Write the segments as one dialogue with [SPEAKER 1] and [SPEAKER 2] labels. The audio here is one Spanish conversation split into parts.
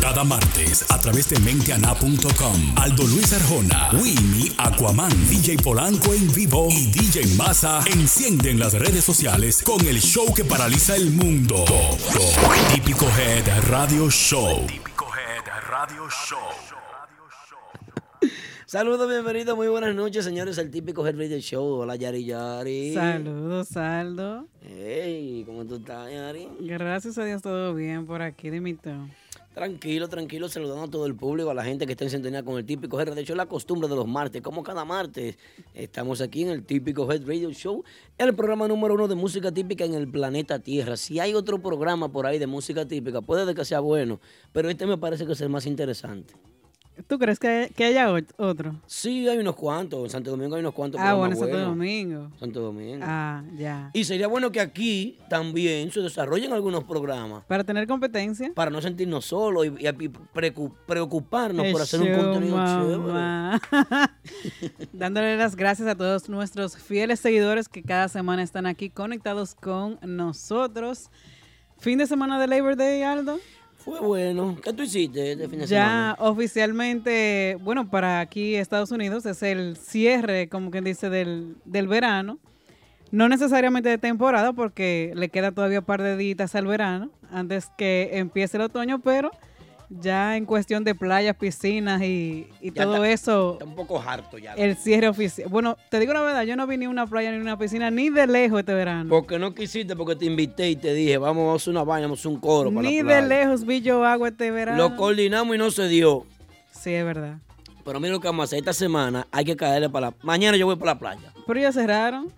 [SPEAKER 1] Cada martes, a través de menteana.com, Aldo Luis Arjona, Winnie, Aquaman, DJ Polanco en vivo y DJ Massa encienden las redes sociales con el show que paraliza el mundo. Típico Head Radio Show. Típico Head Radio Show.
[SPEAKER 2] Saludos, bienvenidos, muy buenas noches, señores, al típico Head Radio Show. Hola, Yari Yari.
[SPEAKER 3] Saludos, Saldo.
[SPEAKER 2] Hey, ¿cómo tú estás, Yari?
[SPEAKER 3] Gracias a Dios, todo bien por aquí, Dimito.
[SPEAKER 2] Tranquilo, tranquilo, saludando a todo el público, a la gente que está en sintonía con el típico Head Radio Show, la costumbre de los martes, como cada martes, estamos aquí en el típico Head Radio Show, el programa número uno de música típica en el planeta Tierra. Si hay otro programa por ahí de música típica, puede que sea bueno, pero este me parece que es el más interesante.
[SPEAKER 3] ¿Tú crees que, que haya ot- otro?
[SPEAKER 2] Sí, hay unos cuantos, en Santo Domingo hay unos cuantos.
[SPEAKER 3] Ah, bueno,
[SPEAKER 2] programas
[SPEAKER 3] Santo
[SPEAKER 2] buenos.
[SPEAKER 3] Domingo.
[SPEAKER 2] Santo Domingo.
[SPEAKER 3] Ah, ya.
[SPEAKER 2] Y sería bueno que aquí también se desarrollen algunos programas
[SPEAKER 3] Para tener competencia.
[SPEAKER 2] para no sentirnos solos y, y- y precu- preocuparnos por
[SPEAKER 3] El
[SPEAKER 2] hacer un
[SPEAKER 3] show,
[SPEAKER 2] contenido chévere.
[SPEAKER 3] mamá. Dándole las gracias a todos nuestros fieles seguidores que cada semana están aquí conectados con nosotros. Fin de semana de Labor Day, Aldo.
[SPEAKER 2] Fue bueno. ¿Qué tú hiciste este fin de
[SPEAKER 3] Ya
[SPEAKER 2] semana?
[SPEAKER 3] oficialmente, bueno, para aquí Estados Unidos es el cierre, como quien dice, del, del verano. No necesariamente de temporada, porque le queda todavía un par de días al verano, antes que empiece el otoño, pero ya en cuestión de playas, piscinas y, y
[SPEAKER 2] Ya
[SPEAKER 3] todo
[SPEAKER 2] está-
[SPEAKER 3] eso,
[SPEAKER 2] Está un poco harto ya.
[SPEAKER 3] el cierre oficial. Bueno, te digo la verdad, yo no vi ni una playa ni una piscina ni de lejos este verano.
[SPEAKER 2] Porque no quisiste, porque te invité y te dije, vamos, vamos a hacer una vaina, vamos a hacer un coro para la
[SPEAKER 3] Ni de
[SPEAKER 2] playa.
[SPEAKER 3] lejos vi yo agua este verano.
[SPEAKER 2] Lo coordinamos y no se dio.
[SPEAKER 3] Sí, es verdad.
[SPEAKER 2] Pero mira lo que vamos a hacer esta semana. Hay que caerle para la... Mañana yo voy para la playa.
[SPEAKER 3] Pero ya cerraron.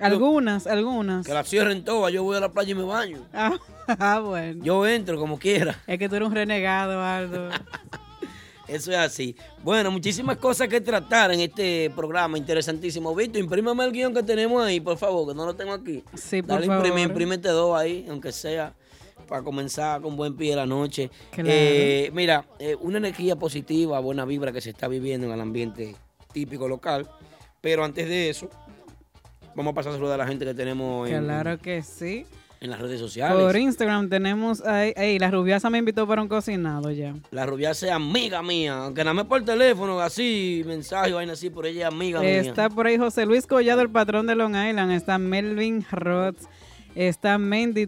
[SPEAKER 3] Algunas, algunas.
[SPEAKER 2] Que la cierren todas, yo voy a la playa y me baño.
[SPEAKER 3] Ah, ah, bueno.
[SPEAKER 2] Yo entro como quiera.
[SPEAKER 3] Es que tú eres un renegado, Aldo.
[SPEAKER 2] Eso es así. Bueno, muchísimas cosas que tratar en este programa interesantísimo. Víctor, imprímame el guión que tenemos ahí, por favor, que no lo tengo aquí.
[SPEAKER 3] Sí, por
[SPEAKER 2] Dale, imprimí,
[SPEAKER 3] favor.
[SPEAKER 2] imprímete dos ahí, aunque sea para comenzar con buen pie de la noche.
[SPEAKER 3] Claro.
[SPEAKER 2] Eh, mira, eh, una energía positiva, buena vibra que se está viviendo en el ambiente típico local. Pero antes de eso, vamos a pasar a saludar a la gente que tenemos en,
[SPEAKER 3] Claro que sí.
[SPEAKER 2] en las redes
[SPEAKER 3] Por
[SPEAKER 2] sociales.
[SPEAKER 3] Instagram tenemos ahí. Ey, la rubiasa me invitó para un cocinado ya.
[SPEAKER 2] La rubia sea amiga mía, aunque nada más por teléfono, así, mensaje, vaina así, por ella es amiga mía.
[SPEAKER 3] Está por ahí José Luis Collado, el patrón de Long Island. Está Melvin Roth. Está Mendy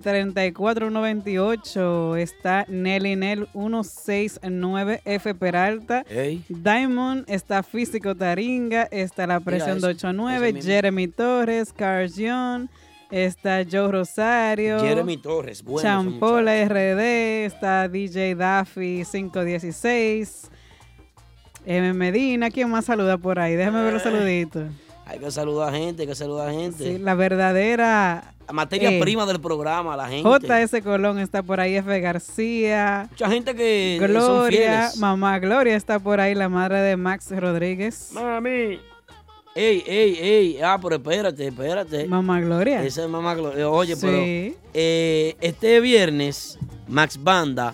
[SPEAKER 3] 3498. Está Nelly Nel 169F Peralta.
[SPEAKER 2] Ey.
[SPEAKER 3] Diamond, está Físico Taringa, está La Presión
[SPEAKER 2] eso,
[SPEAKER 3] 289,
[SPEAKER 2] ese mismo.
[SPEAKER 3] Jeremy Torres, Carl Young, está Joe Rosario,
[SPEAKER 2] Jeremy Torres, bueno. ese
[SPEAKER 3] Champola
[SPEAKER 2] muchacho.
[SPEAKER 3] RD, está DJ Daffy 516, M. Medina, ¿quién más saluda por ahí? Déjame ver los
[SPEAKER 2] Eh,
[SPEAKER 3] saluditos.
[SPEAKER 2] Hay que saludar a gente, hay que saludar a gente.
[SPEAKER 3] Sí, la verdadera
[SPEAKER 2] La materia
[SPEAKER 3] Eh,
[SPEAKER 2] prima del programa, la gente.
[SPEAKER 3] JS Colón está por ahí, F. García,
[SPEAKER 2] Mucha gente que son
[SPEAKER 3] Gloria,
[SPEAKER 2] fieles.
[SPEAKER 3] mamá Gloria está por ahí, la madre de Max Rodríguez.
[SPEAKER 2] Mami. Ey, ey, ey. Ah, pero espérate, espérate.
[SPEAKER 3] Mamá Gloria.
[SPEAKER 2] Esa es mamá Glo- eh, Oye,
[SPEAKER 3] Sí.
[SPEAKER 2] pero eh, este viernes, Max Banda.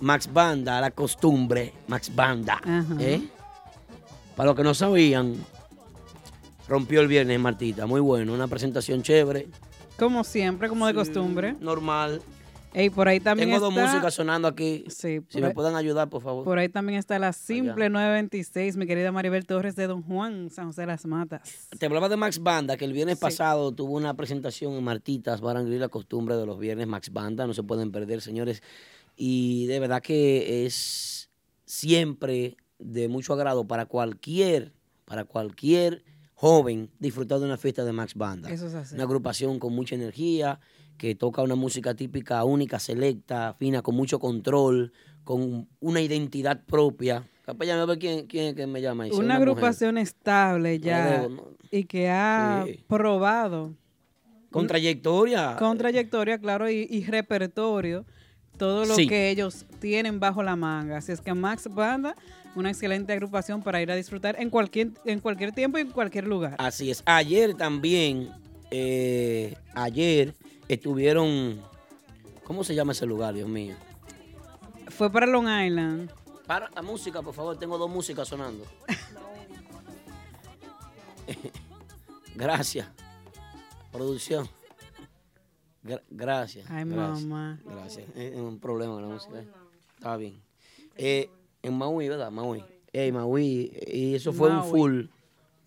[SPEAKER 2] Max Banda, la costumbre. Max Banda.
[SPEAKER 3] Ajá.
[SPEAKER 2] ¿eh? Para los que no sabían, rompió el viernes Martita. Muy bueno, una presentación chévere.
[SPEAKER 3] Como siempre, como de costumbre.
[SPEAKER 2] Normal.
[SPEAKER 3] Ey, por ahí también
[SPEAKER 2] Tengo dos
[SPEAKER 3] está-
[SPEAKER 2] músicas sonando aquí.
[SPEAKER 3] Sí, por,
[SPEAKER 2] Si me
[SPEAKER 3] ahí,
[SPEAKER 2] pueden ayudar, por favor.
[SPEAKER 3] por ahí también está la simple 926, mi querida Maribel Torres de Don Juan, San José de las Matas.
[SPEAKER 2] Te hablaba de Max Banda, que el viernes pasado tuvo una presentación en Martitas, van a vivir la costumbre de los viernes Max Banda, no se pueden perder, señores. Y de verdad que es siempre de mucho agrado para cualquier, para cualquier joven disfrutar de una fiesta de Max Banda.
[SPEAKER 3] Eso es así.
[SPEAKER 2] Una agrupación con mucha energía, que toca una música típica, única, selecta, fina, con mucho control, con una identidad propia. Capellán, a ver quién, quién es que me llama. ahí, si es
[SPEAKER 3] Una
[SPEAKER 2] mujer.
[SPEAKER 3] agrupación estable ya
[SPEAKER 2] No, no.
[SPEAKER 3] y que ha
[SPEAKER 2] Sí.
[SPEAKER 3] probado
[SPEAKER 2] Con trayectoria.
[SPEAKER 3] con trayectoria, claro, y, y repertorio, todo lo
[SPEAKER 2] Sí.
[SPEAKER 3] que ellos tienen bajo la manga. Así es que Max Banda, una excelente agrupación para ir a disfrutar en cualquier, en cualquier tiempo y en cualquier lugar.
[SPEAKER 2] Así es. Ayer también, eh, ayer estuvieron, ¿cómo se llama ese lugar, Dios mío?
[SPEAKER 3] Fue para Long Island.
[SPEAKER 2] Para la música, por favor, tengo dos músicas sonando. gracias. Producción. Gra- gracias.
[SPEAKER 3] Ay,
[SPEAKER 2] gracias,
[SPEAKER 3] mamá.
[SPEAKER 2] Gracias. Es un problema con la música. Está bien. Eh, en Maui, ¿verdad? Maui. Ey, Maui. Y eso fue un
[SPEAKER 3] Maui.
[SPEAKER 2] full.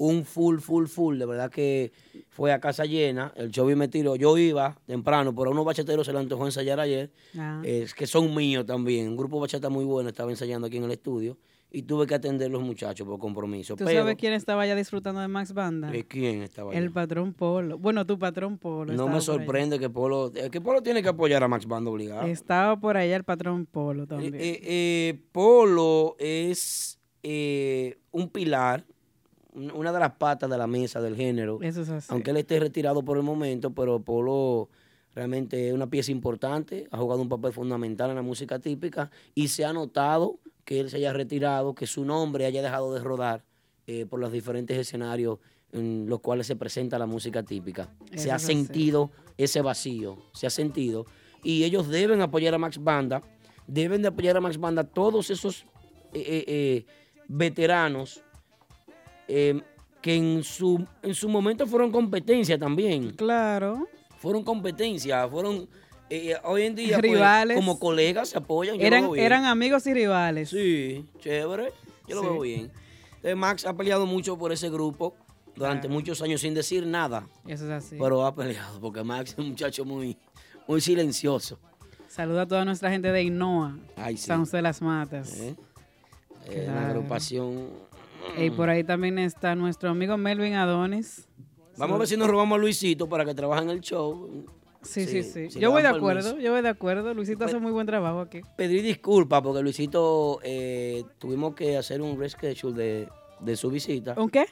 [SPEAKER 2] Un full, full, full. De verdad que fue a casa llena. El show me tiró. Yo iba temprano, pero a unos bachateros se le antojó ensayar ayer.
[SPEAKER 3] Ah.
[SPEAKER 2] Es que son míos también. Un grupo de bachata muy bueno estaba ensayando aquí en el estudio. Y tuve que atender los muchachos por compromiso.
[SPEAKER 3] ¿Tú
[SPEAKER 2] pero,
[SPEAKER 3] sabes quién estaba ya disfrutando de Max Banda?
[SPEAKER 2] ¿de quién estaba
[SPEAKER 3] El
[SPEAKER 2] allá?
[SPEAKER 3] patrón Polo. Bueno, tu patrón Polo.
[SPEAKER 2] No
[SPEAKER 3] estaba
[SPEAKER 2] me
[SPEAKER 3] por
[SPEAKER 2] sorprende que Polo. eh, que Polo tiene que apoyar a Max Banda obligado.
[SPEAKER 3] allá. Estaba por allá el patrón Polo
[SPEAKER 2] Eh,
[SPEAKER 3] también.
[SPEAKER 2] eh, eh, Polo es eh, un pilar, un- una de las patas de la mesa del género.
[SPEAKER 3] Eso es así.
[SPEAKER 2] Aunque él esté retirado por el momento, pero Polo realmente es una pieza importante, ha jugado un papel fundamental en la música típica y se ha notado que él se haya retirado, que su nombre haya dejado de rodar eh, por los diferentes escenarios en los cuales se presenta la música típica.
[SPEAKER 3] Eso
[SPEAKER 2] se ha
[SPEAKER 3] es así.
[SPEAKER 2] sentido ese vacío, se ha sentido. Y ellos deben apoyar a Max Banda, deben de apoyar a Max Banda todos esos eh, eh, eh, veteranos eh, que en su, en su momento fueron competencia también.
[SPEAKER 3] Claro.
[SPEAKER 2] Fueron competencia, fueron eh, hoy en día pues,
[SPEAKER 3] Rivales.
[SPEAKER 2] como colegas se apoyan. yo lo
[SPEAKER 3] Eran,
[SPEAKER 2] veo bien.
[SPEAKER 3] eran amigos y rivales.
[SPEAKER 2] Sí, chévere. Yo lo
[SPEAKER 3] Sí.
[SPEAKER 2] veo bien. Entonces, Max ha peleado mucho por ese grupo durante muchos años sin decir nada,
[SPEAKER 3] Eso es así.
[SPEAKER 2] pero ah, pues. ha peleado porque Max es un muchacho muy, muy silencioso.
[SPEAKER 3] Saluda a toda nuestra gente de Inoa,
[SPEAKER 2] Ay, sí.
[SPEAKER 3] San José de las Matas.
[SPEAKER 2] ¿eh? Eh, la
[SPEAKER 3] Claro.
[SPEAKER 2] agrupación.
[SPEAKER 3] Y por ahí también está nuestro amigo Melvin Adonis.
[SPEAKER 2] Vamos a ver si nos robamos a Luisito para que trabaje en el show.
[SPEAKER 3] Sí,
[SPEAKER 2] Sí,
[SPEAKER 3] sí, sí.
[SPEAKER 2] si le
[SPEAKER 3] Yo voy de
[SPEAKER 2] dan
[SPEAKER 3] acuerdo,
[SPEAKER 2] permiso. Pues.
[SPEAKER 3] yo voy de acuerdo. Luisito hace muy buen trabajo aquí.
[SPEAKER 2] Pedir disculpas porque Luisito eh, tuvimos que hacer un reschedule de, de su visita.
[SPEAKER 3] ¿Un qué?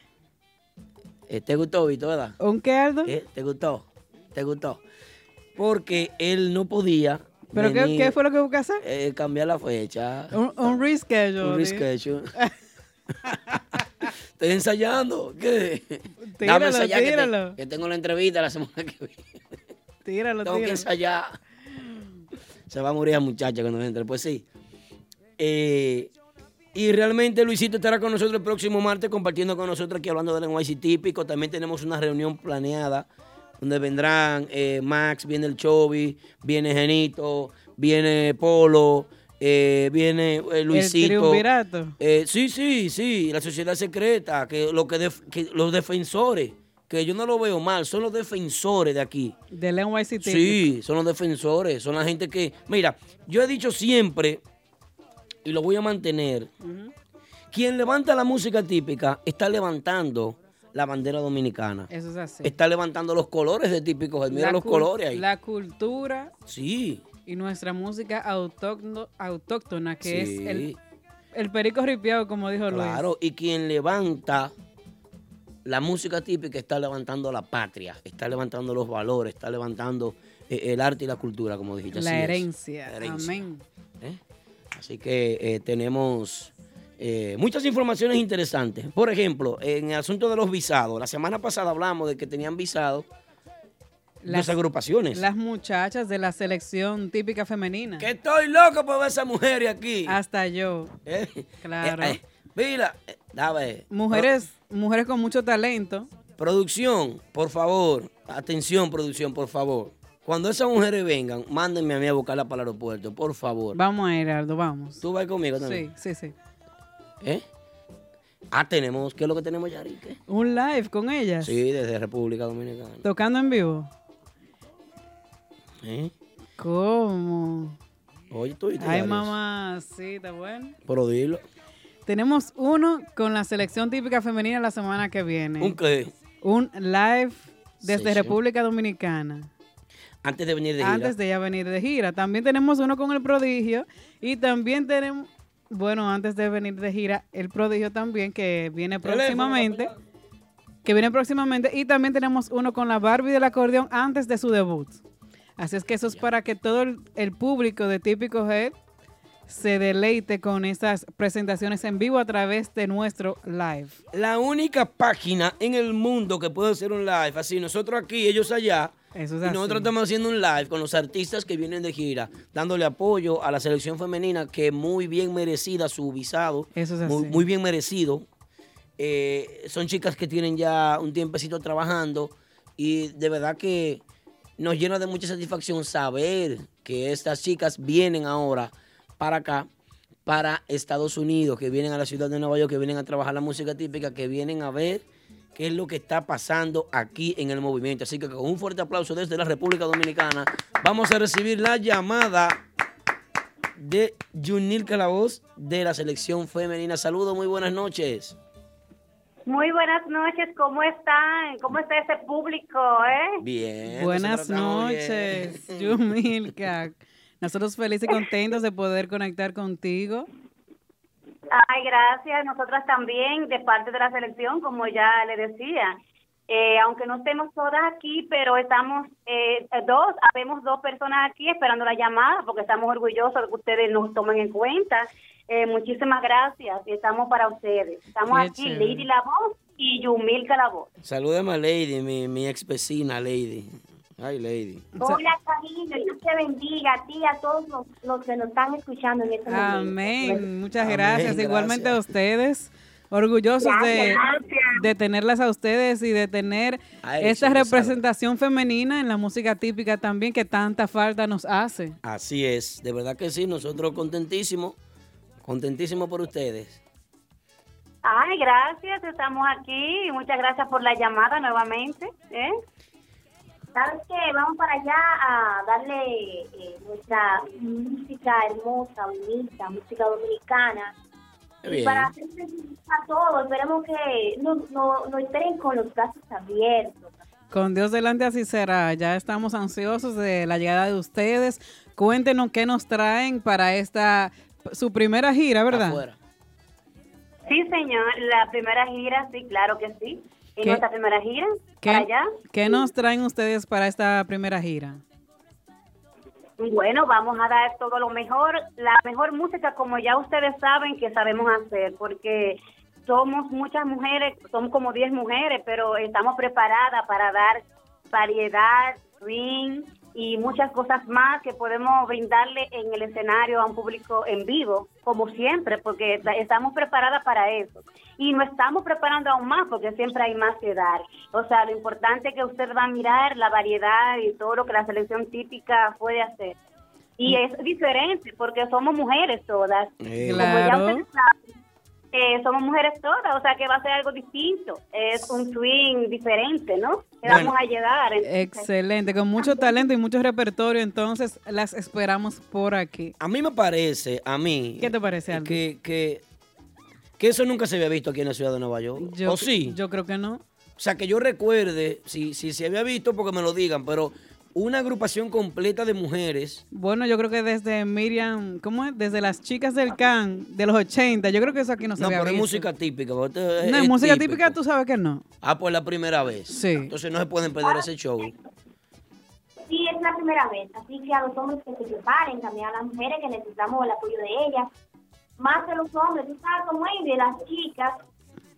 [SPEAKER 2] Eh, ¿Te gustó, Vito, verdad?
[SPEAKER 3] ¿Un qué, Aldo?
[SPEAKER 2] ¿Eh? ¿Te gustó? ¿Te gustó? Porque él no podía.
[SPEAKER 3] ¿Pero qué,
[SPEAKER 2] venir,
[SPEAKER 3] qué fue lo que hubo que hacer? Oh,
[SPEAKER 2] eh, cambiar la fecha.
[SPEAKER 3] Un, un reschedule.
[SPEAKER 2] Un
[SPEAKER 3] di.
[SPEAKER 2] reschedule. Estoy ensayando. ¿Qué?
[SPEAKER 3] Tíralo,
[SPEAKER 2] ensayar, que te-
[SPEAKER 3] tíralo.
[SPEAKER 2] Que, tengo la entrevista la semana que viene.
[SPEAKER 3] Tíralo,
[SPEAKER 2] Tengo que
[SPEAKER 3] tíralo.
[SPEAKER 2] ensayar. Se va a morir la muchacha cuando entre. Pues sí. Eh, y realmente Luisito estará con nosotros el próximo martes compartiendo con nosotros aquí hablando del lenguaje típico. También tenemos una reunión planeada donde vendrán eh, Max, viene el Chovy, viene Genito, viene Polo, eh, viene eh,
[SPEAKER 3] El
[SPEAKER 2] Luisito.
[SPEAKER 3] triunvirato.
[SPEAKER 2] Eh, sí, sí, sí, la sociedad secreta, que, lo que, def- que los defensores, que yo no lo veo mal, son los defensores de aquí.
[SPEAKER 3] Del NYC
[SPEAKER 2] Sí, son los defensores, son la gente que, mira, yo he dicho siempre, y lo voy a mantener, quien levanta la música típica está levantando la bandera dominicana,
[SPEAKER 3] Eso es así.
[SPEAKER 2] está levantando los colores de típicos, Este, mira
[SPEAKER 3] Este. La
[SPEAKER 2] los
[SPEAKER 3] cul-
[SPEAKER 2] colores ahí.
[SPEAKER 3] La cultura
[SPEAKER 2] Sí,
[SPEAKER 3] y nuestra música autóctono- autóctona, que es
[SPEAKER 2] Sí.
[SPEAKER 3] el, el perico ripiado, como dijo Luis.
[SPEAKER 2] Claro, y quien levanta la música típica está levantando la patria, está levantando los valores, está levantando eh, el arte y la cultura, como dijiste. así
[SPEAKER 3] La
[SPEAKER 2] es.
[SPEAKER 3] herencia.
[SPEAKER 2] La herencia.
[SPEAKER 3] Amén.
[SPEAKER 2] ¿eh? Así que eh, tenemos eh, muchas informaciones interesantes. Por ejemplo, en el asunto de los visados, la semana pasada hablamos de que tenían visado las,
[SPEAKER 3] Las-
[SPEAKER 2] agrupaciones.
[SPEAKER 3] Las muchachas de la selección típica femenina.
[SPEAKER 2] Que estoy loco por ver a esas mujeres aquí.
[SPEAKER 3] Hasta yo.
[SPEAKER 2] ¿eh?
[SPEAKER 3] Claro.
[SPEAKER 2] Eh, eh, mira, eh, a ver,
[SPEAKER 3] Mujeres, mujeres con mucho talento.
[SPEAKER 2] Producción, por favor. Atención, producción, por favor. Cuando esas mujeres vengan, mándenme a mí a buscarla para el aeropuerto, por favor.
[SPEAKER 3] Vamos a ir, Aldo, vamos.
[SPEAKER 2] Tú vas conmigo
[SPEAKER 3] Sí,
[SPEAKER 2] también.
[SPEAKER 3] sí, sí.
[SPEAKER 2] ¿Eh? Ah, tenemos, ¿qué es lo que tenemos, Yari? ¿Qué?
[SPEAKER 3] Un live con ellas.
[SPEAKER 2] Sí, desde República Dominicana.
[SPEAKER 3] Tocando en vivo.
[SPEAKER 2] ¿Eh?
[SPEAKER 3] ¿Cómo?
[SPEAKER 2] Oye, tú y tú,
[SPEAKER 3] Ay,
[SPEAKER 2] Yari.
[SPEAKER 3] mamá, sí, está bueno.
[SPEAKER 2] Pero dilo.
[SPEAKER 3] Tenemos uno con la selección típica femenina la semana que viene.
[SPEAKER 2] ¿Un qué?
[SPEAKER 3] Un live desde
[SPEAKER 2] Sí, sí.
[SPEAKER 3] República Dominicana.
[SPEAKER 2] Antes de venir de gira.
[SPEAKER 3] Antes de ella venir de gira. También tenemos uno con el prodigio. Y también tenemos, bueno, antes de venir de gira, el prodigio también, que viene
[SPEAKER 2] Teléfono,
[SPEAKER 3] próximamente. Que viene próximamente. Y también tenemos uno con la Barbie del acordeón antes de su debut. Así es que eso es para que todo el, el público de Típico Head se deleite con esas presentaciones en vivo a través de nuestro live.
[SPEAKER 2] La única página en el mundo que puede hacer un live así, nosotros aquí, ellos allá.
[SPEAKER 3] Eso es
[SPEAKER 2] Y
[SPEAKER 3] así.
[SPEAKER 2] nosotros estamos haciendo un live con los artistas que vienen de gira, dándole apoyo a la selección femenina que muy bien merecida su visado,
[SPEAKER 3] Eso es así.
[SPEAKER 2] muy, muy bien merecido. Eh, son chicas que tienen ya un tiempecito trabajando y de verdad que nos llena de mucha satisfacción saber que estas chicas vienen ahora para acá, para Estados Unidos, que vienen a la ciudad de Nueva York, que vienen a trabajar la música típica, que vienen a ver qué es lo que está pasando aquí en el movimiento. Así que con un fuerte aplauso desde la República Dominicana, vamos a recibir la llamada de Junil Calaboz de la selección femenina. Saludos, muy buenas noches.
[SPEAKER 4] Muy buenas noches, ¿cómo están? ¿Cómo está ese público, eh?
[SPEAKER 2] Bien.
[SPEAKER 3] Buenas
[SPEAKER 2] nosotros estamos bien.
[SPEAKER 3] noches, Yumilka. Nosotros felices y contentos de poder conectar contigo.
[SPEAKER 4] Ay, gracias. Nosotras también, de parte de la selección, como ya le decía. Eh, aunque no estemos todas aquí, pero estamos eh, dos, habemos dos personas aquí esperando la llamada porque estamos orgullosos de que ustedes nos tomen en cuenta. Eh, muchísimas gracias y estamos para ustedes. Estamos
[SPEAKER 3] Qué
[SPEAKER 4] aquí,
[SPEAKER 3] chévere.
[SPEAKER 4] Lady La Voz y Yumilka La Voz.
[SPEAKER 2] Salúdame a Lady, mi, mi ex vecina Lady. Ay, Lady.
[SPEAKER 4] Hola, cariño. Dios te bendiga a ti y a todos los, los que nos están escuchando en este momento.
[SPEAKER 3] Amén. Muchas
[SPEAKER 2] Amén,
[SPEAKER 3] gracias.
[SPEAKER 2] gracias.
[SPEAKER 3] Igualmente a ustedes. Orgullosos de,
[SPEAKER 4] Gracias, gracias.
[SPEAKER 3] de tenerlas a ustedes y de tener
[SPEAKER 2] Ay, sí,
[SPEAKER 3] esta
[SPEAKER 2] que salga.
[SPEAKER 3] representación femenina en la música típica también que tanta falta nos hace.
[SPEAKER 2] Así es, de verdad que sí, nosotros contentísimos, contentísimos por ustedes.
[SPEAKER 4] Ay, gracias, estamos aquí. Muchas gracias por la llamada nuevamente. ¿eh? ¿Sabes qué? Vamos para allá a darle eh, nuestra música hermosa, bonita, música dominicana.
[SPEAKER 2] Qué bien.
[SPEAKER 4] Para hacer feliz a todos, esperemos que no, no, no esperen con los brazos abiertos.
[SPEAKER 3] Con Dios delante así será. Ya estamos ansiosos de la llegada de ustedes. Cuéntenos qué nos traen para esta su primera gira, ¿verdad?
[SPEAKER 2] Afuera.
[SPEAKER 4] Sí, señor, la primera gira, sí, claro que sí.
[SPEAKER 3] ¿En ¿Qué? nuestra
[SPEAKER 4] primera gira?
[SPEAKER 3] ¿Qué, qué nos traen ustedes para esta primera gira?
[SPEAKER 4] Bueno, vamos a dar todo lo mejor, la mejor música como ya ustedes saben que sabemos hacer, porque somos muchas mujeres, somos como 10 mujeres, pero estamos preparadas para dar variedad, ring y muchas cosas más que podemos brindarle en el escenario a un público en vivo, como siempre, porque esta- estamos preparadas para eso. Y nos estamos preparando aún más, porque siempre hay más que dar. O sea, lo importante es que usted va a mirar la variedad y todo lo que la selección típica puede hacer. Y es diferente, porque somos mujeres todas.
[SPEAKER 2] Eh,
[SPEAKER 3] Claro.
[SPEAKER 4] Como ya ustedes saben, eh, somos mujeres todas, o sea que va a ser algo distinto. Es un swing diferente, ¿no? Que
[SPEAKER 2] Bueno.
[SPEAKER 4] vamos a llegar. entonces.
[SPEAKER 3] Excelente, con mucho talento y mucho repertorio, entonces las esperamos por aquí.
[SPEAKER 2] A mí me parece, a mí.
[SPEAKER 3] ¿Qué te parece, Aldo?
[SPEAKER 2] Que, que, que eso nunca se había visto aquí en la ciudad de Nueva York.
[SPEAKER 3] Yo,
[SPEAKER 2] ¿O sí?
[SPEAKER 3] Yo creo que no.
[SPEAKER 2] O sea, que yo recuerde, si, si se había visto, porque me lo digan, pero una agrupación completa de mujeres.
[SPEAKER 3] Bueno, yo creo que desde Miriam, ¿cómo es? Desde las chicas del CAN, de los 80, yo creo que eso aquí no se
[SPEAKER 2] No,
[SPEAKER 3] había
[SPEAKER 2] pero es
[SPEAKER 3] visto.
[SPEAKER 2] música típica. porque
[SPEAKER 3] No,
[SPEAKER 2] esto es-
[SPEAKER 3] en
[SPEAKER 2] es
[SPEAKER 3] música
[SPEAKER 2] típico.
[SPEAKER 3] típica tú sabes que no.
[SPEAKER 2] Ah, por la primera vez.
[SPEAKER 3] Sí.
[SPEAKER 2] Entonces no se pueden perder ese show.
[SPEAKER 4] Sí, es la primera vez. Así que a los hombres que se preparen, también a las mujeres que necesitamos el apoyo de ellas. Más de los hombres, tú sabes cómo es, de las chicas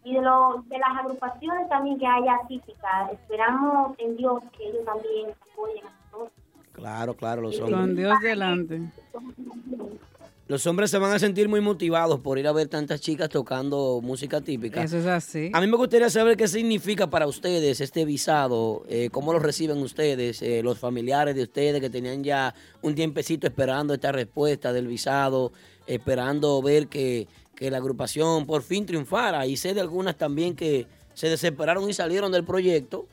[SPEAKER 4] y de, los, de las agrupaciones también que haya típicas. Esperamos en Dios que ellos también apoyen a todos.
[SPEAKER 2] Claro, claro, los hombres.
[SPEAKER 3] Con Dios delante.
[SPEAKER 2] Los hombres se van a sentir muy motivados por ir a ver tantas chicas tocando música típica.
[SPEAKER 3] Eso es así.
[SPEAKER 2] A mí me gustaría saber qué significa para ustedes este visado, eh, cómo lo reciben ustedes, eh, los familiares de ustedes que tenían ya un tiempecito esperando esta respuesta del visado, esperando ver que, que la agrupación por fin triunfara. Y sé de algunas también que se desesperaron y salieron del proyecto,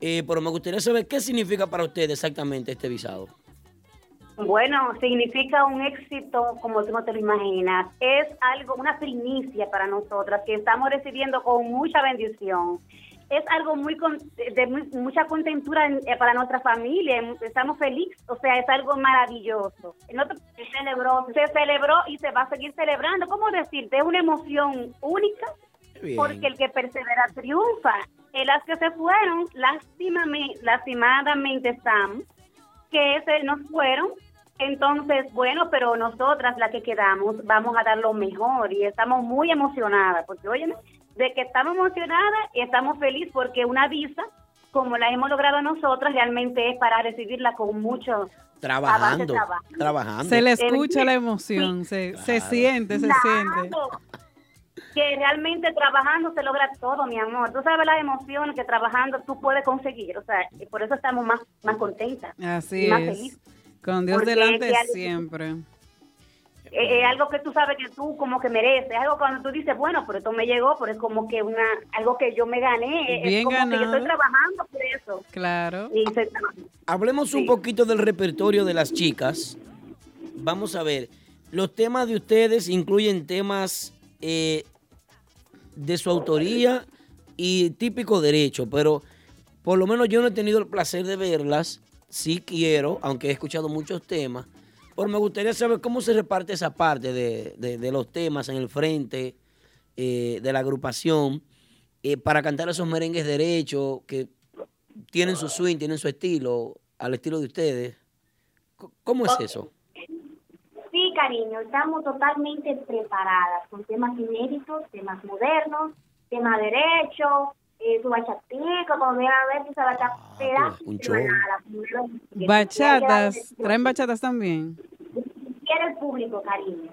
[SPEAKER 2] eh, pero me gustaría saber qué significa para ustedes exactamente este visado.
[SPEAKER 4] Bueno, significa un éxito como tú no te lo imaginas. Es algo, una primicia para nosotras que estamos recibiendo con mucha bendición. Es algo muy con- de mu- mucha contentura en- eh, para nuestra familia. Em, Estamos felices, o sea, es algo maravilloso. No te- se celebró, se celebró y se va a seguir celebrando. ¿Cómo decirte? Es una emoción única
[SPEAKER 2] Bien.
[SPEAKER 4] porque el que persevera triunfa. Y las que se fueron, lástimame, lastimadamente están, que se nos fueron. Entonces, bueno, pero nosotras, las que quedamos, vamos a dar lo mejor y estamos muy emocionadas, porque oye, de que estamos emocionadas y estamos felices porque una visa, como la hemos logrado nosotras, realmente es para recibirla con mucho
[SPEAKER 2] Trabajando,
[SPEAKER 4] trabajo.
[SPEAKER 2] trabajando.
[SPEAKER 3] Se le
[SPEAKER 4] Sí.
[SPEAKER 3] escucha la emoción, se, se
[SPEAKER 2] Claro.
[SPEAKER 3] siente, se siente.
[SPEAKER 4] Claro. Que realmente trabajando se logra todo, mi amor. Tú sabes las emociones que trabajando tú puedes conseguir. O sea, y por eso estamos más, más contentas.
[SPEAKER 3] Así
[SPEAKER 4] más
[SPEAKER 3] es.
[SPEAKER 4] feliz.
[SPEAKER 3] Con Dios
[SPEAKER 4] Porque
[SPEAKER 3] delante
[SPEAKER 4] que alguien-
[SPEAKER 3] siempre.
[SPEAKER 4] eh, eh, algo que tú sabes que tú como que mereces, algo cuando tú dices, bueno, pero esto me llegó, pero es como que una algo que yo me gané, es-
[SPEAKER 3] Bien
[SPEAKER 4] es como que yo
[SPEAKER 3] ganado.
[SPEAKER 4] estoy trabajando por eso.
[SPEAKER 3] Claro.
[SPEAKER 4] Y estoy trabajando.
[SPEAKER 2] Hablemos un poquito del repertorio de las chicas. Vamos a ver, los temas de ustedes incluyen temas eh, de su autoría y típico derecho, pero por lo menos yo no he tenido el placer de verlas. Sí quiero, aunque he escuchado muchos temas, pero me gustaría saber cómo se reparte esa parte de, de- de los temas en el frente eh, de la agrupación eh, para cantar esos merengues derechos que tienen su swing, tienen su estilo, al estilo de ustedes. C- ¿Cómo es eso?
[SPEAKER 5] Sí, cariño, estamos totalmente preparadas con temas inéditos, temas modernos, tema derecho, eh, tu bachatico, cuando viene a ver esa bachata,
[SPEAKER 2] Ah, pues, un
[SPEAKER 5] te da
[SPEAKER 2] show.
[SPEAKER 5] semanal, primero, que tú
[SPEAKER 3] Bachatas.
[SPEAKER 5] quieras,
[SPEAKER 3] Traen bachatas también.
[SPEAKER 5] Quiere el público, cariño.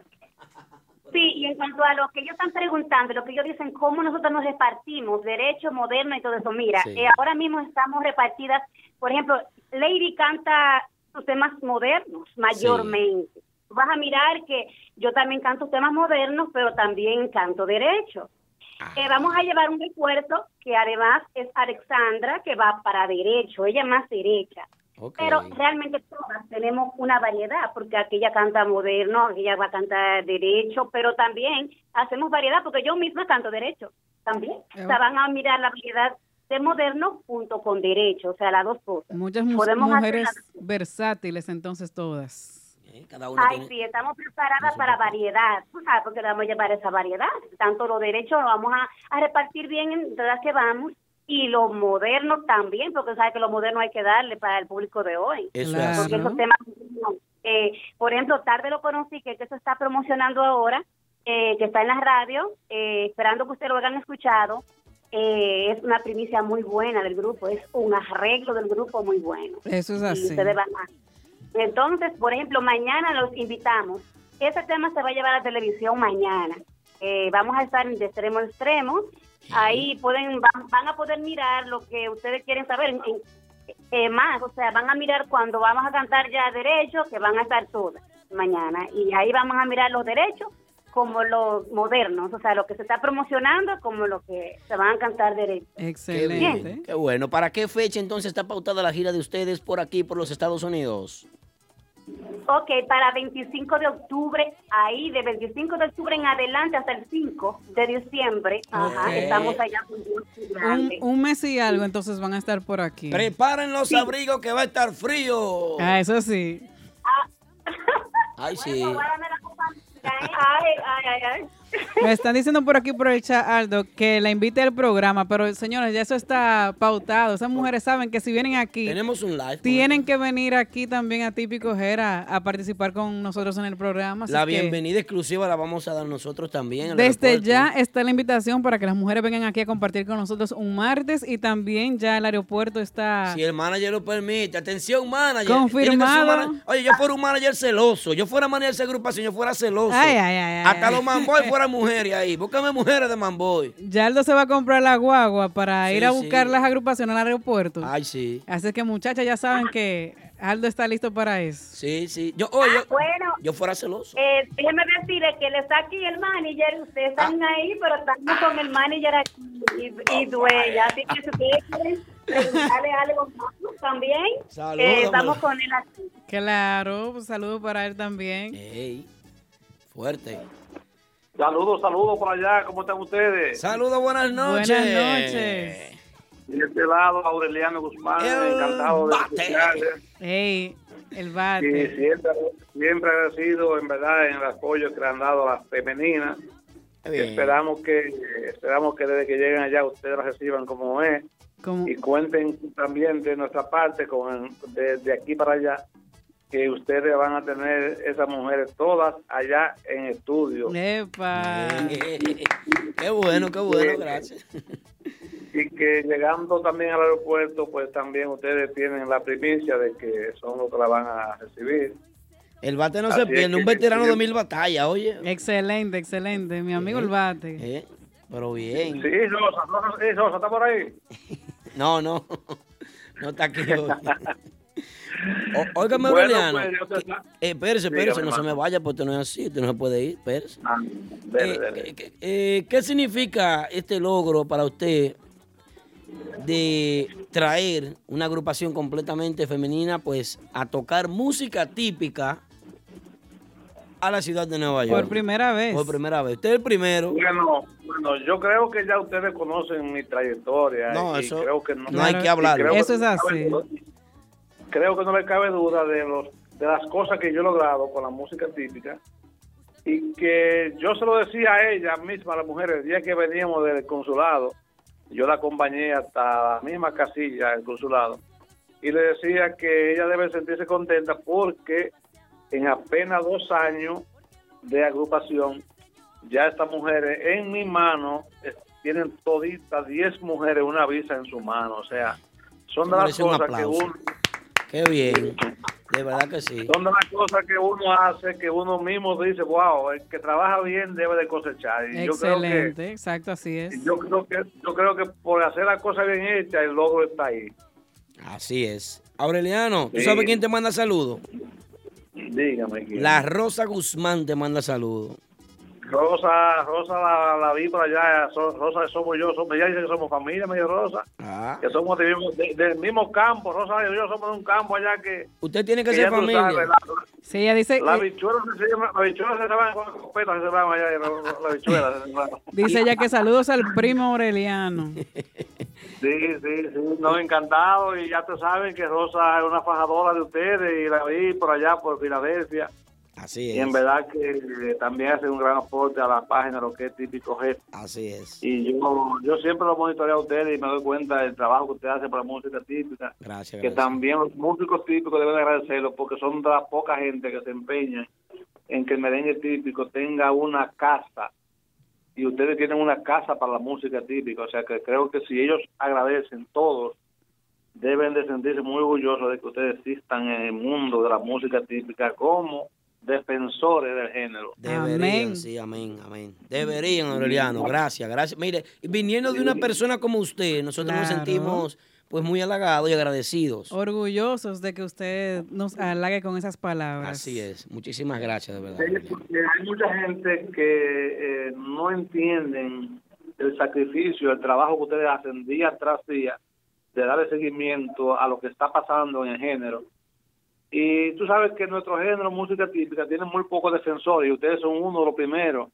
[SPEAKER 4] Sí, y en cuanto a lo que ellos están preguntando, lo que ellos dicen, cómo nosotros nos repartimos, derecho moderno y todo eso, mira,
[SPEAKER 2] Sí.
[SPEAKER 4] eh, ahora mismo estamos repartidas, por ejemplo, Lady canta sus temas modernos mayormente. Vas a mirar que yo también canto temas modernos, pero también canto derecho. Eh, vamos a llevar un recuerdo que además es Alexandra, que va para derecho, ella más derecha.
[SPEAKER 2] Ok.
[SPEAKER 4] Pero realmente todas tenemos una variedad, porque aquella canta moderno, aquella va a cantar derecho, pero también hacemos variedad, porque yo misma canto derecho también.
[SPEAKER 3] Eh,
[SPEAKER 4] O sea, van a mirar la variedad de moderno junto con derecho, o sea, las dos cosas.
[SPEAKER 3] Muchas mu-
[SPEAKER 4] Podemos
[SPEAKER 3] mujeres
[SPEAKER 4] hacer
[SPEAKER 3] versátiles, entonces todas.
[SPEAKER 2] Eh, Cada uno
[SPEAKER 4] Ay,
[SPEAKER 2] tiene-
[SPEAKER 4] sí, estamos preparadas para variedad, tú sabes, porque vamos a llevar esa variedad. Tanto lo derecho lo vamos a, a repartir bien en todas las que vamos, y lo moderno también, porque sabes que lo moderno hay que darle para el público de hoy.
[SPEAKER 2] Eso
[SPEAKER 3] Claro.
[SPEAKER 2] es
[SPEAKER 4] porque
[SPEAKER 2] así.
[SPEAKER 4] esos temas, eh, por ejemplo, tarde lo conocí, que que se está promocionando ahora, eh, que está en la radio, eh, esperando que ustedes lo hayan escuchado. Eh, es una primicia muy buena del grupo, es un arreglo del grupo muy bueno.
[SPEAKER 3] Eso es
[SPEAKER 4] Y
[SPEAKER 3] así.
[SPEAKER 4] ustedes van a- Entonces, por ejemplo, mañana los invitamos. Ese tema se va a llevar a la televisión mañana. Eh, vamos a estar de extremo a extremo. Ahí pueden van, van a poder mirar lo que ustedes quieren saber en- en- eh, más. O sea, van a mirar cuando vamos a cantar ya derechos, que van a estar todas mañana. Y ahí vamos a mirar los derechos como los modernos. O sea, lo que se está promocionando como lo que se van a cantar derechos.
[SPEAKER 2] Qué, bien,
[SPEAKER 3] Excelente.
[SPEAKER 2] qué bueno. ¿Para qué fecha entonces está pautada la gira de ustedes por aquí, por los Estados Unidos?
[SPEAKER 4] Ok, para 25 de octubre, ahí de 25 de octubre en adelante hasta el 5 de diciembre, ajá,
[SPEAKER 2] Ok.
[SPEAKER 4] estamos allá con Dios y
[SPEAKER 3] Un,
[SPEAKER 4] grande.
[SPEAKER 3] un mes y algo, entonces van a estar por aquí.
[SPEAKER 2] Preparen los abrigos que va a estar frío.
[SPEAKER 3] Ah, eso sí.
[SPEAKER 2] Ay, sí.
[SPEAKER 4] Guárdame la copa, ¿eh? Ay, ay, ay, ay.
[SPEAKER 3] Me están diciendo por aquí por el chat, Aldo, que la invite al programa, pero señores, ya eso está pautado. Esas mujeres saben que si vienen aquí,
[SPEAKER 2] Tenemos un live. con
[SPEAKER 3] tienen que venir aquí también a Típico Jera a participar con nosotros en el programa. así
[SPEAKER 2] La
[SPEAKER 3] que
[SPEAKER 2] bienvenida exclusiva la vamos a dar nosotros también. al
[SPEAKER 3] Desde
[SPEAKER 2] aeropuerto.
[SPEAKER 3] ya está la invitación para que las mujeres vengan aquí a compartir con nosotros un martes y también ya el aeropuerto está...
[SPEAKER 2] Si el manager lo permite. Atención, manager.
[SPEAKER 3] Confirmado.
[SPEAKER 2] Tiene que ser un manager. Oye, yo fuera un manager celoso. Yo fuera manager de esa agrupación, yo fuera celoso.
[SPEAKER 3] Ay, ay, ay, ay,
[SPEAKER 2] Hasta
[SPEAKER 3] ay.
[SPEAKER 2] los mamboy fuera mujeres ahí. Búscame mujeres de mamboy.
[SPEAKER 3] Ya Aldo se va a comprar la guagua para
[SPEAKER 2] Sí,
[SPEAKER 3] ir a
[SPEAKER 2] sí.
[SPEAKER 3] buscar las agrupaciones al aeropuerto.
[SPEAKER 2] Ay, sí.
[SPEAKER 3] Así que muchachas ya saben que Aldo está listo para eso.
[SPEAKER 2] Sí, sí. Yo, oye, yo,
[SPEAKER 4] Bueno,
[SPEAKER 2] yo fuera celoso.
[SPEAKER 4] eh, déjeme decirle que le está aquí el manager, ustedes
[SPEAKER 2] Ah.
[SPEAKER 4] están ahí, pero estamos con el manager aquí y, y dueña, así que si ustedes quieren preguntarle algo más también, eh,
[SPEAKER 2] Salúdamelo.
[SPEAKER 4] estamos con él aquí.
[SPEAKER 3] Claro, pues saludos para él también.
[SPEAKER 2] Ey, fuerte.
[SPEAKER 6] Saludos, saludos por allá, ¿cómo están ustedes?
[SPEAKER 2] Saludos, buenas noches.
[SPEAKER 3] Buenas noches.
[SPEAKER 6] De este lado, Aureliano Guzmán,
[SPEAKER 2] El
[SPEAKER 6] encantado de
[SPEAKER 2] bate.
[SPEAKER 6] escucharles.
[SPEAKER 3] Ey, el
[SPEAKER 6] Y
[SPEAKER 3] bate.
[SPEAKER 6] siempre, siempre agradecido, en verdad, en el apoyo que le han dado a las femeninas.
[SPEAKER 2] Qué bien.
[SPEAKER 6] Esperamos que esperamos que desde que lleguen allá ustedes las reciban como es
[SPEAKER 3] Como-
[SPEAKER 6] y cuenten también de nuestra parte, con de, de aquí para allá, que ustedes van a tener esas mujeres todas allá en estudio.
[SPEAKER 3] Epa.
[SPEAKER 2] Qué bueno, qué bueno, gracias.
[SPEAKER 6] y que llegando también al aeropuerto, pues también ustedes tienen la primicia de que son los que la van a recibir.
[SPEAKER 2] El bate no
[SPEAKER 6] Así
[SPEAKER 2] se
[SPEAKER 6] es
[SPEAKER 2] pierde, un
[SPEAKER 6] que-
[SPEAKER 2] veterano de mil batallas, oye.
[SPEAKER 3] Excelente, excelente. Mi amigo el bate.
[SPEAKER 2] Eh, pero bien.
[SPEAKER 6] Sí, Rosa, Rosa, sí, Rosa, está por ahí.
[SPEAKER 2] No, no. No está aquí hoy. O- Óigame,
[SPEAKER 6] Bueno,
[SPEAKER 2] Aureliano.
[SPEAKER 6] pues, ya usted sabe.
[SPEAKER 2] Eh, espérese,
[SPEAKER 6] Dígame,
[SPEAKER 2] espérese, no se
[SPEAKER 6] hermano.
[SPEAKER 2] me vaya porque no es así, usted no se puede ir, espérese.
[SPEAKER 6] Ah, dele,
[SPEAKER 2] Eh,
[SPEAKER 6] dele.
[SPEAKER 2] ¿qué- qué- eh, ¿Qué significa este logro para usted de traer una agrupación completamente femenina pues a tocar música típica a la ciudad de Nueva York?
[SPEAKER 3] Por primera vez.
[SPEAKER 2] Por primera vez. Usted es el primero.
[SPEAKER 6] Bueno, bueno, yo creo que ya ustedes conocen mi trayectoria.
[SPEAKER 2] No,
[SPEAKER 6] y
[SPEAKER 2] eso
[SPEAKER 6] creo que no,
[SPEAKER 2] no hay que
[SPEAKER 6] y
[SPEAKER 2] hablarlo.
[SPEAKER 6] creo que
[SPEAKER 3] Eso es
[SPEAKER 6] no le cabe
[SPEAKER 3] así.
[SPEAKER 6] duda- Creo que no le cabe duda de, los, de las cosas que yo he logrado con la música típica y que yo se lo decía a ella misma, a las mujeres, el día que veníamos del consulado, yo la acompañé hasta la misma casilla del consulado y le decía que ella debe sentirse contenta porque en apenas dos años de agrupación, ya estas mujeres en mi mano eh, tienen toditas 10 mujeres una visa en su mano, o sea, son de las
[SPEAKER 2] Merece un
[SPEAKER 6] cosas que
[SPEAKER 2] aplauso.
[SPEAKER 6] uno
[SPEAKER 2] Qué bien. De verdad que sí.
[SPEAKER 6] son de las cosas que uno hace que uno mismo dice, wow, el que trabaja bien debe de cosechar. Y yo creo que
[SPEAKER 3] Excelente, exacto, así es.
[SPEAKER 6] yo creo que yo creo que por hacer las cosas bien hechas el logro está ahí.
[SPEAKER 2] Así es. Aureliano, ¿tú
[SPEAKER 6] Sí.
[SPEAKER 2] sabes quién te manda saludos?
[SPEAKER 6] Dígame. ¿quién?
[SPEAKER 2] La Rosa Guzmán te manda saludos.
[SPEAKER 6] Rosa, Rosa la, la vi por allá, so- Rosa somos yo, somos, ella dice que somos familia, me dice Rosa,
[SPEAKER 2] Ah.
[SPEAKER 6] que somos del mismo, de- del mismo campo, Rosa y yo somos de un campo allá que,
[SPEAKER 2] Usted tiene que,
[SPEAKER 6] que
[SPEAKER 2] ser
[SPEAKER 6] ya tú
[SPEAKER 2] familia.
[SPEAKER 6] sabes, la,
[SPEAKER 3] Sí, ella dice,
[SPEAKER 6] la
[SPEAKER 3] eh,
[SPEAKER 6] bichuela se llama, la bichuela se llama con escopeta, se llama allá, la, la bichuela se llama.
[SPEAKER 3] dice ella que saludos al primo Aureliano.
[SPEAKER 6] Sí, sí, sí, no, encantado. Y ya te saben que Rosa es una fajadora de ustedes y la vi por allá, por Filadelfia.
[SPEAKER 2] Así
[SPEAKER 6] Y en
[SPEAKER 2] es.
[SPEAKER 6] verdad que eh, también hace un gran aporte a la página, lo que es típico G.
[SPEAKER 2] Así es.
[SPEAKER 6] Y yo, yo siempre lo monitoreo a ustedes y me doy cuenta del trabajo que ustedes hacen para la música típica.
[SPEAKER 2] Gracias.
[SPEAKER 6] Que
[SPEAKER 2] gracias.
[SPEAKER 6] también los músicos típicos deben agradecerlo porque son de la poca gente que se empeña en que el merengue típico tenga una casa. Y ustedes tienen una casa para la música típica. O sea que creo que si ellos agradecen todos, deben de sentirse muy orgullosos de que ustedes existan en el mundo de la música típica como defensores del género.
[SPEAKER 2] Deberían,
[SPEAKER 3] Amén.
[SPEAKER 2] sí, amén, amén. Deberían, Aureliano, gracias, gracias. Mire, viniendo de una persona como usted, nosotros nos
[SPEAKER 3] Claro.
[SPEAKER 2] sentimos pues muy halagados y agradecidos.
[SPEAKER 3] Orgullosos de que usted nos halague con esas palabras.
[SPEAKER 2] Así es, muchísimas gracias, de verdad.
[SPEAKER 6] Sí,
[SPEAKER 2] Aureliano.
[SPEAKER 6] porque hay mucha gente que eh, no entienden el sacrificio, el trabajo que ustedes hacen día tras día de darle seguimiento a lo que está pasando en el género. Y tú sabes que nuestro género, música típica, tiene muy pocos defensores y ustedes son uno de los primeros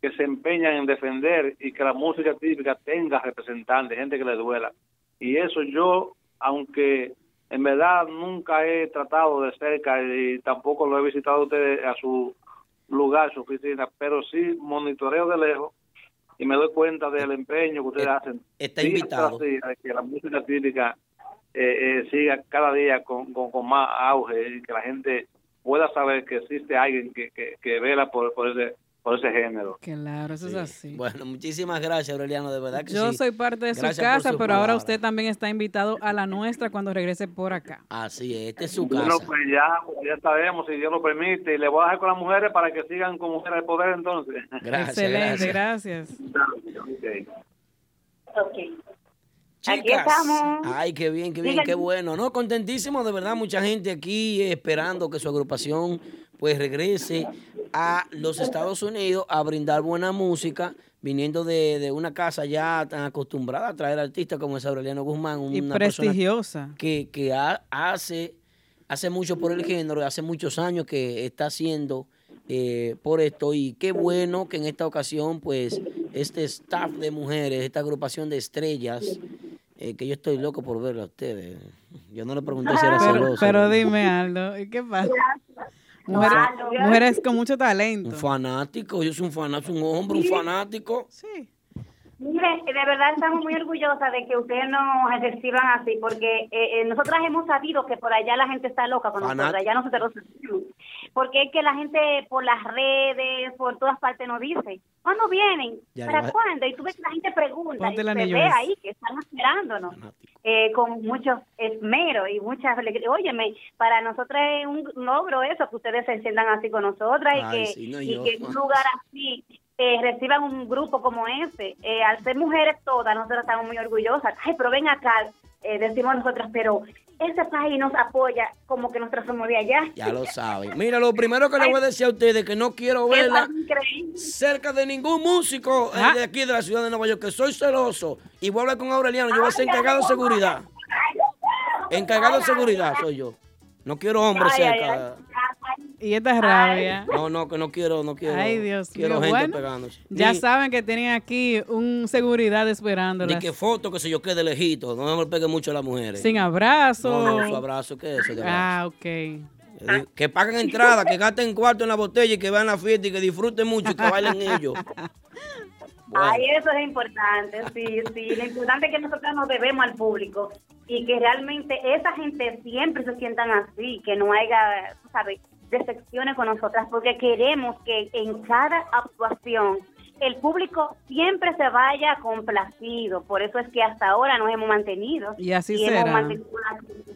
[SPEAKER 6] que se empeñan en defender y que la música típica tenga representantes, gente que le duela. Y eso yo, aunque en verdad nunca he tratado de cerca y tampoco lo he visitado a ustedes a su lugar, su oficina, pero sí monitoreo de lejos y me doy cuenta del empeño que ustedes
[SPEAKER 2] Eh,
[SPEAKER 6] hacen.
[SPEAKER 2] está
[SPEAKER 6] día
[SPEAKER 2] invitado.
[SPEAKER 6] tras día, de que la música típica eh, eh, siga cada día con, con, con más auge y que la gente pueda saber que existe alguien que, que, que vela por, por, ese, por ese género.
[SPEAKER 3] Claro, eso
[SPEAKER 2] Sí.
[SPEAKER 3] es así.
[SPEAKER 2] Bueno, muchísimas gracias, Aureliano, de verdad que
[SPEAKER 3] Yo
[SPEAKER 2] sí.
[SPEAKER 3] soy parte de
[SPEAKER 2] Gracias
[SPEAKER 3] su
[SPEAKER 2] por
[SPEAKER 3] casa,
[SPEAKER 2] sus
[SPEAKER 3] pero ahora
[SPEAKER 2] palabras.
[SPEAKER 3] usted también está invitado a la nuestra cuando regrese por acá.
[SPEAKER 2] Así es, este es su casa.
[SPEAKER 6] Bueno, pues ya, ya sabemos, si Dios lo permite, y le voy a dejar con las mujeres para que sigan con mujeres de poder entonces.
[SPEAKER 2] Gracias,
[SPEAKER 3] Excelente,
[SPEAKER 2] gracias.
[SPEAKER 3] gracias.
[SPEAKER 6] Ok.
[SPEAKER 5] Ok.
[SPEAKER 2] Chicas,
[SPEAKER 5] Aquí estamos.
[SPEAKER 2] Ay, qué bien, qué bien,
[SPEAKER 5] Diga-
[SPEAKER 2] qué bueno. No, contentísimo, de verdad, mucha gente aquí eh, esperando que su agrupación pues regrese a los Estados Unidos a brindar buena música, viniendo de, de una casa ya tan acostumbrada a traer artistas como es Aureliano Guzmán,
[SPEAKER 3] Y
[SPEAKER 2] una persona
[SPEAKER 3] prestigiosa.
[SPEAKER 2] que, que ha- hace, hace mucho por el género, hace muchos años que está haciendo eh, por esto y qué bueno que en esta ocasión pues este staff de mujeres, esta agrupación de estrellas, eh, que yo estoy loco por verlo a ustedes. Yo no le pregunté si era
[SPEAKER 3] Pero,
[SPEAKER 2] celoso.
[SPEAKER 3] pero dime, Aldo, ¿y qué pasa? Mujeres,
[SPEAKER 5] Aldo.
[SPEAKER 3] mujeres con mucho
[SPEAKER 2] Un
[SPEAKER 3] talento.
[SPEAKER 2] fanático, yo soy un fanático, un hombre, un fanático.
[SPEAKER 3] Sí.
[SPEAKER 5] Mire, de verdad estamos muy orgullosas de que ustedes nos reciban así, porque eh, eh, nosotras hemos sabido que por allá la gente está loca con nosotros,
[SPEAKER 2] Fanática.
[SPEAKER 5] allá nosotros lo sentimos. Porque es que la gente por las redes, por todas partes nos dice, ¿cuándo vienen?
[SPEAKER 2] Ya,
[SPEAKER 5] ¿Para
[SPEAKER 2] ya.
[SPEAKER 5] cuándo? Y tú ves que la gente pregunta,
[SPEAKER 3] Ponte el
[SPEAKER 5] y se
[SPEAKER 3] anillo
[SPEAKER 5] ve
[SPEAKER 3] ese.
[SPEAKER 5] ahí que están esperándonos.
[SPEAKER 2] Fanático.
[SPEAKER 5] eh, con mucho esmero y muchas alegrías. Óyeme, para nosotras es un logro eso, que ustedes se sientan así con nosotras y,
[SPEAKER 2] Ay,
[SPEAKER 5] que,
[SPEAKER 2] sí, no,
[SPEAKER 5] y
[SPEAKER 2] yo.
[SPEAKER 5] que en un lugar así eh, reciban un grupo como este. Eh, al ser mujeres todas, nosotras estamos muy orgullosas. Ay, pero ven acá, eh, decimos nosotras, pero ese país nos apoya como que nos transformó de allá.
[SPEAKER 2] Ya lo saben. Mira, lo primero que les voy a decir a ustedes es que no quiero verla
[SPEAKER 5] país increíble.
[SPEAKER 2] cerca de ningún músico
[SPEAKER 3] Ah.
[SPEAKER 2] eh, de aquí de la ciudad de Nueva York, que soy celoso. Y voy a hablar con Aureliano, yo voy a ser encargado de seguridad. Encargado de seguridad soy yo. No quiero hombres
[SPEAKER 3] Ay, ay,
[SPEAKER 2] cerca.
[SPEAKER 3] Y esta es rabia.
[SPEAKER 2] No, no, que no quiero, no quiero.
[SPEAKER 3] Ay, Dios
[SPEAKER 2] Quiero
[SPEAKER 3] mío.
[SPEAKER 2] gente
[SPEAKER 3] Bueno,
[SPEAKER 2] pegándose.
[SPEAKER 3] Ya
[SPEAKER 2] Ni-
[SPEAKER 3] saben que tienen aquí un seguridad esperándolas.
[SPEAKER 2] Ni que foto, que se yo quede lejito. No me pegue mucho a las mujeres.
[SPEAKER 3] Sin abrazo.
[SPEAKER 2] No, no, su abrazo, ¿qué es eso? de abrazo?
[SPEAKER 3] Ah, ok.
[SPEAKER 2] Que di- Que paguen entrada, que gasten cuarto en la botella y que vean la fiesta y que disfruten mucho y que bailen ellos. Bueno.
[SPEAKER 4] Ay, eso es importante, sí, sí. Lo importante es que nosotros nos debemos al público y que realmente esa gente siempre se sientan así, que no haya, tú ¿sabes? Decepciones con nosotras, porque queremos que en cada actuación el público siempre se vaya complacido. Por eso es que hasta ahora nos hemos mantenido.
[SPEAKER 3] Y así
[SPEAKER 4] hemos
[SPEAKER 3] será.
[SPEAKER 4] mantenido una calidad.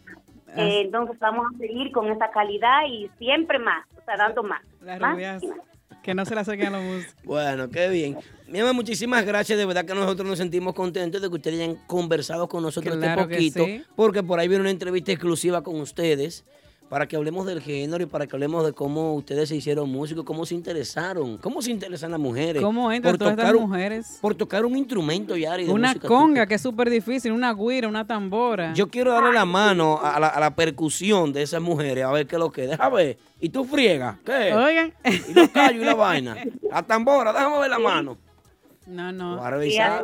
[SPEAKER 3] Ah,
[SPEAKER 4] Eh, entonces vamos a seguir con esa calidad y siempre más, o sea, dando más.
[SPEAKER 3] Las
[SPEAKER 4] más
[SPEAKER 3] rubias,
[SPEAKER 4] y más.
[SPEAKER 3] Que no se la saquen a los músicos.
[SPEAKER 2] Bueno, qué bien. Mi amor, muchísimas gracias. De verdad que nosotros nos sentimos contentos de que ustedes hayan conversado con nosotros
[SPEAKER 3] Claro
[SPEAKER 2] este
[SPEAKER 3] que
[SPEAKER 2] poquito.
[SPEAKER 3] sí.
[SPEAKER 2] Porque por ahí viene una entrevista exclusiva con ustedes para que hablemos del género y para que hablemos de cómo ustedes se hicieron músicos, cómo se interesaron, cómo se interesan las mujeres.
[SPEAKER 3] ¿Cómo entran todas estas
[SPEAKER 2] un-
[SPEAKER 3] mujeres?
[SPEAKER 2] por tocar un instrumento, Yari. de
[SPEAKER 3] Una
[SPEAKER 2] música
[SPEAKER 3] conga que es súper difícil, una guira, una tambora.
[SPEAKER 2] Yo quiero darle la mano a la, a la percusión de esas mujeres, a ver qué es lo que es. Déjame ver. Y tú friegas, ¿qué? es?
[SPEAKER 3] Oigan.
[SPEAKER 2] Y los callos y la vaina. La tambora, déjame ver la mano.
[SPEAKER 3] No, no.
[SPEAKER 2] Voy a revisar.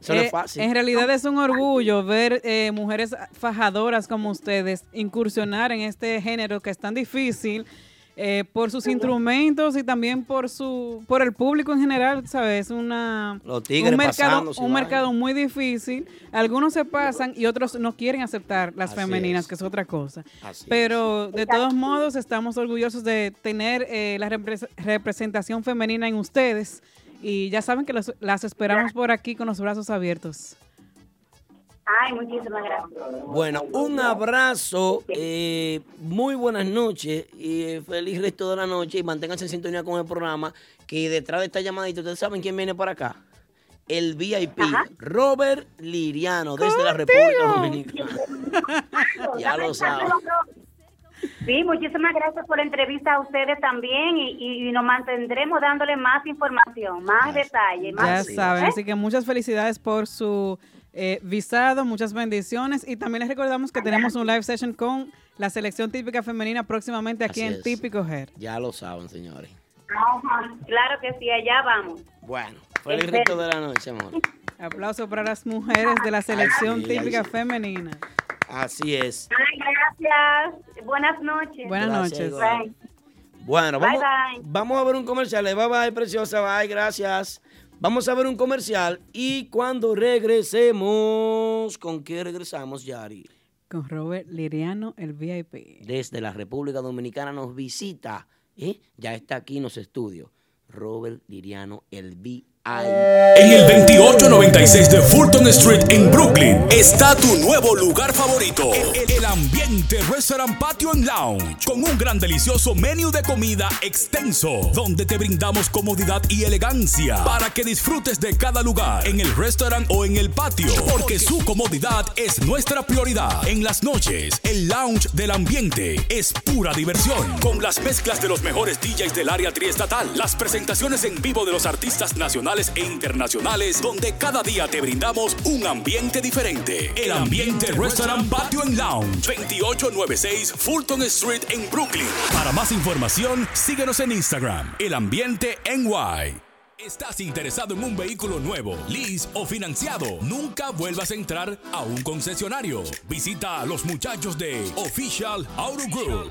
[SPEAKER 2] Eso no
[SPEAKER 3] Eh,
[SPEAKER 2] es fácil.
[SPEAKER 3] En realidad es un orgullo ver eh, mujeres fajadoras como ustedes incursionar en este género que es tan difícil eh, por sus instrumentos y también por su por el público en general, ¿sabes? Una,
[SPEAKER 2] Los tigres
[SPEAKER 3] un mercado,
[SPEAKER 2] pasándose y
[SPEAKER 3] un
[SPEAKER 2] vaina.
[SPEAKER 3] mercado muy difícil. Algunos se pasan y otros no quieren aceptar las
[SPEAKER 2] Así
[SPEAKER 3] femeninas,
[SPEAKER 2] es.
[SPEAKER 3] que es otra cosa.
[SPEAKER 2] Así
[SPEAKER 3] Pero de todos modos estamos orgullosos de tener eh, la repres- representación femenina en ustedes. Y ya saben que los- las esperamos por aquí con los brazos abiertos.
[SPEAKER 4] Ay, muchísimas gracias.
[SPEAKER 2] Bueno, un abrazo, eh, muy buenas noches y eh, feliz resto de la noche y manténganse en sintonía con el programa que detrás de esta llamadita, ustedes saben quién viene para acá. El VIP, Robert Liriano, desde la República Dominicana. ya lo saben.
[SPEAKER 4] Sí, muchísimas gracias por la entrevista a ustedes también y, y- y nos mantendremos dándole más información, más detalle, más.
[SPEAKER 3] Ya
[SPEAKER 4] ¿eh?
[SPEAKER 3] saben, así que muchas felicidades por su eh, visado, muchas bendiciones. Y también les recordamos que tenemos un live session con la selección típica femenina próximamente aquí
[SPEAKER 2] Así
[SPEAKER 3] en
[SPEAKER 2] es.
[SPEAKER 3] Típico Hair.
[SPEAKER 2] Ya lo saben, señores.
[SPEAKER 4] Ajá, Claro que sí, allá vamos.
[SPEAKER 2] Bueno, feliz
[SPEAKER 4] Este.
[SPEAKER 2] resto de la noche, amor.
[SPEAKER 3] Aplauso para las mujeres de la selección
[SPEAKER 2] sí, ahí
[SPEAKER 3] típica
[SPEAKER 2] sí.
[SPEAKER 3] femenina.
[SPEAKER 2] Así es.
[SPEAKER 4] Ay, gracias. Buenas noches.
[SPEAKER 3] Buenas
[SPEAKER 2] Gracias,
[SPEAKER 3] noches.
[SPEAKER 2] igual. Bueno,
[SPEAKER 4] Bye,
[SPEAKER 2] vamos, vamos a ver un comercial. Bye bye, preciosa. Bye, gracias. Vamos a ver un comercial y cuando regresemos, ¿con qué regresamos, Yari?
[SPEAKER 3] Con Robert Liriano, el VIP.
[SPEAKER 2] Desde la República Dominicana nos visita, ¿eh? ya está aquí en los estudios, Robert Liriano, el BI.
[SPEAKER 1] En el 2896 de Fulton Street en Brooklyn está tu nuevo lugar favorito. El, el ambiente Restaurant Patio and Lounge con un gran delicioso menú de comida extenso donde te brindamos comodidad y elegancia para que disfrutes de cada lugar en el restaurant o en el patio porque su comodidad es nuestra prioridad. En las noches, el lounge del ambiente es pura diversión con las mezclas de los mejores DJs del área triestatal, las presentaciones en vivo de los artistas nacionales e internacionales, donde cada día te brindamos un ambiente diferente. El ambiente Restaurant Patio and Lounge, 2896 Fulton Street en Brooklyn. Para más información, síguenos en Instagram, El Ambiente NY. ¿Estás interesado en un vehículo nuevo, lease o financiado? Nunca vuelvas a entrar a un concesionario. Visita a los muchachos de Official Auto Group.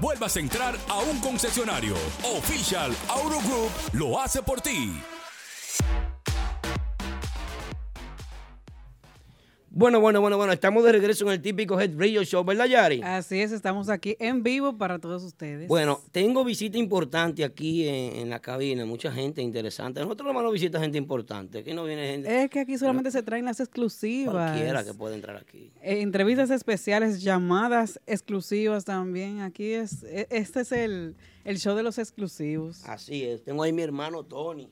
[SPEAKER 1] vuelvas a entrar a un concesionario. Official Auto Group lo hace por ti.
[SPEAKER 2] Bueno, bueno, bueno, bueno. Estamos de regreso en el típico Head Radio Show, ¿verdad, Yari?
[SPEAKER 3] Así es, estamos aquí en vivo para todos ustedes.
[SPEAKER 2] Bueno, tengo visita importante aquí en, en la cabina, mucha gente interesante. Nosotros nomás no visita gente importante, aquí no viene gente
[SPEAKER 3] es que aquí solamente se traen las exclusivas.
[SPEAKER 2] cualquiera que pueda entrar aquí.
[SPEAKER 3] Eh, entrevistas especiales, llamadas exclusivas también. Aquí es, e- este es el, el show de los exclusivos.
[SPEAKER 2] Así es, tengo ahí mi hermano Tony,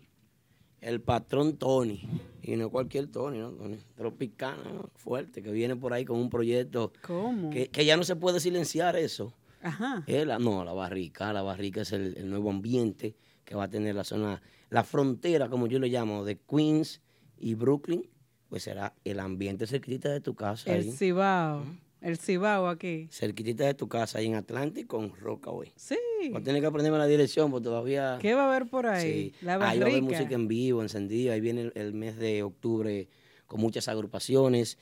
[SPEAKER 2] el patrón Tony, y no cualquier Tony, ¿no? Tony Tropicana, ¿no? fuerte, que viene por ahí con un proyecto
[SPEAKER 3] ¿Cómo?
[SPEAKER 2] que, que ya no se puede silenciar eso.
[SPEAKER 3] Ajá.
[SPEAKER 2] Eh, la- no, la barrica, la barrica es el, el nuevo ambiente que va a tener la zona, la frontera, como yo lo llamo, de Queens y Brooklyn, pues será el ambiente cerquita de tu casa.
[SPEAKER 3] El
[SPEAKER 2] ahí, Mm.
[SPEAKER 3] Cibao. El Cibao aquí.
[SPEAKER 2] cerquita de tu casa, ahí en Atlántico, con Rockaway.
[SPEAKER 3] Sí.
[SPEAKER 2] Va a tener que aprenderme la dirección, porque todavía...
[SPEAKER 3] ¿Qué va a haber por ahí?
[SPEAKER 2] Sí.
[SPEAKER 3] La
[SPEAKER 2] Ahí va a haber
[SPEAKER 3] barrica.
[SPEAKER 2] música en vivo, encendida. Ahí viene el, el mes de octubre con muchas agrupaciones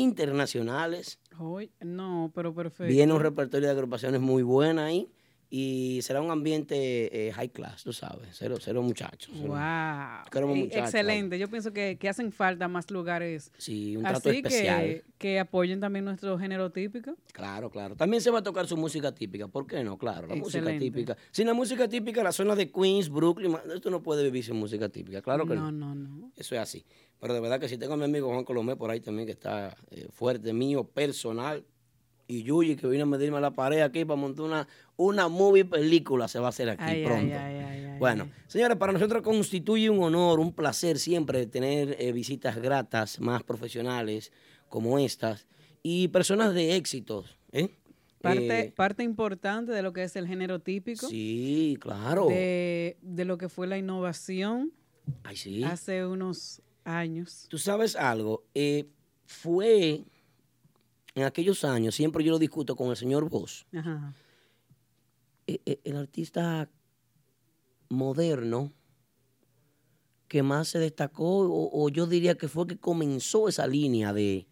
[SPEAKER 2] internacionales.
[SPEAKER 3] Ay, no, pero perfecto.
[SPEAKER 2] Viene un repertorio de agrupaciones muy buena ahí. Y será un ambiente eh, high class, tú sabes. Cero, cero muchachos. cero- Queremos
[SPEAKER 3] Wow. Y
[SPEAKER 2] muchachos
[SPEAKER 3] Excelente. Yo pienso que, que hacen falta más lugares.
[SPEAKER 2] Sí, un trato
[SPEAKER 3] Así
[SPEAKER 2] especial.
[SPEAKER 3] que, que apoyen también nuestro género típico.
[SPEAKER 2] Claro, claro. También se va a tocar su música típica. ¿Por qué no? Claro, la música
[SPEAKER 3] Excelente.
[SPEAKER 2] típica. Sin la música típica, la zona de Queens, Brooklyn, ma- esto no puede vivir sin música típica. Claro que
[SPEAKER 3] No, no, no.
[SPEAKER 2] Eso es así. Pero de verdad que si tengo a mi amigo Juan Colomé por ahí también, que está eh, fuerte, mío, personal. Y Yuyi, que vino a medirme la pared aquí para montar una, una movie película, se va a hacer aquí
[SPEAKER 3] Ay, ay,
[SPEAKER 2] pronto.
[SPEAKER 3] ay, ay, ay,
[SPEAKER 2] bueno, señores, para nosotros constituye un honor, un placer siempre tener eh, visitas gratas, más profesionales como estas, y personas de éxitos. ¿eh?
[SPEAKER 3] Parte,
[SPEAKER 2] Eh,
[SPEAKER 3] parte importante de lo que es el género típico.
[SPEAKER 2] sí, claro.
[SPEAKER 3] De, de lo que fue la innovación
[SPEAKER 2] Ay, sí.
[SPEAKER 3] hace unos años.
[SPEAKER 2] Tú sabes algo, eh, fue en aquellos años, siempre yo lo discuto con el señor Vos,
[SPEAKER 3] Ajá.
[SPEAKER 2] eh, eh, el artista moderno que más se destacó, o, o yo diría que fue que comenzó esa línea de,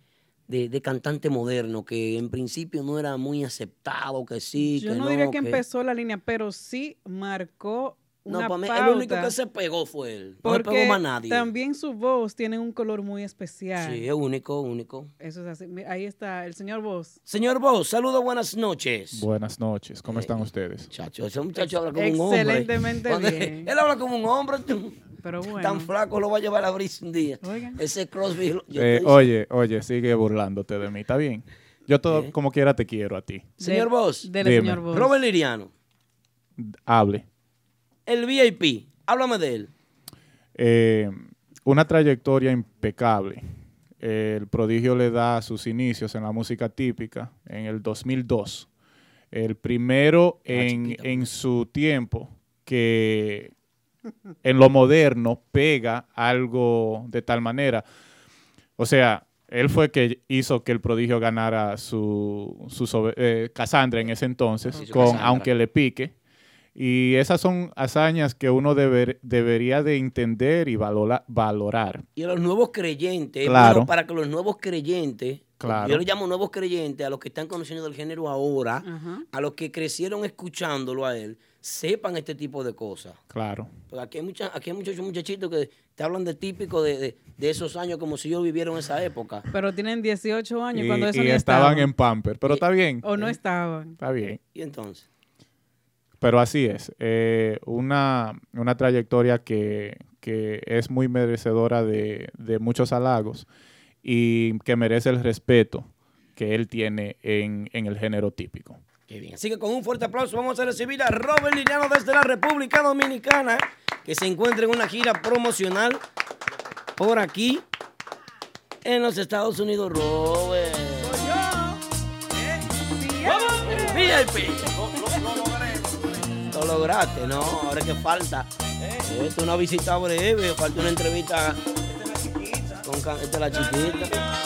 [SPEAKER 2] de- de cantante moderno, que en principio no era muy aceptado, que sí,
[SPEAKER 3] Yo
[SPEAKER 2] que
[SPEAKER 3] no,
[SPEAKER 2] no.
[SPEAKER 3] diría que, empezó la línea, pero sí marcó
[SPEAKER 2] No,
[SPEAKER 3] una
[SPEAKER 2] para mí,
[SPEAKER 3] pauta
[SPEAKER 2] el único que se pegó fue él. No se
[SPEAKER 3] porque
[SPEAKER 2] pegó más nadie.
[SPEAKER 3] también su voz tiene un color muy especial.
[SPEAKER 2] Sí, es único, único.
[SPEAKER 3] Eso es así. Mi- Ahí está el señor voz.
[SPEAKER 2] Señor Vos, saludos, buenas noches.
[SPEAKER 7] Buenas noches, ¿cómo están ustedes?
[SPEAKER 2] Muchacho, ese muchacho habla como un hombre.
[SPEAKER 3] Excelentemente
[SPEAKER 2] Cuando-
[SPEAKER 3] bien.
[SPEAKER 2] Él habla como un hombre, tú,
[SPEAKER 3] Pero bueno.
[SPEAKER 2] tan flaco lo va a llevar a brisa un día.
[SPEAKER 3] Oiga.
[SPEAKER 2] Ese Crosby. lo- yo
[SPEAKER 7] Eh,
[SPEAKER 2] te-
[SPEAKER 7] oye, oye, sigue burlándote de mí, ¿está bien? Yo todo como quiera te quiero a ti.
[SPEAKER 2] ¿Eh? Señor
[SPEAKER 3] Del-
[SPEAKER 2] Vos,
[SPEAKER 3] Del
[SPEAKER 7] Dime.
[SPEAKER 3] señor voz.
[SPEAKER 2] Robert Liriano,
[SPEAKER 7] Hable.
[SPEAKER 2] el VIP, háblame de él.
[SPEAKER 7] Eh, una trayectoria impecable. El prodigio le da sus inicios en la música típica en el 2002. El primero
[SPEAKER 2] Ah,
[SPEAKER 7] en,
[SPEAKER 2] chiquita.
[SPEAKER 7] en su tiempo que en lo moderno pega algo de tal manera. O sea, él fue que hizo que el prodigio ganara su, su sobre- eh, Cassandra en ese entonces,
[SPEAKER 2] Sí, su
[SPEAKER 7] con
[SPEAKER 2] Cassandra.
[SPEAKER 7] Aunque le pique. Y esas son hazañas que uno deber- debería de entender y valora- valorar.
[SPEAKER 2] Y a los nuevos creyentes,
[SPEAKER 7] Claro.
[SPEAKER 2] bueno, para que los nuevos creyentes,
[SPEAKER 7] Claro.
[SPEAKER 2] yo le llamo nuevos creyentes, a los que están conociendo del género ahora,
[SPEAKER 3] Ajá.
[SPEAKER 2] a los que crecieron escuchándolo a él, sepan este tipo de cosas.
[SPEAKER 7] Claro.
[SPEAKER 2] Porque aquí hay, mucha, aquí hay muchos muchachitos que te hablan de típico de, de- de esos años como si yo viviera en esa época.
[SPEAKER 3] Pero tienen 18 años
[SPEAKER 7] Y,
[SPEAKER 3] cuando eso
[SPEAKER 7] y
[SPEAKER 3] ni
[SPEAKER 7] estaban
[SPEAKER 3] estaban.
[SPEAKER 7] en Pamper, pero está bien.
[SPEAKER 3] O no estaban.
[SPEAKER 7] Está bien.
[SPEAKER 2] Y entonces.
[SPEAKER 7] Pero así es. eh, una, una trayectoria que, que es muy merecedora de, de muchos halagos y que merece el respeto que él tiene en, en el género típico.
[SPEAKER 2] Qué bien. Así que con un fuerte aplauso vamos a recibir a Robert Liriano desde la República Dominicana, que se encuentra en una gira promocional por aquí en los Estados Unidos. Robert. El VIP. Lo lograste, ¿no? Ahora que falta. Esto es una visita breve, falta una entrevista. con can- Esta es la chiquita.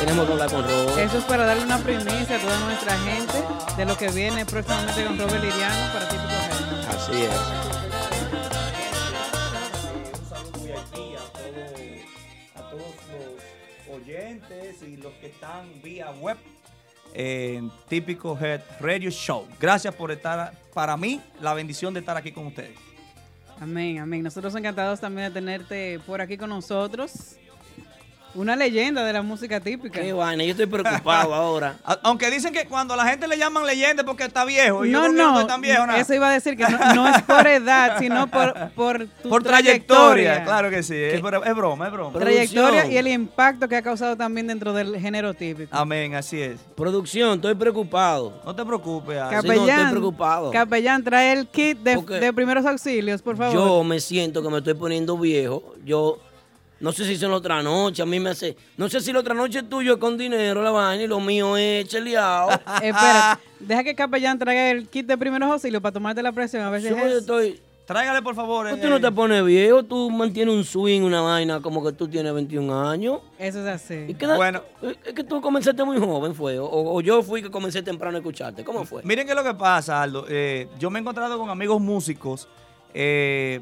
[SPEAKER 2] Tenemos que hablar con Robert.
[SPEAKER 3] Eso es para darle una primicia a toda nuestra gente de lo que viene próximamente con Robert Liriano para Típico Género.
[SPEAKER 2] Así es.
[SPEAKER 8] a todos los oyentes y los que están vía web en Típico Head Radio Show. Gracias por estar, para mí, la bendición de estar aquí con ustedes.
[SPEAKER 3] Amén, amén. Nosotros encantados también de tenerte por aquí con nosotros. Una leyenda de la música típica.
[SPEAKER 2] Qué vaina, yo estoy preocupado ahora.
[SPEAKER 8] A- Aunque dicen que cuando a la gente le llaman leyenda es porque está viejo. y yo
[SPEAKER 3] No,
[SPEAKER 8] creo que no.
[SPEAKER 3] no,
[SPEAKER 8] estoy tan viejo, nada.
[SPEAKER 3] eso iba a decir que no, no es por edad, sino por, por tu
[SPEAKER 8] Por trayectoria, claro que sí. Es, bro- es broma, es broma.
[SPEAKER 3] Trayectoria y el impacto que ha causado también dentro del género típico.
[SPEAKER 8] Amén, así es.
[SPEAKER 2] Producción, estoy preocupado.
[SPEAKER 8] No te preocupes. Asi.
[SPEAKER 3] Capellán,
[SPEAKER 2] estoy preocupado.
[SPEAKER 3] Capellán, trae el kit de,
[SPEAKER 2] Porque
[SPEAKER 3] de primeros auxilios, por favor.
[SPEAKER 2] Yo me siento que me estoy poniendo viejo. Yo no sé si son la otra noche, a mí me hace. No sé si la otra noche es tuyo es con dinero, la vaina, y lo mío es cheleado.
[SPEAKER 3] Eh, Espera, deja que Capellán traiga el kit de primeros auxilios para tomarte la presión. A ver si
[SPEAKER 2] Yo
[SPEAKER 3] es-
[SPEAKER 2] estoy.
[SPEAKER 8] Tráigale, por favor. eh.
[SPEAKER 2] Tú no te pones viejo, tú mantienes un swing, una vaina como que tú tienes 21 años.
[SPEAKER 3] Eso es así.
[SPEAKER 2] ¿Y qué edad-
[SPEAKER 8] Bueno.
[SPEAKER 2] Es que tú comenzaste muy joven, fue. O, o yo fui que comencé temprano a escucharte. ¿Cómo fue?
[SPEAKER 8] Miren qué es lo que pasa, Aldo. Eh, yo me he encontrado con amigos músicos eh,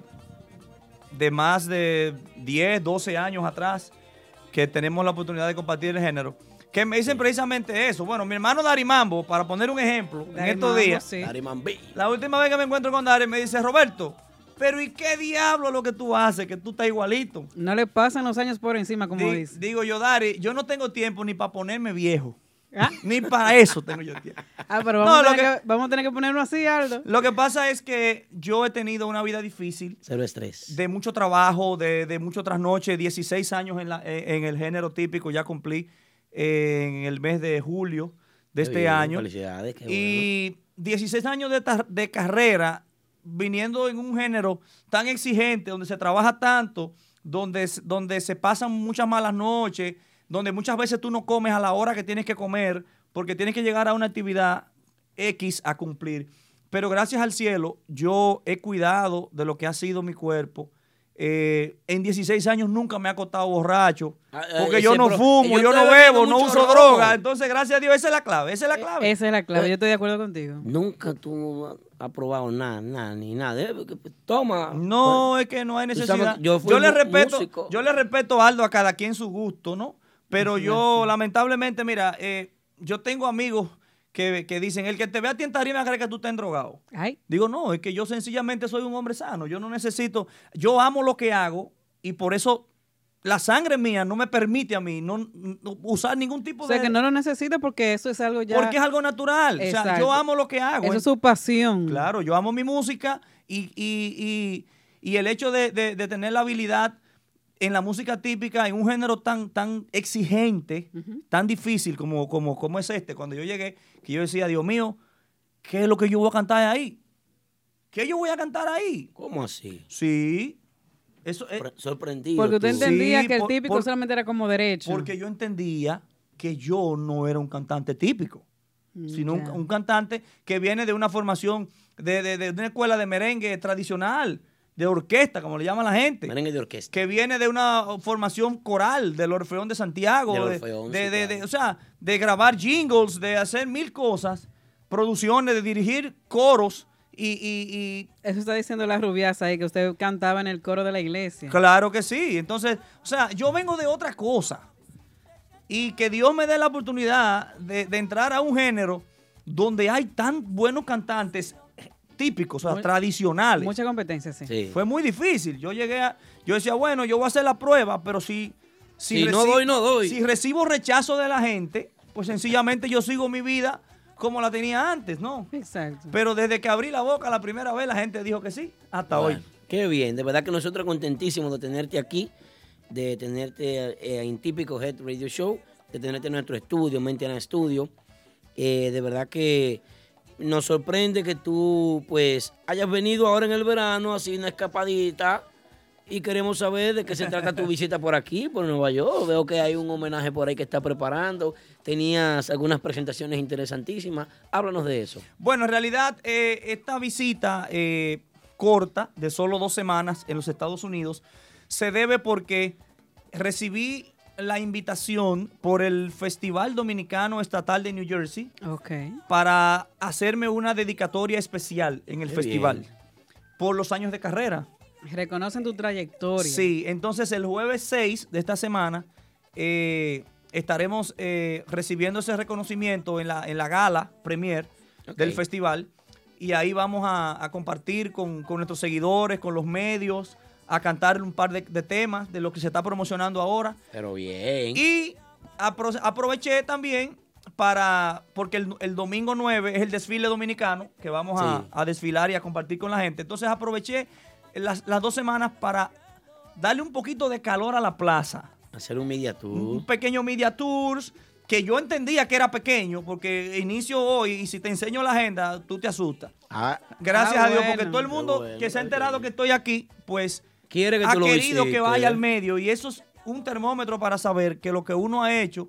[SPEAKER 8] de más de 10, 12 años atrás que tenemos la oportunidad de compartir el género, que me dicen precisamente eso. Bueno, mi hermano Darimambo, para poner un ejemplo, en
[SPEAKER 3] Darimambo,
[SPEAKER 8] estos días,
[SPEAKER 3] sí.
[SPEAKER 2] Dariman B.
[SPEAKER 8] la última vez que me encuentro con Dari me dice, Roberto, pero ¿y qué diablo es lo que tú haces? Que tú estás igualito.
[SPEAKER 3] No le pasan los años por encima, como
[SPEAKER 8] Di-
[SPEAKER 3] dice.
[SPEAKER 8] digo yo, Dari, yo no tengo tiempo ni para ponerme viejo.
[SPEAKER 3] Ah.
[SPEAKER 8] Ni para eso tengo yo tiempo.
[SPEAKER 3] Ah, pero vamos,
[SPEAKER 8] No,
[SPEAKER 3] a
[SPEAKER 8] lo
[SPEAKER 3] tener que, vamos a tener que ponerlo así, Aldo.
[SPEAKER 8] Lo que pasa es que yo he tenido una vida difícil,
[SPEAKER 2] Cero estrés.
[SPEAKER 8] de mucho trabajo, de, de mucho trasnoche, 16 años en, la- eh, en el género típico, ya cumplí eh, en el mes de julio de
[SPEAKER 2] Qué
[SPEAKER 8] este
[SPEAKER 2] bien,
[SPEAKER 8] año.
[SPEAKER 2] Felicidades, qué bueno.
[SPEAKER 8] Y 16 años de, tar- de carrera viniendo en un género tan exigente, donde se trabaja tanto, donde, s- donde se pasan muchas malas noches, donde muchas veces tú no comes a la hora que tienes que comer, porque tienes que llegar a una actividad X a cumplir. Pero gracias al cielo, yo he cuidado de lo que ha sido mi cuerpo. Eh, en 16 años nunca me ha acostado borracho,
[SPEAKER 2] Ah,
[SPEAKER 3] eh,
[SPEAKER 2] ah,
[SPEAKER 8] porque
[SPEAKER 2] ese
[SPEAKER 8] yo no
[SPEAKER 2] pro-
[SPEAKER 8] fumo,
[SPEAKER 2] yo
[SPEAKER 8] yo no
[SPEAKER 2] estoy bebiendo
[SPEAKER 8] bebo, no
[SPEAKER 2] mucho
[SPEAKER 8] uso
[SPEAKER 2] romo.
[SPEAKER 8] droga. Entonces, gracias a Dios, esa es la clave, esa es la clave.
[SPEAKER 3] Eh, Esa es la clave, yo estoy de acuerdo contigo.
[SPEAKER 2] Nunca tú has probado nada, nada, ni nada. Eh, Toma.
[SPEAKER 8] No, es que no hay
[SPEAKER 2] Tú
[SPEAKER 8] necesidad.
[SPEAKER 2] sabes que yo
[SPEAKER 8] Yo,
[SPEAKER 2] fui
[SPEAKER 8] le
[SPEAKER 2] mu-
[SPEAKER 8] respeto,
[SPEAKER 2] músico.
[SPEAKER 8] yo le respeto Aldo a cada quien su gusto, ¿no? Pero yo, lamentablemente, mira, eh, yo tengo amigos que, que dicen, el que te vea a ti en tarima cree que tú estás drogado.
[SPEAKER 3] Ay,
[SPEAKER 8] Digo, no, es que yo sencillamente soy un hombre sano. Yo no necesito, yo amo lo que hago y por eso la sangre mía no me permite a mí no, no usar ningún tipo
[SPEAKER 3] o sea
[SPEAKER 8] de...
[SPEAKER 3] que no lo necesita porque eso es algo ya.
[SPEAKER 8] porque es algo natural. O sea,
[SPEAKER 3] Exacto.
[SPEAKER 8] yo amo lo que hago.
[SPEAKER 3] Eso es su pasión.
[SPEAKER 8] Claro, yo amo mi música y, y- y- y el hecho de, de- de tener la habilidad en la música típica, en un género tan, tan exigente, tan difícil como, como, como es este, cuando yo llegué, que yo decía, Dios mío, ¿qué es lo que yo voy a cantar ahí? ¿Qué yo voy a cantar ahí?
[SPEAKER 2] ¿Cómo así?
[SPEAKER 8] Sí, eso es
[SPEAKER 2] Pre- Sorprendido.
[SPEAKER 3] Porque
[SPEAKER 2] tú.
[SPEAKER 3] usted entendía
[SPEAKER 8] Sí,
[SPEAKER 3] que el
[SPEAKER 8] por-
[SPEAKER 3] típico
[SPEAKER 8] por-
[SPEAKER 3] solamente era como derecho.
[SPEAKER 8] porque yo entendía que yo no era un cantante típico. sino un,
[SPEAKER 3] Mm, ya.
[SPEAKER 8] un cantante que viene de una formación, de, de- de una escuela de merengue tradicional, de orquesta, como le llama la gente,
[SPEAKER 2] Merengue de orquesta.
[SPEAKER 8] que viene de una formación coral del Orfeón de Santiago,
[SPEAKER 2] Del
[SPEAKER 8] de,
[SPEAKER 2] Orfeón,
[SPEAKER 8] de-
[SPEAKER 2] sí,
[SPEAKER 8] de- de-
[SPEAKER 2] claro.
[SPEAKER 8] o sea, de grabar jingles, de hacer mil cosas, producciones, de dirigir coros y... y-
[SPEAKER 3] Eso está diciendo la rubiaza ahí, que usted cantaba en el coro de la iglesia.
[SPEAKER 8] y claro que sí, entonces, o sea, yo vengo de otra cosa. Y que Dios me dé la oportunidad de, de entrar a un género donde hay tan buenos cantantes típicos, o sea,
[SPEAKER 3] Muy-
[SPEAKER 8] tradicionales.
[SPEAKER 3] Mucha competencia, sí.
[SPEAKER 2] Sí.
[SPEAKER 8] Fue muy difícil. Yo llegué a. Yo decía, bueno, yo voy a hacer la prueba, pero si.
[SPEAKER 2] Si no doy, no doy.
[SPEAKER 8] Si recibo rechazo de la gente, pues sencillamente yo sigo mi vida como la tenía antes, ¿no?
[SPEAKER 3] Exacto.
[SPEAKER 8] Pero desde que abrí la boca la primera vez, la gente dijo que sí, hasta
[SPEAKER 2] Bueno,
[SPEAKER 8] hoy.
[SPEAKER 2] Qué bien, de verdad que nosotros contentísimos de tenerte aquí, de tenerte eh, en típico Head Radio Show, de tenerte en nuestro estudio, Mente en Estudio. Eh, de verdad que nos sorprende que tú, pues, hayas venido ahora en el verano, así una escapadita. Y queremos saber de qué se trata tu visita por aquí, por Nueva York. Veo que hay un homenaje por ahí que está preparando. Tenías algunas presentaciones interesantísimas. Háblanos de eso.
[SPEAKER 8] Bueno, en realidad, eh, esta visita eh, corta, de solo dos semanas en los Estados Unidos, se debe porque recibí la invitación por el Festival Dominicano Estatal de New Jersey
[SPEAKER 3] Ok.
[SPEAKER 8] para hacerme una dedicatoria especial en el
[SPEAKER 2] Qué
[SPEAKER 8] festival
[SPEAKER 2] bien.
[SPEAKER 8] por los años de carrera.
[SPEAKER 3] Reconocen tu trayectoria.
[SPEAKER 8] Sí, entonces el jueves 6 de esta semana eh, estaremos eh, recibiendo ese reconocimiento en la, en la gala premier
[SPEAKER 2] Ok.
[SPEAKER 8] del festival y ahí vamos a, a compartir con, con nuestros seguidores, con los medios, a cantar un par de, de temas de lo que se está promocionando ahora.
[SPEAKER 2] Pero bien.
[SPEAKER 8] Y apro- aproveché también para, porque el, el domingo 9 es el desfile dominicano que vamos a,
[SPEAKER 2] Sí.
[SPEAKER 8] a desfilar y a compartir con la gente. Entonces aproveché las, las dos semanas para darle un poquito de calor a la plaza.
[SPEAKER 2] Hacer un media tour.
[SPEAKER 8] Un pequeño media tours que yo entendía que era pequeño porque inicio hoy y si te enseño la agenda, tú te asustas. Gracias
[SPEAKER 2] Ah,
[SPEAKER 8] a Dios,
[SPEAKER 2] bueno.
[SPEAKER 8] porque todo el mundo
[SPEAKER 2] Qué bueno,
[SPEAKER 8] que se ha
[SPEAKER 2] qué
[SPEAKER 8] enterado que estoy aquí, pues
[SPEAKER 2] Quiere que
[SPEAKER 8] ha
[SPEAKER 2] tú lo
[SPEAKER 8] querido que
[SPEAKER 2] visites.
[SPEAKER 8] vaya al medio. Y eso es un termómetro para saber que lo que uno ha hecho,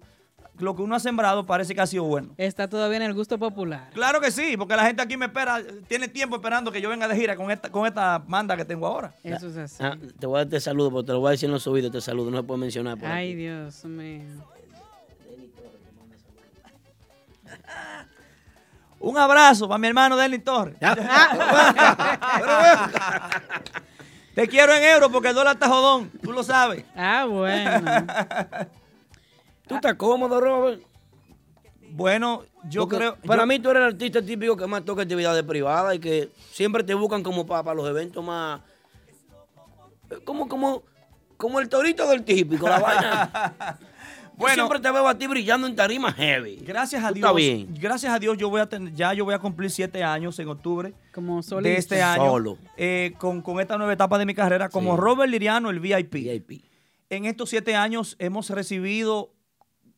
[SPEAKER 8] lo que uno ha sembrado, parece que ha sido bueno.
[SPEAKER 3] Está todavía en el gusto popular.
[SPEAKER 8] Claro que sí, porque la gente aquí me espera, tiene tiempo esperando que yo venga de gira con esta, con esta banda que tengo ahora.
[SPEAKER 3] Eso es así.
[SPEAKER 2] Ah, te voy a dar te saludo, porque te lo voy a decir en los oídos, te saludo, no se puede mencionar. Por
[SPEAKER 3] Ay, Dios mío.
[SPEAKER 8] Un abrazo para mi hermano Denny Torres. Te quiero en euros porque el dólar está jodón, tú lo sabes.
[SPEAKER 3] Ah, bueno.
[SPEAKER 2] ¿Tú estás cómodo, Robert?
[SPEAKER 8] Bueno, yo
[SPEAKER 2] Porque
[SPEAKER 8] creo...
[SPEAKER 2] Para
[SPEAKER 8] yo-
[SPEAKER 2] mí, tú eres el artista típico que más toca actividades privadas y que siempre te buscan como para, los eventos más. eh, Como, como, como el torito del típico, la vaina. Bueno, siempre te veo a ti brillando en tarima heavy.
[SPEAKER 8] Gracias a
[SPEAKER 2] Tú
[SPEAKER 8] Dios.
[SPEAKER 2] estás bien.
[SPEAKER 8] Gracias a Dios, yo voy a tener, ya yo voy a cumplir siete años en octubre
[SPEAKER 3] Como solista.
[SPEAKER 8] de este año.
[SPEAKER 2] Solo.
[SPEAKER 8] eh, con, con esta nueva etapa de mi carrera, como Robert Liriano, el VIP.
[SPEAKER 2] VIP.
[SPEAKER 8] En estos siete años hemos recibido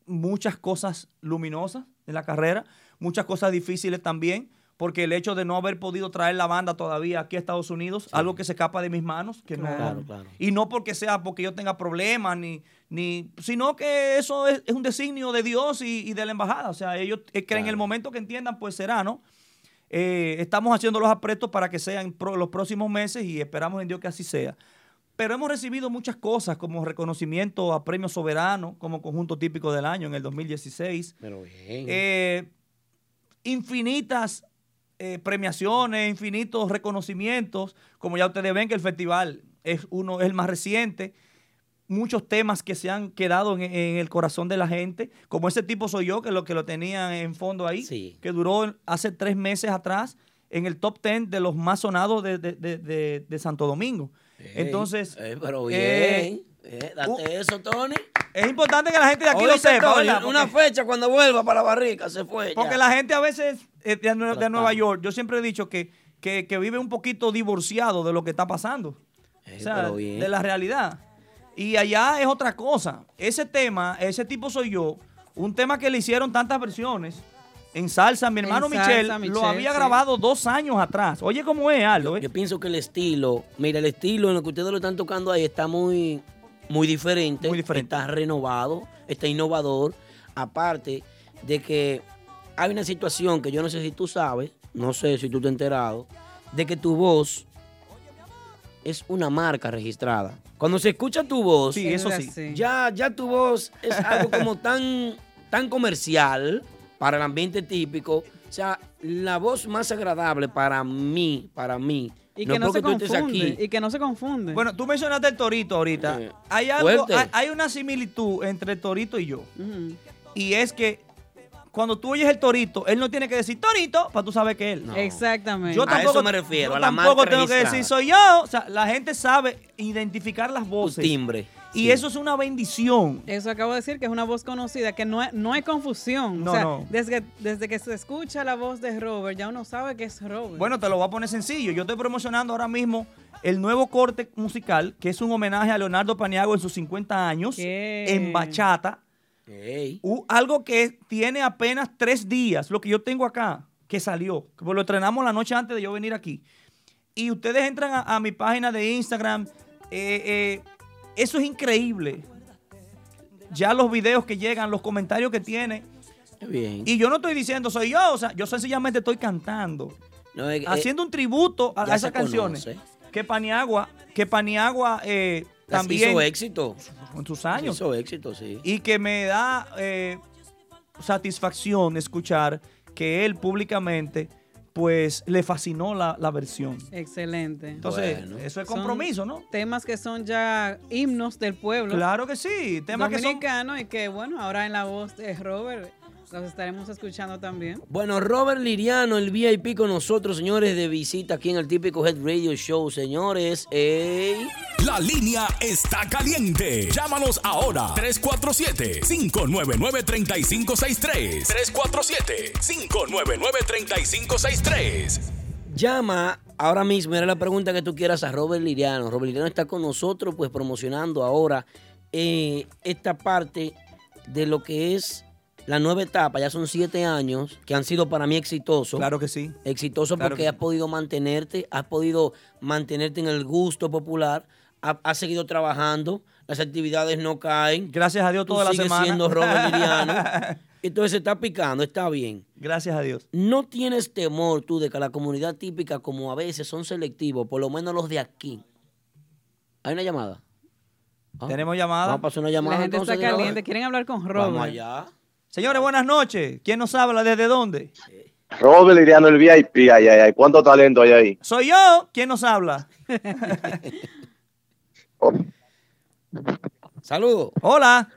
[SPEAKER 8] muchas cosas luminosas en la carrera, muchas cosas difíciles también, porque el hecho de no haber podido traer la banda todavía aquí a Estados Unidos, algo que se escapa de mis manos, que no,
[SPEAKER 2] Claro, claro.
[SPEAKER 8] y no porque sea porque yo tenga problemas, ni, ni, sino que eso es, es un designio de Dios y, y de la embajada. O sea, ellos eh, que en el momento que entiendan, pues será, ¿no? Eh, estamos haciendo los apretos para que sean pro- los próximos meses y esperamos en Dios que así sea. Pero hemos recibido muchas cosas como reconocimiento a Premio Soberano como conjunto típico del año en el 2016.
[SPEAKER 2] Pero bien.
[SPEAKER 8] Eh, infinitas eh, premiaciones, infinitos reconocimientos. Como ya ustedes ven que el festival es uno, es el más reciente. Muchos temas que se han quedado en, en el corazón de la gente, como ese tipo soy yo, que lo que lo tenía en fondo ahí,
[SPEAKER 2] Sí.
[SPEAKER 8] que duró hace tres meses atrás en el top 10 de los más sonados de, de- de- de- de Santo Domingo. Entonces,
[SPEAKER 2] Eh, pero bien.
[SPEAKER 8] eh,
[SPEAKER 2] Eh, date
[SPEAKER 8] uh,
[SPEAKER 2] eso, Tony.
[SPEAKER 8] es importante que la gente de aquí lo
[SPEAKER 2] Oíste,
[SPEAKER 8] sepa.
[SPEAKER 2] Tony,
[SPEAKER 8] ¿verdad? Porque-
[SPEAKER 2] una fecha cuando vuelva para la barrica se fue.
[SPEAKER 8] Porque
[SPEAKER 2] ya.
[SPEAKER 8] la gente a veces eh, de, Nue- de
[SPEAKER 2] Tratado.
[SPEAKER 8] Nueva York, yo siempre he dicho que, que, que vive un poquito divorciado de lo que está pasando.
[SPEAKER 2] Eh,
[SPEAKER 8] o sea,
[SPEAKER 2] pero bien.
[SPEAKER 8] de la realidad. Y allá es otra cosa. Ese tema, ese tipo soy yo, un tema que le hicieron tantas versiones. En salsa, mi
[SPEAKER 3] En
[SPEAKER 8] hermano
[SPEAKER 3] salsa,
[SPEAKER 8] Michel, lo
[SPEAKER 3] Michel,
[SPEAKER 8] había
[SPEAKER 3] sí.
[SPEAKER 8] grabado dos años atrás. Oye, ¿cómo es, Aldo? eh?
[SPEAKER 2] Yo pienso que el estilo, mira, el estilo en lo que ustedes lo están tocando ahí está muy, muy diferente.
[SPEAKER 8] Muy diferente.
[SPEAKER 2] Está renovado, está innovador. Aparte de que hay una situación que yo no sé si tú sabes, no sé si tú te has enterado, de que tu voz es una marca registrada. Cuando se escucha tu voz,
[SPEAKER 8] Sí, eso sí.
[SPEAKER 3] así.
[SPEAKER 2] ya, ya tu voz es algo como tan, tan comercial para el ambiente típico. O sea, la voz más agradable para mí, para mí.
[SPEAKER 3] Y
[SPEAKER 2] no
[SPEAKER 3] que no,
[SPEAKER 2] porque
[SPEAKER 3] se
[SPEAKER 2] tú estés
[SPEAKER 3] confunde.
[SPEAKER 2] aquí.
[SPEAKER 3] Y que no se confunde.
[SPEAKER 8] Bueno, tú mencionaste el torito ahorita.
[SPEAKER 2] Eh,
[SPEAKER 8] Hay, algo,
[SPEAKER 2] fuerte.
[SPEAKER 8] hay, hay una similitud entre el torito y yo.
[SPEAKER 3] Ujú.
[SPEAKER 8] Y es que cuando tú oyes el torito, él no tiene que decir torito para tú saber que es él.
[SPEAKER 2] No.
[SPEAKER 3] Exactamente.
[SPEAKER 8] Yo
[SPEAKER 2] A
[SPEAKER 8] tampoco,
[SPEAKER 2] eso me refiero,
[SPEAKER 8] yo
[SPEAKER 2] a la
[SPEAKER 8] tampoco
[SPEAKER 2] marca
[SPEAKER 8] tengo que
[SPEAKER 2] registrada.
[SPEAKER 8] decir soy yo. O sea, la gente sabe Pues, identificar las
[SPEAKER 2] Tu
[SPEAKER 8] voces.
[SPEAKER 2] timbre.
[SPEAKER 8] Y
[SPEAKER 2] Sí.
[SPEAKER 8] eso es una bendición.
[SPEAKER 3] Eso acabo de decir que es una voz conocida, que no hay, no hay confusión.
[SPEAKER 8] No,
[SPEAKER 3] o sea,
[SPEAKER 8] no.
[SPEAKER 3] Desde, desde que se escucha la voz de Robert, ya uno sabe que es Robert.
[SPEAKER 8] Bueno, te lo voy a poner sencillo. Yo estoy promocionando ahora mismo el nuevo corte musical, que es un homenaje a Leonardo Paniago en sus 50 años,
[SPEAKER 3] ¿Qué?
[SPEAKER 8] en bachata.
[SPEAKER 2] Ey,
[SPEAKER 8] U- algo que tiene apenas tres días, lo que yo tengo acá, que salió, que lo estrenamos la noche antes de yo venir aquí. Y ustedes entran a, a mi página de Instagram, eh, eh, eso es increíble. Ya los videos que llegan, los comentarios que tiene.
[SPEAKER 2] qué bien.
[SPEAKER 8] Y yo no estoy diciendo soy yo, o sea, yo sencillamente estoy cantando,
[SPEAKER 2] No, es que-
[SPEAKER 8] haciendo un tributo a,
[SPEAKER 2] eh, ya
[SPEAKER 8] a esas
[SPEAKER 2] se
[SPEAKER 8] canciones.
[SPEAKER 2] conoce.
[SPEAKER 8] Que Paniagua, que Paniagua eh,
[SPEAKER 2] las
[SPEAKER 8] también
[SPEAKER 2] Hizo éxito.
[SPEAKER 8] en sus años
[SPEAKER 2] Hizo éxito, sí.
[SPEAKER 8] y que me da eh, satisfacción escuchar que él públicamente pues le fascinó la, la versión.
[SPEAKER 3] Excelente.
[SPEAKER 8] Entonces,
[SPEAKER 2] Bueno.
[SPEAKER 8] eso es
[SPEAKER 3] Son
[SPEAKER 8] compromiso, ¿no?
[SPEAKER 3] Temas que son ya himnos del pueblo
[SPEAKER 8] Claro que sí, temas que son
[SPEAKER 3] dominicano y que, bueno, ahora en la voz de Robert Los estaremos escuchando también.
[SPEAKER 2] Bueno, Robert Liriano, el VIP con nosotros, señores, de visita aquí en el típico Head Radio Show, señores. ey.
[SPEAKER 1] La línea está caliente. Llámanos ahora 347-599-3563. 347-599-3563.
[SPEAKER 2] Llama ahora mismo, era la pregunta que tú quieras a Robert Liriano. Robert Liriano está con nosotros, pues promocionando ahora eh, esta parte de lo que es la nueva etapa. Ya son siete años que han sido para mí exitosos.
[SPEAKER 8] Claro que sí.
[SPEAKER 2] Exitoso
[SPEAKER 8] Claro
[SPEAKER 2] porque
[SPEAKER 8] que
[SPEAKER 2] has podido mantenerte, has podido mantenerte en el gusto popular, ha- has, seguido trabajando, las actividades no caen.
[SPEAKER 8] Gracias a Dios
[SPEAKER 2] Tú
[SPEAKER 8] toda la
[SPEAKER 2] sigues
[SPEAKER 8] semana.
[SPEAKER 2] siendo Robert Liriano. Entonces se está picando, está bien.
[SPEAKER 8] Gracias a Dios.
[SPEAKER 2] No tienes temor tú de que la comunidad típica, como a veces son selectivos, por lo menos los de aquí. Hay una llamada. Ah,
[SPEAKER 8] Tenemos llamada.
[SPEAKER 2] Vamos a pasar una llamada.
[SPEAKER 3] La gente
[SPEAKER 2] entonces,
[SPEAKER 3] está
[SPEAKER 2] de una vez.
[SPEAKER 3] caliente, quieren hablar con Robert.
[SPEAKER 2] Vamos allá.
[SPEAKER 8] Señores, buenas noches. ¿Quién nos habla? ¿Desde dónde?
[SPEAKER 9] Robert Liriano, el VIP, ay, ay, ay, cuánto talento hay ahí.
[SPEAKER 8] Soy yo. ¿Quién nos habla?
[SPEAKER 2] Saludos.
[SPEAKER 8] Hola.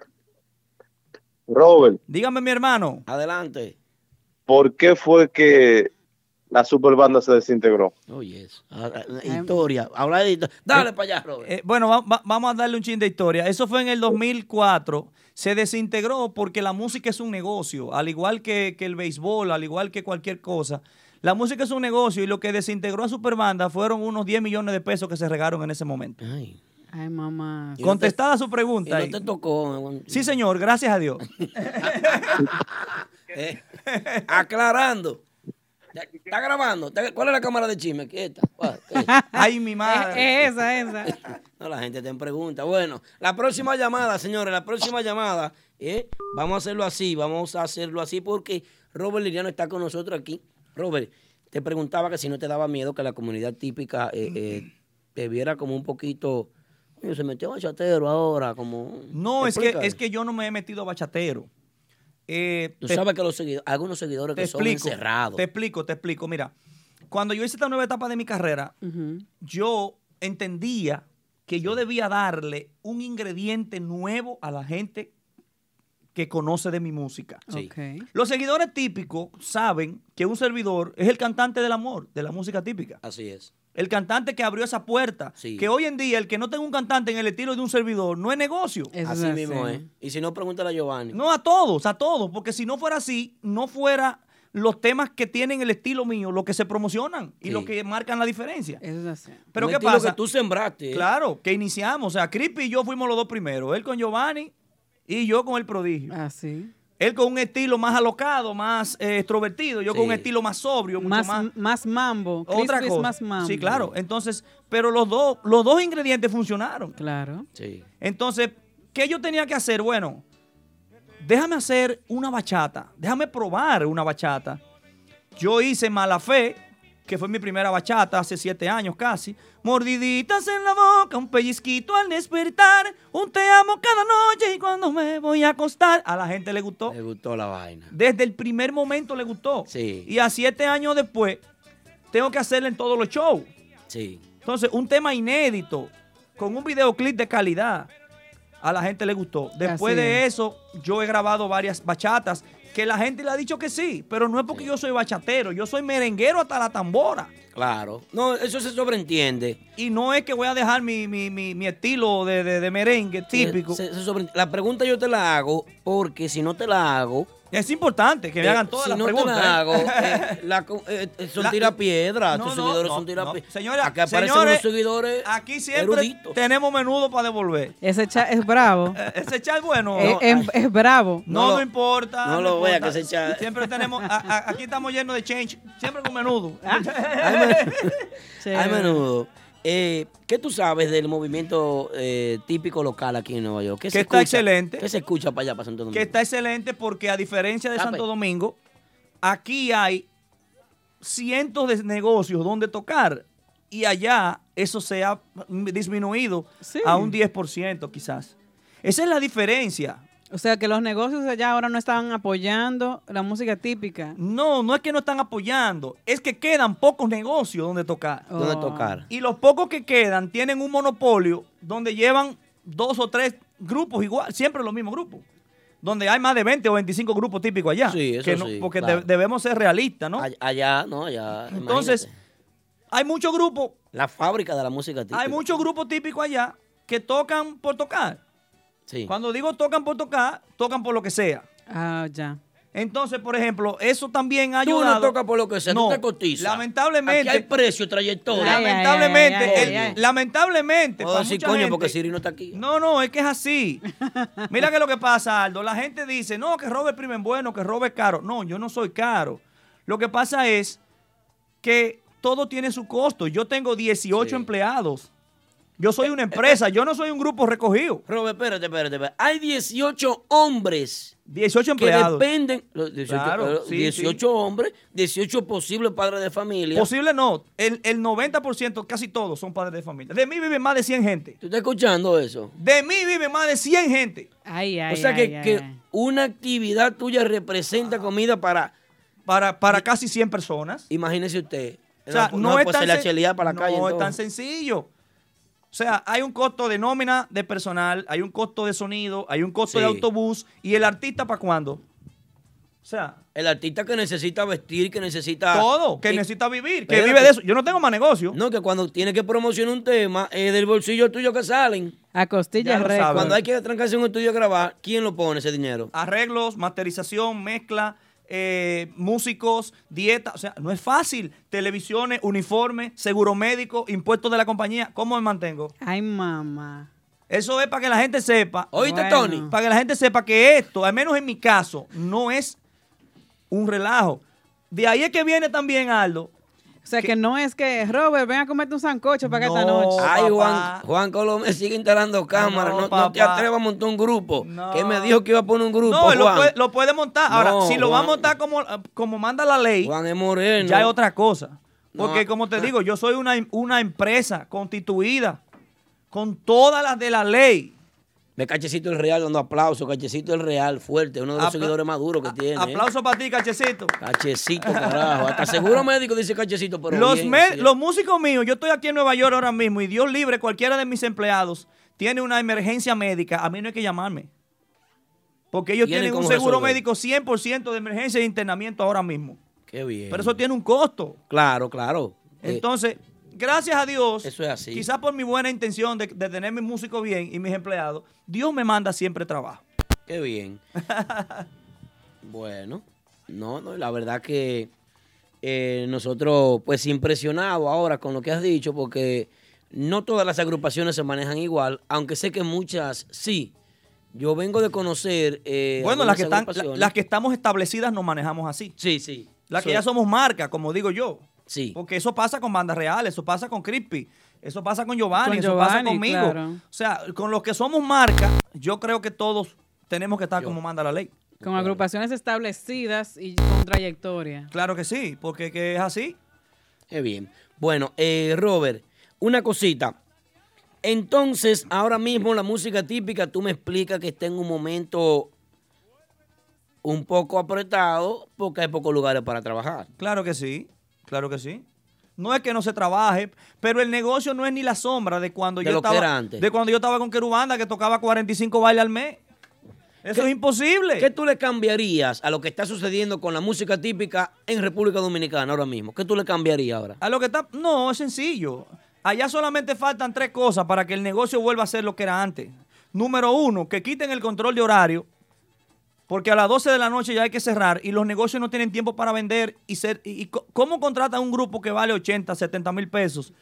[SPEAKER 9] Robert,
[SPEAKER 8] Dígame, mi hermano.
[SPEAKER 2] Adelante.
[SPEAKER 9] ¿por qué fue que la superbanda se desintegró?
[SPEAKER 2] Oye, eso. Ah, ah, Historia. Habla de historia. Dale para allá, Robert.
[SPEAKER 8] Eh, bueno, va- va- vamos a darle un chin de historia. Eso fue en el 2004. Se desintegró porque la música es un negocio, al igual que, que el béisbol, al igual que cualquier cosa. La música es un negocio y lo que desintegró a Superbanda fueron unos 10 millones de pesos que se regaron en ese momento.
[SPEAKER 2] Ay,
[SPEAKER 3] Ay, mamá.
[SPEAKER 2] Y no te-
[SPEAKER 8] Contestada su
[SPEAKER 2] y
[SPEAKER 8] pregunta.
[SPEAKER 2] no te tocó. eh,
[SPEAKER 8] Sí, señor, gracias a Dios.
[SPEAKER 2] eh, aclarando. Ya, Está grabando. Está- ¿Cuál es la cámara de chisme? ¿Qué está? ¿Cuál? ¿Qué?
[SPEAKER 8] Ay, mi
[SPEAKER 3] Es-
[SPEAKER 2] Eh,
[SPEAKER 8] madre.
[SPEAKER 3] es esa, esa.
[SPEAKER 2] No, la gente te pregunta. Bueno, la próxima llamada, señores, la próxima llamada, ¿eh? vamos a hacerlo así, vamos a hacerlo así porque Robert Liriano está con nosotros aquí. Robert, te preguntaba que si no te daba miedo que la comunidad típica eh, eh, te viera como un poquito, "Coño, se metió bachatero ahora, como...
[SPEAKER 8] No, es que,
[SPEAKER 2] Explica.
[SPEAKER 8] es que yo no me he metido bachatero. Eh,
[SPEAKER 2] Tú
[SPEAKER 8] te-
[SPEAKER 2] sabes que los seguidores, algunos seguidores
[SPEAKER 8] te
[SPEAKER 2] que son
[SPEAKER 8] explico,
[SPEAKER 2] encerrados.
[SPEAKER 8] te explico, te explico. Mira, cuando yo hice esta nueva etapa de mi carrera,
[SPEAKER 3] Ujú.
[SPEAKER 8] yo entendía que yo debía darle un ingrediente nuevo a la gente que conoce de mi música.
[SPEAKER 2] Sí.
[SPEAKER 3] Ok.
[SPEAKER 8] Los seguidores típicos saben que un servidor es el cantante del amor, de la música típica.
[SPEAKER 2] Así es.
[SPEAKER 8] El cantante que abrió esa puerta.
[SPEAKER 2] Sí.
[SPEAKER 8] Que hoy en día el que no tenga un cantante en el estilo de un servidor no es negocio.
[SPEAKER 3] Eso
[SPEAKER 2] así
[SPEAKER 3] es
[SPEAKER 2] mismo es. Y si no, pregúntale a Giovanni.
[SPEAKER 8] No a todos, a todos. Porque si no fuera así, no fuera los temas que tienen el estilo mío, los que se promocionan y
[SPEAKER 2] Sí.
[SPEAKER 8] los que marcan la diferencia.
[SPEAKER 3] Eso es así.
[SPEAKER 8] Pero
[SPEAKER 2] Un
[SPEAKER 8] ¿qué
[SPEAKER 2] estilo
[SPEAKER 8] pasa?
[SPEAKER 2] que tú sembraste. ¿eh?
[SPEAKER 8] Claro, que iniciamos. O sea, Crispy y yo fuimos los dos primeros. Él con Giovanni y yo con el prodigio.
[SPEAKER 3] Así.
[SPEAKER 8] Él con un estilo más alocado, más eh, extrovertido. Yo con
[SPEAKER 2] Sí.
[SPEAKER 8] un estilo más sobrio, mucho
[SPEAKER 3] Más,
[SPEAKER 8] más.
[SPEAKER 3] más, mambo.
[SPEAKER 8] otra
[SPEAKER 3] Crispy es
[SPEAKER 8] cosa.
[SPEAKER 3] más mambo.
[SPEAKER 8] sí, claro. Entonces, pero los dos, los dos ingredientes funcionaron.
[SPEAKER 3] Claro.
[SPEAKER 2] Sí.
[SPEAKER 8] Entonces, ¿qué yo tenía que hacer? Bueno, déjame hacer una bachata. Déjame probar una bachata. Yo hice Mala Fe, que fue mi primera bachata hace siete años casi. Mordiditas en la boca, un pellizquito al despertar, un te amo cada noche y cuando me voy a acostar. A la gente le gustó.
[SPEAKER 2] Me gustó la vaina.
[SPEAKER 8] Desde el primer momento le gustó.
[SPEAKER 2] Sí.
[SPEAKER 8] Y a siete años después, tengo que hacerla en todos los shows.
[SPEAKER 2] Sí.
[SPEAKER 8] Entonces, un tema inédito, con un videoclip de calidad, a la gente le gustó. Después
[SPEAKER 3] Así
[SPEAKER 8] de
[SPEAKER 3] es.
[SPEAKER 8] eso, yo he grabado varias bachatas que la gente le ha dicho que sí, pero no es porque yo soy bachatero, yo soy merenguero hasta la tambora.
[SPEAKER 2] Claro. No, eso se sobreentiende.
[SPEAKER 8] Y no es que voy a dejar mi, mi- mi- mi estilo de, de- de merengue típico.
[SPEAKER 2] Se- se sobreent- la pregunta yo te la hago porque si no te la hago.
[SPEAKER 8] Es importante que me
[SPEAKER 2] eh,
[SPEAKER 8] hagan todas
[SPEAKER 2] si
[SPEAKER 8] las
[SPEAKER 2] no
[SPEAKER 8] preguntas.
[SPEAKER 2] te la
[SPEAKER 8] ¿eh?
[SPEAKER 2] hago, eh, la co- eh, eh, son
[SPEAKER 8] La-
[SPEAKER 2] tirapiedras.
[SPEAKER 8] No,
[SPEAKER 2] tus
[SPEAKER 8] no,
[SPEAKER 2] seguidores
[SPEAKER 8] no,
[SPEAKER 2] son
[SPEAKER 8] no.
[SPEAKER 2] tirapiedras.
[SPEAKER 8] Señora,
[SPEAKER 2] Aquí aparecen
[SPEAKER 8] señores,
[SPEAKER 2] unos seguidores.
[SPEAKER 8] Aquí siempre
[SPEAKER 2] eruditos.
[SPEAKER 8] tenemos menudo para devolver.
[SPEAKER 3] Ese chat es bravo.
[SPEAKER 8] Eh, Ese chal bueno.
[SPEAKER 3] es,
[SPEAKER 8] no,
[SPEAKER 3] es- es bravo.
[SPEAKER 8] No,
[SPEAKER 2] eh, No
[SPEAKER 8] no,
[SPEAKER 2] lo-
[SPEAKER 8] importa.
[SPEAKER 2] no lo vea
[SPEAKER 8] voy
[SPEAKER 2] que se echa-
[SPEAKER 8] Siempre tenemos. a- a- aquí estamos llenos de change. Siempre con menudo.
[SPEAKER 2] A
[SPEAKER 3] Chévere.
[SPEAKER 2] menudo. Eh, ¿Qué tú sabes del movimiento eh, típico local aquí en Nueva York? ¿Qué
[SPEAKER 8] Que está excelente.
[SPEAKER 2] ¿Qué se escucha para allá, para Santo Domingo?
[SPEAKER 8] que está excelente porque, a diferencia de
[SPEAKER 2] Tape.
[SPEAKER 8] Santo Domingo, aquí hay cientos de negocios donde tocar. Y allá eso se ha disminuido
[SPEAKER 3] Sí.
[SPEAKER 8] a un 10%, quizás. Esa es la diferencia.
[SPEAKER 3] O sea que los negocios allá ahora no estaban apoyando la música típica.
[SPEAKER 8] No, no es que no están apoyando, es que quedan pocos negocios donde tocar.
[SPEAKER 2] ¿Dónde
[SPEAKER 3] Oh.
[SPEAKER 2] tocar?
[SPEAKER 8] Y los pocos que quedan tienen un monopolio donde llevan dos o tres grupos igual, siempre los mismos grupos. donde hay más de 20 o 25 grupos típicos allá.
[SPEAKER 2] Sí, eso
[SPEAKER 8] que no-
[SPEAKER 2] sí,
[SPEAKER 8] Porque de-
[SPEAKER 2] claro.
[SPEAKER 8] debemos ser realistas, ¿no?
[SPEAKER 2] Allá, ah, no, allá.
[SPEAKER 8] Entonces, hay muchos grupos.
[SPEAKER 2] La fábrica de la música típica.
[SPEAKER 8] Hay muchos grupos típicos allá que tocan por tocar. Cuando digo tocan por tocar, tocan por lo que sea.
[SPEAKER 3] Ah, ya.
[SPEAKER 8] Entonces, por ejemplo, eso también ha
[SPEAKER 2] Tú
[SPEAKER 8] ayudado.
[SPEAKER 2] no tocas por lo que sea,
[SPEAKER 8] No,
[SPEAKER 2] tú te cotizas.
[SPEAKER 8] lamentablemente-
[SPEAKER 2] Aquí hay precio, trayectoria.
[SPEAKER 8] Lamentablemente, el- lamentablemente.
[SPEAKER 2] Puedo
[SPEAKER 8] para
[SPEAKER 2] decir,
[SPEAKER 8] mucha
[SPEAKER 2] coño,
[SPEAKER 8] gente-
[SPEAKER 2] porque Siri no está aquí.
[SPEAKER 8] No, no, es que es así. Mira que lo que pasa, Aldo. La gente dice, no, que Robert Primo es bueno, que Robert es caro. No, yo no soy caro. Lo que pasa es que todo tiene su costo. Yo tengo 18 empleados. Yo soy una empresa, yo no soy un grupo recogido.
[SPEAKER 2] Eh, Robert, espérate, espérate, espérate. Hay 18 hombres.
[SPEAKER 8] 18
[SPEAKER 2] Que
[SPEAKER 8] empleados.
[SPEAKER 2] dependen. los 18,
[SPEAKER 8] Claro,
[SPEAKER 2] eh,
[SPEAKER 8] sí,
[SPEAKER 2] 18 hombres, 18 posibles padres de familia.
[SPEAKER 8] Posible no. El, el 90%, casi todos, son padres de familia. De mí viven más de 100 gente.
[SPEAKER 2] ¿Tú estás escuchando eso?
[SPEAKER 8] De mí viven más de 100 gente.
[SPEAKER 3] Ay,
[SPEAKER 2] o sea que, que una actividad tuya representa comida para.
[SPEAKER 8] Ah. Para, para casi 100 personas.
[SPEAKER 2] Imagínese usted.
[SPEAKER 8] O sea, no, es tan
[SPEAKER 2] se la
[SPEAKER 8] sen-
[SPEAKER 2] cheleada para la
[SPEAKER 8] no
[SPEAKER 2] calle.
[SPEAKER 8] es
[SPEAKER 2] entonces.
[SPEAKER 8] tan sencillo. O sea, hay un costo de nómina de personal, hay un costo de sonido, hay un costo
[SPEAKER 2] Sí.
[SPEAKER 8] de autobús. ¿Y el artista para cuándo? O sea,
[SPEAKER 2] El artista que necesita vestir, que necesita.
[SPEAKER 8] todo, que
[SPEAKER 2] Y-
[SPEAKER 8] necesita vivir, que
[SPEAKER 2] Espérate.
[SPEAKER 8] vive de eso. Yo no tengo más negocio.
[SPEAKER 2] No, que cuando tiene que promocionar un tema, es del bolsillo tuyo que salen.
[SPEAKER 3] A costillas récord.
[SPEAKER 2] Cuando hay que trancarse en un estudio a grabar, ¿quién lo pone ese dinero?
[SPEAKER 8] Arreglos, masterización, mezcla, eh, músicos, dieta. O sea, no es fácil. Televisiones, uniformes, seguro médico, impuestos de la compañía. ¿Cómo me mantengo?
[SPEAKER 3] Ay, mamá.
[SPEAKER 8] Eso es para que la gente sepa.
[SPEAKER 2] ¿Oíste,
[SPEAKER 3] Bueno.
[SPEAKER 2] Tony?
[SPEAKER 8] Para que la gente sepa que esto, al menos en mi caso, no es un relajo. De ahí es que viene también Aldo.
[SPEAKER 3] O sea, que no es que, Robert, ven a comerte un sancocho para que esta
[SPEAKER 8] No.
[SPEAKER 3] noche.
[SPEAKER 2] Ay,
[SPEAKER 8] papá.
[SPEAKER 2] Juan, Juan Colomé sigue instalando cámaras. No,
[SPEAKER 8] No,
[SPEAKER 2] no te
[SPEAKER 8] papá.
[SPEAKER 2] atrevas a montar un grupo.
[SPEAKER 8] No.
[SPEAKER 2] Que me dijo que iba a poner un grupo.
[SPEAKER 8] No, él lo
[SPEAKER 2] Juan.
[SPEAKER 8] puede, lo puede montar. Ahora,
[SPEAKER 2] No,
[SPEAKER 8] si lo va a
[SPEAKER 2] Juan.
[SPEAKER 8] montar como, ah, como manda la ley,
[SPEAKER 2] Juan es moreno.
[SPEAKER 8] ya es otra cosa.
[SPEAKER 2] No. ah,
[SPEAKER 8] Porque como te digo, yo soy una, una empresa constituida con todas las de la ley.
[SPEAKER 2] Ve Cachecito el Real dando aplausos. Cachecito el Real, fuerte. Uno de los
[SPEAKER 8] Apla-
[SPEAKER 2] seguidores más duros que tiene. ¿eh?
[SPEAKER 8] Aplauso para ti, cachecito.
[SPEAKER 2] Cachecito, carajo. Hasta seguro médico dice Cachecito, pero
[SPEAKER 8] Los,
[SPEAKER 2] bien,
[SPEAKER 8] me-
[SPEAKER 2] sí.
[SPEAKER 8] los músicos míos, yo estoy aquí en Nueva York ahora mismo y Dios libre, cualquiera de mis empleados tiene una emergencia médica, a mí no hay que llamarme. Porque ellos
[SPEAKER 2] Tienen
[SPEAKER 8] tienen un
[SPEAKER 2] cómo
[SPEAKER 8] seguro
[SPEAKER 2] resolver.
[SPEAKER 8] médico 100% de emergencia y de internamiento ahora mismo.
[SPEAKER 2] Qué bien.
[SPEAKER 8] Pero eso tiene un costo.
[SPEAKER 2] Claro, claro. Eh,
[SPEAKER 8] Entonces, gracias a Dios,
[SPEAKER 2] Eso es así.
[SPEAKER 8] quizás por mi buena intención de, de tener mis músicos bien y mis empleados, Dios me manda siempre trabajo.
[SPEAKER 2] Qué bien. bueno, no, no, la verdad que eh, nosotros, pues impresionados ahora con lo que has dicho, porque no todas las agrupaciones se manejan igual, aunque sé que muchas sí. Yo vengo de conocer. eh,
[SPEAKER 8] bueno, las
[SPEAKER 2] algunas
[SPEAKER 8] que, están, la-
[SPEAKER 2] agrupaciones.
[SPEAKER 8] las que estamos establecidas nos manejamos así.
[SPEAKER 2] Sí, sí.
[SPEAKER 8] Las que
[SPEAKER 2] Sí,
[SPEAKER 8] ya somos marca, como digo yo.
[SPEAKER 2] Sí.
[SPEAKER 8] Porque eso pasa con bandas reales, eso pasa con Crispy, eso pasa con Giovanni,
[SPEAKER 3] Con
[SPEAKER 8] eso pasa
[SPEAKER 3] Giovanni,
[SPEAKER 8] conmigo.
[SPEAKER 3] claro.
[SPEAKER 8] O sea, con los que somos marca, yo creo que todos tenemos que estar como manda la ley.
[SPEAKER 3] Con agrupaciones establecidas y con trayectoria.
[SPEAKER 8] Claro que sí, porque que es así.
[SPEAKER 2] Qué bien. Bueno, eh, Robert, una cosita. Entonces, ahora mismo la música típica, tú me explicas que está en un momento un poco apretado porque hay pocos lugares para trabajar.
[SPEAKER 8] Claro que sí, claro que sí. No es que no se trabaje, pero el negocio no es ni la sombra de cuando
[SPEAKER 2] De
[SPEAKER 8] yo
[SPEAKER 2] lo que
[SPEAKER 8] estaba
[SPEAKER 2] era antes.
[SPEAKER 8] de cuando yo estaba con Querubanda que tocaba 45 bailes al mes. Eso es imposible.
[SPEAKER 2] ¿Qué tú le cambiarías a lo que está sucediendo con la música típica en República Dominicana ahora mismo? ¿Qué tú le cambiarías ahora?
[SPEAKER 8] A lo que está. No, es sencillo. Allá solamente faltan tres cosas para que el negocio vuelva a ser lo que era antes. Número uno, que quiten el control de horario, porque a las 12 de la noche ya hay que cerrar y los negocios no tienen tiempo para vender. ¿Y, ser, y, y co- cómo contratan un grupo que vale 80, 70 mil pesos?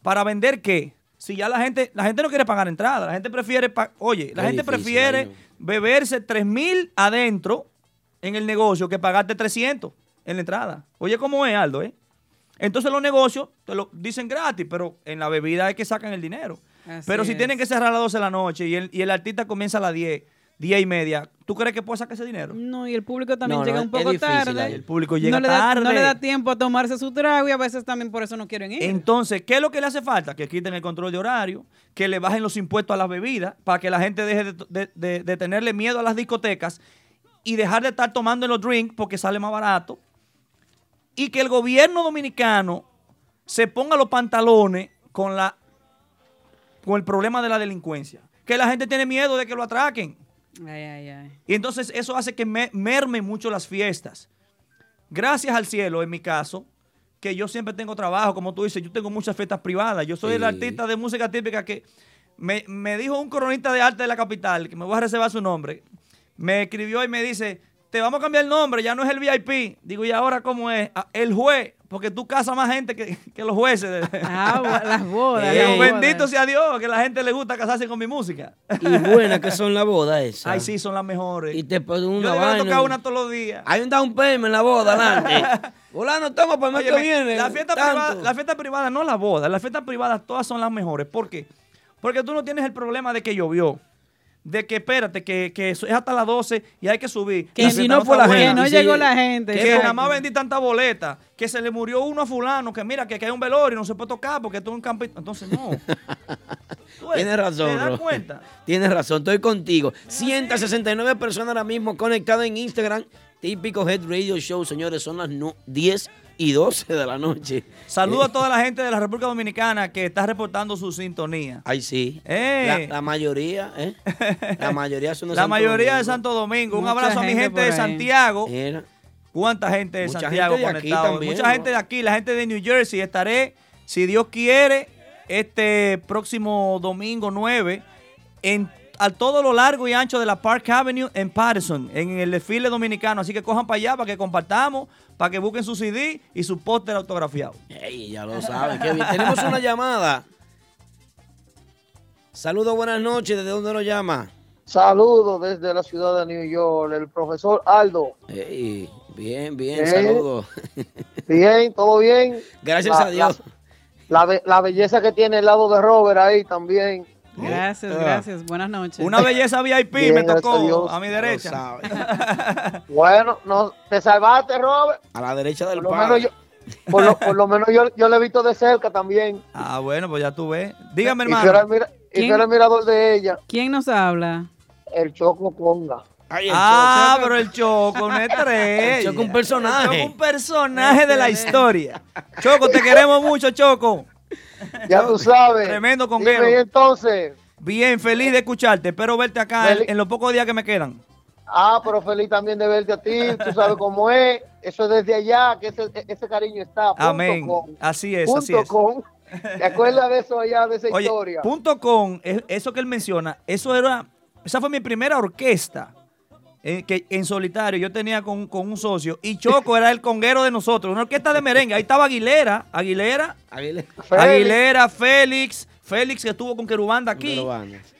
[SPEAKER 8] ¿Para vender qué? Si ya la gente, la gente no quiere pagar entrada, la gente prefiere, pa- oye, la
[SPEAKER 2] Qué
[SPEAKER 8] gente
[SPEAKER 2] difícil,
[SPEAKER 8] prefiere
[SPEAKER 2] ahí no.
[SPEAKER 8] beberse 3 mil adentro en el negocio que pagarte 300 en la entrada. Oye, ¿cómo es, Aldo? Eh? Entonces los negocios te lo dicen gratis, pero en la bebida es que sacan el dinero.
[SPEAKER 3] Así
[SPEAKER 8] pero si
[SPEAKER 3] es.
[SPEAKER 8] tienen que cerrar a las 12 de la noche y el, y el artista comienza a las 10, 10 y media, ¿tú crees que puede sacar ese dinero?
[SPEAKER 3] No, y el público también
[SPEAKER 2] No, no,
[SPEAKER 3] llega
[SPEAKER 2] es-
[SPEAKER 3] un
[SPEAKER 2] es
[SPEAKER 3] poco
[SPEAKER 2] difícil ahí.
[SPEAKER 3] tarde.
[SPEAKER 8] El público llega
[SPEAKER 3] no le da,
[SPEAKER 8] tarde.
[SPEAKER 3] No le da tiempo a tomarse su trago y a veces también por eso no quieren ir.
[SPEAKER 8] Entonces, ¿qué es lo que le hace falta? Que quiten el control de horario, que le bajen los impuestos a las bebidas, para que la gente deje de, de- de- de tenerle miedo a las discotecas y dejar de estar tomando en los drinks porque sale más barato. Y que el gobierno dominicano se ponga los pantalones con, la, con el problema de la delincuencia. Que la gente tiene miedo de que lo atraquen.
[SPEAKER 3] Ay, ay, ay.
[SPEAKER 8] Y entonces eso hace que me, merme mucho las fiestas. Gracias al cielo, en mi caso, que yo siempre tengo trabajo, como tú dices, yo tengo muchas fiestas privadas. Yo soy el
[SPEAKER 10] Sí.
[SPEAKER 8] artista de música típica que me, me dijo un cronista de arte de la capital, que me voy a reservar su nombre, me escribió y me dice, te vamos a cambiar el nombre, ya no es el VIP. Digo, ¿y ahora cómo es? "Ah, El juez, porque tú casas más gente que, que los jueces.
[SPEAKER 3] Ah, las bodas,
[SPEAKER 8] Digo,
[SPEAKER 3] las bodas.
[SPEAKER 8] bendito sea Dios, que la gente le gusta casarse con mi música.
[SPEAKER 2] Y buenas que son las bodas esas.
[SPEAKER 8] Ay, sí, son las mejores.
[SPEAKER 2] Y te ponen
[SPEAKER 8] Yo
[SPEAKER 2] una
[SPEAKER 8] debería
[SPEAKER 2] vaina.
[SPEAKER 8] tocar una todos los días.
[SPEAKER 2] Hay un down payment en la boda, adelante. Volano, toma para el mes que
[SPEAKER 8] Óyeme,
[SPEAKER 2] viene.
[SPEAKER 8] La fiesta,
[SPEAKER 2] tanto.
[SPEAKER 8] privada, la fiesta privada, no la boda, las fiestas privadas todas son las mejores. ¿Por qué? Porque tú no tienes el problema de que llovió. De que espérate, que, que eso es hasta las 12 y hay que subir.
[SPEAKER 3] Que
[SPEAKER 8] La
[SPEAKER 3] si
[SPEAKER 8] fiesta
[SPEAKER 3] no fue la
[SPEAKER 8] está buena.
[SPEAKER 3] gente. Que no llegó la gente,
[SPEAKER 8] Que
[SPEAKER 3] exacto.
[SPEAKER 8] nada más vendí tanta boleta. Que se le murió uno a fulano. Que mira, que, que hay un velorio y no se puede tocar porque tú es un campito. Entonces, no. Tú ves,
[SPEAKER 2] Tienes razón,
[SPEAKER 8] Pues, ¿Te das
[SPEAKER 2] bro.
[SPEAKER 8] cuenta? Ah,
[SPEAKER 2] Tienes razón, estoy contigo. 169 personas ahora mismo conectadas en Instagram. Típico Head Radio Show, señores, son las nu- 10 y 12 de la noche. Eh.
[SPEAKER 8] Saludo a toda la gente de la República Dominicana que está reportando su sintonía.
[SPEAKER 2] Ay, sí.
[SPEAKER 8] Eh.
[SPEAKER 2] La, la mayoría, ¿eh? La mayoría son de
[SPEAKER 8] La
[SPEAKER 2] Santo
[SPEAKER 8] mayoría de
[SPEAKER 2] Domingo.
[SPEAKER 8] Santo Domingo. Un
[SPEAKER 2] Mucha
[SPEAKER 8] abrazo a mi
[SPEAKER 2] gente
[SPEAKER 8] gente de
[SPEAKER 2] por ahí.
[SPEAKER 8] Santiago.
[SPEAKER 2] Mira.
[SPEAKER 8] ¿Cuánta gente de
[SPEAKER 2] Mucha
[SPEAKER 8] Santiago
[SPEAKER 2] gente de aquí
[SPEAKER 8] conectado?
[SPEAKER 2] también,
[SPEAKER 8] Mucha
[SPEAKER 2] ¿no?
[SPEAKER 8] gente de aquí, la gente de New Jersey. Estaré, si Dios quiere, este próximo domingo 9 en a todo lo largo y ancho de la Park Avenue en Patterson, en el desfile dominicano. Así que cojan para allá para que compartamos, para que busquen su CD y su póster autografiado.
[SPEAKER 2] Ey, ya lo saben, qué bien. Tenemos una llamada. Saludos, buenas noches. ¿Desde dónde nos llama?
[SPEAKER 11] Saludos desde la ciudad de New York, el profesor Aldo.
[SPEAKER 2] Ey, bien, bien,
[SPEAKER 11] Eh.
[SPEAKER 2] saludos.
[SPEAKER 11] Bien, todo bien.
[SPEAKER 2] Gracias
[SPEAKER 11] La-
[SPEAKER 2] a Dios.
[SPEAKER 11] La, la be- la belleza que tiene el lado de Robert ahí también.
[SPEAKER 3] Gracias,
[SPEAKER 11] Ah.
[SPEAKER 3] gracias. Buenas noches.
[SPEAKER 8] Una belleza VIP
[SPEAKER 11] Bien,
[SPEAKER 8] me
[SPEAKER 11] gracias a
[SPEAKER 8] tocó
[SPEAKER 11] Dios.
[SPEAKER 8] a mi derecha.
[SPEAKER 11] Bueno, no, te salvaste, Robert.
[SPEAKER 2] A la derecha del
[SPEAKER 11] Por lo
[SPEAKER 2] padre.
[SPEAKER 11] menos yo, por lo, por lo menos yo, yo le he visto de cerca también.
[SPEAKER 8] Ah, bueno, pues ya tú ves. Dígame,
[SPEAKER 11] Y yo era el,
[SPEAKER 8] hermano.
[SPEAKER 11] mira- y
[SPEAKER 3] ¿Quién?
[SPEAKER 11] yo era el mirador de ella,
[SPEAKER 3] ¿Quién nos habla?
[SPEAKER 11] el Choco Ponga.
[SPEAKER 8] Ah, pero el Choco no es tres.
[SPEAKER 2] El Choco un personaje.
[SPEAKER 8] El Choco un personaje de la
[SPEAKER 3] Este,
[SPEAKER 12] Este,
[SPEAKER 8] historia. Choco, te queremos mucho, Choco.
[SPEAKER 11] Ya tú sabes.
[SPEAKER 8] Tremendo
[SPEAKER 11] Dime, y
[SPEAKER 8] conguero.
[SPEAKER 11] entonces,
[SPEAKER 8] Bien, feliz de escucharte. Espero verte acá en, en los pocos días que me quedan.
[SPEAKER 11] ah, pero feliz también de verte a ti. Tú sabes cómo es. Eso es desde allá, que ese, ese cariño está. Punto
[SPEAKER 8] Amén.
[SPEAKER 11] com.
[SPEAKER 8] Así es,
[SPEAKER 11] punto
[SPEAKER 8] así es.
[SPEAKER 11] com. ¿Te acuerdas de eso allá, de esa
[SPEAKER 8] Oye,
[SPEAKER 11] historia?
[SPEAKER 8] punto con, es- eso que él menciona, eso era, esa fue mi primera orquesta eh, que, en solitario. Yo tenía con, con un socio y Choco era el conguero de nosotros, una orquesta de merengue. Ahí estaba Aguilera, Aguilera,
[SPEAKER 2] Aguilera,
[SPEAKER 8] Aguilera, Félix, Félix que estuvo con Querubanda aquí.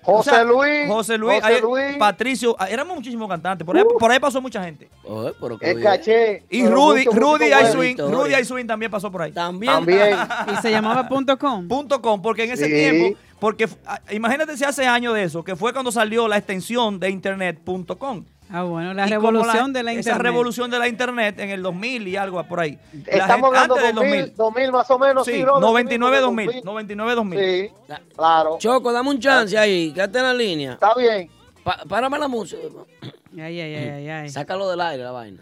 [SPEAKER 11] José Luis,
[SPEAKER 8] José Luis,
[SPEAKER 11] José
[SPEAKER 8] ahí-
[SPEAKER 11] Luis.
[SPEAKER 8] Patricio, ah, éramos muchísimos cantantes. Por ahí, por ahí pasó mucha gente.
[SPEAKER 2] Oye, pero qué
[SPEAKER 11] El
[SPEAKER 2] bien.
[SPEAKER 11] caché.
[SPEAKER 8] Y
[SPEAKER 11] pero
[SPEAKER 8] Rudy,
[SPEAKER 11] mucho, mucho
[SPEAKER 8] Rudy
[SPEAKER 11] bueno.
[SPEAKER 8] Aiswin, Rudy Aiswin también pasó por ahí.
[SPEAKER 2] También.
[SPEAKER 11] También.
[SPEAKER 3] Y se llamaba punto .com.
[SPEAKER 8] Punto com, porque en ese
[SPEAKER 11] Sí.
[SPEAKER 8] tiempo, porque ah, imagínate si hace años de eso, que fue cuando salió la extensión de internet.com.
[SPEAKER 3] Ah, bueno, la
[SPEAKER 8] Y como
[SPEAKER 3] revolución de la internet.
[SPEAKER 8] Esa revolución de la internet en el 2000 y algo por ahí. La gente-
[SPEAKER 11] Estamos hablando
[SPEAKER 8] antes
[SPEAKER 11] de
[SPEAKER 8] del
[SPEAKER 11] 2000,
[SPEAKER 8] 2000.
[SPEAKER 11] 2000 más o menos.
[SPEAKER 8] Sí,
[SPEAKER 11] Robert,
[SPEAKER 8] 99-2000. 99-2000.
[SPEAKER 11] Sí, claro.
[SPEAKER 2] Choco, dame un chance ahí, quédate en la línea.
[SPEAKER 11] Está bien.
[SPEAKER 2] Pa- párame la música.
[SPEAKER 3] Ay, ay, ay, ay, ay.
[SPEAKER 2] Sácalo del aire la vaina.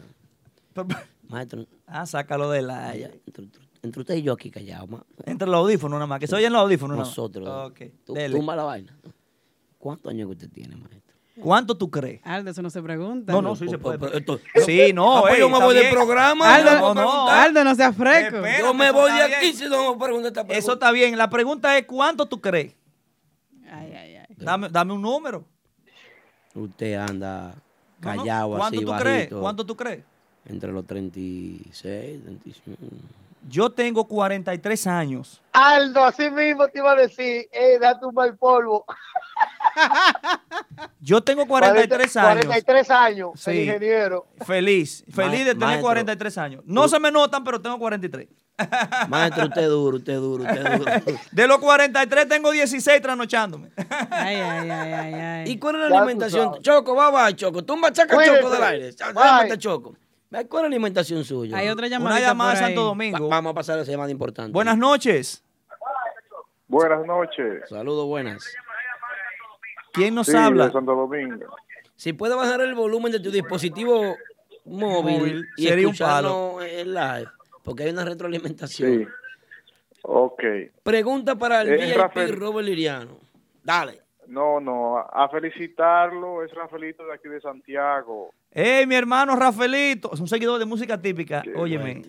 [SPEAKER 2] Maestro,
[SPEAKER 8] Ah, sácalo de la...
[SPEAKER 2] entre, entre usted y yo aquí callado, ma.
[SPEAKER 8] Entre los audífonos nada más, que se oyen los audífonos nada más.
[SPEAKER 2] nosotros.
[SPEAKER 8] Ok,
[SPEAKER 2] Tú-
[SPEAKER 8] dele.
[SPEAKER 2] tumba la vaina. ¿Cuántos años que usted tiene, maestro?
[SPEAKER 8] ¿Cuánto tú crees?
[SPEAKER 3] Aldo, eso no se pregunta.
[SPEAKER 8] No, no, sí se
[SPEAKER 2] Pero-
[SPEAKER 8] puede.
[SPEAKER 2] pero esto-
[SPEAKER 8] Sí, no,
[SPEAKER 2] Ah, pues
[SPEAKER 8] ey,
[SPEAKER 2] yo me
[SPEAKER 8] está
[SPEAKER 2] voy del
[SPEAKER 8] bien.
[SPEAKER 2] programa.
[SPEAKER 3] Aldo,
[SPEAKER 8] No,
[SPEAKER 3] no,
[SPEAKER 8] no.
[SPEAKER 3] Aldo, no seas fresco.
[SPEAKER 8] Espera.
[SPEAKER 2] Yo me
[SPEAKER 8] Eso
[SPEAKER 2] voy de
[SPEAKER 8] está
[SPEAKER 2] aquí
[SPEAKER 8] bien.
[SPEAKER 2] si no me pregunta esta pregunta.
[SPEAKER 8] Eso está bien. La pregunta es, ¿cuánto tú crees?
[SPEAKER 3] Ay, ay, ay.
[SPEAKER 8] Dame, dame un número.
[SPEAKER 2] Usted
[SPEAKER 8] No,
[SPEAKER 2] anda
[SPEAKER 8] no.
[SPEAKER 2] callado
[SPEAKER 8] ¿Cuánto
[SPEAKER 2] así
[SPEAKER 8] tú
[SPEAKER 2] bajito.
[SPEAKER 8] crees? ¿Cuánto tú crees?
[SPEAKER 2] Entre los 36, 35.
[SPEAKER 8] Yo tengo 43 años.
[SPEAKER 11] Aldo, así mismo te iba a decir, eh, da tumba el polvo.
[SPEAKER 8] Yo tengo 43 años.
[SPEAKER 11] 43 años, el
[SPEAKER 8] Sí.
[SPEAKER 11] ingeniero.
[SPEAKER 8] Feliz, feliz de tener
[SPEAKER 2] maestro.
[SPEAKER 8] 43 años. No se me notan, pero tengo 43.
[SPEAKER 2] Maestro, usted es duro, usted es duro, usted es duro.
[SPEAKER 8] De los 43 tengo 16 trasnochándome.
[SPEAKER 3] Ay, ay, ay, ay, ay.
[SPEAKER 2] ¿Y cuál es la
[SPEAKER 11] Ya tú
[SPEAKER 2] alimentación?
[SPEAKER 11] sabes.
[SPEAKER 2] Choco, va, va, Choco. Tumba, chaca,
[SPEAKER 11] Cuídese.
[SPEAKER 2] Choco del aire. Chaca,
[SPEAKER 11] Bye.
[SPEAKER 2] llámate, Choco. Ve, ¿Cuál es la alimentación suya?
[SPEAKER 3] Hay otra llamada.
[SPEAKER 8] Una llamada de Santo Domingo.
[SPEAKER 2] Va- vamos a pasar a esa llamada importante.
[SPEAKER 8] Buenas noches.
[SPEAKER 9] Buenas noches.
[SPEAKER 2] Saludos, buenas.
[SPEAKER 8] ¿Quién nos
[SPEAKER 9] Sí, de
[SPEAKER 8] habla?
[SPEAKER 9] Santo Domingo.
[SPEAKER 2] Si puedes bajar el volumen de tu dispositivo móvil,
[SPEAKER 8] Móvil,
[SPEAKER 2] y
[SPEAKER 8] sería un
[SPEAKER 2] escucharnos en live, porque hay una retroalimentación.
[SPEAKER 9] Sí. Ok.
[SPEAKER 2] Pregunta para el
[SPEAKER 9] Eh,
[SPEAKER 2] VIP
[SPEAKER 9] Rafael.
[SPEAKER 2] Robert Liriano. Dale.
[SPEAKER 10] No, no, a felicitarlo, es Rafaelito de aquí de Santiago.
[SPEAKER 8] ¡Ey, mi hermano Rafaelito! Es un seguidor de música típica, óyeme.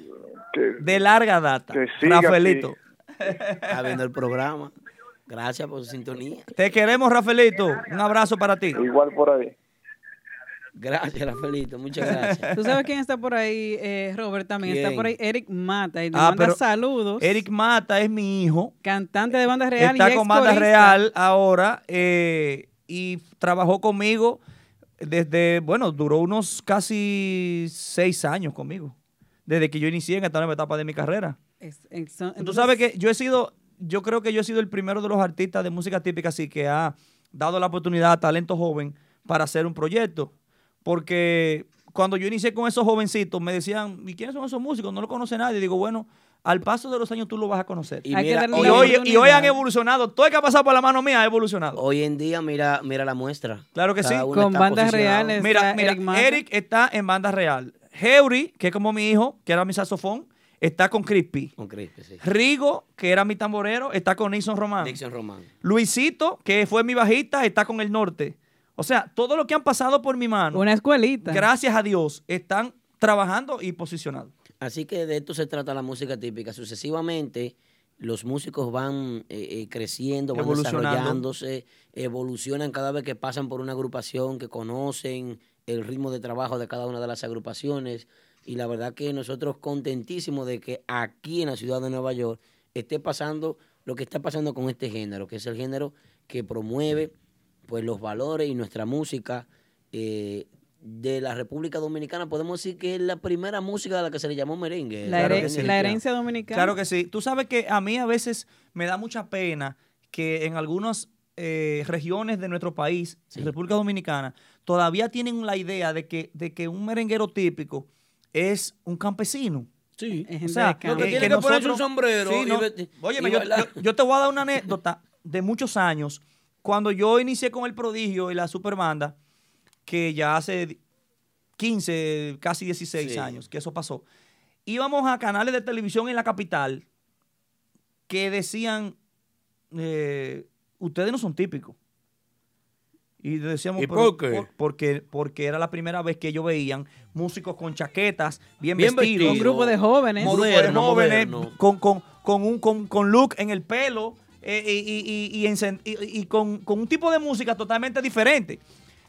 [SPEAKER 8] de larga data.
[SPEAKER 2] siga
[SPEAKER 8] Rafaelito.
[SPEAKER 2] Está viendo el programa. Gracias por su sintonía.
[SPEAKER 8] Te queremos, Rafaelito. Un abrazo para ti.
[SPEAKER 10] Igual por ahí.
[SPEAKER 2] Gracias, Rafaelito. Muchas gracias.
[SPEAKER 3] Tú sabes quién está por ahí, eh, Robert, también. Está
[SPEAKER 8] ¿Quién?
[SPEAKER 3] por ahí Eric Mata. Y le
[SPEAKER 8] Ah,
[SPEAKER 3] manda
[SPEAKER 8] pero
[SPEAKER 3] saludos.
[SPEAKER 8] Eric Mata es mi hijo.
[SPEAKER 3] Cantante de banda real.
[SPEAKER 8] Está
[SPEAKER 3] y
[SPEAKER 8] con Banda
[SPEAKER 3] excorista.
[SPEAKER 8] Real ahora eh, y trabajó conmigo desde, bueno, duró unos casi seis años conmigo. Desde que yo inicié en esta nueva etapa de mi carrera.
[SPEAKER 3] Es- es- son-
[SPEAKER 8] Tú
[SPEAKER 3] entonces-
[SPEAKER 8] sabes que yo he sido, yo creo que yo he sido el primero de los artistas de música típica, así que ha dado la oportunidad a talento joven para hacer un proyecto. Porque cuando yo inicié con esos jovencitos, me decían, ¿y quiénes son esos músicos? No lo conoce nadie. Digo, bueno, al paso de los años tú lo vas a conocer.
[SPEAKER 2] Y Hay que mira, darle
[SPEAKER 8] y
[SPEAKER 2] la
[SPEAKER 8] hoy, y hoy
[SPEAKER 2] oportunidad.
[SPEAKER 8] han evolucionado. Todo el que ha pasado por la mano mía ha evolucionado.
[SPEAKER 2] Hoy en día, mira, mira la muestra.
[SPEAKER 8] Claro que sí.
[SPEAKER 2] Cada uno está posicionado.
[SPEAKER 8] Mira, mira, Eric, está en banda real. Heuri, que es como mi hijo, que era mi saxofón, está con Crispy.
[SPEAKER 2] Con Crispy, sí.
[SPEAKER 8] Rigo, que era mi tamborero, está con Nixon Román.
[SPEAKER 2] Dixon Román.
[SPEAKER 8] Luisito, que fue mi bajista, está con el norte. O sea, todo lo que han pasado por mi mano.
[SPEAKER 3] Una escuelita.
[SPEAKER 8] Gracias a Dios, están trabajando y posicionados.
[SPEAKER 2] Así que de esto se trata la música típica. Sucesivamente, los músicos van eh, eh, creciendo, van
[SPEAKER 8] Evolucionando.
[SPEAKER 2] desarrollándose, evolucionan cada vez que pasan por una agrupación, que conocen el ritmo de trabajo de cada una de las agrupaciones. Y la verdad que nosotros contentísimos de que aquí en la ciudad de Nueva York esté pasando lo que está pasando con este género, que es el género que promueve pues los valores y nuestra música eh, de la República Dominicana. Podemos decir que es la primera música a la que se le llamó merengue.
[SPEAKER 3] La, heren- la herencia dominicana.
[SPEAKER 8] Claro que sí. Tú sabes que a mí a veces me da mucha pena que en algunas eh, regiones de nuestro país, República Dominicana, todavía tienen la idea de que, de que un merenguero típico es un campesino.
[SPEAKER 2] Sí,
[SPEAKER 8] o
[SPEAKER 2] gente
[SPEAKER 8] sea,
[SPEAKER 2] de campo. Que tiene que
[SPEAKER 8] nosotros-
[SPEAKER 2] ponerse un sombrero y
[SPEAKER 8] no.
[SPEAKER 2] vesti-
[SPEAKER 8] Óyeme,
[SPEAKER 2] y
[SPEAKER 8] yo,
[SPEAKER 2] bailar.
[SPEAKER 8] yo- yo te voy a dar una anécdota de muchos años. Cuando yo inicié con el prodigio y la superbanda, que ya hace 15, casi 16
[SPEAKER 12] Sí.
[SPEAKER 8] años que eso pasó, íbamos a canales de televisión en la capital que decían, eh, ustedes no son típicos. Y decíamos,
[SPEAKER 12] ¿Y
[SPEAKER 8] "Pero
[SPEAKER 12] por qué?"
[SPEAKER 8] porque, porque era la primera vez que ellos veían músicos con chaquetas, bien,
[SPEAKER 3] Bien
[SPEAKER 8] vestidos.
[SPEAKER 3] vestidos. Este, Un grupo de jóvenes.
[SPEAKER 8] Un grupo de
[SPEAKER 3] Moderno,
[SPEAKER 8] jóvenes,
[SPEAKER 3] moderno.
[SPEAKER 8] con, con, con, un, con, con look en el pelo eh, y, y- y- y encen- y- y con, con un tipo de música totalmente diferente.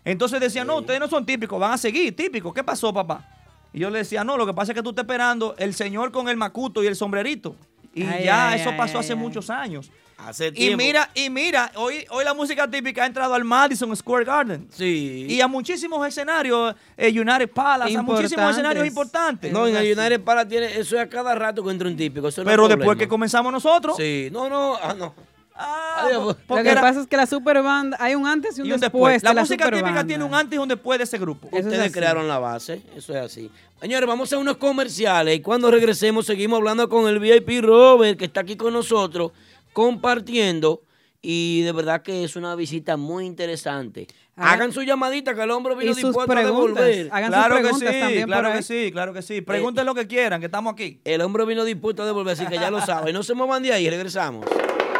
[SPEAKER 8] Entonces decían, no, ustedes no son típicos, van a seguir típicos. ¿Qué pasó, papá? Y yo le decía, no, lo que pasa es que tú estás esperando el señor con el macuto y el sombrerito. Y
[SPEAKER 12] Ay,
[SPEAKER 8] ya
[SPEAKER 12] ay,
[SPEAKER 8] eso
[SPEAKER 12] ay,
[SPEAKER 8] pasó
[SPEAKER 12] ay,
[SPEAKER 8] hace
[SPEAKER 12] ay.
[SPEAKER 8] muchos años.
[SPEAKER 2] Hace
[SPEAKER 8] Y
[SPEAKER 12] tiempo.
[SPEAKER 8] mira, y mira, hoy, hoy la música típica ha entrado al Madison Square Garden.
[SPEAKER 2] Sí.
[SPEAKER 8] Y a muchísimos escenarios, eh, United Palace, a muchísimos escenarios importantes.
[SPEAKER 2] No, en el United Palace tiene, eso es a cada rato que entra un típico. eso no
[SPEAKER 8] Pero
[SPEAKER 2] es
[SPEAKER 8] después que
[SPEAKER 2] problema.
[SPEAKER 8] comenzamos nosotros,
[SPEAKER 2] Sí, no, no, ah, no.
[SPEAKER 8] po-
[SPEAKER 3] Lo
[SPEAKER 8] Ah, porque
[SPEAKER 3] que
[SPEAKER 8] era-
[SPEAKER 3] pasa es que la superbanda, hay un antes y un,
[SPEAKER 8] y un
[SPEAKER 3] después.
[SPEAKER 8] después.
[SPEAKER 3] de
[SPEAKER 8] La, música típica
[SPEAKER 3] superbanda.
[SPEAKER 8] tiene un antes y un después de ese grupo.
[SPEAKER 2] Ustedes crearon la base, eso es así. Señores, vamos a unos comerciales y cuando regresemos seguimos hablando con el VIP Robert que está aquí con nosotros compartiendo y de verdad que es una visita muy interesante.
[SPEAKER 8] Ah.
[SPEAKER 2] Hagan su llamadita que el hombre vino
[SPEAKER 8] Y sus
[SPEAKER 2] dispuesto a
[SPEAKER 8] preguntas.
[SPEAKER 2] devolver.
[SPEAKER 8] Hagan sus Claro que preguntas sí, también claro por que ahí. sí, claro que sí. Pregunten lo que quieran, que estamos aquí.
[SPEAKER 2] El hombre vino dispuesto a devolver, así que ya lo saben. No se muevan de ahí, regresamos.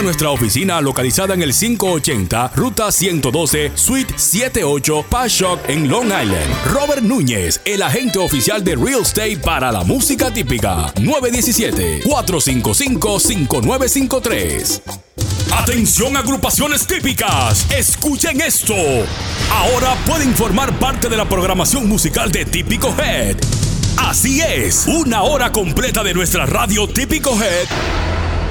[SPEAKER 1] nuestra oficina localizada en el 580 Ruta 112 Suite 78 Pashock en Long Island. Robert Núñez, el agente oficial de Real Estate para la música típica. 917-455-5953. Atención agrupaciones típicas, escuchen esto. Ahora pueden formar parte de la programación musical de Típico Head. Así es, una hora completa de nuestra radio Típico Head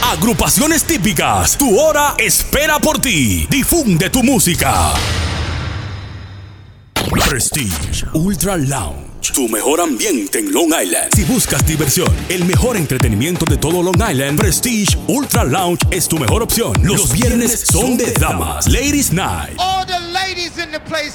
[SPEAKER 1] Agrupaciones típicas, tu hora espera por ti. Difunde tu música. Prestige Ultra Lounge, tu mejor ambiente en Long Island. Si buscas diversión, el mejor entretenimiento de todo Long Island, Prestige Ultra Lounge es tu mejor opción. Los, viernes son de damas, Ladies Night.
[SPEAKER 12] All the ladies in the place,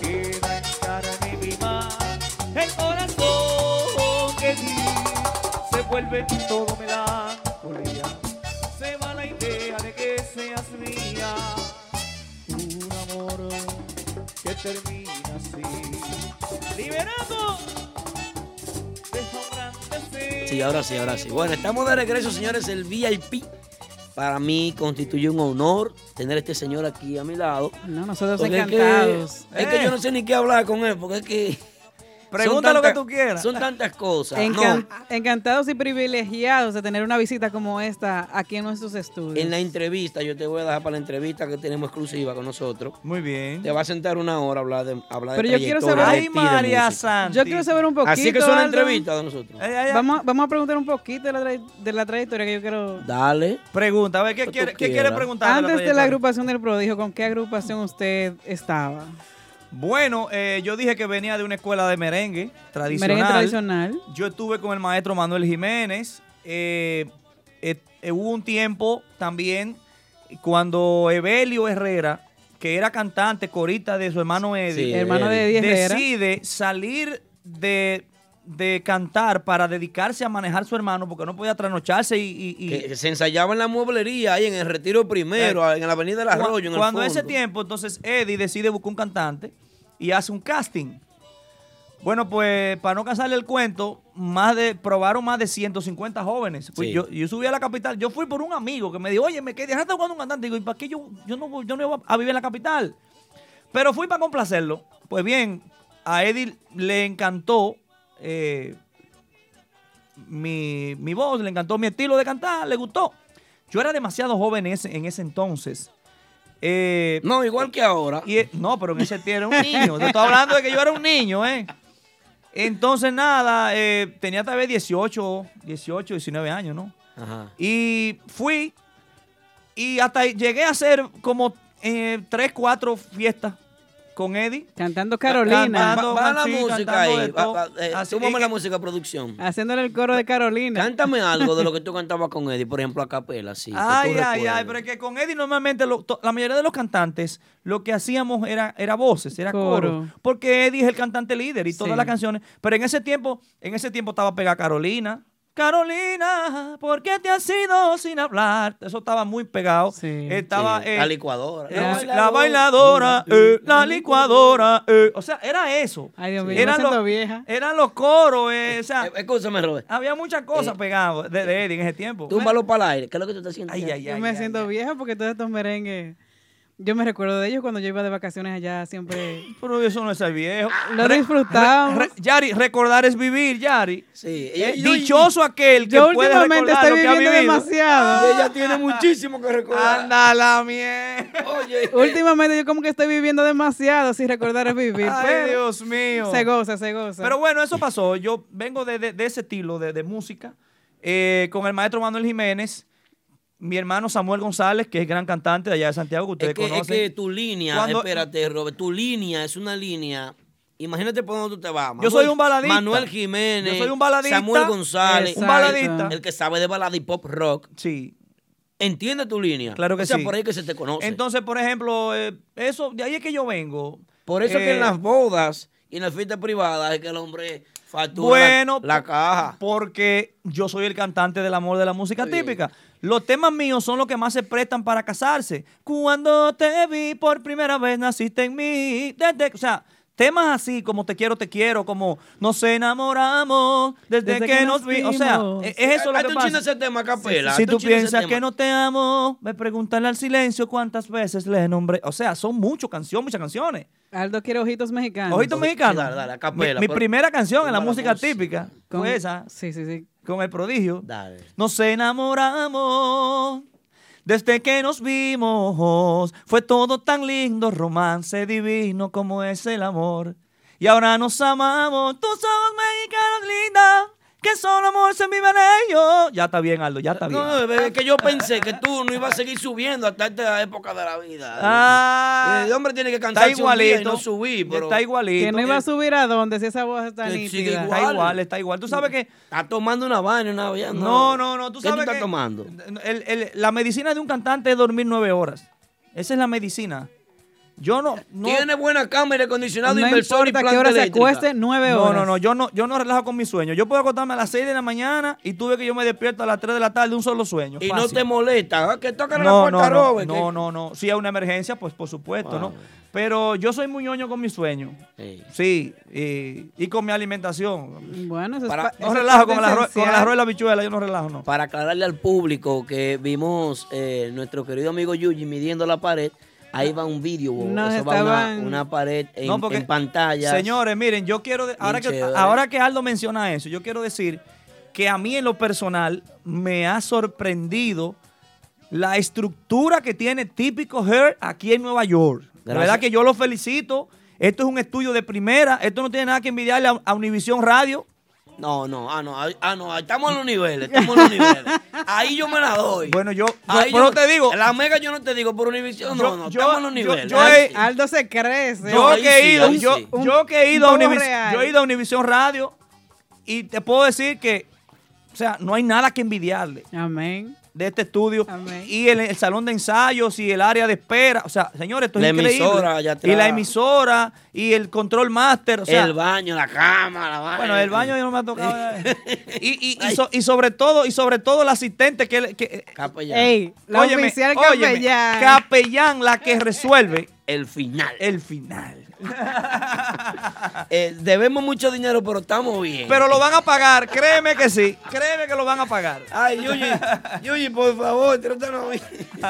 [SPEAKER 12] Queda en cara de mi mar el corazón que di. Se vuelve todo melancolía. Se va la idea de que seas mía. Un amor que termina así. Liberando. Deja un gran deseo.
[SPEAKER 2] Sí, ahora sí, ahora sí. Bueno, estamos de regreso, señores, el VIP. Para mí constituye un honor tener a este señor aquí a mi lado.
[SPEAKER 3] No, nosotros
[SPEAKER 2] Porque es que-
[SPEAKER 3] encantados. Eh.
[SPEAKER 2] Es que, yo no sé ni qué hablar con él, porque es que...
[SPEAKER 3] Pregunta lo que
[SPEAKER 2] tú quieras. Son tantas cosas.
[SPEAKER 3] Encan-
[SPEAKER 2] No,
[SPEAKER 3] Encantados y privilegiados de tener una visita como esta aquí en nuestros estudios.
[SPEAKER 2] en la entrevista, yo te voy a dejar para la entrevista que tenemos exclusiva con nosotros.
[SPEAKER 8] Muy bien.
[SPEAKER 2] Te va a sentar una hora a hablar de, a hablar de
[SPEAKER 3] Pero yo quiero
[SPEAKER 2] trayectoria,
[SPEAKER 3] saber.
[SPEAKER 2] de ti, de música.
[SPEAKER 3] Yo quiero saber un poquito.
[SPEAKER 2] Así que es una
[SPEAKER 3] Aldo.
[SPEAKER 2] entrevista de nosotros.
[SPEAKER 8] Eh,
[SPEAKER 3] Vamos, a- vamos a preguntar un poquito de la, tra- de la trayectoria que yo quiero.
[SPEAKER 2] Dale.
[SPEAKER 8] Pregunta, a ver, ¿qué quiere, qué quiere preguntar?
[SPEAKER 3] Antes de la agrupación del prodigio, ¿con qué agrupación usted estaba?
[SPEAKER 8] Bueno, eh, yo dije que venía de una escuela de merengue tradicional.
[SPEAKER 3] Merengue tradicional.
[SPEAKER 8] Yo estuve con el maestro Manuel Jiménez. eh, eh, eh, hubo un tiempo también cuando Evelio Herrera, que era cantante, corita de su hermano Eddie,
[SPEAKER 3] Sí, Hermano de Eddie Herrera.
[SPEAKER 8] decide salir de, de cantar para dedicarse a manejar su hermano porque no podía trasnocharse y- y- y
[SPEAKER 2] Que se ensayaba en la mueblería, ahí en el Retiro Primero, en la Avenida del
[SPEAKER 8] Cua-
[SPEAKER 2] Arroyo, en el
[SPEAKER 8] Cuando
[SPEAKER 2] fondo.
[SPEAKER 8] ese tiempo, entonces Eddie decide buscar un cantante y hace un casting. Bueno, pues para no cansarle el cuento, más de probaron más de 150 jóvenes. Pues,
[SPEAKER 13] Sí.
[SPEAKER 8] yo, yo subí a la capital, yo fui por un amigo que me dijo, oye, me quedé hasta jugando un cantante. Digo, ¿y para qué yo, yo, no, voy- yo no iba a vivir en la capital? Pero fui para complacerlo. Pues bien, a Eddie le encantó eh, mi, mi voz, le encantó mi estilo de cantar, le gustó. Yo era demasiado joven en ese, en ese entonces. Eh,
[SPEAKER 2] no, igual que ahora.
[SPEAKER 8] no, pero en ese tiempo era un niño. Te estoy hablando de que yo era un niño, ¿eh? Entonces, nada, eh, tenía tal vez 18, 18, 19 años, ¿no?
[SPEAKER 2] Ajá.
[SPEAKER 8] Y fui y hasta ahí llegué a hacer como eh, tres, cuatro fiestas con Eddie.
[SPEAKER 3] Cantando Carolina.
[SPEAKER 2] Va, va la música ahí. Va, va, eh,
[SPEAKER 8] Así,
[SPEAKER 2] súmame
[SPEAKER 8] y-
[SPEAKER 2] la música producción.
[SPEAKER 3] Haciéndole el coro de Carolina.
[SPEAKER 2] Cántame algo de lo que tú cantabas con Eddie, por ejemplo, a capela, sí. que tú
[SPEAKER 8] Ay, ay,
[SPEAKER 2] recuerdes.
[SPEAKER 8] ay, pero es que con Eddie normalmente lo- to- la mayoría de los cantantes lo que hacíamos era, era voces, era coro.
[SPEAKER 3] Coro.
[SPEAKER 8] Porque Eddie es el cantante líder y todas
[SPEAKER 3] Sí.
[SPEAKER 8] las canciones. Pero en ese tiempo, en ese tiempo estaba pegada Carolina, Carolina, ¿por qué te has ido sin hablar? Eso estaba muy pegado. Estaba
[SPEAKER 2] Sí,
[SPEAKER 8] eh,
[SPEAKER 2] la licuadora.
[SPEAKER 8] eh,
[SPEAKER 2] La
[SPEAKER 8] la bailadora, eh, la licuadora. eh. O sea, era eso.
[SPEAKER 3] Ay, Dios mío, yo me
[SPEAKER 8] Eran
[SPEAKER 3] siento
[SPEAKER 8] los-
[SPEAKER 3] vieja.
[SPEAKER 8] eran los coros. eh, o sea,
[SPEAKER 2] Escúchame, Robert. Eh,
[SPEAKER 8] Había muchas cosas pegadas de, de Eddie en ese tiempo.
[SPEAKER 2] Túmbalo para el aire. ¿Qué es lo que tú estás haciendo?
[SPEAKER 8] Ay, ay,
[SPEAKER 3] yo
[SPEAKER 8] ay,
[SPEAKER 3] me
[SPEAKER 8] ay,
[SPEAKER 3] siento vieja porque todos estos merengues. Yo me recuerdo de ellos cuando yo iba de vacaciones allá siempre.
[SPEAKER 8] Pero eso no es ser viejo.
[SPEAKER 3] Lo
[SPEAKER 8] Re-
[SPEAKER 3] disfrutábamos.
[SPEAKER 8] re- Yari, recordar es vivir, Yari.
[SPEAKER 2] Sí.
[SPEAKER 8] Eh, dichoso aquel que
[SPEAKER 3] yo
[SPEAKER 8] puede
[SPEAKER 3] últimamente
[SPEAKER 8] recordar
[SPEAKER 3] estoy
[SPEAKER 8] lo que ha
[SPEAKER 3] viviendo
[SPEAKER 8] vivido.
[SPEAKER 3] demasiado.
[SPEAKER 2] Y ella tiene muchísimo que recordar.
[SPEAKER 8] Anda la mierda.
[SPEAKER 2] Oye.
[SPEAKER 3] Últimamente yo como que estoy viviendo demasiado sin recordar es vivir.
[SPEAKER 8] Ay,
[SPEAKER 3] pero
[SPEAKER 8] Dios mío.
[SPEAKER 3] Se goza, se goza.
[SPEAKER 8] Pero bueno, eso pasó. Yo vengo de, de- de ese estilo de, de música eh, con el maestro Manuel Jiménez, mi hermano Samuel González, que es gran cantante de allá de Santiago, que ustedes
[SPEAKER 2] Es que, es
[SPEAKER 8] conocen.
[SPEAKER 2] que tu línea,
[SPEAKER 8] Cuando-
[SPEAKER 2] espérate, Robert, tu línea es una línea. Imagínate por dónde tú te vas.
[SPEAKER 8] Yo soy un baladista.
[SPEAKER 2] Manuel Jiménez.
[SPEAKER 8] Yo soy un baladista.
[SPEAKER 2] Samuel González.
[SPEAKER 8] Un baladista.
[SPEAKER 2] El que sabe de balada y pop rock.
[SPEAKER 8] Sí.
[SPEAKER 2] Entiende tu línea.
[SPEAKER 8] Claro que
[SPEAKER 2] O sea,
[SPEAKER 8] sí.
[SPEAKER 2] por ahí que se te conoce.
[SPEAKER 8] Entonces, por ejemplo, eh, eso, de ahí es que yo vengo.
[SPEAKER 2] por eso que
[SPEAKER 8] Eh,
[SPEAKER 2] en las bodas y en las fiestas privadas es que el hombre factura
[SPEAKER 8] Bueno, pues,
[SPEAKER 2] la, la caja.
[SPEAKER 8] Porque yo soy el cantante del amor de la música típica. Los temas míos son los que más se prestan para casarse. Cuando te vi por primera vez, naciste en mí. Desde- o sea, temas así como te quiero, te quiero, como nos enamoramos desde, que, nos vimos. O sea, es es eso lo
[SPEAKER 2] Hazte
[SPEAKER 8] que
[SPEAKER 2] un
[SPEAKER 8] pasa.
[SPEAKER 2] chino ese tema, a capela,
[SPEAKER 8] Si
[SPEAKER 2] hazte
[SPEAKER 8] tú
[SPEAKER 2] un chino ese
[SPEAKER 8] piensas que
[SPEAKER 2] tema.
[SPEAKER 8] no te amo, me preguntan al silencio cuántas veces le nombré. O sea, son muchas canciones, muchas canciones.
[SPEAKER 3] Aldo quiere ojitos mexicanos.
[SPEAKER 8] Ojitos mexicanos. mi, mi primera canción en la música típica
[SPEAKER 3] Con-
[SPEAKER 8] fue esa.
[SPEAKER 3] Sí, sí, sí.
[SPEAKER 8] Con el prodigio.
[SPEAKER 2] Dale.
[SPEAKER 8] Nos enamoramos. Desde que nos vimos, fue todo tan lindo, romance divino como es el amor. Y ahora nos amamos, tus ojos mexicanos linda, que solo amor se vive en ellos. Ya está bien, Aldo, ya está bien.
[SPEAKER 2] No, no, bebé, es que yo pensé que tú no ibas a seguir subiendo hasta esta época de la vida.
[SPEAKER 8] Ah.
[SPEAKER 2] el hombre tiene que
[SPEAKER 8] Está
[SPEAKER 2] cantar
[SPEAKER 8] igualito.
[SPEAKER 2] no subir, pero
[SPEAKER 8] Está igualito.
[SPEAKER 3] Que no iba a subir a dónde si esa voz está
[SPEAKER 2] Que sigue
[SPEAKER 3] nítida.
[SPEAKER 2] igual.
[SPEAKER 8] está igual. Tú sabes que
[SPEAKER 2] está tomando una vaina, una vaina.
[SPEAKER 8] No, no, no, tú
[SPEAKER 2] ¿Qué
[SPEAKER 8] sabes
[SPEAKER 2] estás
[SPEAKER 8] que-
[SPEAKER 2] tomando?
[SPEAKER 8] El- el- la medicina de un cantante es dormir nueve horas. Esa es la medicina. Yo no. no
[SPEAKER 2] Tiene buena cámara, acondicionado,
[SPEAKER 8] No
[SPEAKER 2] inversor y
[SPEAKER 8] importa qué
[SPEAKER 2] planta
[SPEAKER 8] hora se
[SPEAKER 2] eléctrica.
[SPEAKER 8] acueste,
[SPEAKER 3] nueve
[SPEAKER 8] No,
[SPEAKER 3] horas.
[SPEAKER 8] no, no, yo no, yo no relajo con mi sueño. Yo puedo acostarme a las 6 de la mañana y tuve que yo me despierto a las 3 de la tarde de un solo sueño.
[SPEAKER 2] Y no
[SPEAKER 8] Fácil.
[SPEAKER 2] te molesta. ¿ah? Que tocan
[SPEAKER 8] No,
[SPEAKER 2] la puerta,
[SPEAKER 8] no, no,
[SPEAKER 2] Robert.
[SPEAKER 8] no,
[SPEAKER 2] que-
[SPEAKER 8] no, no. Si hay una emergencia, pues por supuesto,
[SPEAKER 2] Wow.
[SPEAKER 8] ¿no? Pero yo soy muy ñoño con mi sueño. Sí, y, y con mi alimentación.
[SPEAKER 3] Bueno, eso
[SPEAKER 8] Para-
[SPEAKER 3] es pa-
[SPEAKER 8] no
[SPEAKER 3] eso es
[SPEAKER 8] relajo
[SPEAKER 3] parte
[SPEAKER 8] con el, arroz, con el
[SPEAKER 3] esencial.
[SPEAKER 8] arroz y la bichuela, yo no relajo, no.
[SPEAKER 2] Para aclararle al público que vimos eh, nuestro querido amigo Yuji midiendo la pared, ahí va un video. bobo.
[SPEAKER 8] Nos
[SPEAKER 2] Eso va una,
[SPEAKER 8] estaban-
[SPEAKER 2] una pared en,
[SPEAKER 8] No, porque-
[SPEAKER 2] en pantalla.
[SPEAKER 8] Señores, miren, yo quiero. de- ahora, que,
[SPEAKER 2] chévere.
[SPEAKER 8] ahora que Aldo menciona eso, yo quiero decir que a mí en lo personal me ha sorprendido la estructura que tiene típico Her aquí en Nueva York. La
[SPEAKER 2] Gracias.
[SPEAKER 8] verdad que yo lo felicito. Esto es un estudio de primera. Esto no tiene nada que envidiarle a, a Univisión Radio.
[SPEAKER 2] No, no, ah, no, ah, ah, no, ahí estamos en los niveles, estamos en los niveles. Ahí yo me la doy.
[SPEAKER 8] Bueno, yo,
[SPEAKER 2] Ahí
[SPEAKER 8] pero
[SPEAKER 2] yo-
[SPEAKER 8] te digo,
[SPEAKER 2] La mega yo no te digo por Univision, no, no, estamos en los niveles.
[SPEAKER 8] yo he-
[SPEAKER 3] Aldo se crece.
[SPEAKER 8] Yo que he ido,
[SPEAKER 2] ahí
[SPEAKER 8] yo,
[SPEAKER 2] sí.
[SPEAKER 8] yo que he ido a
[SPEAKER 3] Un pavo
[SPEAKER 8] Univis-
[SPEAKER 3] real.
[SPEAKER 8] yo he ido a Univision Radio y te puedo decir que, o sea, no hay nada que envidiarle.
[SPEAKER 3] Amén.
[SPEAKER 8] De este estudio y el, el salón de ensayos y el área de espera, o sea, señores, esto es
[SPEAKER 2] La
[SPEAKER 8] increíble.
[SPEAKER 2] emisora allá
[SPEAKER 8] y la
[SPEAKER 2] atrás.
[SPEAKER 8] emisora y el control master, o sea,
[SPEAKER 2] el baño, la cama, la vaina.
[SPEAKER 8] bueno, el baño yo no me ha tocado. y, y- y so- y sobre todo, y sobre todo la asistente que, le- que
[SPEAKER 2] capellán.
[SPEAKER 3] Ey, la oficial capellán.
[SPEAKER 8] capellán, la que resuelve
[SPEAKER 2] el final.
[SPEAKER 8] El final.
[SPEAKER 2] Eh, debemos mucho dinero, pero estamos bien.
[SPEAKER 8] Pero lo van a pagar, créeme que sí, créeme que lo van a pagar.
[SPEAKER 2] Ay, Yuyi, Yuyi, por favor, trátanos bien.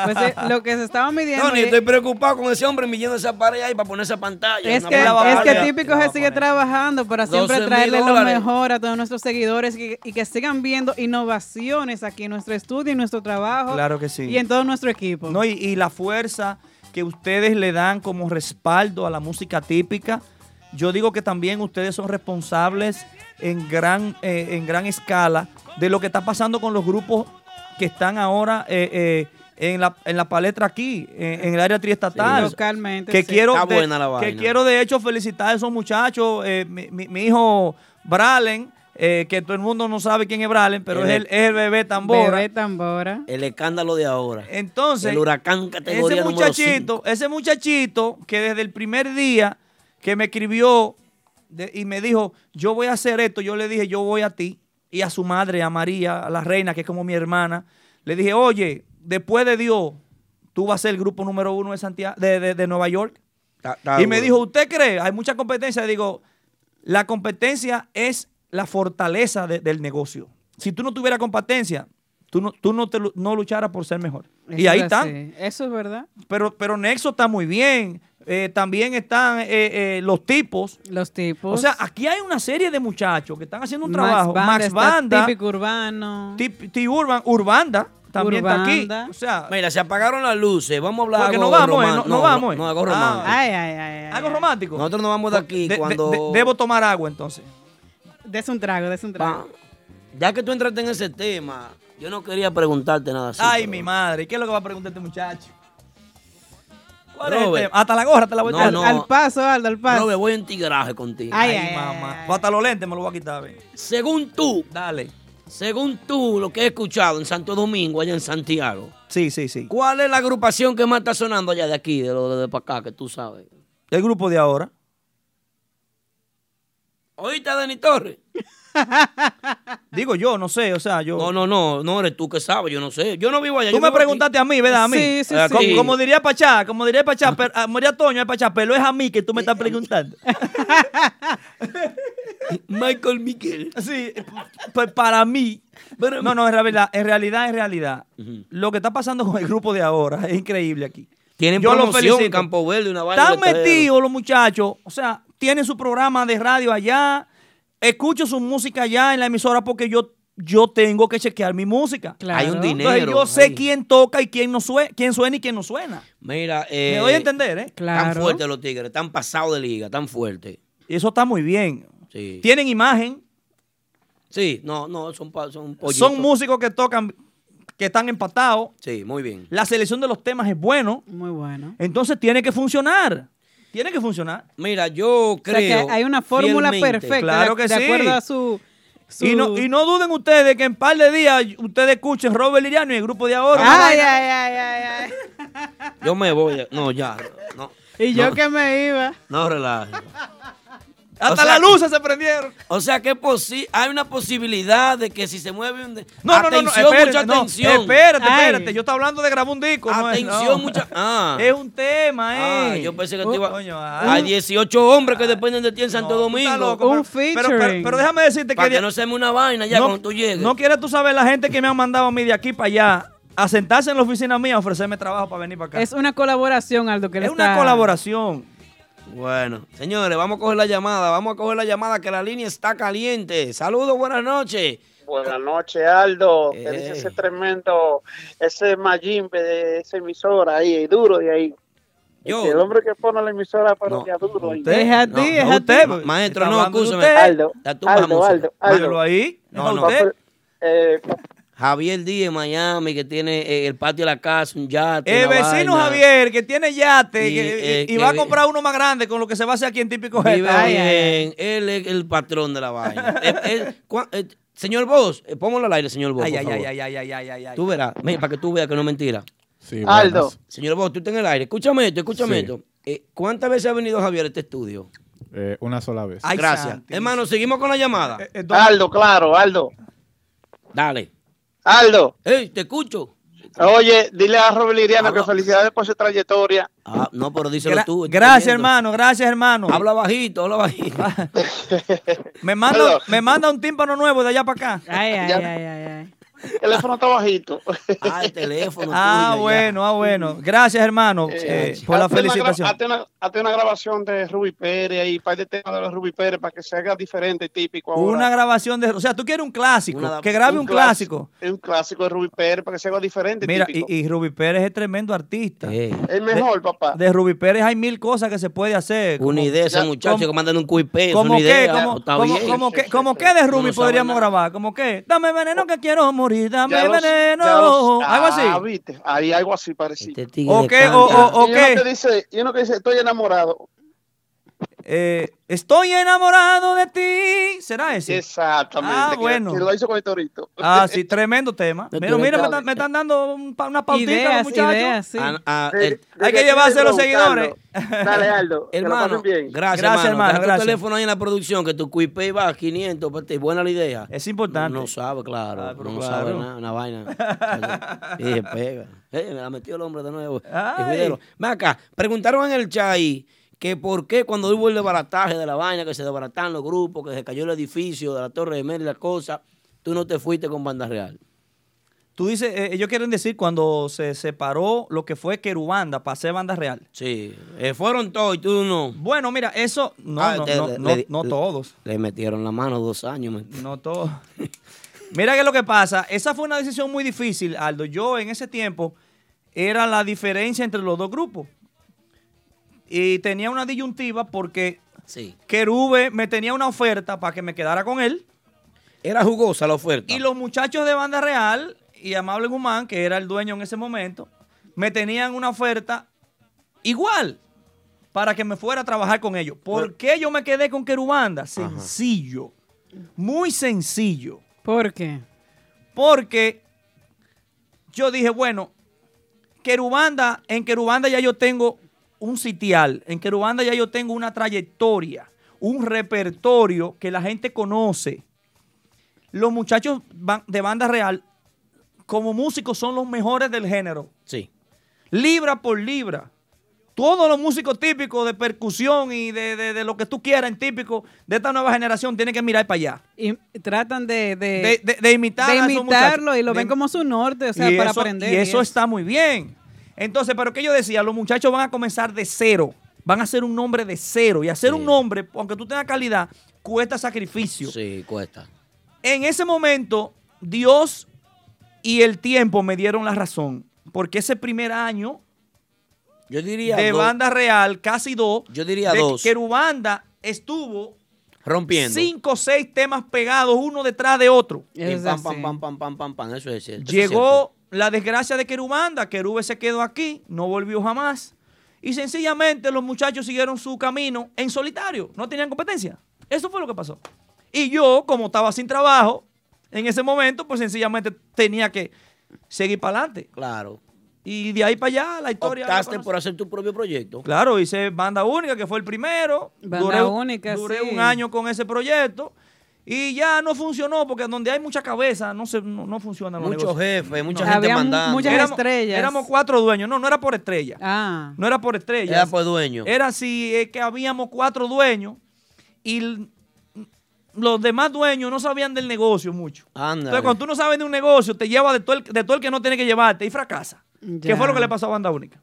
[SPEAKER 3] Pues, eh, lo que se estaba midiendo.
[SPEAKER 2] Tony,
[SPEAKER 3] y-
[SPEAKER 2] estoy preocupado con ese hombre midiendo esa pared ahí para poner esa pantalla.
[SPEAKER 3] Es
[SPEAKER 2] Una
[SPEAKER 3] que,
[SPEAKER 2] pantalla.
[SPEAKER 3] es que típico se sigue trabajando para siempre
[SPEAKER 2] 12.000
[SPEAKER 3] traerle lo
[SPEAKER 2] dólares.
[SPEAKER 3] mejor a todos nuestros seguidores y, y que sigan viendo innovaciones aquí en nuestro estudio y nuestro trabajo.
[SPEAKER 8] Claro que sí.
[SPEAKER 3] Oh, Y en todo nuestro equipo.
[SPEAKER 8] No, y, y la fuerza que ustedes le dan como respaldo a la música típica. Yo digo que también ustedes son responsables en gran, eh, en gran escala de lo que está pasando con los grupos que están ahora eh, eh, en, la, en la palestra aquí, eh, en el área triestatal.
[SPEAKER 3] Localmente,
[SPEAKER 8] Que
[SPEAKER 3] sí.
[SPEAKER 8] quiero,
[SPEAKER 2] Está
[SPEAKER 8] de,
[SPEAKER 2] buena la
[SPEAKER 8] que
[SPEAKER 2] vaina.
[SPEAKER 8] quiero de hecho felicitar a esos muchachos. eh, mi, mi- mi hijo Bralen, eh, que todo el mundo no sabe quién es Bralen, pero
[SPEAKER 2] El-
[SPEAKER 8] es el, es el bebé tambora.
[SPEAKER 3] Bebé Tambora.
[SPEAKER 2] El escándalo de ahora.
[SPEAKER 8] Entonces,
[SPEAKER 2] El huracán categoría
[SPEAKER 8] ese
[SPEAKER 2] número
[SPEAKER 8] muchachito, ese muchachito que desde el primer día que me escribió de- y me dijo, yo voy a hacer esto, yo le dije, yo voy a ti. y a su madre, a María, a la reina, que es como mi hermana. Le dije, oye, después de Dios, tú vas a ser el grupo número uno de, Santiago, de, de- de Nueva York. y me dijo, ¿usted cree? Hay mucha competencia. Digo, la competencia es la fortaleza de- del negocio. Si tú no tuvieras competencia, tú no, tú no, te lu- no lucharas por ser mejor. y
[SPEAKER 3] Eso
[SPEAKER 8] ahí
[SPEAKER 3] es
[SPEAKER 8] están.
[SPEAKER 3] así. Eso es verdad.
[SPEAKER 8] Pero, pero Nexo está muy bien. Eh, también están eh, eh, los tipos.
[SPEAKER 3] Los tipos.
[SPEAKER 8] O sea, aquí hay una serie de muchachos que están haciendo un
[SPEAKER 3] Max
[SPEAKER 8] trabajo.
[SPEAKER 3] Banda
[SPEAKER 8] Max
[SPEAKER 3] está
[SPEAKER 8] Banda,
[SPEAKER 3] Típico urbano.
[SPEAKER 8] Tip- T Urban, Urbanda también está
[SPEAKER 3] Urbanda.
[SPEAKER 8] aquí. O sea,
[SPEAKER 2] Mira, se apagaron las luces. Vamos a hablar
[SPEAKER 8] Porque
[SPEAKER 2] algo
[SPEAKER 8] no vamos, eh,
[SPEAKER 2] roman-
[SPEAKER 8] no- no vamos, eh.
[SPEAKER 2] No, algo
[SPEAKER 8] Ah.
[SPEAKER 2] romántico.
[SPEAKER 3] Ay, ay, ay, ay.
[SPEAKER 8] algo romántico.
[SPEAKER 2] Nosotros nos vamos de aquí
[SPEAKER 8] De- de-
[SPEAKER 2] cuando...
[SPEAKER 8] de- debo tomar agua entonces.
[SPEAKER 3] Des un trago, des un trago.
[SPEAKER 2] Ya que tú entraste en ese tema, yo no quería preguntarte nada así.
[SPEAKER 8] Ay,
[SPEAKER 2] pero-
[SPEAKER 8] mi madre, ¿qué es lo que va a preguntar este muchacho? ¿Cuál es el
[SPEAKER 2] Robert.
[SPEAKER 8] tema? Hasta la gorra te la voy a
[SPEAKER 2] No,
[SPEAKER 8] quitar.
[SPEAKER 2] no.
[SPEAKER 3] Al paso, Aldo, al paso.
[SPEAKER 2] No, me voy en tigraje contigo.
[SPEAKER 3] Ay,
[SPEAKER 8] Ay, mamá. Hasta los lentes me lo voy a quitar. ven.
[SPEAKER 2] Según tú.
[SPEAKER 8] Dale.
[SPEAKER 2] Según tú, lo que he escuchado en Santo Domingo, allá en Santiago.
[SPEAKER 8] Sí, sí, sí.
[SPEAKER 2] ¿Cuál es la agrupación que más está sonando allá de aquí, de lo de, para acá, que tú sabes?
[SPEAKER 8] El grupo de ahora.
[SPEAKER 2] ¿Oíste a Dani Torres?
[SPEAKER 8] Digo yo, no sé, o sea, yo.
[SPEAKER 2] Ah. No, no, no, no eres tú que sabes, yo no sé. Yo no vivo allá.
[SPEAKER 8] Tú
[SPEAKER 2] yo
[SPEAKER 8] me
[SPEAKER 2] vivo Ah,
[SPEAKER 8] preguntaste a mí, ¿verdad? A mí.
[SPEAKER 2] Sí, sí,
[SPEAKER 8] Eh,
[SPEAKER 2] sí.
[SPEAKER 8] Como, como diría Pachá, como diría Pachá, pero, ah, María Toño es Pachá, pero es a mí que tú me estás preguntando.
[SPEAKER 2] Michael Miguel.
[SPEAKER 8] Sí, pues para mí. No, no, es la verdad, en realidad, en realidad. Lo que está pasando con el grupo de ahora es increíble aquí.
[SPEAKER 2] Tienen
[SPEAKER 8] Yo los
[SPEAKER 2] promoción en
[SPEAKER 8] felicito.
[SPEAKER 2] Campo Verde, una vaina.
[SPEAKER 8] Están
[SPEAKER 2] de terreno.
[SPEAKER 8] metidos los muchachos. O sea, tienen su programa de radio allá. Escucho su música allá en la emisora porque yo, yo tengo que chequear mi música.
[SPEAKER 2] Claro. Hay un
[SPEAKER 8] Entonces,
[SPEAKER 2] dinero
[SPEAKER 8] yo sé
[SPEAKER 2] ahí.
[SPEAKER 8] quién toca y quién, no sue- quién suena y quién no suena.
[SPEAKER 2] Mira, eh,
[SPEAKER 8] Me doy a entender, ¿eh?
[SPEAKER 2] Tan fuertes los tigres, tan pasados de liga, tan fuertes.
[SPEAKER 8] Y eso está muy bien.
[SPEAKER 2] Sí.
[SPEAKER 8] Tienen imagen.
[SPEAKER 2] Sí, no, no, son, pa- son pollitos.
[SPEAKER 8] Son músicos que tocan, que están empatados.
[SPEAKER 2] Sí, muy bien.
[SPEAKER 8] La selección de los temas es bueno.
[SPEAKER 3] Muy bueno.
[SPEAKER 8] Entonces tiene que funcionar. Tiene que funcionar.
[SPEAKER 2] Mira, yo
[SPEAKER 3] O sea, que
[SPEAKER 8] creo
[SPEAKER 3] hay una fórmula
[SPEAKER 8] fielmente.
[SPEAKER 3] perfecta.
[SPEAKER 8] Claro
[SPEAKER 3] de-
[SPEAKER 8] que
[SPEAKER 3] de
[SPEAKER 8] sí.
[SPEAKER 3] acuerdo a su. su-
[SPEAKER 8] Y no, y no duden ustedes que en par de días ustedes escuchen Robert Liriano y el grupo de ahora. una
[SPEAKER 3] Ay, ay,
[SPEAKER 8] vaina.
[SPEAKER 3] ay, ay, ay.
[SPEAKER 2] Yo me voy. No, ya. No,
[SPEAKER 3] Y yo
[SPEAKER 2] No.
[SPEAKER 3] que me iba.
[SPEAKER 2] no relajes.
[SPEAKER 8] Hasta las luces se prendieron.
[SPEAKER 2] O sea que posi- hay una posibilidad de que si se mueve un. de-
[SPEAKER 8] No, no, no, no,
[SPEAKER 2] Atención,
[SPEAKER 8] espérate,
[SPEAKER 2] mucha
[SPEAKER 8] no,
[SPEAKER 2] atención.
[SPEAKER 8] espérate, espérate. Yo estaba hablando de grabar un disco. no es-
[SPEAKER 2] Atención,
[SPEAKER 8] no.
[SPEAKER 2] mucha. Ah.
[SPEAKER 8] Es un tema,
[SPEAKER 2] Ah,
[SPEAKER 8] ¿eh?
[SPEAKER 2] yo pensé que
[SPEAKER 8] Uh,
[SPEAKER 2] te iba.
[SPEAKER 8] coño, ah.
[SPEAKER 2] Hay 18 hombres que dependen de ti en Santo Domingo.
[SPEAKER 8] loco, Un pero- pero- pero- featuring. pero déjame decirte
[SPEAKER 2] Para
[SPEAKER 8] que-
[SPEAKER 2] que no se me una vaina ya
[SPEAKER 8] no,
[SPEAKER 2] cuando tú llegues.
[SPEAKER 8] No quieres tú saber la gente que me han mandado a mí de aquí para allá a sentarse en la oficina mía a ofrecerme trabajo para venir para acá.
[SPEAKER 3] Es una colaboración, Aldo, que le
[SPEAKER 8] Es una
[SPEAKER 3] está-
[SPEAKER 8] colaboración.
[SPEAKER 2] Bueno, señores, vamos a coger la llamada. Vamos a coger la llamada que la línea está caliente. Saludos, buenas noches.
[SPEAKER 13] Buenas noches, Aldo.
[SPEAKER 2] Eh.
[SPEAKER 13] Que dice ese tremendo, ese Mayimbe de esa emisora ahí, duro de ahí.
[SPEAKER 2] Yo.
[SPEAKER 13] el hombre que pone la emisora para duro. ahí.
[SPEAKER 2] ¿Eh? No, no, usted, ma- Maestro, no, escúcheme.
[SPEAKER 13] Aldo,
[SPEAKER 2] La tumba
[SPEAKER 13] Aldo,
[SPEAKER 2] música.
[SPEAKER 13] Aldo, Aldo.
[SPEAKER 2] No, no.
[SPEAKER 13] Papel- eh,
[SPEAKER 2] Javier Díez, Miami, que tiene eh, el patio de la casa, un yate.
[SPEAKER 8] El
[SPEAKER 2] una
[SPEAKER 8] vecino
[SPEAKER 2] vaina.
[SPEAKER 8] Javier, que tiene yate
[SPEAKER 2] Y,
[SPEAKER 8] que- y,
[SPEAKER 2] eh,
[SPEAKER 8] y
[SPEAKER 2] que
[SPEAKER 8] va a
[SPEAKER 2] vi-
[SPEAKER 8] comprar uno más grande con lo que se va a hacer aquí en Típico
[SPEAKER 2] Vive
[SPEAKER 8] Gesta. Ay, ay, ay.
[SPEAKER 2] bien. Él es el patrón de la vaina. Eh, eh, cua- eh, señor Vos, eh, póngalo al aire, señor Vos.
[SPEAKER 8] Ay,
[SPEAKER 2] por
[SPEAKER 8] ay, ay,
[SPEAKER 2] favor.
[SPEAKER 8] ay, ay, ay, ay, ay.
[SPEAKER 2] Tú verás, mira, para que tú veas que no es mentira. Sí,
[SPEAKER 8] buenas. Aldo.
[SPEAKER 2] Señor Vos, tú estás en el aire. Escúchame esto, escúchame
[SPEAKER 7] Sí.
[SPEAKER 2] esto. Eh, ¿Cuántas veces ha venido Javier a este estudio?
[SPEAKER 7] Eh, una sola vez.
[SPEAKER 2] Gracias. Hermano, seguimos con la llamada.
[SPEAKER 8] Eh,
[SPEAKER 13] Aldo, claro, Aldo.
[SPEAKER 2] Dale.
[SPEAKER 13] Aldo.
[SPEAKER 2] Ey, te escucho.
[SPEAKER 13] Oye, dile a Robert Liriano que felicidades por su trayectoria.
[SPEAKER 2] Ah, no, pero díselo
[SPEAKER 13] Gra-
[SPEAKER 2] tú.
[SPEAKER 8] Gracias, hermano, gracias, hermano.
[SPEAKER 2] Habla bajito, habla bajito.
[SPEAKER 8] me, manda, me manda un tímpano nuevo de allá para acá.
[SPEAKER 3] Ay, ay,
[SPEAKER 8] Ya.
[SPEAKER 3] ay, ay, ay.
[SPEAKER 13] El teléfono está bajito.
[SPEAKER 2] Ah, el teléfono.
[SPEAKER 8] Ah,
[SPEAKER 13] tuyo, ya.
[SPEAKER 8] bueno, ah, bueno. Gracias, hermano, eh, por la
[SPEAKER 13] Hazte una gra-
[SPEAKER 8] felicitación.
[SPEAKER 13] Hazte una, hazte una grabación de Ruby Pérez y par de temas de los Ruby Pérez para que se haga diferente y típico ahora.
[SPEAKER 8] Una grabación de... O sea, tú quieres un clásico,
[SPEAKER 13] Una-
[SPEAKER 8] que grabe un, clásico.
[SPEAKER 13] Es un clásico de Ruby Pérez para que se haga diferente.
[SPEAKER 8] Mira,
[SPEAKER 13] típico.
[SPEAKER 8] y, y Ruby Pérez es tremendo artista.
[SPEAKER 13] El mejor, papá.
[SPEAKER 8] De Ruby Pérez hay mil cosas que se puede hacer.
[SPEAKER 2] Una idea ese muchacho que mandan un cuipé,
[SPEAKER 8] Como
[SPEAKER 2] una
[SPEAKER 8] que,
[SPEAKER 2] idea.
[SPEAKER 8] como,
[SPEAKER 2] está
[SPEAKER 8] como,
[SPEAKER 2] bien.
[SPEAKER 8] como que, como que de Ruby
[SPEAKER 2] No sabe
[SPEAKER 8] podríamos
[SPEAKER 2] nada.
[SPEAKER 8] grabar, como que, dame veneno que quiero morir, dame
[SPEAKER 13] Ya los-
[SPEAKER 8] veneno,
[SPEAKER 13] ya los-
[SPEAKER 8] algo
[SPEAKER 13] Ah,
[SPEAKER 8] así.
[SPEAKER 13] viste, Ahí algo así parecido.
[SPEAKER 2] Este tigre
[SPEAKER 8] Ok,
[SPEAKER 2] canta.
[SPEAKER 8] o- o-
[SPEAKER 13] Y uno
[SPEAKER 8] ok.
[SPEAKER 13] que dice, y uno que dice, estoy enamorado.
[SPEAKER 8] Eh, estoy enamorado de ti. ¿Será ese?
[SPEAKER 13] ah, Exactamente.
[SPEAKER 8] Ah,
[SPEAKER 13] que-
[SPEAKER 8] bueno.
[SPEAKER 13] que lo hizo con el torito.
[SPEAKER 8] Ah, sí, tremendo tema. Mira, mira, me, están- me están dando un pa- una pautita,
[SPEAKER 13] Ideas,
[SPEAKER 8] los muchachos.
[SPEAKER 13] ideas, sí.
[SPEAKER 2] Ah, ah,
[SPEAKER 13] De-
[SPEAKER 2] el-
[SPEAKER 13] de
[SPEAKER 8] Hay que llevarse a los seguidores.
[SPEAKER 13] Dale, Aldo. que lo
[SPEAKER 2] Hermano,
[SPEAKER 13] pasen bien.
[SPEAKER 2] gracias,
[SPEAKER 8] Gracias, hermano,
[SPEAKER 2] hermano. Deja
[SPEAKER 8] gracias.
[SPEAKER 2] tu teléfono ahí en la producción, que tu cuipé va a 500, pues, te- buena la idea.
[SPEAKER 8] Es importante.
[SPEAKER 2] No, no sabe, claro. no
[SPEAKER 8] claro.
[SPEAKER 2] sabe nada, una vaina. Y dije, pega. Eh, me la metió el hombre de nuevo.
[SPEAKER 8] Ay.
[SPEAKER 2] El juidero. Ven acá, preguntaron en el chat ahí que por qué cuando hubo el desbarataje de la vaina, que se desbaratan los grupos, que se cayó el edificio de la Torre de Mel y la cosa, tú no te fuiste con Banda Real.
[SPEAKER 8] Tú dices, eh, ellos quieren decir cuando se separó lo que fue Querubanda para ser banda real.
[SPEAKER 2] Sí, eh, fueron todos y tú no.
[SPEAKER 8] Bueno, mira, eso no,
[SPEAKER 2] Ah,
[SPEAKER 8] no,
[SPEAKER 2] le-
[SPEAKER 8] no,
[SPEAKER 2] le-
[SPEAKER 8] no-
[SPEAKER 2] le-
[SPEAKER 8] no
[SPEAKER 2] le-
[SPEAKER 8] todos.
[SPEAKER 2] Le metieron la mano dos años. man.
[SPEAKER 8] No todos. Mira qué es lo que pasa. Esa fue una decisión muy difícil, Aldo. Yo en ese tiempo era la diferencia entre los dos grupos. Y tenía una disyuntiva porque
[SPEAKER 2] Sí.
[SPEAKER 8] Querube me tenía una oferta para que me quedara con él.
[SPEAKER 2] Era jugosa la oferta.
[SPEAKER 8] Y los muchachos de Banda Real y Amable Guzmán, que era el dueño en ese momento, me tenían una oferta igual para que me fuera a trabajar con ellos. ¿Por qué yo me quedé con Querubanda? Sencillo. Muy sencillo.
[SPEAKER 3] ¿Por qué?
[SPEAKER 8] Porque yo dije, bueno, Querubanda, en Querubanda ya yo tengo un sitial, en Querubanda ya yo tengo una trayectoria, un repertorio que la gente conoce. Los muchachos ban- de banda real, como músicos, son los mejores del género.
[SPEAKER 2] Sí.
[SPEAKER 8] Libra por libra. Todos los músicos típicos de percusión y de, de- de lo que tú quieras, en típico de esta nueva generación, tienen que mirar para allá.
[SPEAKER 3] Y tratan de,
[SPEAKER 8] De, de- de imitar
[SPEAKER 3] de
[SPEAKER 8] a esos
[SPEAKER 3] imitarlo
[SPEAKER 8] muchachos.
[SPEAKER 3] y lo
[SPEAKER 8] De
[SPEAKER 3] ven
[SPEAKER 8] im-
[SPEAKER 3] como su norte, o sea,
[SPEAKER 8] y
[SPEAKER 3] para
[SPEAKER 8] eso,
[SPEAKER 3] aprender.
[SPEAKER 8] Y eso está muy bien. Entonces, pero que yo decía, los muchachos van a comenzar de cero. Van a hacer un nombre de cero. Y hacer un nombre, aunque tú tengas calidad, cuesta sacrificio.
[SPEAKER 2] Sí, cuesta.
[SPEAKER 8] En ese momento, Dios y el tiempo me dieron la razón. Porque ese primer año
[SPEAKER 2] Yo diría
[SPEAKER 8] de
[SPEAKER 2] dos.
[SPEAKER 8] banda real, casi dos,
[SPEAKER 2] Yo diría
[SPEAKER 8] de
[SPEAKER 2] dos.
[SPEAKER 8] Querubanda estuvo
[SPEAKER 2] Rompiendo.
[SPEAKER 8] cinco o seis temas pegados uno detrás de otro.
[SPEAKER 2] Y pam, pam, pam, pam, pam, pam, pam. Eso es cierto. eso es cierto.
[SPEAKER 8] Llegó la desgracia de Querubanda, Querube se quedó aquí, no volvió jamás. Y sencillamente los muchachos siguieron su camino en solitario, no tenían competencia. Eso fue lo que pasó. Y yo, como estaba sin trabajo en ese momento, pues sencillamente tenía que seguir para adelante.
[SPEAKER 2] Claro.
[SPEAKER 8] Y de ahí para allá la historia... la
[SPEAKER 2] Optaste
[SPEAKER 8] conoces.
[SPEAKER 2] por hacer tu propio proyecto.
[SPEAKER 8] Claro, hice Banda Única, que fue el primero.
[SPEAKER 3] Banda
[SPEAKER 8] duré
[SPEAKER 3] Única,
[SPEAKER 8] duré
[SPEAKER 3] sí.
[SPEAKER 8] un año con ese proyecto. Y ya no funcionó, porque donde hay mucha cabeza, no, se, no, no funcionan los
[SPEAKER 2] Muchos
[SPEAKER 8] negocios.
[SPEAKER 2] jefes, mucha
[SPEAKER 8] No.
[SPEAKER 2] gente Había mu- mandando. muchas
[SPEAKER 8] Éramos-
[SPEAKER 2] estrellas.
[SPEAKER 8] Éramos cuatro dueños. No, no era por estrella.
[SPEAKER 3] Ah.
[SPEAKER 8] No era por estrella.
[SPEAKER 2] Era por dueño.
[SPEAKER 8] Era así, es que habíamos cuatro dueños y l- los demás dueños no sabían del negocio mucho.
[SPEAKER 2] Anda.
[SPEAKER 8] Entonces, cuando tú no sabes de un negocio, te lleva de todo el, de todo el que no tiene que llevarte y fracasa. ¿Qué
[SPEAKER 3] Ya.
[SPEAKER 8] fue lo que le pasó a Banda Única?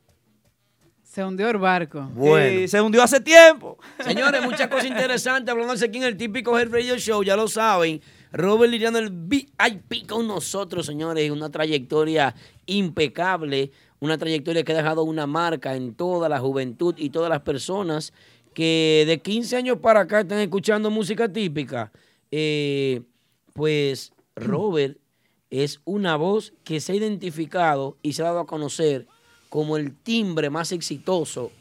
[SPEAKER 3] Se hundió el barco.
[SPEAKER 8] Bueno. se hundió hace tiempo.
[SPEAKER 2] Señores, muchas cosas interesantes hablándose aquí en el típico Head Radio Show, ya lo saben. Robert Liriano, el VIP con nosotros, señores, una trayectoria impecable, una trayectoria que ha dejado una marca en toda la juventud y todas las personas que de 15 años para acá están escuchando música típica. Eh, pues Robert es una voz que se ha identificado y se ha dado a conocer como el timbre más exitoso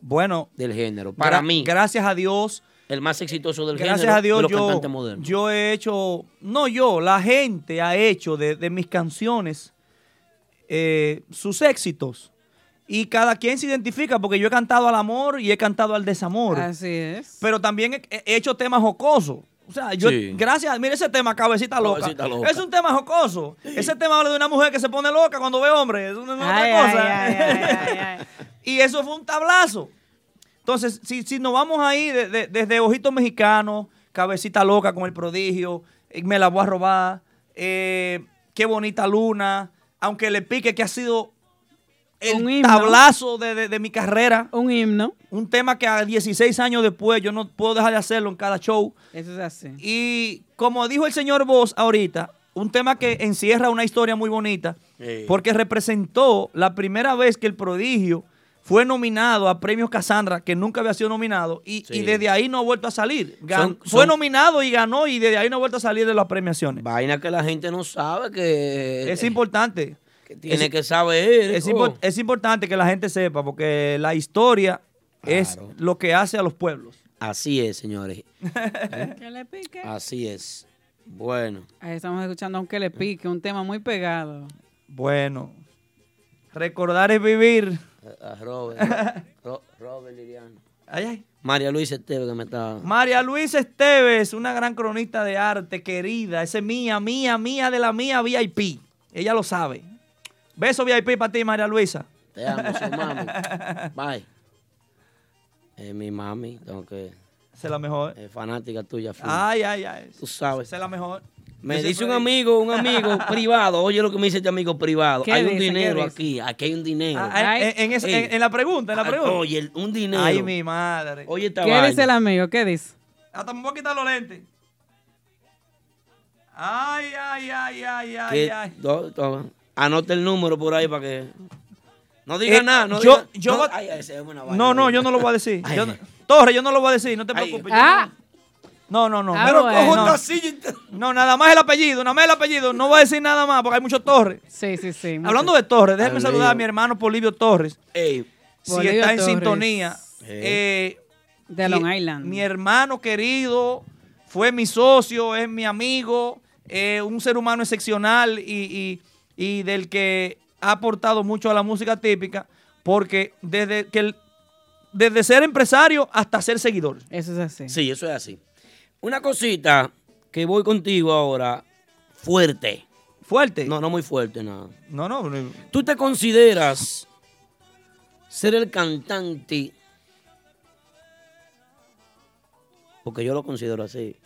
[SPEAKER 8] Bueno,
[SPEAKER 2] del género. Para
[SPEAKER 8] Gra-
[SPEAKER 2] mí.
[SPEAKER 8] Gracias a Dios.
[SPEAKER 2] El más exitoso del
[SPEAKER 8] Gracias
[SPEAKER 2] género.
[SPEAKER 8] a Dios
[SPEAKER 2] de los
[SPEAKER 8] yo,
[SPEAKER 2] cantantes modernos.
[SPEAKER 8] yo he hecho, no yo, la gente ha hecho de, de mis canciones eh, sus éxitos. Y cada quien se identifica porque yo he cantado al amor y he cantado al desamor.
[SPEAKER 3] Así es.
[SPEAKER 8] Pero también he, he hecho temas jocosos. O sea, yo,
[SPEAKER 2] Sí.
[SPEAKER 8] gracias, mira ese tema, cabecita loca.
[SPEAKER 2] Cabecita Loca.
[SPEAKER 8] Es un tema jocoso. Ese tema habla de una mujer que se pone loca cuando ve hombres. Es una, una
[SPEAKER 3] Ay,
[SPEAKER 8] otra
[SPEAKER 3] ay,
[SPEAKER 8] cosa.
[SPEAKER 3] ay,
[SPEAKER 8] y eso fue un tablazo. Entonces, si, si nos vamos ahí de- de- desde Ojitos Mexicanos, Cabecita Loca con el prodigio, eh, Me la voy a robar, eh, Qué bonita luna, aunque le pique que ha sido el
[SPEAKER 3] Un himno.
[SPEAKER 8] tablazo de, de- de mi carrera.
[SPEAKER 3] Un himno.
[SPEAKER 8] Un tema que a 16 años después yo no puedo dejar de hacerlo en cada show.
[SPEAKER 3] Eso es así.
[SPEAKER 8] Y como dijo el señor Voss ahorita, un tema que encierra una historia muy bonita,
[SPEAKER 2] Sí.
[SPEAKER 8] porque representó la primera vez que el prodigio fue nominado a premios Cassandra, que nunca había sido nominado, y, y desde ahí no ha vuelto a salir. Gan-
[SPEAKER 2] Son-
[SPEAKER 8] fue
[SPEAKER 2] son-
[SPEAKER 8] nominado y ganó, y desde ahí no ha vuelto a salir de las premiaciones.
[SPEAKER 2] Vaina que la gente no sabe que
[SPEAKER 8] Es importante.
[SPEAKER 2] tiene
[SPEAKER 8] es-
[SPEAKER 2] que saber.
[SPEAKER 8] Es,
[SPEAKER 2] hijo.
[SPEAKER 8] impor- es importante que la gente sepa, porque la historia es lo que hace a los pueblos.
[SPEAKER 2] Así es, señores. ¿Eh?
[SPEAKER 3] Que le pique.
[SPEAKER 2] Así es. Bueno.
[SPEAKER 3] Ahí estamos escuchando Aunque le pique, un tema muy pegado.
[SPEAKER 8] Bueno, recordar es vivir.
[SPEAKER 2] A Robert. Ro- Robert Liriano. María Luisa Esteves que me está...
[SPEAKER 8] María Luisa Esteves, una gran cronista de arte, querida. Esa es mía, mía, mía de la mía VIP. Ella lo sabe. Beso VIP para ti, María Luisa.
[SPEAKER 2] Te amo, soy mami. Bye. Es mi mami, tengo que...
[SPEAKER 8] Se la mejor.
[SPEAKER 2] Es fanática tuya. full.
[SPEAKER 8] Ay, ay, ay.
[SPEAKER 2] Tú sabes.
[SPEAKER 8] Esa es la mejor.
[SPEAKER 2] Me
[SPEAKER 8] Yo
[SPEAKER 2] dice un
[SPEAKER 8] siempre digo-
[SPEAKER 2] amigo, un amigo privado. Oye lo que me dice este amigo privado.
[SPEAKER 8] ¿Qué
[SPEAKER 2] Hay un
[SPEAKER 8] dice? ¿Qué
[SPEAKER 2] dinero
[SPEAKER 8] dice?
[SPEAKER 2] aquí, aquí hay un dinero.
[SPEAKER 8] Ah, ah, en- en esa-
[SPEAKER 2] Ey.
[SPEAKER 8] en- en la pregunta, en la
[SPEAKER 2] Ah,
[SPEAKER 8] pregunta.
[SPEAKER 2] Oye, el- un dinero.
[SPEAKER 8] Ay, mi madre.
[SPEAKER 2] Oye, esta
[SPEAKER 3] ¿Qué
[SPEAKER 2] vaina.
[SPEAKER 3] dice el amigo? ¿Qué dice?
[SPEAKER 8] Hasta me voy a quitar los lentes. Ay, ay, ay, ay, ay,
[SPEAKER 2] Que-
[SPEAKER 8] ay.
[SPEAKER 2] do- toma. Anota el número por ahí para que... No diga
[SPEAKER 8] Eh,
[SPEAKER 2] nada, no
[SPEAKER 8] yo-
[SPEAKER 2] diga-
[SPEAKER 8] yo
[SPEAKER 2] no,
[SPEAKER 8] va-
[SPEAKER 2] ay, ay, esa es una vaina.
[SPEAKER 8] No, no, yo no lo voy a decir. Yo no- Torre, yo no lo voy a decir, no te preocupes. yo
[SPEAKER 3] Ah.
[SPEAKER 8] No, no, no.
[SPEAKER 3] Ah,
[SPEAKER 8] pero
[SPEAKER 3] bueno.
[SPEAKER 8] cojo una silla y te- No, nada más el apellido, nada más el apellido. No voy a decir nada más porque hay muchos Torres.
[SPEAKER 3] Sí, sí, sí.
[SPEAKER 8] Hablando de Torres, déjenme
[SPEAKER 2] Polibio.
[SPEAKER 8] saludar a mi hermano Polibio Torres. si
[SPEAKER 3] Polibio
[SPEAKER 8] está en
[SPEAKER 3] Torres.
[SPEAKER 8] sintonía.
[SPEAKER 3] Eh.
[SPEAKER 8] eh,
[SPEAKER 3] De
[SPEAKER 8] mi-
[SPEAKER 3] Long Island.
[SPEAKER 8] Mi hermano querido, fue mi socio, es mi amigo, eh, un ser humano excepcional y, y- y del que ha aportado mucho a la música típica, porque desde que el- desde ser empresario hasta ser seguidor.
[SPEAKER 3] Eso es así.
[SPEAKER 2] Sí, eso es así. Una cosita que voy contigo ahora, fuerte.
[SPEAKER 8] ¿Fuerte?
[SPEAKER 2] No, no muy fuerte, nada.
[SPEAKER 8] No, no.
[SPEAKER 2] ¿Tú te consideras ser el cantante? Porque yo lo considero así.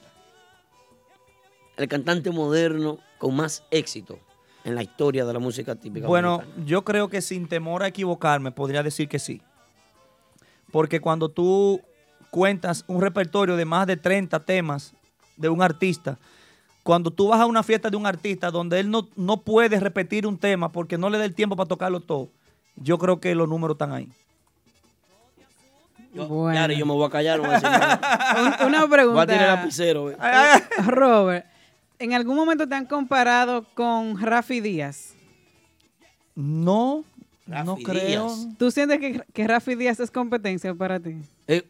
[SPEAKER 2] El cantante moderno con más éxito en la historia de la música típica.
[SPEAKER 8] Bueno, yo creo que sin temor a equivocarme podría decir que sí. Porque cuando tú cuentas un repertorio de más de 30 temas de un artista, cuando tú vas a una fiesta de un artista donde él no, no puede repetir un tema porque no le da el tiempo para tocarlo todo, yo creo que los números están ahí.
[SPEAKER 2] Yo, Yari, yo me voy a callar. no voy a decir nada.
[SPEAKER 3] Un- una pregunta.
[SPEAKER 2] Voy a tirar el lapicero. eh.
[SPEAKER 3] Robert, ¿en algún momento te han comparado con Rafi Díaz?
[SPEAKER 8] No, no creo.
[SPEAKER 3] ¿Tú sientes que, que Rafi Díaz es competencia para ti?
[SPEAKER 8] Eh,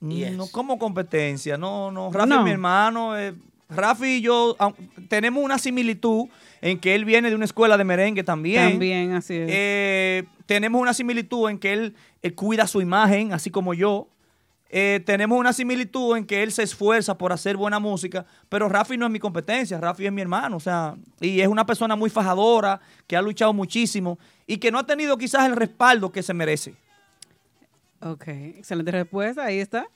[SPEAKER 8] No como competencia, no, no. Rafi
[SPEAKER 3] No.
[SPEAKER 8] es mi hermano. eh, Rafi y yo au- tenemos una similitud en que él viene de una escuela de merengue también.
[SPEAKER 3] También, así es.
[SPEAKER 8] Eh, tenemos una similitud en que él, eh, cuida su imagen, así como yo. Eh, tenemos una similitud en que él se esfuerza por hacer buena música, pero Rafi no es mi competencia, Rafi es mi hermano, o sea, y es una persona muy fajadora, que ha luchado muchísimo y que no ha tenido quizás el respaldo que se merece.
[SPEAKER 3] Ok, excelente respuesta, ahí está.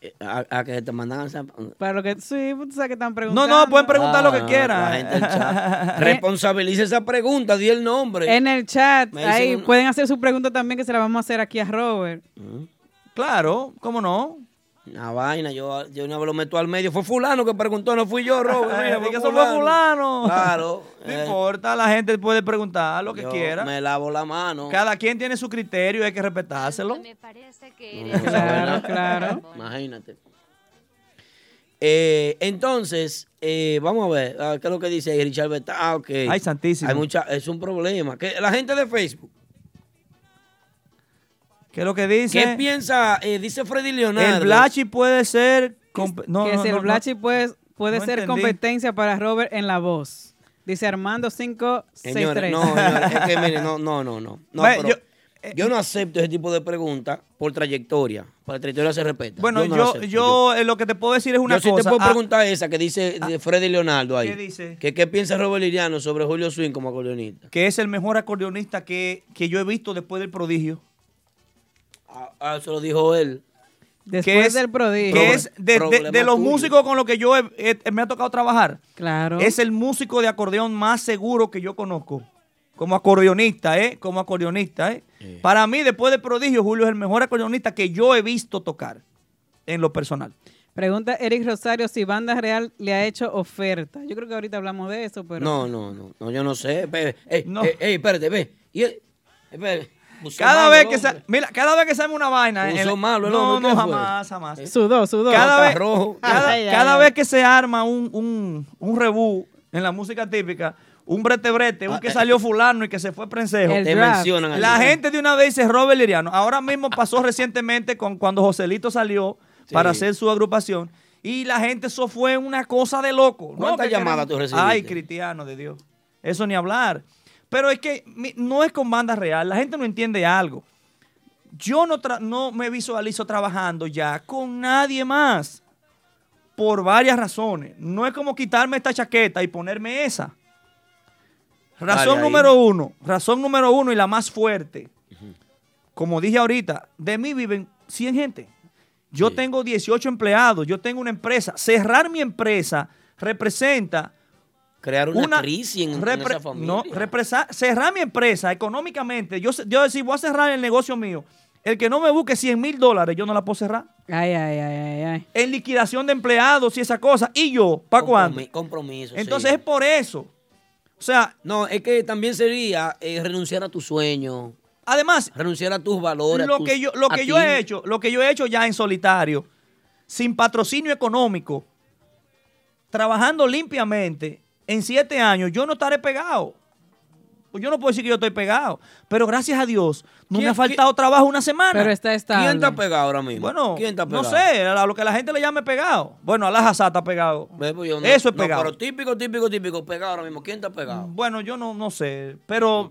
[SPEAKER 2] Eh, A, a que te mandan esa-
[SPEAKER 3] Para lo que sí, tú sabes que están
[SPEAKER 8] no,
[SPEAKER 3] preguntando.
[SPEAKER 8] pueden preguntar lo que quieran.
[SPEAKER 2] Ah,
[SPEAKER 8] Eh,
[SPEAKER 2] la gente del chat. Responsabilice esa pregunta, di el nombre.
[SPEAKER 3] En el chat,
[SPEAKER 2] Me dicen
[SPEAKER 3] ahí
[SPEAKER 2] una-
[SPEAKER 3] pueden hacer su pregunta también que se la vamos a hacer aquí a Robert.
[SPEAKER 8] Claro, ¿cómo no?
[SPEAKER 2] Mm. Una vaina, yo, yo una vez lo meto al medio. Fue fulano que preguntó, no fui yo, Robert. mira,
[SPEAKER 8] que eso fue fulano.
[SPEAKER 2] Claro.
[SPEAKER 8] No
[SPEAKER 2] eh,
[SPEAKER 8] importa, la gente puede preguntar lo que
[SPEAKER 2] yo
[SPEAKER 8] quiera.
[SPEAKER 2] Me lavo la mano.
[SPEAKER 8] Cada quien tiene su criterio, hay que respetárselo.
[SPEAKER 2] No, no, ¿verdad? Imagínate. Eh, entonces, eh, vamos a ver, ah, ¿qué es lo que dice ahí Richard Berta? Ah, ok.
[SPEAKER 8] Ay, santísimo.
[SPEAKER 2] Hay mucha, es un problema. ¿Qué- la gente de Facebook,
[SPEAKER 8] ¿Qué es lo que dice?
[SPEAKER 2] ¿qué piensa? Eh, dice Freddy Leonardo.
[SPEAKER 8] El Blachi puede ser. comp- No,
[SPEAKER 3] que
[SPEAKER 8] no,
[SPEAKER 3] si
[SPEAKER 8] no,
[SPEAKER 3] el
[SPEAKER 8] no.
[SPEAKER 3] Blachi puede, puede
[SPEAKER 8] No
[SPEAKER 3] ser
[SPEAKER 8] entendí.
[SPEAKER 3] competencia para Robert en la voz. Dice Armando 563.
[SPEAKER 2] Señores, no, señores, es que miren, no, no, no, no. No,
[SPEAKER 8] Ve,
[SPEAKER 2] pero
[SPEAKER 8] yo- eh,
[SPEAKER 2] yo, no acepto ese tipo de preguntas por trayectoria. Por trayectoria se respeta.
[SPEAKER 8] Bueno,
[SPEAKER 2] no
[SPEAKER 8] yo,
[SPEAKER 2] la
[SPEAKER 8] yo,
[SPEAKER 2] acepto.
[SPEAKER 8] eh, lo que te puedo decir es una
[SPEAKER 2] Yo sí
[SPEAKER 8] cosa.
[SPEAKER 2] te puedo
[SPEAKER 8] Ah,
[SPEAKER 2] preguntar esa que dice de Freddy Leonardo ahí.
[SPEAKER 8] ¿qué dice?
[SPEAKER 2] Que, ¿Qué piensa Robert Liriano sobre Julio Swing como acordeonista?
[SPEAKER 8] que es el mejor acordeonista que, que yo he visto después del prodigio.
[SPEAKER 2] Ah, ah, eso lo dijo él.
[SPEAKER 8] que es, Que es de, de- de los músicos con los que yo he- he- me ha tocado trabajar.
[SPEAKER 3] Claro.
[SPEAKER 8] Es el músico de acordeón más seguro que yo conozco. Como acordeonista, ¿eh? Como acordeonista, ¿eh? Para mí, después de Prodigio, Julio es el mejor acordeonista que yo he visto tocar en lo personal.
[SPEAKER 3] Pregunta Eric Rosario si Banda Real le ha hecho oferta. Yo creo que ahorita hablamos de eso, pero.
[SPEAKER 2] No, no, no, no, yo no sé. Ve, Ey, ey, ey, espérate, ve. Y él- eh, espérate, puso
[SPEAKER 8] Cada
[SPEAKER 2] malo
[SPEAKER 8] vez
[SPEAKER 2] el
[SPEAKER 8] que sa-
[SPEAKER 2] hombre.
[SPEAKER 8] mira, cada vez que sale una vaina,
[SPEAKER 2] Puso
[SPEAKER 8] el-
[SPEAKER 2] malo el
[SPEAKER 8] no,
[SPEAKER 2] hombre, ¿qué
[SPEAKER 8] no,
[SPEAKER 2] fue? Eh,
[SPEAKER 8] jamás, jamás.
[SPEAKER 3] Sudó, sudó.
[SPEAKER 8] Cada vez,
[SPEAKER 2] Rojo.
[SPEAKER 8] cada,
[SPEAKER 3] Ay, ay,
[SPEAKER 8] cada
[SPEAKER 3] ay.
[SPEAKER 8] vez que se arma un, un, un rebú en la música típica, un brete brete, un que salió fulano y que se fue prensejo.
[SPEAKER 2] Ah, eh, Te El draft. mencionan ¿eh?
[SPEAKER 8] La
[SPEAKER 2] ahí.
[SPEAKER 8] gente de una vez dice Robert Liriano. Ahora mismo pasó recientemente con cuando Joselito salió
[SPEAKER 2] Sí.
[SPEAKER 8] para hacer su agrupación. Y la gente, eso fue una cosa de loco. No,
[SPEAKER 2] ¿Cuántas
[SPEAKER 8] que
[SPEAKER 2] llamadas
[SPEAKER 8] queremos-
[SPEAKER 2] tú recibiste?
[SPEAKER 8] Ay, cristiano de Dios. Eso ni hablar. Pero es que mi- no es con banda real. La gente no entiende algo. Yo no, tra- no me visualizo trabajando ya con nadie más. Por varias razones. No es como quitarme esta chaqueta y ponerme esa.
[SPEAKER 12] Dale
[SPEAKER 8] Razón
[SPEAKER 12] ahí.
[SPEAKER 8] número uno. Razón número uno y la más fuerte. Como dije ahorita, de mí viven 100 gente. Yo tengo 18 empleados, yo tengo una empresa. Cerrar mi empresa representa
[SPEAKER 2] Crear una, crisis en, en
[SPEAKER 8] repre-
[SPEAKER 2] esa familia.
[SPEAKER 8] No, represa- cerrar mi empresa económicamente. Yo, se- yo decir, voy a cerrar el negocio mío. El que no me busque 100 mil dólares, yo no la puedo cerrar.
[SPEAKER 3] Ay, ay, ay, ay, ay.
[SPEAKER 8] En liquidación de empleados y esa cosa. ¿Y yo? ¿Para cuándo?
[SPEAKER 2] Compromi- Compromiso.
[SPEAKER 8] Entonces
[SPEAKER 2] sí.
[SPEAKER 8] es por eso. O sea.
[SPEAKER 2] No, es que también sería eh, renunciar a tu sueño.
[SPEAKER 8] Además.
[SPEAKER 2] Renunciar a tus valores. a
[SPEAKER 8] lo
[SPEAKER 2] tus-
[SPEAKER 8] que yo, lo
[SPEAKER 2] a
[SPEAKER 8] que yo he
[SPEAKER 2] ti.
[SPEAKER 8] hecho, lo que yo he hecho ya en solitario, sin patrocinio económico, trabajando limpiamente, en siete años, yo no estaré pegado. Pues yo no puedo decir que yo estoy pegado. Pero gracias a Dios, no me
[SPEAKER 2] ¿Quién-
[SPEAKER 8] ha faltado trabajo una semana.
[SPEAKER 3] Pero está estable.
[SPEAKER 8] ¿Quién está
[SPEAKER 2] pegado ahora mismo?
[SPEAKER 8] Bueno,
[SPEAKER 2] ¿Quién está
[SPEAKER 8] no
[SPEAKER 2] pegado?
[SPEAKER 8] sé, a lo que la gente le llame pegado. Bueno, a la Hazá está pegado.
[SPEAKER 2] Ve, pues yo no-
[SPEAKER 8] Eso es
[SPEAKER 2] no,
[SPEAKER 8] pegado.
[SPEAKER 2] pero típico, típico, típico. Pegado ahora mismo. ¿Quién está pegado?
[SPEAKER 8] Bueno, yo no, no sé, pero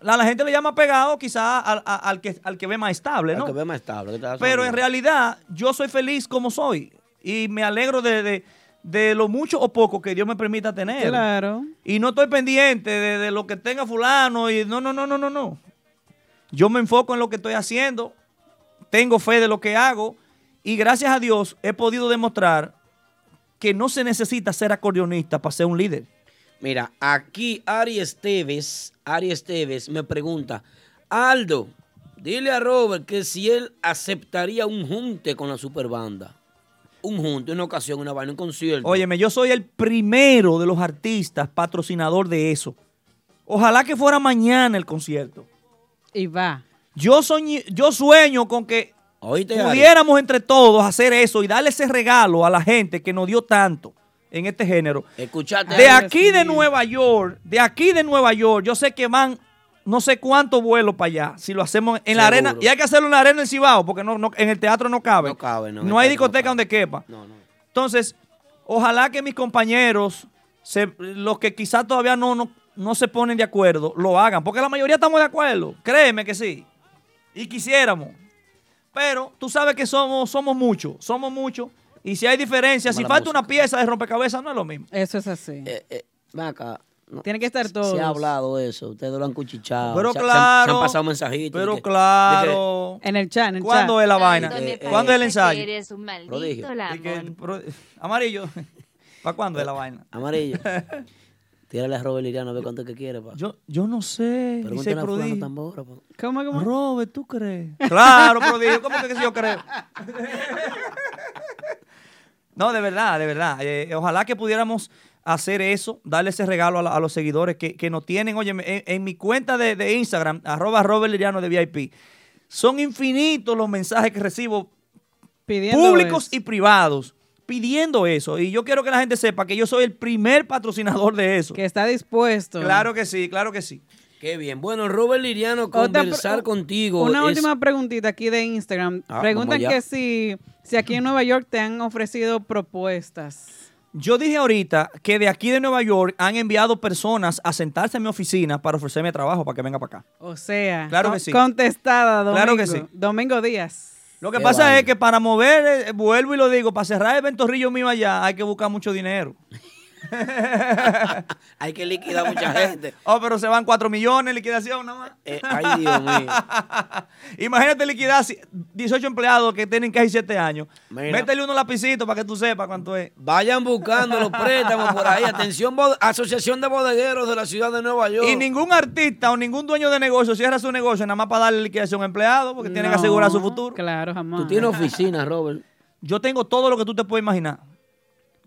[SPEAKER 8] la, la gente le llama pegado quizás al, a- al que, al que ve más estable,
[SPEAKER 2] Al
[SPEAKER 8] ¿no?
[SPEAKER 2] que ve más estable. ¿qué te hace?
[SPEAKER 8] Pero en realidad yo soy feliz como soy y me alegro de, de- de lo mucho o poco que Dios me permita tener.
[SPEAKER 3] Claro.
[SPEAKER 8] Y no estoy pendiente de, de lo que tenga fulano y no, no, no, no, no, no. Yo me enfoco en lo que estoy haciendo, tengo fe de lo que hago y gracias a Dios he podido demostrar que no se necesita ser acordeonista para ser un líder.
[SPEAKER 2] Mira, aquí Ari Esteves, Ari Esteves me pregunta, Aldo, dile a Robert que si él aceptaría un junte con la superbanda. Un junte, una ocasión, una vaina, un concierto.
[SPEAKER 8] Óyeme, yo soy el primero de los artistas patrocinador de eso. Ojalá que fuera mañana el concierto.
[SPEAKER 3] Y va.
[SPEAKER 8] Yo, soñé- yo sueño con que
[SPEAKER 2] Oíste, Ari.
[SPEAKER 8] pudiéramos entre todos hacer eso y darle ese regalo a la gente que nos dio tanto en este género.
[SPEAKER 2] Escuchate.
[SPEAKER 8] De
[SPEAKER 2] Ari.
[SPEAKER 8] aquí de Nueva York, de aquí de Nueva York, yo sé que van no sé cuántos vuelos para allá, si lo hacemos en la
[SPEAKER 2] Seguro.
[SPEAKER 8] arena. Y hay que hacerlo en la arena del Cibao, porque no, no- en el teatro no cabe. No
[SPEAKER 2] cabe, no.
[SPEAKER 8] hay discoteca donde quepa. Entonces, ojalá que mis compañeros, se- los que quizás todavía no, no, no se ponen de acuerdo, lo hagan, porque la mayoría estamos de acuerdo. Créeme que sí. Y quisiéramos. Pero tú sabes que somos, somos muchos, somos muchos. Y si hay diferencias, si
[SPEAKER 2] Mala
[SPEAKER 8] falta una pieza de rompecabezas, no es lo mismo.
[SPEAKER 3] Eso es así.
[SPEAKER 2] Eh, Ven acá.
[SPEAKER 8] Oh,
[SPEAKER 2] No,
[SPEAKER 3] Tiene que estar todo.
[SPEAKER 2] Se ha hablado eso, ustedes lo han cuchichado.
[SPEAKER 8] Pero
[SPEAKER 2] se, se han- se han,
[SPEAKER 8] claro,
[SPEAKER 2] pasado mensajitos.
[SPEAKER 8] pero claro.
[SPEAKER 3] En el chat, en el
[SPEAKER 8] ¿Cuándo
[SPEAKER 3] chat.
[SPEAKER 8] es la vaina?
[SPEAKER 2] Aldo, me
[SPEAKER 8] ¿Cuándo es el
[SPEAKER 2] parece
[SPEAKER 8] ensayo?
[SPEAKER 2] que eres un maldito Prodigio. lamón.
[SPEAKER 8] Y que- pro- amarillo. ¿Para cuándo es la vaina?
[SPEAKER 2] Amarillo. Tírale a Robert Liriano a ver cuánto es que quiere. Pa.
[SPEAKER 8] Yo, yo no sé.
[SPEAKER 2] Pregúntale
[SPEAKER 8] Dice
[SPEAKER 2] a fulano
[SPEAKER 8] prodigio.
[SPEAKER 2] tambora, pa.
[SPEAKER 3] ¿Cómo, cómo?
[SPEAKER 8] Robert, ¿tú crees? Claro, prodigio. ¿Cómo que, que yo creo? No, de verdad, de verdad. Eh, ojalá que pudiéramos hacer eso, darle ese regalo a, la- a los seguidores que, que nos tienen. Oye, en, en mi cuenta de, de Instagram, arroba Robert Liriano de VIP, son infinitos los mensajes que recibo
[SPEAKER 3] Pidiendo
[SPEAKER 8] públicos
[SPEAKER 3] eso.
[SPEAKER 8] y privados pidiendo eso. Y yo quiero que la gente sepa que yo soy el primer patrocinador de eso.
[SPEAKER 3] Que está dispuesto.
[SPEAKER 8] Claro que sí, claro que sí.
[SPEAKER 2] Qué bien. Bueno, Robert Liriano,
[SPEAKER 3] Otra pre-
[SPEAKER 2] conversar contigo.
[SPEAKER 3] Una
[SPEAKER 2] es-
[SPEAKER 3] última preguntita aquí de Instagram.
[SPEAKER 2] Ah,
[SPEAKER 3] Preguntan
[SPEAKER 2] vamos allá.
[SPEAKER 3] que si, si aquí en Nueva York te han ofrecido propuestas.
[SPEAKER 8] Yo dije ahorita que de aquí de Nueva York han enviado personas a sentarse en mi oficina para ofrecerme trabajo para que venga para acá.
[SPEAKER 3] O sea,
[SPEAKER 8] Claro
[SPEAKER 3] con-
[SPEAKER 8] que sí.
[SPEAKER 3] contestada, Domingo.
[SPEAKER 8] Claro que sí.
[SPEAKER 3] Domingo Díaz.
[SPEAKER 8] Lo que pasa es que para mover, eh, vuelvo y lo digo, para cerrar el ventorrillo mío allá hay que buscar mucho dinero.
[SPEAKER 2] Hay que liquidar mucha gente. Eh,
[SPEAKER 8] Oh, pero se van 4 millones de liquidación nada más.
[SPEAKER 2] ay, Dios mío.
[SPEAKER 8] Imagínate liquidar si- 18 empleados que tienen casi 7 años.
[SPEAKER 2] Mira.
[SPEAKER 8] Métele unos lapicitos para que tú sepas cuánto es.
[SPEAKER 2] Vayan buscando los préstamos por ahí. Atención, bod- Asociación de Bodegueros de la Ciudad de Nueva York.
[SPEAKER 8] Y ningún artista o ningún dueño de negocio cierra su negocio nada más para darle liquidación a empleados porque tiene que
[SPEAKER 2] No,
[SPEAKER 8] asegurar su futuro.
[SPEAKER 3] Claro, jamás.
[SPEAKER 2] Tú tienes oficina, Robert.
[SPEAKER 8] Yo tengo todo lo que tú te puedes imaginar.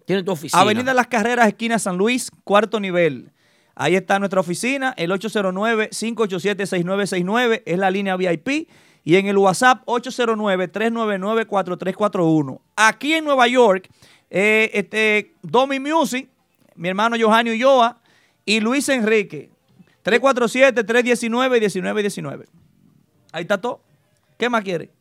[SPEAKER 2] Tienes tu oficina.
[SPEAKER 8] Avenida Las Carreras, esquina San Luis, cuarto nivel. Ahí está nuestra oficina, el 809-587-6969, es la línea VIP. Y en el WhatsApp, 809-399-4341. Aquí en Nueva York, eh, este, Domi Music, mi hermano Johanny Ulloa, Y Luis Enrique, 347-319-1919. Ahí está todo. ¿Qué más quiere?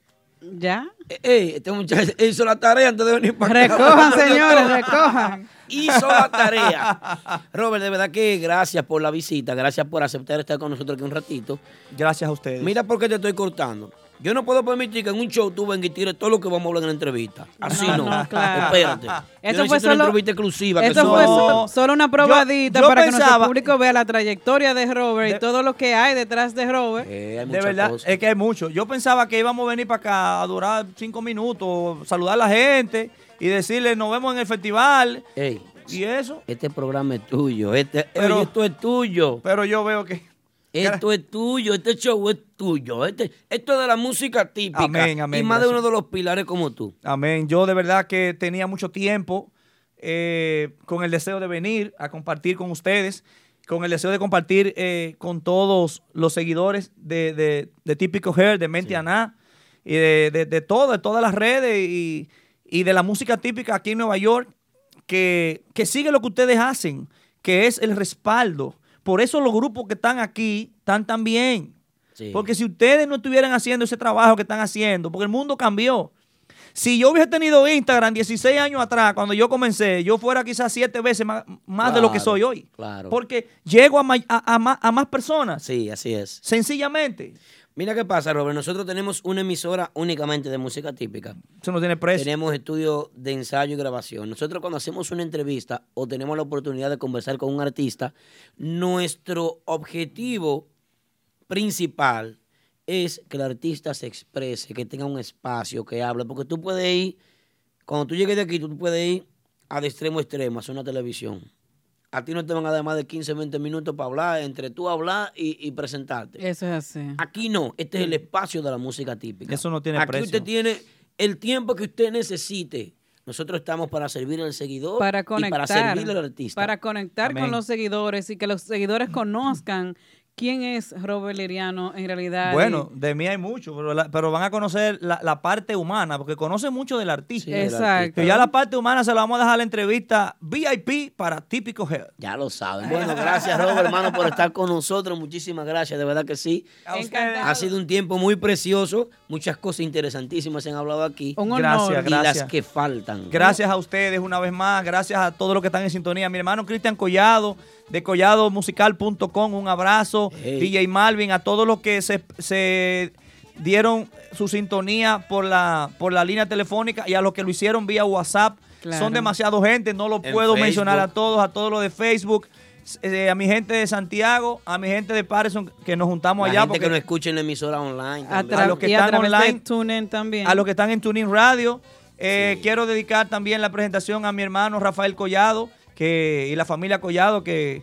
[SPEAKER 3] ¿Ya?
[SPEAKER 2] Ey, este muchacho hizo la tarea antes de venir para acá.
[SPEAKER 3] Recojan, señores, recojan.
[SPEAKER 2] Hizo la tarea. Robert, de verdad que gracias por la visita, gracias por aceptar estar con nosotros aquí un ratito.
[SPEAKER 8] Gracias a ustedes.
[SPEAKER 2] Mira por qué te estoy cortando. Yo no puedo permitir que en un show tú vengas y tires todo lo que vamos a hablar en la entrevista. Así no.
[SPEAKER 3] No, no, claro.
[SPEAKER 2] Espérate. Yo
[SPEAKER 3] Esto fue
[SPEAKER 2] necesito
[SPEAKER 3] solo-
[SPEAKER 2] una entrevista exclusiva. que
[SPEAKER 3] Esto
[SPEAKER 2] solo-
[SPEAKER 3] fue so- solo una probadita
[SPEAKER 2] Yo- yo
[SPEAKER 3] para que
[SPEAKER 2] pensaba-
[SPEAKER 3] nuestro público vea la trayectoria de Robert y todo lo que hay detrás de Robert.
[SPEAKER 2] Eh,
[SPEAKER 8] de verdad, es que hay mucho. Yo pensaba que íbamos a venir para acá a durar cinco minutos, saludar a la gente y decirle nos vemos en el festival.
[SPEAKER 2] Ey,
[SPEAKER 8] ¿Y eso?
[SPEAKER 2] Este programa es tuyo. Este,
[SPEAKER 8] Pero-
[SPEAKER 2] oye, esto es tuyo.
[SPEAKER 8] Pero yo veo que.
[SPEAKER 2] Esto es tuyo, este show es tuyo. Este, esto es de la música típica.
[SPEAKER 8] Amén, amén,
[SPEAKER 2] Y más de
[SPEAKER 8] gracias.
[SPEAKER 2] uno de los pilares como tú.
[SPEAKER 8] Amén. Yo de verdad que tenía mucho tiempo eh, con el deseo de venir a compartir con ustedes, con el deseo de compartir eh, con todos los seguidores de, de, de Típico Hair, de Mente Aná, y de, de, de todo, de todas las redes y, y de la música típica aquí en Nueva York, que, que sigue lo que ustedes hacen, que es el respaldo. Por eso los grupos que están aquí están tan bien. Porque si ustedes no estuvieran haciendo ese trabajo que están haciendo, porque el mundo cambió. Si yo hubiese tenido Instagram 16 años atrás, cuando yo comencé, yo fuera quizás siete veces más, más de lo que
[SPEAKER 2] Claro,
[SPEAKER 8] soy hoy.
[SPEAKER 2] Claro.
[SPEAKER 8] Porque llego a, may- a- a más, a más personas.
[SPEAKER 2] Sí, así es.
[SPEAKER 8] Sencillamente.
[SPEAKER 2] Mira qué pasa, Robert. Nosotros tenemos una emisora únicamente de música típica.
[SPEAKER 8] Eso no tiene precio.
[SPEAKER 2] Tenemos estudios de ensayo y grabación. Nosotros cuando hacemos una entrevista o tenemos la oportunidad de conversar con un artista, nuestro objetivo principal es que el artista se exprese, que tenga un espacio, que hable, porque tú puedes ir, cuando tú llegues de aquí, tú puedes ir a de extremo a extremo, a hacer una televisión. A ti no te van a dar más de 15, 20 minutos para hablar, entre tú hablar y, y presentarte.
[SPEAKER 3] Eso es así.
[SPEAKER 2] Aquí no, este es el espacio de la música típica.
[SPEAKER 8] Eso no tiene
[SPEAKER 2] Aquí
[SPEAKER 8] precio.
[SPEAKER 2] usted tiene el tiempo que usted necesite. Nosotros estamos para servir al seguidor
[SPEAKER 3] Para
[SPEAKER 2] y para
[SPEAKER 3] conectar.
[SPEAKER 2] servir al artista.
[SPEAKER 3] para conectar
[SPEAKER 2] Amén.
[SPEAKER 3] con los seguidores y que los seguidores conozcan quién es Robert Liriano en realidad.
[SPEAKER 8] Bueno, de mí hay mucho, pero, la- pero van a conocer la, la parte humana, porque conocen mucho del artista.
[SPEAKER 3] Sí, del Exacto. artista.
[SPEAKER 8] Y ya la parte humana se la vamos a dejar a la entrevista VIP para Típico Hair.
[SPEAKER 2] Ya lo saben. Bueno, gracias, Robert, hermano, por estar con nosotros. Muchísimas gracias, de verdad que sí. Ha sido un tiempo muy precioso. Muchas cosas interesantísimas se han hablado aquí.
[SPEAKER 8] Un honor. Gracias,
[SPEAKER 2] Y
[SPEAKER 8] gracias.
[SPEAKER 2] las que faltan.
[SPEAKER 8] Gracias a ustedes una vez más, gracias a todos los que están en sintonía. Mi hermano Cristian Collado de colladomusical.com, un abrazo. DJ Malvin, a todos los que se, se dieron su sintonía por la, por la línea telefónica y a los que lo hicieron vía WhatsApp.
[SPEAKER 14] Claro.
[SPEAKER 8] Son demasiado gente, no lo
[SPEAKER 14] En
[SPEAKER 8] puedo mencionar a
[SPEAKER 14] Facebook.
[SPEAKER 8] todos, a todos los de Facebook. eh, a mi gente de Santiago, a mi gente de Patterson, que nos juntamos
[SPEAKER 2] La
[SPEAKER 8] allá.
[SPEAKER 2] gente que nos escucha en la emisora online.
[SPEAKER 3] a,
[SPEAKER 2] también.
[SPEAKER 3] tra- y a través de TuneIn también.
[SPEAKER 8] a los que están en Tuning Radio. Eh, Quiero dedicar también la presentación a mi hermano Rafael Collado que, y la familia Collado, que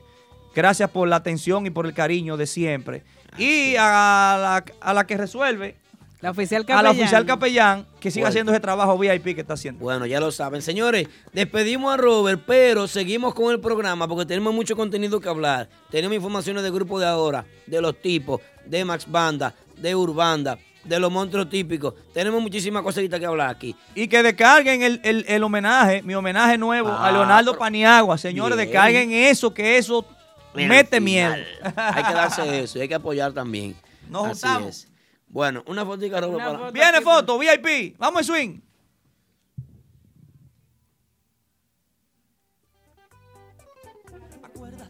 [SPEAKER 8] gracias por la atención y por el cariño de siempre. Y a la, a la que resuelve,
[SPEAKER 3] la
[SPEAKER 8] a
[SPEAKER 3] oficial
[SPEAKER 8] la
[SPEAKER 3] capellán.
[SPEAKER 8] oficial capellán, que siga
[SPEAKER 2] Fuerte.
[SPEAKER 8] haciendo ese trabajo VIP que está haciendo.
[SPEAKER 2] Bueno, ya lo saben. Señores, despedimos a Robert, pero seguimos con el programa porque tenemos mucho contenido que hablar. Tenemos informaciones del grupo de ahora, de los tipos, de Max Banda, de Urbanda, de los monstruos típicos. Tenemos muchísimas cositas que hablar aquí.
[SPEAKER 8] Y que descarguen el, el- el homenaje, Eh, mi homenaje nuevo a
[SPEAKER 2] Ah,
[SPEAKER 8] Leonardo Paniagua. Señores,
[SPEAKER 2] Bien.
[SPEAKER 8] descarguen eso, que eso
[SPEAKER 2] Mira,
[SPEAKER 8] mete
[SPEAKER 2] al
[SPEAKER 8] miedo.
[SPEAKER 2] final. Hay que darse eso y hay que apoyar también.
[SPEAKER 8] Nos
[SPEAKER 2] Así
[SPEAKER 8] juntamos.
[SPEAKER 2] es. Bueno, una fotica, Robert. para-
[SPEAKER 8] Viene foto, VIP. Vamos en swing.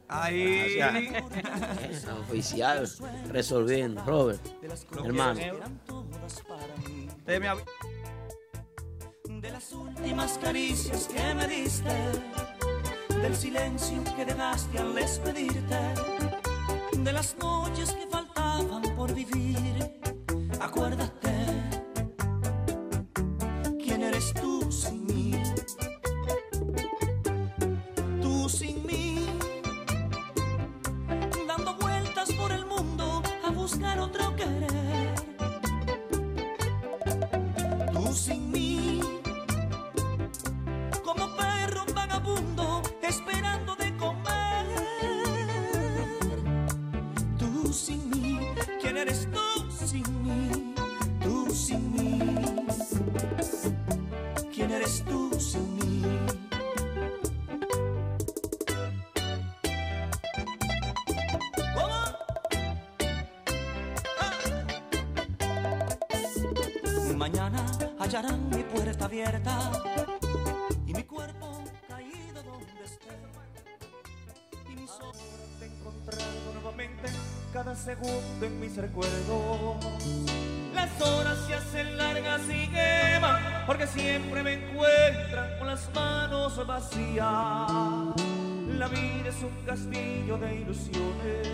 [SPEAKER 8] Ahí.
[SPEAKER 2] Eso, Oficial, resolviendo. Robert, hermano.
[SPEAKER 8] Te me av-
[SPEAKER 12] de las últimas caricias que me diste, del silencio que dejaste al despedirte, de las noches que faltaban por vivir. Acuérdate, ¿quién eres tú sin mí? Tú sin mí, dando vueltas por el mundo a buscar otro querer. Tú sin mí, como perro vagabundo esperando de comer. Tú sin mí, ¿quién eres tú sin mí? Tú sin mí, ¿quién eres tú sin mí? escucharán mi puerta abierta y mi cuerpo caído donde esté. Y mis ojos te encontrando nuevamente cada segundo en mis recuerdos. Las horas se hacen largas y queman porque siempre me encuentran con las manos vacías. La vida es un castillo de ilusiones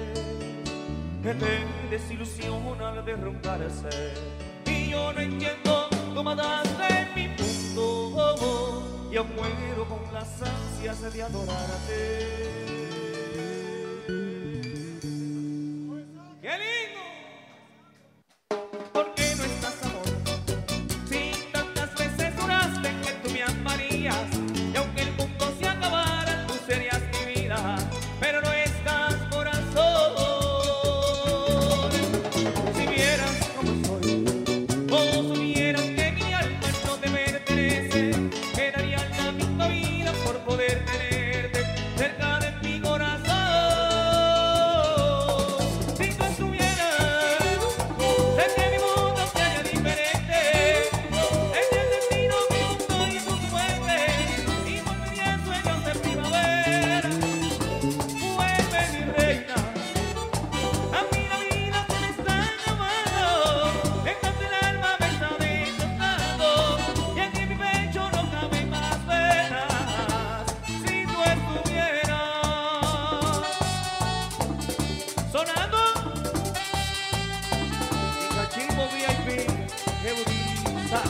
[SPEAKER 12] que te desilusiona al derrumbarse. Y yo no entiendo cómo mandaste en mi mundo oh, oh, y aún muero con las ansias de adorarte. ¡Qué lindo! ¿Por qué no estás amor? Si tantas veces juraste que tú me amarías y aunque el mundo se acabara tú serías mi vida, pero no estás corazón. Si vieras como soy, o supieras que mi alma no te pertenece, que daría la misma vida por poder tenerte cerca de mi corazón. Si tú estuvieras es que mi mundo se haya diferente, es el destino que busco y tú vuelves, y volvería a sueños de primavera. Vuelve mi reina, a mí la vida se me está acabando, estás el alma me está destrozando, y aquí en mi pecho no cabe más penas, si tú estuvieras. Sonando. Cachimbo VIP, qué bonita.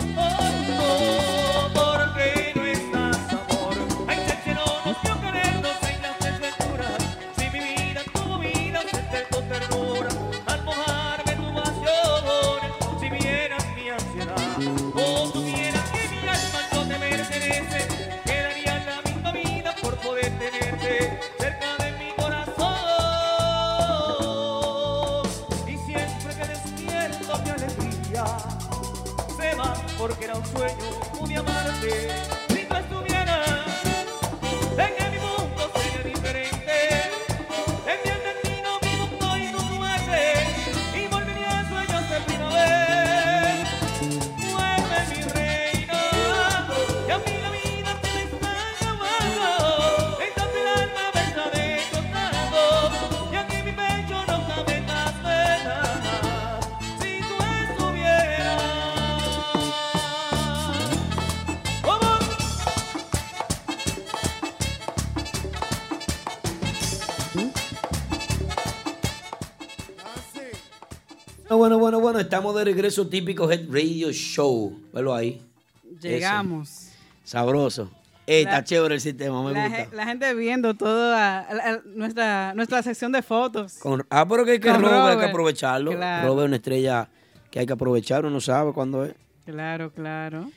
[SPEAKER 12] Oh, oh, ¿por qué no estás, amor? Ay, te quiero, no quiero querernos en las desventuras. Si mi vida, tu vida, siente tu ternura. Al mojarme tu pasión, si vieras mi ansiedad. O tuvieras que mi alma no te merece, quedaría la misma vida por poder tenerte cerca de mi corazón. Y siempre que despierto mi alegría se va porque era un sueño, pude amarte. Si tú estuvieras, en que mi mundo sería diferente. En mi destino, mi mundo y tu muerte. Y volvería a sueños de primavera. Vuelve mi reina, y a mí la vida se me está acabando. Entonces el alma me está descontando, y aquí en mi pecho no cabe más penas. Si tú estuvieras, ¿cómo?
[SPEAKER 2] Bueno, bueno, bueno, bueno, estamos de regreso típico Head Radio Show. Velo ahí.
[SPEAKER 3] Llegamos.
[SPEAKER 2] Eso. Sabroso. Eh,
[SPEAKER 3] La-
[SPEAKER 2] está chévere el sistema, me
[SPEAKER 3] la,
[SPEAKER 2] gusta.
[SPEAKER 3] ge- la gente viendo toda la- la- nuestra, nuestra sección de fotos.
[SPEAKER 2] Con- ah, pero que, que
[SPEAKER 3] Con
[SPEAKER 2] Robert, hay que
[SPEAKER 3] Robert.
[SPEAKER 2] aprovecharlo.
[SPEAKER 3] Claro.
[SPEAKER 2] Robert es una estrella que hay que aprovechar, uno sabe cuándo es.
[SPEAKER 3] Claro, claro.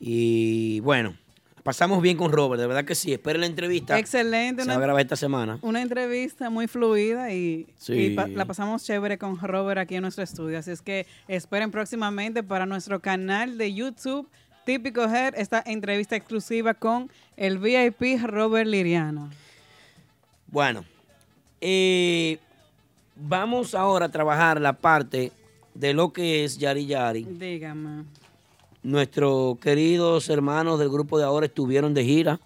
[SPEAKER 2] Y bueno, pasamos bien con Robert, de verdad que sí. Esperen la entrevista.
[SPEAKER 3] Excelente.
[SPEAKER 2] Se va a
[SPEAKER 3] Una,
[SPEAKER 2] grabar esta semana.
[SPEAKER 3] una entrevista muy fluida y,
[SPEAKER 2] Sí.
[SPEAKER 3] y pa- la pasamos chévere con Robert aquí en nuestro estudio. Así es que esperen próximamente para nuestro canal de YouTube. Típico Head, esta entrevista exclusiva con el VIP Robert Liriano.
[SPEAKER 2] Bueno, eh, vamos ahora a trabajar la parte de lo que es Yari Yari.
[SPEAKER 3] Dígame.
[SPEAKER 2] Nuestros queridos hermanos del grupo de ahora estuvieron de gira.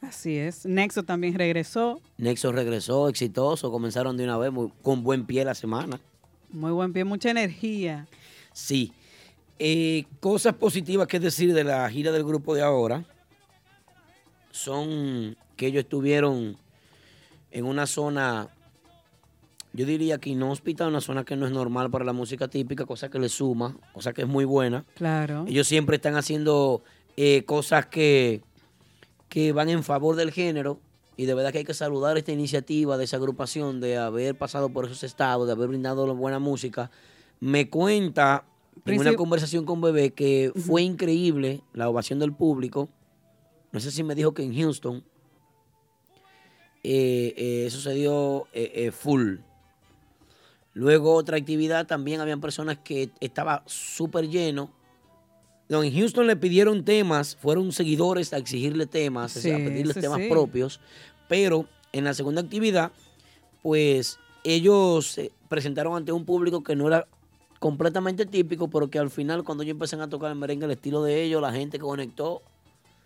[SPEAKER 3] Así es. Nexo también regresó.
[SPEAKER 2] Nexo regresó exitoso, comenzaron de una vez muy- con buen pie la semana.
[SPEAKER 3] Muy buen pie, mucha energía.
[SPEAKER 2] Sí. Eh, cosas positivas que decir de la gira del grupo de ahora son que ellos estuvieron en una zona, yo diría que inhóspita, una zona que no es normal para la música típica, cosa que le suma, cosa que es muy buena.
[SPEAKER 3] Claro.
[SPEAKER 2] Ellos siempre están haciendo eh, cosas que, que van en favor del género. Y de verdad que hay que saludar esta iniciativa de esa agrupación, de haber pasado por esos estados, de haber brindado la buena música. Me cuenta en una
[SPEAKER 3] Princip-
[SPEAKER 2] conversación con Bebé que fue increíble la ovación del público. No sé si me dijo que en Houston eh, eh, eso se dio eh, eh, full. Luego otra actividad, también habían personas que estaba súper lleno. No, en Houston le pidieron temas, fueron seguidores a exigirle temas,
[SPEAKER 14] Sí,
[SPEAKER 2] a pedirles
[SPEAKER 14] eso
[SPEAKER 2] temas
[SPEAKER 14] sí.
[SPEAKER 2] propios. Pero en la segunda actividad, pues ellos se presentaron ante un público que no era completamente típico, pero que al final cuando ellos empiezan a tocar el merengue, el estilo de ellos, la gente que conectó,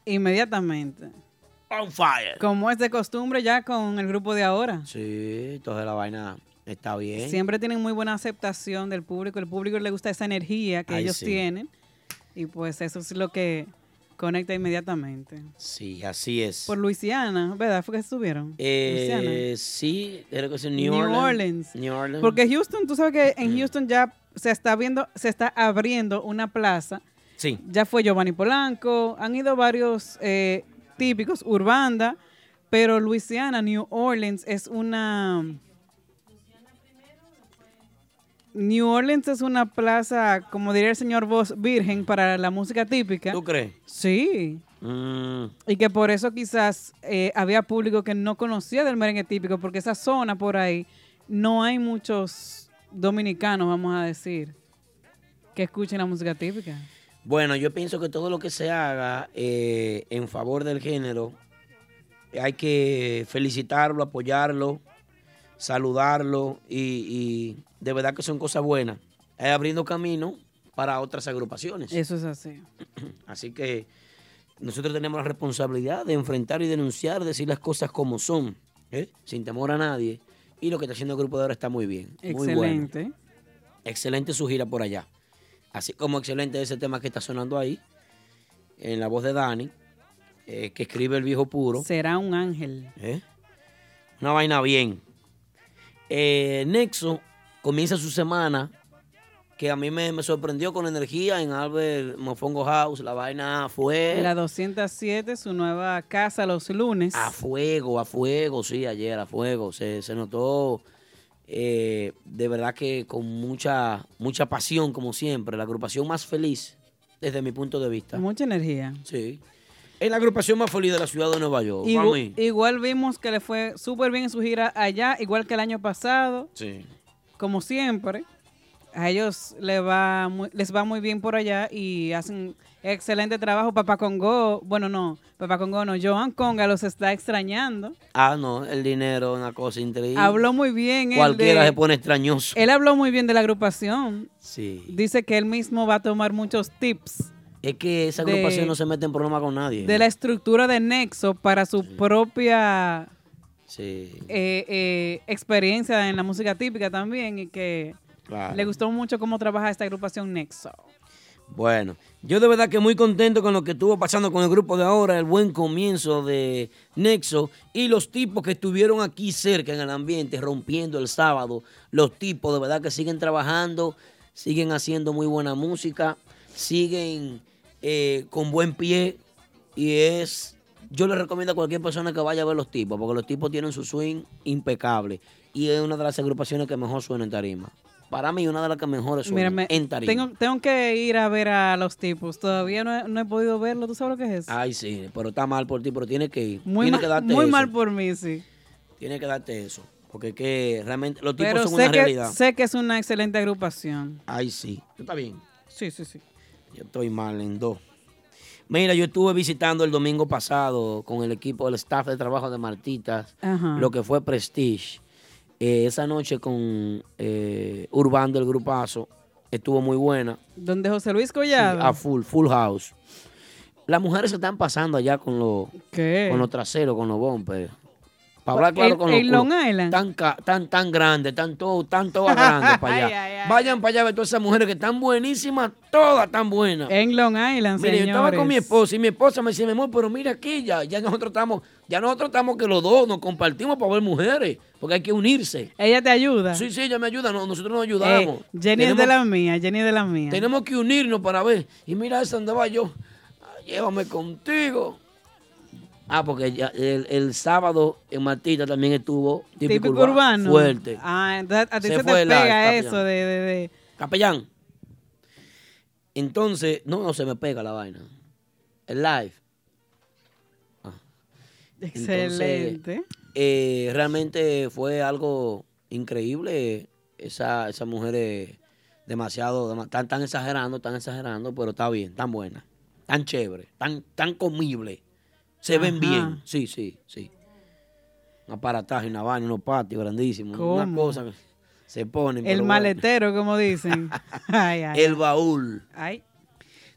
[SPEAKER 3] Inmediatamente.
[SPEAKER 2] on fire.
[SPEAKER 3] Como es de costumbre ya con el grupo de ahora.
[SPEAKER 2] Sí, entonces la vaina está bien.
[SPEAKER 3] Siempre tienen muy buena aceptación del público. El público le gusta esa energía que
[SPEAKER 2] Ay,
[SPEAKER 3] ellos
[SPEAKER 2] sí.
[SPEAKER 3] tienen. Y pues eso es lo que conecta inmediatamente.
[SPEAKER 2] Sí, así es.
[SPEAKER 3] Por Luisiana, ¿verdad? Fue que estuvieron. Luisiana.
[SPEAKER 2] Eh, sí, creo que es en New,
[SPEAKER 3] New
[SPEAKER 2] Orleans.
[SPEAKER 3] Orleans.
[SPEAKER 2] New Orleans.
[SPEAKER 3] Porque Houston, tú sabes que en Houston ya se está viendo, se está abriendo una plaza.
[SPEAKER 2] Sí.
[SPEAKER 3] Ya fue Giovanni Polanco, han ido varios eh, típicos, Urbanda, pero Luisiana, New Orleans es una... New Orleans es una plaza, como diría el señor Voz, virgen para la música típica.
[SPEAKER 2] ¿Tú crees?
[SPEAKER 3] Sí.
[SPEAKER 2] Mm,
[SPEAKER 3] Y que por eso quizás eh, había público que no conocía del merengue típico, porque esa zona por ahí no hay muchos dominicanos, vamos a decir, que escuchen la música típica.
[SPEAKER 2] Bueno, yo pienso que todo lo que se haga eh, en favor del género, eh, hay que felicitarlo, apoyarlo, saludarlo y, y de verdad que son cosas buenas. Eh, abriendo camino para otras agrupaciones.
[SPEAKER 3] Eso es así.
[SPEAKER 2] Así que nosotros tenemos la responsabilidad de enfrentar y denunciar, decir las cosas como son, ¿eh? sin temor a nadie. Y lo que está haciendo el grupo de ahora está muy bien. Muy bueno.
[SPEAKER 3] Excelente.
[SPEAKER 2] Excelente su gira por allá. Así como excelente ese tema que está sonando ahí, en la voz de Dani, eh, que escribe el viejo puro.
[SPEAKER 3] Será un ángel.
[SPEAKER 2] ¿Eh? Una vaina bien. Eh, Nexo comienza su semana, que a mí me, me sorprendió con energía en Albert Mofongo House. La vaina fue
[SPEAKER 3] La 207, su nueva casa los lunes.
[SPEAKER 2] a fuego, a fuego, sí, ayer a fuego. Se, se notó eh, de verdad que con mucha, mucha pasión, como siempre. La agrupación más feliz, desde mi punto de vista.
[SPEAKER 3] Mucha energía.
[SPEAKER 2] Sí. Es la agrupación más feliz de la ciudad de Nueva York.
[SPEAKER 3] Igu-
[SPEAKER 2] para mí.
[SPEAKER 3] igual vimos que le fue súper bien en su gira allá, igual que el año pasado.
[SPEAKER 2] Sí.
[SPEAKER 3] como siempre, a ellos le va mu- les va muy bien por allá y hacen excelente trabajo. Papá Congo, bueno, no, Papá Congo no, Joan Conga los está extrañando.
[SPEAKER 2] Ah, no, el dinero es una cosa increíble.
[SPEAKER 3] Habló muy bien. él
[SPEAKER 2] Cualquiera
[SPEAKER 3] de-
[SPEAKER 2] se pone extrañoso.
[SPEAKER 3] Él habló muy bien de la agrupación.
[SPEAKER 2] Sí.
[SPEAKER 3] Dice que él mismo va a tomar muchos tips
[SPEAKER 2] Es que esa
[SPEAKER 3] de-
[SPEAKER 2] agrupación no se mete en problema con nadie.
[SPEAKER 3] de la estructura de Nexo para su propia
[SPEAKER 2] Sí,
[SPEAKER 3] eh, eh, experiencia en la música típica también y que
[SPEAKER 2] claro.
[SPEAKER 3] le gustó mucho cómo trabaja esta agrupación Nexo.
[SPEAKER 2] Bueno, yo de verdad que muy contento con lo que estuvo pasando con el grupo de ahora, el buen comienzo de Nexo y los tipos que estuvieron aquí cerca en el ambiente rompiendo el sábado. Los tipos de verdad que siguen trabajando, siguen haciendo muy buena música, siguen eh, con buen pie y es... Yo le recomiendo a cualquier persona que vaya a ver los tipos, porque los tipos tienen su swing impecable y es una de las agrupaciones que mejor suena en tarima. Para mí, una de las que mejor suena
[SPEAKER 3] Mira, me-
[SPEAKER 2] en tarima.
[SPEAKER 3] tengo, tengo que ir a ver a los tipos. Todavía no he, no he podido verlo. ¿Tú sabes lo que es eso?
[SPEAKER 2] Ay, sí, pero está mal por ti, pero tienes que ir.
[SPEAKER 3] Muy,
[SPEAKER 2] tienes
[SPEAKER 3] mal,
[SPEAKER 2] que darte
[SPEAKER 3] muy
[SPEAKER 2] eso.
[SPEAKER 3] mal por mí, sí.
[SPEAKER 2] Tienes que darte eso. Porque es que realmente los tipos
[SPEAKER 3] Pero
[SPEAKER 2] son
[SPEAKER 3] sé
[SPEAKER 2] una
[SPEAKER 3] que,
[SPEAKER 2] realidad.
[SPEAKER 3] sé que es una excelente agrupación.
[SPEAKER 2] Ay, sí. ¿Tú estás bien?
[SPEAKER 3] Sí, sí, sí.
[SPEAKER 2] Yo estoy mal en dos. Mira, yo estuve visitando el domingo pasado con el equipo, el staff de trabajo de Martitas,
[SPEAKER 3] Ajá.
[SPEAKER 2] lo que fue Prestige. Eh, esa noche con eh, Urbán del Grupazo estuvo muy buena.
[SPEAKER 3] Donde José Luis
[SPEAKER 2] Sí,
[SPEAKER 3] Collado.
[SPEAKER 2] a full, full house. Las mujeres se están pasando allá con los
[SPEAKER 3] ¿Qué? Pues,
[SPEAKER 2] con los traseros, con los bumpers. Para hablar claro
[SPEAKER 3] En-
[SPEAKER 2] con los
[SPEAKER 3] en
[SPEAKER 2] culos.
[SPEAKER 3] Long Island.
[SPEAKER 2] Tan, ca- tan, tan grande, tan todo, tan todas grandes para allá.
[SPEAKER 3] Ay, ay, ay.
[SPEAKER 2] Vayan para allá a ver todas esas mujeres que están buenísimas, todas tan buenas.
[SPEAKER 3] En Long Island,
[SPEAKER 2] Mire, yo estaba con mi
[SPEAKER 3] señores.
[SPEAKER 2] esposa y mi esposa me decía, mi amor, pero mira aquí, ya, ya nosotros estamos, ya nosotros estamos que los dos nos compartimos para ver mujeres, porque hay que unirse.
[SPEAKER 3] Ella te ayuda.
[SPEAKER 2] Sí, sí, ella me ayuda, no- nosotros nos
[SPEAKER 3] Eh,
[SPEAKER 2] ayudamos.
[SPEAKER 3] Jenny es
[SPEAKER 2] Tenemos-
[SPEAKER 3] de la mía, Jenny es de la mía.
[SPEAKER 2] tenemos que unirnos para ver. Y mira, esa andaba yo. Ah, Llévame contigo. Ah, porque ya el, el sábado en Martita también estuvo típico, urbano, fuerte.
[SPEAKER 3] Ah, entonces a ti
[SPEAKER 2] Se
[SPEAKER 3] se, te
[SPEAKER 2] fue el
[SPEAKER 3] pega
[SPEAKER 2] capellán.
[SPEAKER 3] eso de, de, de-
[SPEAKER 2] Capellán. Entonces, no, no se me pega la vaina. El live. Ah. Entonces,
[SPEAKER 3] Excelente.
[SPEAKER 2] eh, realmente fue algo increíble. Esa, esas mujeres demasiado, dema- tan, tan exagerando, tan exagerando, pero está bien, tan buena, tan chévere, tan, tan comible. Se ven
[SPEAKER 3] Ajá.
[SPEAKER 2] bien, sí, sí, sí. un aparataje, una vaina, unos patios grandísimos, una
[SPEAKER 3] ¿Cómo?
[SPEAKER 2] cosa que se ponen.
[SPEAKER 3] El
[SPEAKER 2] pero
[SPEAKER 3] maletero, como dicen. Ay, ay,
[SPEAKER 2] bueno. el baúl.
[SPEAKER 3] Ay.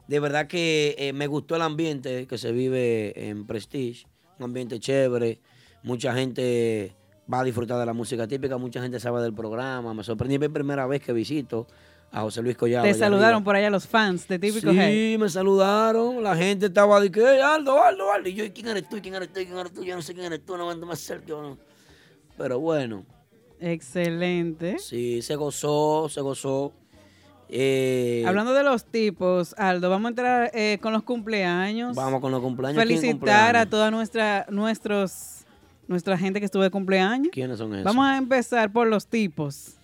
[SPEAKER 2] De verdad que eh, me gustó el ambiente que se vive en Prestige, un ambiente chévere, mucha gente va a disfrutar de la música típica, mucha gente sabe del programa, me sorprendí, es la primera vez que visito a José Luis Collado.
[SPEAKER 3] Te
[SPEAKER 2] allá
[SPEAKER 3] saludaron
[SPEAKER 2] arriba.
[SPEAKER 3] por allá los fans de Típico
[SPEAKER 2] Sí,
[SPEAKER 3] Head.
[SPEAKER 2] me saludaron, la gente estaba de que, "Ey, Aldo, Aldo, Aldo, y yo, "¿Y ¿quién eres tú? ¿Y ¿quién eres tú? ¿Y ¿quién eres tú? Yo no sé quién eres tú, no ando más cerca, yo no". Pero bueno.
[SPEAKER 3] Excelente.
[SPEAKER 2] Sí, se gozó, se gozó. Eh,
[SPEAKER 3] Hablando de los tipos, Aldo, vamos a entrar eh, con los cumpleaños.
[SPEAKER 2] Vamos con los cumpleaños. ¿Quién
[SPEAKER 3] Felicitar a
[SPEAKER 2] cumpleaños?
[SPEAKER 3] toda nuestra, nuestros, nuestra gente que estuvo de cumpleaños.
[SPEAKER 2] ¿Quiénes son esos?
[SPEAKER 3] Vamos a empezar por los tipos.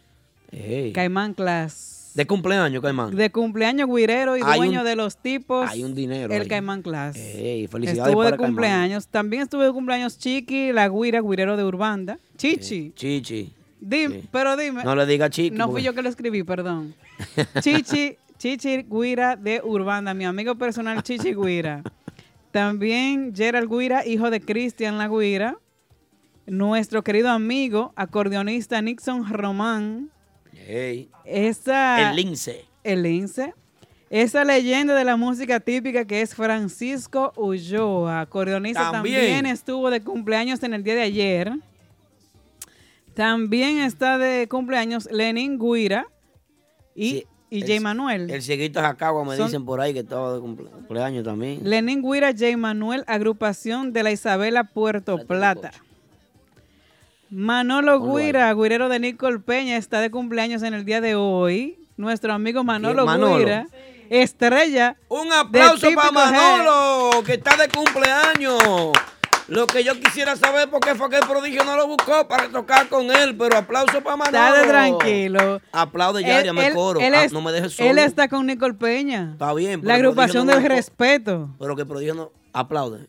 [SPEAKER 2] Ey.
[SPEAKER 3] Caimán Class.
[SPEAKER 2] De cumpleaños, Caimán.
[SPEAKER 3] De cumpleaños, guirero y
[SPEAKER 2] Hay
[SPEAKER 3] dueño
[SPEAKER 2] un-
[SPEAKER 3] de los tipos.
[SPEAKER 2] Hay un dinero.
[SPEAKER 3] El
[SPEAKER 2] ahí.
[SPEAKER 3] Caimán Class.
[SPEAKER 2] Ey, felicidades
[SPEAKER 3] Estuvo de
[SPEAKER 2] para Caimán.
[SPEAKER 3] cumpleaños. También estuvo de cumpleaños Chiqui, la guira, guirero de Urbanda. Chichi.
[SPEAKER 2] Chichi.
[SPEAKER 3] Dime, pero dime.
[SPEAKER 2] No le diga Chiqui,
[SPEAKER 3] No fui
[SPEAKER 2] porque-
[SPEAKER 3] yo que lo escribí, perdón. Chichi, Chichi Guira de Urbanda, mi amigo personal Chichi Guira. También Gerald Guira, hijo de Cristian La Guira. Nuestro querido amigo, acordeonista Nixon Román.
[SPEAKER 2] Ey.
[SPEAKER 3] Esa,
[SPEAKER 2] El lince.
[SPEAKER 3] El lince. Esa leyenda de la música típica que es Francisco Ulloa, acordeonista
[SPEAKER 2] También.
[SPEAKER 3] también. estuvo de cumpleaños en el día de ayer. También está de cumpleaños Lenin Guira y, y J. Manuel.
[SPEAKER 2] El cieguito Jacagua me
[SPEAKER 3] Son-
[SPEAKER 2] dicen por ahí que estaba de cumple- cumpleaños también.
[SPEAKER 3] Lenin Guira, J. Manuel, agrupación de la Isabela Puerto Plata. Manolo
[SPEAKER 2] Ponlo ahí.
[SPEAKER 3] Guira, guirero de Nicole Peña, está de cumpleaños en el día de hoy. Nuestro amigo Manolo,
[SPEAKER 2] Manolo.
[SPEAKER 3] Guira, estrella.
[SPEAKER 2] Un
[SPEAKER 3] de
[SPEAKER 2] aplauso para
[SPEAKER 3] Típico Head.
[SPEAKER 2] Manolo, que está de cumpleaños. Lo que yo quisiera saber por qué fue que el prodigio no lo buscó para tocar con él, pero aplauso para Manolo.
[SPEAKER 3] Está de tranquilo.
[SPEAKER 2] Aplaude Yaria,
[SPEAKER 3] Él-
[SPEAKER 2] me
[SPEAKER 3] él-
[SPEAKER 2] coro.
[SPEAKER 3] él
[SPEAKER 2] Ah,
[SPEAKER 3] es-
[SPEAKER 2] no me dejes solo.
[SPEAKER 3] Él está con Nicole Peña.
[SPEAKER 2] Está bien. pero
[SPEAKER 3] La
[SPEAKER 2] el prodigio
[SPEAKER 3] agrupación
[SPEAKER 2] no
[SPEAKER 3] del
[SPEAKER 2] lo buscó.
[SPEAKER 3] respeto.
[SPEAKER 2] Pero que el prodigio no. Aplaude.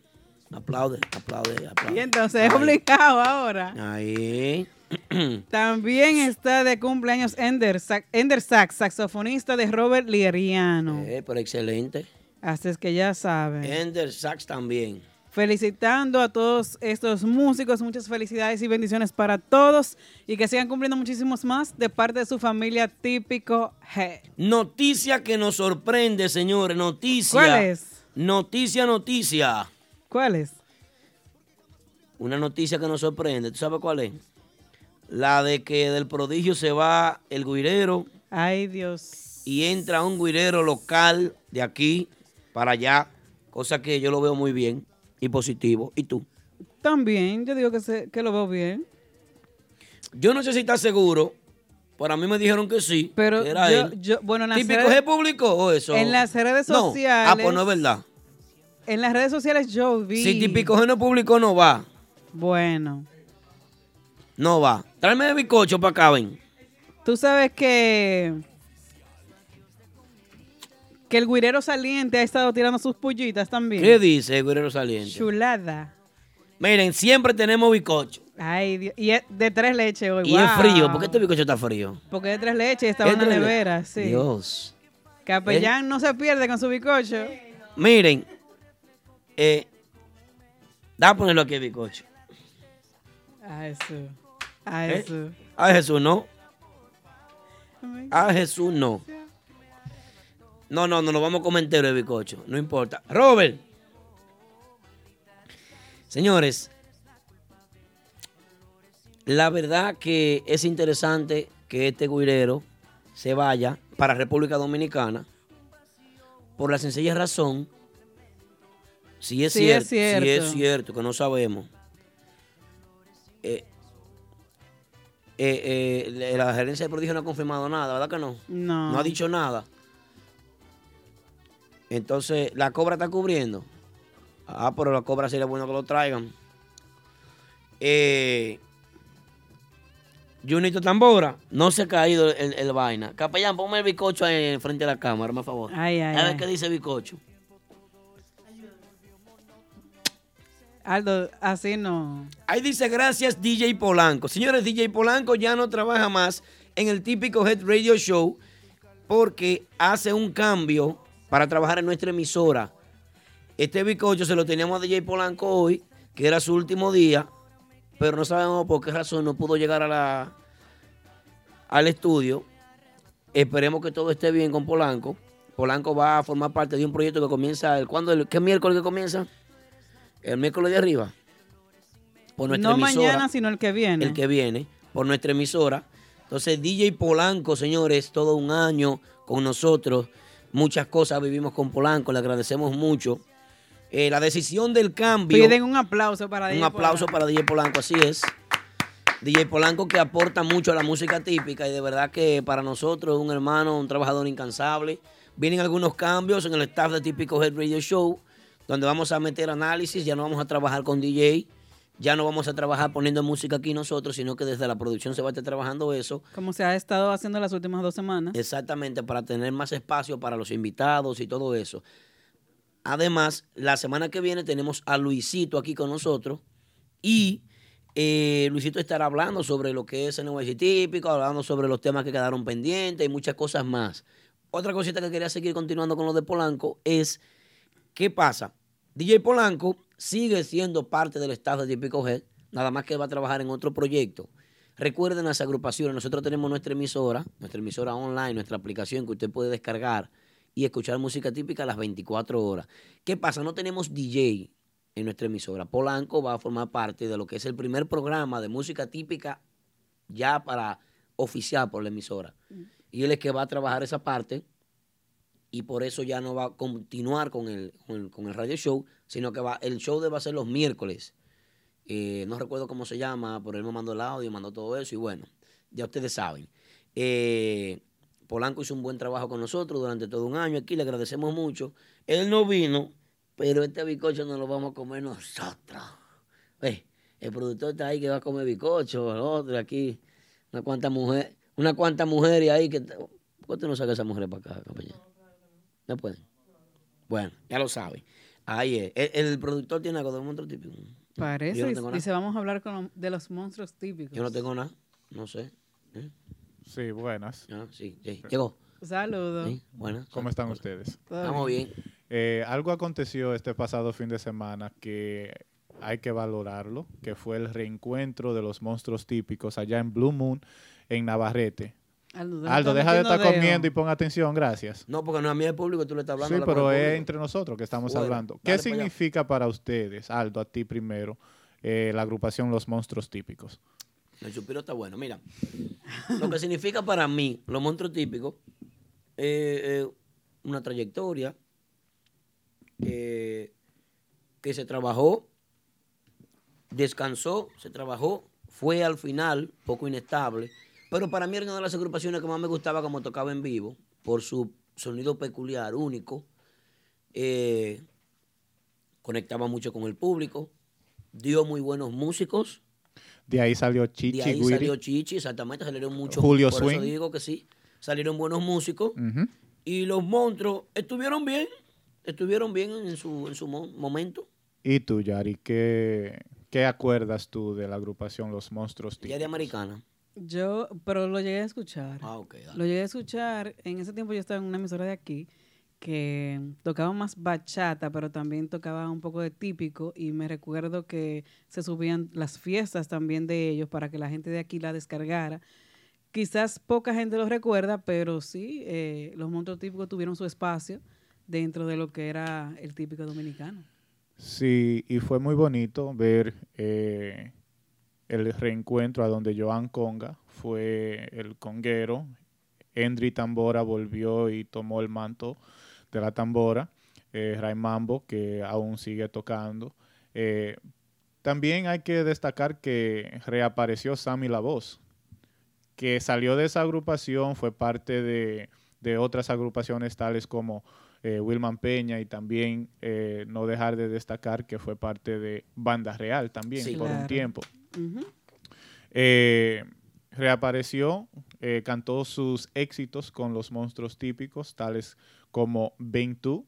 [SPEAKER 2] Aplaude, aplaude,
[SPEAKER 3] Y
[SPEAKER 2] aplaude.
[SPEAKER 3] entonces es obligado ahora.
[SPEAKER 2] Ahí.
[SPEAKER 3] También está de cumpleaños Ender, Sax, Ender Sax, saxofonista de Robert Lieriano.
[SPEAKER 2] Eh, pero excelente.
[SPEAKER 3] Así es que ya saben.
[SPEAKER 2] Ender Sachs también.
[SPEAKER 3] Felicitando a todos estos músicos, muchas felicidades y bendiciones para todos y que sigan cumpliendo muchísimos más de parte de su familia típico Head.
[SPEAKER 2] Noticia que nos sorprende, señores. Noticia.
[SPEAKER 3] ¿Cuál es?
[SPEAKER 2] Noticia, noticia.
[SPEAKER 3] ¿Cuál es?
[SPEAKER 2] Una noticia que nos sorprende. ¿Tú sabes cuál es? La de que del prodigio se va el guirero
[SPEAKER 3] Ay Dios.
[SPEAKER 2] y entra un guirero local de aquí para allá. Cosa que yo lo veo muy bien y positivo. ¿Y tú?
[SPEAKER 3] También, yo digo que, se- que lo veo bien.
[SPEAKER 2] Yo no sé si estás seguro. Para mí me dijeron que sí. Pero era
[SPEAKER 3] Yo,
[SPEAKER 2] él.
[SPEAKER 3] yo- bueno, en las
[SPEAKER 2] ¿Típico
[SPEAKER 3] redes-
[SPEAKER 2] G público o eso?
[SPEAKER 3] en las redes
[SPEAKER 2] No. Ah,
[SPEAKER 3] sociales-
[SPEAKER 2] pues no es verdad.
[SPEAKER 3] En las redes sociales yo vi.
[SPEAKER 2] Si típico G no público no va.
[SPEAKER 3] Bueno.
[SPEAKER 2] No va. Tráeme de bizcocho para acá, ven.
[SPEAKER 3] Tú sabes que que el guirero saliente ha estado tirando sus pullitas también.
[SPEAKER 2] ¿Qué dice el guerrero saliente?
[SPEAKER 3] Chulada.
[SPEAKER 2] Miren, siempre tenemos bizcocho.
[SPEAKER 3] Ay, Dios. Y es de tres leches hoy.
[SPEAKER 2] Y es
[SPEAKER 3] guau.
[SPEAKER 2] frío. ¿Por qué este bizcocho está frío?
[SPEAKER 3] Porque de tres leches estaba Pues en la
[SPEAKER 2] Es de-
[SPEAKER 3] nevera, sí.
[SPEAKER 2] Dios.
[SPEAKER 3] Capellán no se pierde con su bicocho.
[SPEAKER 2] Miren. Eh, da a ponerlo aquí el bizcocho.
[SPEAKER 3] A eso. A
[SPEAKER 2] ¿Eh?
[SPEAKER 3] eso.
[SPEAKER 2] A Jesús no. A Jesús no. No, no, no, nos vamos a comer entero el bizcocho. No importa. Robert. Señores, la verdad que es interesante que este guirero se vaya para República Dominicana por la sencilla razón, si es,
[SPEAKER 3] Sí,
[SPEAKER 2] cierto,
[SPEAKER 3] es
[SPEAKER 2] si es
[SPEAKER 3] cierto.
[SPEAKER 2] cierto, que no sabemos, eh, eh, eh, la gerencia de prodigio no ha confirmado nada, ¿verdad que no?
[SPEAKER 3] No.
[SPEAKER 2] No ha dicho nada. Entonces, la cobra está cubriendo. Ah, pero la cobra sería bueno que lo traigan. Eh, Junito Tambora, no se ha caído el, el vaina. Capellán, ponme el bizcocho ahí enfrente de la cámara, por favor.
[SPEAKER 3] Ay, ay,
[SPEAKER 2] A ver
[SPEAKER 3] ay.
[SPEAKER 2] qué dice bizcocho.
[SPEAKER 3] Aldo, así no.
[SPEAKER 2] Ahí dice gracias DJ Polanco. Señores, DJ Polanco ya no trabaja más en el típico Head Radio Show porque hace un cambio para trabajar en nuestra emisora. Este bizcocho se lo teníamos a DJ Polanco hoy, que era su último día, pero no sabemos por qué razón no pudo llegar a la, al estudio. Esperemos que todo esté bien con Polanco. Polanco va a formar parte de un proyecto que comienza el ¿cuándo? El, ¿Qué miércoles que comienza? El miércoles de arriba. Por nuestra
[SPEAKER 3] No
[SPEAKER 2] emisora.
[SPEAKER 3] mañana, sino el que viene.
[SPEAKER 2] El que viene, por nuestra emisora. Entonces, DJ Polanco, señores, todo un año con nosotros. Muchas cosas vivimos con Polanco, le agradecemos mucho. Eh, la decisión del cambio.
[SPEAKER 3] Piden un aplauso para
[SPEAKER 2] Un
[SPEAKER 3] DJ
[SPEAKER 2] aplauso para DJ Polanco, así es. DJ Polanco que aporta mucho a la música típica y de verdad que para nosotros es un hermano, un trabajador incansable. Vienen algunos cambios en el staff de Típico Head Radio Show, donde vamos a meter análisis, ya no vamos a trabajar con DJ, ya no vamos a trabajar poniendo música aquí nosotros, sino que desde la producción se va a estar trabajando eso.
[SPEAKER 3] Como se ha estado haciendo las últimas dos semanas.
[SPEAKER 2] Exactamente, para tener más espacio para los invitados y todo eso. Además, la semana que viene tenemos a Luisito aquí con nosotros y eh, Luisito estará hablando sobre lo que es el negocio típico, hablando sobre los temas que quedaron pendientes y muchas cosas más. Otra cosita que quería seguir continuando con lo de Polanco es, ¿qué pasa? DJ Polanco sigue siendo parte del staff de Típico Head, nada más que va a trabajar en otro proyecto. Recuerden las agrupaciones, nosotros tenemos nuestra emisora, nuestra emisora online, nuestra aplicación que usted puede descargar y escuchar música típica a las 24 horas. ¿Qué pasa? No tenemos DJ en nuestra emisora. Polanco va a formar parte de lo que es el primer programa de música típica ya para oficial por la emisora. Y él es que va a trabajar esa parte y por eso ya no va a continuar con el, con el, con el radio show, sino que va, el show de va a ser los miércoles. Eh, no recuerdo cómo se llama, pero él me mandó el audio, mandó todo eso y bueno, ya ustedes saben. Eh, Polanco hizo un buen trabajo con nosotros durante todo un año aquí, le agradecemos mucho. Él no vino, pero este bizcocho nos lo vamos a comer nosotros. Ve, el productor está ahí que va a comer bizcocho, el otro aquí, una cuanta mujer, una cuanta mujeres ahí que... ¿Por qué tú no sacas a esas mujeres para acá, compañero? No pueden. Bueno, ya lo saben. Ahí es. El, el productor tiene algo de un otro tipo.
[SPEAKER 3] Parece.
[SPEAKER 2] Yo no
[SPEAKER 3] y-
[SPEAKER 2] tengo nada.
[SPEAKER 3] dice, vamos a hablar con lo- de los monstruos típicos.
[SPEAKER 2] Yo no tengo nada, no sé. ¿eh?
[SPEAKER 7] Sí, buenas.
[SPEAKER 2] sí, Llegó.
[SPEAKER 3] Saludos.
[SPEAKER 2] Buenas.
[SPEAKER 7] ¿Cómo están ustedes?
[SPEAKER 3] Todo Estamos bien.
[SPEAKER 7] Eh, algo aconteció este pasado fin de semana que hay que valorarlo, que fue el reencuentro de los monstruos típicos allá en Blue Moon, en Navarrete.
[SPEAKER 3] Aldo,
[SPEAKER 2] ¿dónde
[SPEAKER 7] Aldo,
[SPEAKER 2] estás
[SPEAKER 7] deja de
[SPEAKER 2] metiendo
[SPEAKER 7] estar
[SPEAKER 2] dedo?
[SPEAKER 7] comiendo y pon atención, gracias.
[SPEAKER 2] No, porque no a mí es el público, tú le estás hablando.
[SPEAKER 7] Sí,
[SPEAKER 2] a la
[SPEAKER 7] pero
[SPEAKER 2] mujer del
[SPEAKER 7] es
[SPEAKER 2] público.
[SPEAKER 7] entre nosotros que estamos
[SPEAKER 2] Bueno,
[SPEAKER 7] hablando. ¿Qué
[SPEAKER 2] dale para allá.
[SPEAKER 7] significa para ustedes, Aldo, a ti primero, eh, la agrupación Los Monstruos Típicos?
[SPEAKER 2] El suspiro está bueno. Mira, lo que significa para mí, los monstruos típicos, eh, eh, una trayectoria eh, que se trabajó, descansó, se trabajó, fue al final poco inestable, pero para mí era una de las agrupaciones que más me gustaba como tocaba en vivo, por su sonido peculiar, único. eh, conectaba mucho con el público, dio muy buenos músicos.
[SPEAKER 7] De ahí salió Chichi
[SPEAKER 2] De ahí
[SPEAKER 7] Guiri.
[SPEAKER 2] salió Chichi, exactamente, salieron muchos.
[SPEAKER 7] Julio
[SPEAKER 2] por
[SPEAKER 7] Swing.
[SPEAKER 2] eso digo que sí. Salieron buenos músicos.
[SPEAKER 7] Ujú.
[SPEAKER 2] Y los monstruos estuvieron bien. Estuvieron bien en su, en su mo- momento.
[SPEAKER 7] ¿Y tú, Yari, qué, qué acuerdas tú de la agrupación Los Monstruos Típicos?
[SPEAKER 2] Yari Americana.
[SPEAKER 3] Yo, pero lo llegué a escuchar.
[SPEAKER 2] Ah, ok. dale.
[SPEAKER 3] Lo llegué a escuchar. En ese tiempo yo estaba en una emisora de aquí que tocaba más bachata, pero también tocaba un poco de típico. Y me recuerdo que se subían las fiestas también de ellos para que la gente de aquí la descargara. Quizás poca gente lo recuerda, pero sí, eh, los monstruos típicos tuvieron su espacio dentro de lo que era el típico dominicano.
[SPEAKER 7] Sí, y fue muy bonito ver eh, el reencuentro a donde Joan Conga fue el conguero. Endry Tambora volvió y tomó el manto de la tambora. Eh, Ray Mambo, que aún sigue tocando. Eh, también hay que destacar que reapareció Sammy La Voz, que salió de esa agrupación, fue parte de, de otras agrupaciones tales como eh, Wilman Peña y también eh, no dejar de destacar que fue parte de Banda Real también
[SPEAKER 14] Sí.
[SPEAKER 7] por
[SPEAKER 14] Claro.
[SPEAKER 7] un tiempo.
[SPEAKER 14] Ujú.
[SPEAKER 7] Eh, reapareció, eh, cantó sus éxitos con los monstruos típicos, tales como Bentú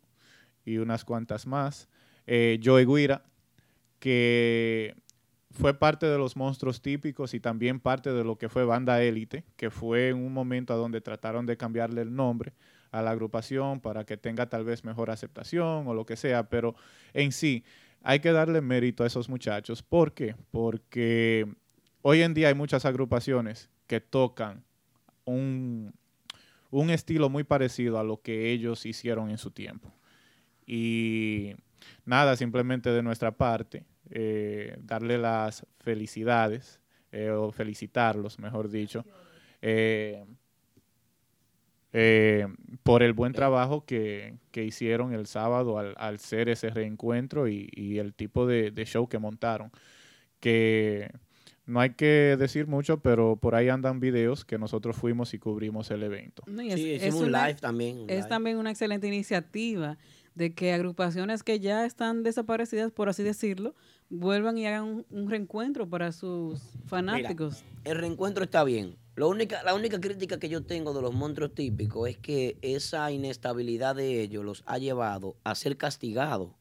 [SPEAKER 7] y unas cuantas más. Eh, Joey Guira, que fue parte de los monstruos típicos y también parte de lo que fue Banda Élite, que fue en un momento a donde trataron de cambiarle el nombre a la agrupación para que tenga tal vez mejor aceptación o lo que sea, pero en sí, hay que darle mérito a esos muchachos. ¿Por qué? Porque hoy en día hay muchas agrupaciones que tocan un, un estilo muy parecido a lo que ellos hicieron en su tiempo. Y nada, simplemente de nuestra parte, eh, darle las felicidades, eh, o felicitarlos, mejor dicho, eh, eh, por el buen trabajo que, que hicieron el sábado al, al ser ese reencuentro y, y el tipo de, de show que montaron. Que no hay que decir mucho, pero por ahí andan videos que nosotros fuimos y cubrimos el evento.
[SPEAKER 3] No, y
[SPEAKER 2] Sí, hicimos un
[SPEAKER 3] una-
[SPEAKER 2] live también, un
[SPEAKER 3] es
[SPEAKER 2] live.
[SPEAKER 3] también una excelente iniciativa de que agrupaciones que ya están desaparecidas, por así decirlo, vuelvan y hagan un, un reencuentro para sus fanáticos.
[SPEAKER 2] el reencuentro está bien. Lo única, la única crítica que yo tengo de los monstruos típicos es que esa inestabilidad de ellos los ha llevado a ser castigados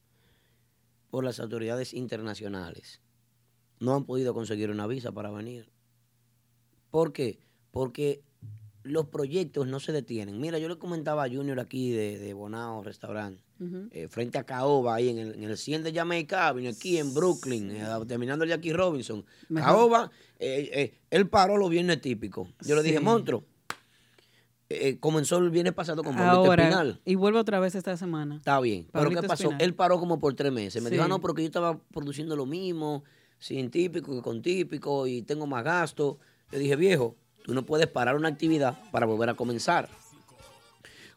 [SPEAKER 2] por las autoridades internacionales. No han podido conseguir una visa para venir. ¿Por qué? Porque los proyectos no se detienen. Mira, yo le comentaba a Junior aquí de, de Bonao Restaurant,
[SPEAKER 3] Ujú.
[SPEAKER 2] eh, frente a Caoba, ahí en el, en el 100 de Jamaica Avenue, aquí en Brooklyn, eh, terminando el Jackie Robinson.
[SPEAKER 3] Mejor.
[SPEAKER 2] Caoba, eh, eh, él paró los viernes típicos. Yo le dije,
[SPEAKER 3] Sí.
[SPEAKER 2] monstruo, eh, comenzó el viernes pasado con Pablito
[SPEAKER 3] Ahora,
[SPEAKER 2] Espinal.
[SPEAKER 3] y vuelvo otra vez esta semana.
[SPEAKER 2] Está bien. Pero
[SPEAKER 3] Pablito
[SPEAKER 2] ¿qué pasó?
[SPEAKER 3] Espinal.
[SPEAKER 2] Él paró como por tres meses. Me dijo,
[SPEAKER 3] Sí.
[SPEAKER 2] "Ah, no, porque yo estaba produciendo lo mismo, sin típico que con típico, y tengo más gasto. Yo dije, viejo, tú no puedes parar una actividad para volver a comenzar.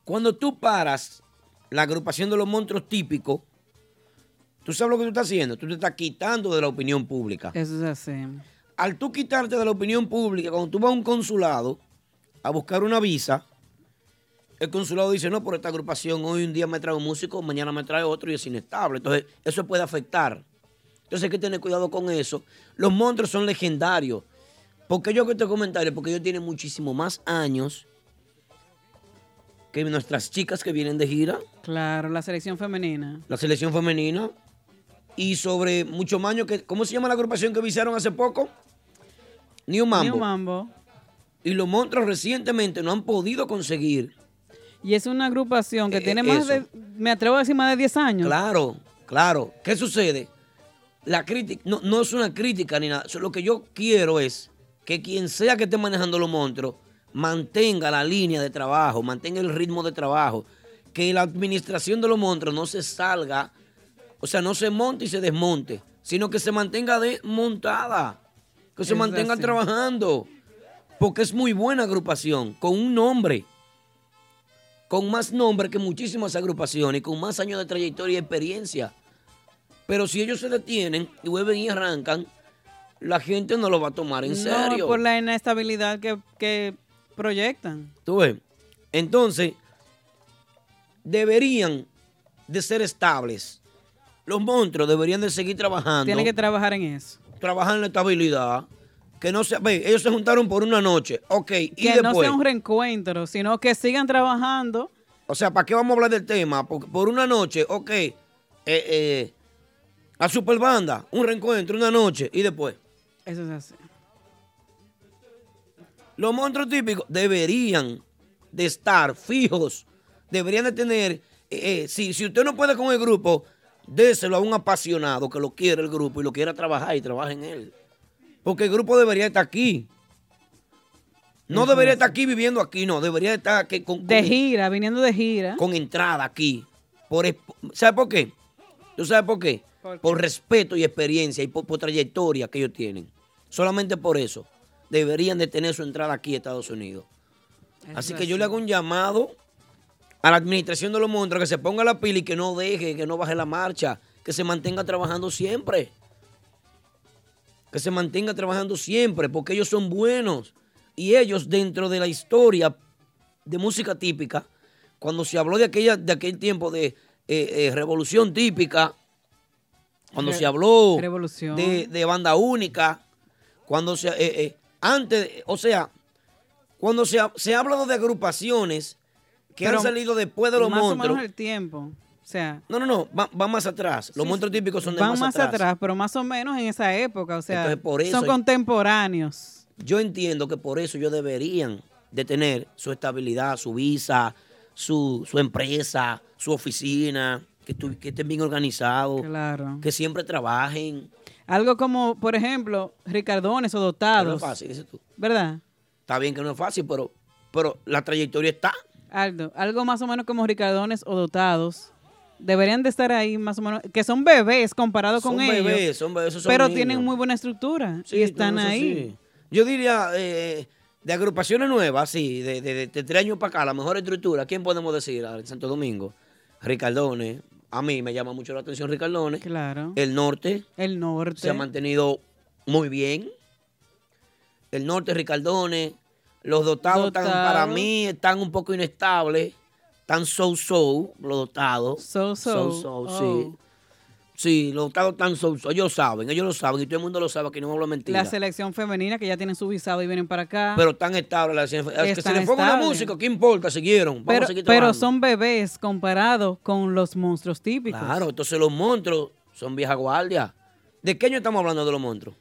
[SPEAKER 2] Cuando tú paras la agrupación de los monstruos típicos, tú sabes lo que tú estás haciendo. Tú te estás quitando de la opinión pública.
[SPEAKER 3] Eso es así.
[SPEAKER 2] Al tú quitarte de la opinión pública, cuando tú vas a un consulado a buscar una visa, el consulado dice, no, por esta agrupación hoy un día me trae un músico, mañana me trae otro y es inestable. Entonces, eso puede afectar. Entonces hay que tener cuidado con eso. Los monstruos son legendarios. ¿Por qué yo hago este comentario? Porque ellos tienen muchísimo más años que nuestras chicas que vienen de gira,
[SPEAKER 3] Claro, la selección femenina.
[SPEAKER 2] la selección femenina, y sobre mucho más años que... ¿Cómo se llama la agrupación que visaron hace poco? New Mambo.
[SPEAKER 3] New Mambo.
[SPEAKER 2] Y los monstruos recientemente no han podido conseguir.
[SPEAKER 3] Y es una agrupación que
[SPEAKER 2] Eh,
[SPEAKER 3] tiene más
[SPEAKER 2] eso.
[SPEAKER 3] de, me atrevo a decir, más de 10 años.
[SPEAKER 2] Claro, claro. ¿Qué sucede? La crítica, no, no es una crítica ni nada. So, Lo que yo quiero es que quien sea que esté manejando los monstruos mantenga la línea de trabajo, mantenga el ritmo de trabajo. Que la administración de los monstruos no se salga, o sea, no se monte y se desmonte, sino que se mantenga desmontada. Que se
[SPEAKER 12] Es
[SPEAKER 2] mantenga
[SPEAKER 12] así.
[SPEAKER 2] trabajando. Porque es muy buena agrupación, con un nombre con más nombre que muchísimas agrupaciones, con más años de trayectoria y experiencia. Pero si ellos se detienen y vuelven y arrancan, la gente no lo va a tomar en
[SPEAKER 3] No,
[SPEAKER 2] serio.
[SPEAKER 3] por la inestabilidad que, que proyectan.
[SPEAKER 2] Tú ves. Entonces, deberían de ser estables. Los monstruos deberían de seguir trabajando.
[SPEAKER 3] Tienen que trabajar en eso.
[SPEAKER 2] trabajar en la estabilidad. Que no se, ve, ellos se juntaron por una noche. Ok, y
[SPEAKER 3] que no
[SPEAKER 2] después.
[SPEAKER 3] sea un reencuentro, sino que sigan trabajando.
[SPEAKER 2] O sea, ¿para qué vamos a hablar del tema? Por, por una noche, ok. eh, eh, a Superbanda, un reencuentro, una noche y después.
[SPEAKER 3] Eso es así.
[SPEAKER 2] Los monstruos típicos deberían de estar fijos. Deberían de tener... eh, eh, si, si usted no puede con el grupo, déselo a un apasionado que lo quiera el grupo y lo quiera trabajar y trabaje en él. Porque el grupo debería estar aquí. No debería estar aquí viviendo aquí, no. Debería estar aquí con...
[SPEAKER 3] De
[SPEAKER 2] con-
[SPEAKER 3] gira, viniendo de gira.
[SPEAKER 2] con entrada aquí. Por, es- ¿Sabes por qué? ¿Tú sabes por qué? Por respeto y experiencia y por, por trayectoria que ellos tienen. Solamente por eso deberían de tener su entrada aquí a Estados Unidos. Así que yo le hago un llamado a la administración de los monstruos que se ponga la pila y que no deje, que no baje la marcha, que se mantenga trabajando siempre. Que se mantenga trabajando siempre, porque ellos son buenos. Y ellos, dentro de la historia de música típica, cuando se habló de, aquella, de aquel tiempo de eh, eh, revolución típica, cuando
[SPEAKER 3] Re-
[SPEAKER 2] se habló
[SPEAKER 3] Revolución.
[SPEAKER 2] de, de banda única, cuando se... eh, eh, antes, o sea, cuando se, ha- se ha hablado de agrupaciones que
[SPEAKER 3] Pero
[SPEAKER 2] han salido después de los
[SPEAKER 3] más o
[SPEAKER 2] monstruos...
[SPEAKER 3] menos el tiempo. O sea,
[SPEAKER 2] No, no, no, van más atrás. Los monstruos típicos son de
[SPEAKER 3] van
[SPEAKER 2] más, atrás.
[SPEAKER 3] pero más o menos en esa época. O sea,
[SPEAKER 2] Entonces, por eso-
[SPEAKER 3] son contemporáneos.
[SPEAKER 2] Yo entiendo que por eso ellos deberían de tener su estabilidad, su visa, su, su empresa, su oficina, que, tu- que estén bien organizados,
[SPEAKER 3] Claro.
[SPEAKER 2] que siempre trabajen.
[SPEAKER 3] Algo como, por ejemplo, Ricardones o
[SPEAKER 2] No
[SPEAKER 3] Dotados.
[SPEAKER 2] es fácil, dices tú.
[SPEAKER 3] ¿Verdad?
[SPEAKER 2] Está bien que no es fácil, pero, pero la trayectoria está.
[SPEAKER 3] Aldo, algo más o menos como Ricardones o Dotados. Deberían de estar ahí más o menos, que son bebés comparado
[SPEAKER 2] Son
[SPEAKER 3] con
[SPEAKER 2] bebés,
[SPEAKER 3] ellos.
[SPEAKER 2] son bebés, esos son
[SPEAKER 3] pero
[SPEAKER 2] niños.
[SPEAKER 3] tienen muy buena estructura y están
[SPEAKER 2] Entonces,
[SPEAKER 3] ahí.
[SPEAKER 2] sí. Yo diría, eh, de agrupaciones nuevas, sí, de, de- de- de tres años para acá, la mejor estructura, ¿quién podemos decir? Ah, Santo Domingo, Ricardones. A mí me llama mucho la atención Ricardones.
[SPEAKER 3] Claro.
[SPEAKER 2] El norte
[SPEAKER 3] El norte.
[SPEAKER 2] se ha mantenido muy bien. El norte, Ricardones. Los dotados, están-
[SPEAKER 3] Dotados.
[SPEAKER 2] para mí están un poco inestables. Están so-so, los dotados.
[SPEAKER 3] So-so,
[SPEAKER 2] So-so,
[SPEAKER 3] oh.
[SPEAKER 2] sí. Sí, los dotados están so-so. Ellos saben, ellos lo saben. Y todo el mundo lo sabe, que no hablo mentira.
[SPEAKER 3] La selección femenina que ya tienen su visado y vienen para acá.
[SPEAKER 2] Pero están estables. las- que se
[SPEAKER 3] Están
[SPEAKER 2] les ponga una
[SPEAKER 3] estables.
[SPEAKER 2] música, ¿qué importa? Siguieron. Vamos
[SPEAKER 3] Pero,
[SPEAKER 2] a seguir
[SPEAKER 3] pero
[SPEAKER 2] trabajando.
[SPEAKER 3] son bebés comparado con los monstruos típicos.
[SPEAKER 2] Claro, entonces los monstruos son vieja guardia. ¿De qué año estamos hablando de los monstruos?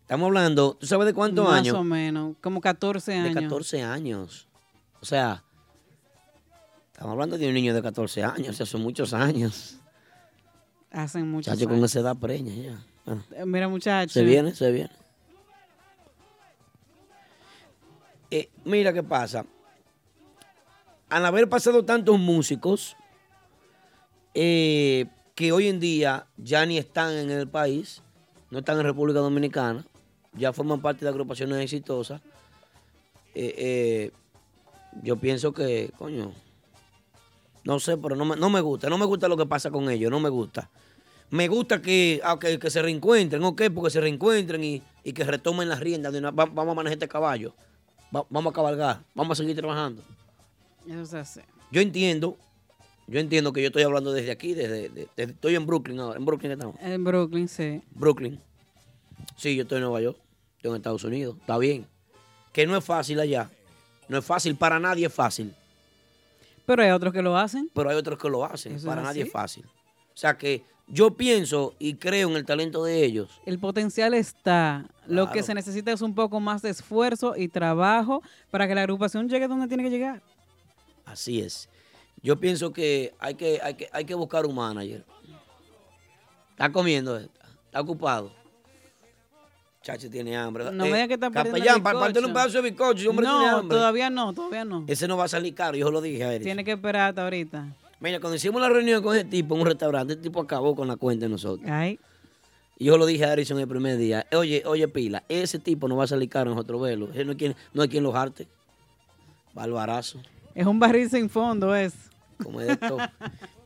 [SPEAKER 2] Estamos hablando, ¿tú sabes de cuántos
[SPEAKER 3] Más
[SPEAKER 2] años?
[SPEAKER 3] o menos, como 14 años.
[SPEAKER 2] De 14 años. O sea, estamos hablando de un niño de 14 años, o sea, son muchos años.
[SPEAKER 3] Hacen muchos
[SPEAKER 2] Chacho, con
[SPEAKER 3] años.
[SPEAKER 2] esa edad preña ya. Ah,
[SPEAKER 3] Eh, Mira, muchachos.
[SPEAKER 2] Se viene, se viene. Eh, mira qué pasa. Al haber pasado tantos músicos eh, que hoy en día ya ni están en el país, no están en República Dominicana, ya forman parte de agrupaciones exitosas, eh, eh, yo pienso que, coño, no sé, pero no me, no me gusta, no me gusta lo que pasa con ellos, no me gusta. Me gusta que, ah, que, que se reencuentren, ok, porque se reencuentren y, y que retomen las riendas. de una- va- vamos a manejar este caballo, va- vamos a cabalgar, vamos a seguir trabajando.
[SPEAKER 3] Eso se hace.
[SPEAKER 2] Yo entiendo, yo entiendo que yo estoy hablando desde aquí, desde, de- desde- estoy en Brooklyn ahora, en Brooklyn estamos.
[SPEAKER 3] En Brooklyn, sí.
[SPEAKER 2] Brooklyn. Sí, yo estoy en Nueva York, estoy en Estados Unidos, está bien. Que no es fácil allá, no es fácil, para nadie es fácil.
[SPEAKER 3] Pero hay otros que lo hacen.
[SPEAKER 2] pero hay otros que lo hacen.
[SPEAKER 3] Eso es
[SPEAKER 2] Para nadie
[SPEAKER 3] así.
[SPEAKER 2] es fácil. O sea que yo pienso y creo en el talento de ellos.
[SPEAKER 3] El potencial está. Lo que
[SPEAKER 2] Claro.
[SPEAKER 3] se necesita es un poco más de esfuerzo y trabajo para que la agrupación llegue donde tiene que llegar.
[SPEAKER 2] Así es. Yo pienso que hay que, hay que, hay que buscar un manager. Está comiendo, eh, está ocupado. Chacho tiene hambre. Eh,
[SPEAKER 3] No me digas que está perdiendo
[SPEAKER 2] Capellán,
[SPEAKER 3] el
[SPEAKER 2] pa- pártele un
[SPEAKER 3] bizcocho.
[SPEAKER 2] pedazo de bizcocho. Yo hombre tiene
[SPEAKER 3] no,
[SPEAKER 2] hambre.
[SPEAKER 3] todavía no, todavía no.
[SPEAKER 2] Ese no va a salir caro, yo lo dije a él.
[SPEAKER 3] Tiene que esperar hasta ahorita.
[SPEAKER 2] Mira, cuando hicimos la reunión con ese tipo en un restaurante, el tipo acabó con la cuenta de nosotros.
[SPEAKER 3] Ay.
[SPEAKER 2] Y yo lo dije a Harrison el primer día. Oye, oye, Pila, ese tipo no va a salir caro en otro velo. Ese No hay quien, no hay quien lo jarte. Balbarazo.
[SPEAKER 3] Es un barril sin fondo, es.
[SPEAKER 2] Como es de todo.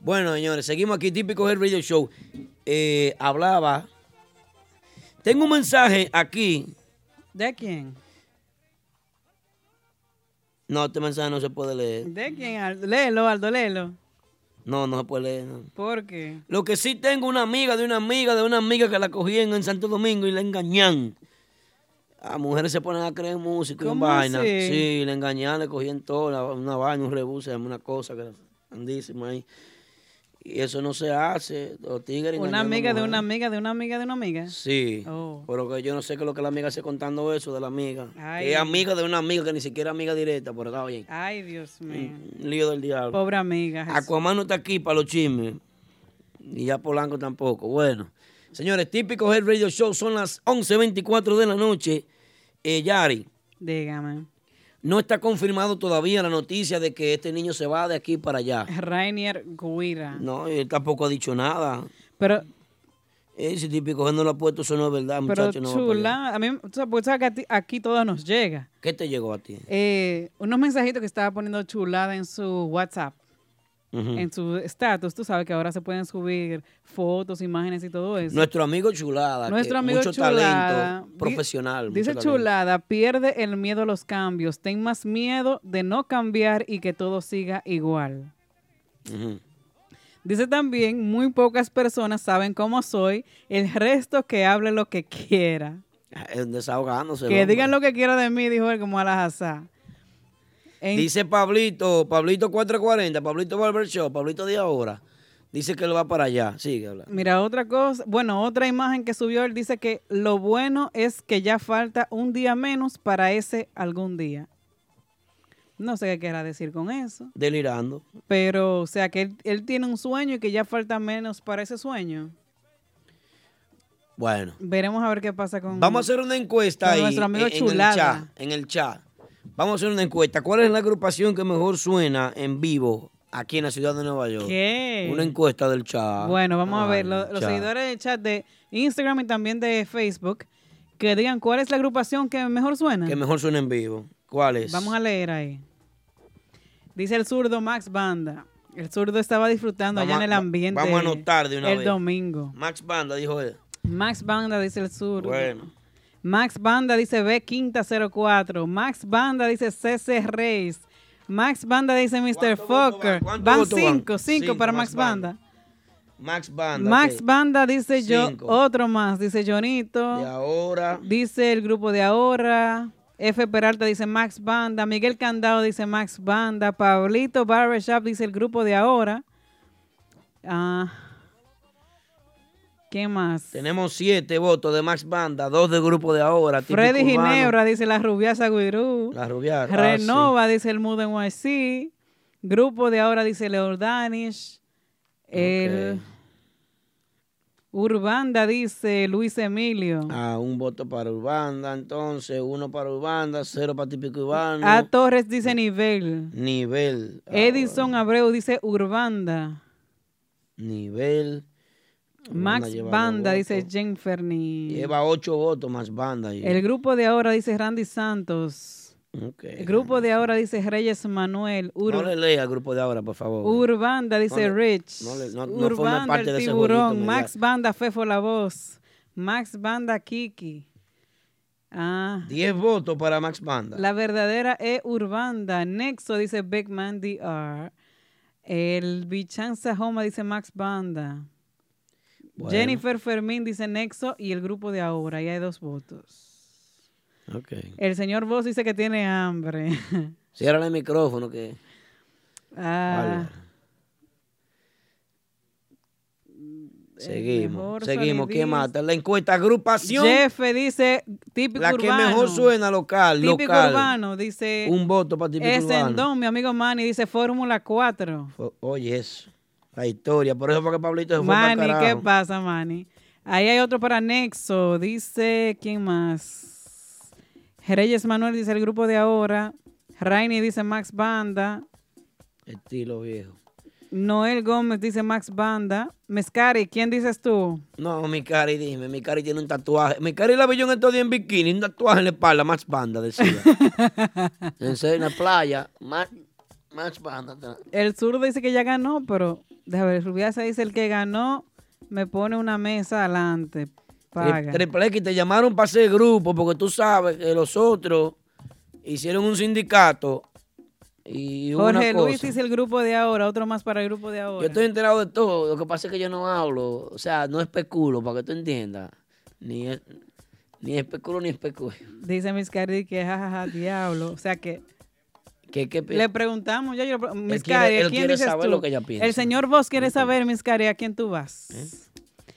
[SPEAKER 2] bueno, señores, seguimos aquí. Típico el Radio Show. Eh, hablaba. Tengo un mensaje aquí.
[SPEAKER 3] ¿De quién?
[SPEAKER 2] No, este mensaje no se puede leer.
[SPEAKER 3] ¿De quién? Aldo? Léelo, Aldo, léelo.
[SPEAKER 2] No, no se puede leer. no.
[SPEAKER 3] ¿Por qué?
[SPEAKER 2] Lo que sí tengo una amiga de una amiga de una amiga que la cogían en Santo Domingo y la engañan. A mujeres se ponen a creer en música y en
[SPEAKER 12] ¿Cómo
[SPEAKER 2] vaina.
[SPEAKER 12] así?
[SPEAKER 2] Sí, la engañan, le cogían todo, la- una vaina, un rebuse, una cosa que era grandísima ahí. Y eso no se hace. Los tigres
[SPEAKER 3] Una
[SPEAKER 2] engañando
[SPEAKER 3] amiga de
[SPEAKER 2] mujeres.
[SPEAKER 3] una amiga de una amiga de una amiga.
[SPEAKER 2] Sí.
[SPEAKER 3] Oh.
[SPEAKER 2] Pero que yo no sé qué es lo que la amiga hace contando eso de la amiga.
[SPEAKER 3] Ay.
[SPEAKER 2] Que es amiga de una amiga que ni siquiera es amiga directa, pero está bien.
[SPEAKER 3] Ay, Dios mío.
[SPEAKER 2] Un Mm, lío del diablo.
[SPEAKER 3] Pobre amiga. Jesús.
[SPEAKER 2] Aquaman no está aquí para los chismes. Y ya Polanco tampoco. Bueno, señores, típicos el Radio Show son las 11.24 de la noche. Eh, Yari,
[SPEAKER 3] Dígame.
[SPEAKER 2] no está confirmado todavía la noticia de que este niño se va de aquí para allá.
[SPEAKER 3] Rainier Guira.
[SPEAKER 2] No, él tampoco ha dicho nada. Eh,
[SPEAKER 3] Pero.
[SPEAKER 2] Ese típico G no lo ha puesto, eso no es verdad,
[SPEAKER 3] Pero
[SPEAKER 2] muchacho. no va para allá.
[SPEAKER 3] chula, a mí, tú sabes, pues, sabes que a ti- aquí todo nos llega.
[SPEAKER 2] ¿Qué te llegó a ti?
[SPEAKER 3] Eh, unos mensajitos que estaba poniendo chulada en su WhatsApp,
[SPEAKER 2] Ujú.
[SPEAKER 3] en su status. Tú sabes que ahora se pueden subir fotos, imágenes y todo eso.
[SPEAKER 2] Nuestro amigo Chulada. que
[SPEAKER 3] Nuestro amigo
[SPEAKER 2] mucho
[SPEAKER 3] Chulada.
[SPEAKER 2] talento,
[SPEAKER 3] Di-
[SPEAKER 2] profesional.
[SPEAKER 3] Dice
[SPEAKER 2] mucho talento.
[SPEAKER 3] Chulada, pierde el miedo a los cambios. Ten más miedo de no cambiar y que todo siga igual.
[SPEAKER 2] Ujú.
[SPEAKER 3] Dice también, muy pocas personas saben cómo soy. El resto que hable lo que quiera.
[SPEAKER 2] Eh, Desahogándose. el
[SPEAKER 3] que
[SPEAKER 2] hombre.
[SPEAKER 3] digan lo que quiera de mí, dijo él como Alajazá. En-
[SPEAKER 2] Dice Pablito, Pablito 440, Pablito Barber Show, Pablito de ahora. Dice que él va para allá. Sigue hablando.
[SPEAKER 3] Mira, otra cosa, bueno, otra imagen que subió, él dice que lo bueno es que ya falta un día menos para ese algún día. No sé qué quiera decir con eso.
[SPEAKER 2] Delirando.
[SPEAKER 3] Pero, o sea, que él, él tiene un sueño y que ya falta menos para ese sueño.
[SPEAKER 2] Bueno.
[SPEAKER 3] Veremos a ver qué pasa con.
[SPEAKER 2] Vamos a hacer una encuesta
[SPEAKER 3] con
[SPEAKER 2] ahí,
[SPEAKER 3] nuestro amigo
[SPEAKER 2] en, en el
[SPEAKER 3] Chulada.
[SPEAKER 2] chat, en el chat. Vamos a hacer una encuesta. ¿Cuál es la agrupación que mejor suena en vivo aquí en la ciudad de Nueva York?
[SPEAKER 3] ¿Qué?
[SPEAKER 2] Una encuesta del chat.
[SPEAKER 3] Bueno, vamos a
[SPEAKER 2] Ay,
[SPEAKER 3] ver lo- los
[SPEAKER 2] chat.
[SPEAKER 3] seguidores del chat de Instagram y también de Facebook que digan cuál es la agrupación que mejor suena.
[SPEAKER 2] Que mejor suena en vivo. ¿Cuál es?
[SPEAKER 3] Vamos a leer ahí. Dice el zurdo Max Banda. El zurdo estaba disfrutando
[SPEAKER 2] Vamos
[SPEAKER 3] allá
[SPEAKER 2] a-
[SPEAKER 3] en el
[SPEAKER 2] va-
[SPEAKER 3] ambiente.
[SPEAKER 2] Vamos a anotar de una
[SPEAKER 3] el
[SPEAKER 2] vez.
[SPEAKER 3] domingo.
[SPEAKER 2] Max Banda dijo él.
[SPEAKER 3] Max Banda dice el zurdo.
[SPEAKER 2] Bueno.
[SPEAKER 3] Max Banda dice B Quinta 04. Max Banda dice CC Reyes. Max Banda dice Mr. Fokker.
[SPEAKER 2] ¿Cuántos
[SPEAKER 3] Van
[SPEAKER 2] votos van?
[SPEAKER 3] 5, 5
[SPEAKER 2] Cinco,
[SPEAKER 3] para
[SPEAKER 2] Max
[SPEAKER 3] Max Banda.
[SPEAKER 2] Max Banda.
[SPEAKER 3] Max
[SPEAKER 2] ok.
[SPEAKER 3] Banda dice yo,
[SPEAKER 2] Cinco.
[SPEAKER 3] otro más, dice Jonito.
[SPEAKER 2] De ahora.
[SPEAKER 3] Dice el grupo de ahora. F. Peralta dice Max Banda. Miguel Candado dice Max Banda. Pablito Barbershop dice el grupo de ahora. Ah, ¿Qué más?
[SPEAKER 2] Tenemos siete votos de Max Banda, dos del grupo de ahora. típico
[SPEAKER 3] Freddy
[SPEAKER 2] urbano, Ah,
[SPEAKER 3] Ginebra dice la rubiasa Guirú.
[SPEAKER 2] La rubia.
[SPEAKER 3] Renova dice el Mood NYC. Grupo de ahora dice Leordanish. El Urbanda dice Luis Emilio.
[SPEAKER 2] Ah, un voto para Urbanda, entonces, uno para Urbanda, cero para Típico Urbano.
[SPEAKER 3] A Torres dice Nivel.
[SPEAKER 2] Nivel,
[SPEAKER 3] Edison Abreu dice Urbanda.
[SPEAKER 2] nivel.
[SPEAKER 3] Max
[SPEAKER 2] lleva dos
[SPEAKER 3] Banda
[SPEAKER 2] votos.
[SPEAKER 3] dice Jenferni.
[SPEAKER 2] Lleva ocho votos más Banda. ahí.
[SPEAKER 3] El grupo de ahora dice Randy Santos.
[SPEAKER 2] Ok.
[SPEAKER 3] El grupo de ahora dice Reyes Manuel. Ur-
[SPEAKER 2] No le lea al grupo de ahora, por favor.
[SPEAKER 3] Urbanda dice
[SPEAKER 2] No le-
[SPEAKER 3] Rich.
[SPEAKER 2] no le- no- no forme
[SPEAKER 3] Urbanda
[SPEAKER 2] parte
[SPEAKER 3] el
[SPEAKER 2] de ese
[SPEAKER 3] tiburón.
[SPEAKER 2] jueguito
[SPEAKER 3] Max Banda Fefo la voz. Max Banda Kiki. Ah.
[SPEAKER 2] Diez votos para Max Banda.
[SPEAKER 3] La verdadera E Urbanda. Nexo dice Big Man DR. El Vichanza Homa dice Max Banda.
[SPEAKER 2] Bueno.
[SPEAKER 3] Jennifer Fermín dice Nexo y el grupo de ahora. Y hay dos votos.
[SPEAKER 2] Ok.
[SPEAKER 3] El señor Voz dice que tiene hambre.
[SPEAKER 2] Cierra el micrófono que.
[SPEAKER 3] Ah,
[SPEAKER 2] Seguimos,
[SPEAKER 3] mejor
[SPEAKER 2] seguimos. ¿Quién
[SPEAKER 3] sonidista.
[SPEAKER 2] mata? La encuesta, agrupación.
[SPEAKER 3] Jeff dice típico
[SPEAKER 2] la que
[SPEAKER 3] urbano.
[SPEAKER 2] mejor suena local,
[SPEAKER 3] típico
[SPEAKER 2] Ah, local.
[SPEAKER 3] urbano dice.
[SPEAKER 2] Un voto para típico
[SPEAKER 3] es
[SPEAKER 2] urbano.
[SPEAKER 3] en don, mi amigo Manny dice Fórmula 4.
[SPEAKER 2] O- Oye, eso. La historia. Por eso fue que Pablito se fue para
[SPEAKER 3] Manny, ¿qué
[SPEAKER 2] carajo.
[SPEAKER 3] pasa, Manny? Ahí hay otro para Nexo. Dice, ¿quién más? Reyes Manuel dice el grupo de ahora. Rainy dice Max Banda.
[SPEAKER 2] Estilo viejo.
[SPEAKER 3] Noel Gómez dice Max Banda. Mescari, ¿quién dices tú?
[SPEAKER 2] No, mi cari, dime, mi cari tiene un tatuaje. Mi cari la vi yo en estos días en bikini, un tatuaje en la espalda, Max Banda, decía. en serio, en la playa, Max, Max Banda.
[SPEAKER 3] El zurdo dice que ya ganó, pero déjame ver, Rubiasa dice el que ganó me pone una mesa adelante. Paga.
[SPEAKER 2] Tri- Triple X, te llamaron para ese grupo, porque tú sabes que los otros hicieron un sindicato y hubo
[SPEAKER 3] Jorge
[SPEAKER 2] una cosa.
[SPEAKER 3] Luis dice el grupo de ahora, otro más para el grupo de ahora.
[SPEAKER 2] Yo estoy enterado de todo. Lo que pasa es que yo no hablo. O sea, no especulo, para que tú entiendas. Ni, es- ni especulo ni especulo.
[SPEAKER 3] Dice Miscari que jajaja, diablo. O sea que
[SPEAKER 2] Que, que,
[SPEAKER 3] le preguntamos, ya yo, Miscari,
[SPEAKER 2] quiere- él
[SPEAKER 3] ¿a quién
[SPEAKER 2] quiere
[SPEAKER 3] dices
[SPEAKER 2] saber
[SPEAKER 3] tú?
[SPEAKER 2] lo que ella piensa.
[SPEAKER 3] El señor vos quiere saber, Miscari, ¿a quién tú vas?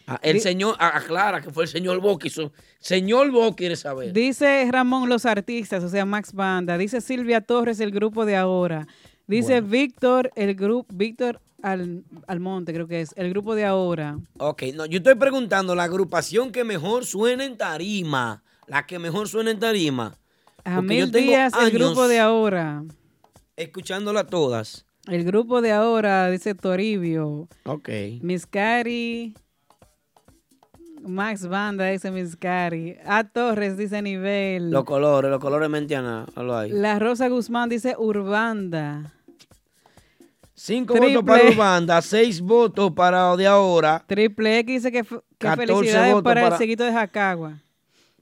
[SPEAKER 2] Ah, el
[SPEAKER 3] Di-
[SPEAKER 2] señor, a- aclara que fue el señor Bo que hizo- Señor Bo quiere saber.
[SPEAKER 3] Dice Ramón los artistas, o sea, Max Banda. Dice Silvia Torres, el grupo de ahora. Dice Víctor, el grupo, Víctor Al- Almonte, creo que es, el grupo de ahora.
[SPEAKER 2] Ok, no, yo estoy preguntando la agrupación que mejor suena en tarima. La que mejor suena en tarima. Porque
[SPEAKER 3] A
[SPEAKER 2] yo
[SPEAKER 3] mil
[SPEAKER 2] tengo
[SPEAKER 3] días, el
[SPEAKER 2] años
[SPEAKER 3] grupo de ahora.
[SPEAKER 2] Escuchándola todas.
[SPEAKER 3] El grupo de ahora, dice Toribio.
[SPEAKER 2] Ok.
[SPEAKER 3] Miscari. Max Banda, dice Miscari. A Torres, dice Nivel.
[SPEAKER 2] Los colores, los colores mentiana. Hablo ahí.
[SPEAKER 3] La Rosa Guzmán dice Urbanda.
[SPEAKER 2] Cinco
[SPEAKER 3] Triple.
[SPEAKER 2] votos para Urbanda, seis votos para de ahora.
[SPEAKER 3] Triple X dice que, fe- que
[SPEAKER 2] 14
[SPEAKER 3] felicidades
[SPEAKER 2] votos
[SPEAKER 3] para, el
[SPEAKER 2] para-
[SPEAKER 3] seguito de Jacagua.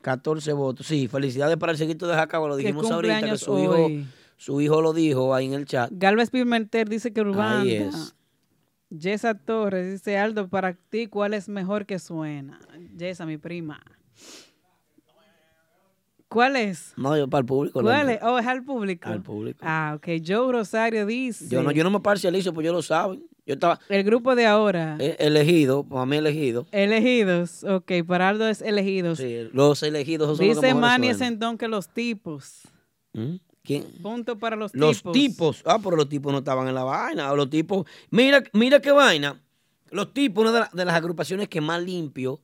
[SPEAKER 2] 14 votos. Sí, felicidades para el seguito de Jacaba. Lo
[SPEAKER 3] Que
[SPEAKER 2] dijimos
[SPEAKER 3] cumple
[SPEAKER 2] ahorita que
[SPEAKER 3] años
[SPEAKER 2] su hijo,
[SPEAKER 3] hoy.
[SPEAKER 2] su hijo lo dijo ahí en el chat.
[SPEAKER 3] Galvez Pimentel dice que Urbanda.
[SPEAKER 2] Ahí es.
[SPEAKER 3] Yesa Torres dice Aldo, para ti, ¿cuál es mejor que suena? Yesa, mi prima. ¿Cuál es?
[SPEAKER 2] No, yo para el público. lo-
[SPEAKER 3] ¿Cuál es? Oh, es al público.
[SPEAKER 2] Al público.
[SPEAKER 3] Ah, ok. Joe Rosario dice.
[SPEAKER 2] Yo, no, yo no me parcializo, pues yo lo saben. Yo estaba
[SPEAKER 3] El grupo de ahora.
[SPEAKER 2] eh, elegido, para mí elegido.
[SPEAKER 3] Elegidos. Ok, para Aldo es elegidos.
[SPEAKER 2] Los elegidos son los que
[SPEAKER 3] dice
[SPEAKER 2] mejor
[SPEAKER 3] Manny
[SPEAKER 2] suenan.
[SPEAKER 3] Sendón que los tipos.
[SPEAKER 2] ¿Mm? ¿Quién?
[SPEAKER 3] Punto para los,
[SPEAKER 2] Los
[SPEAKER 3] tipos.
[SPEAKER 2] tipos. Ah, pero los tipos no estaban en la vaina. Los tipos. Mira, mira qué vaina. Los tipos, una de, la- de las agrupaciones que más limpio.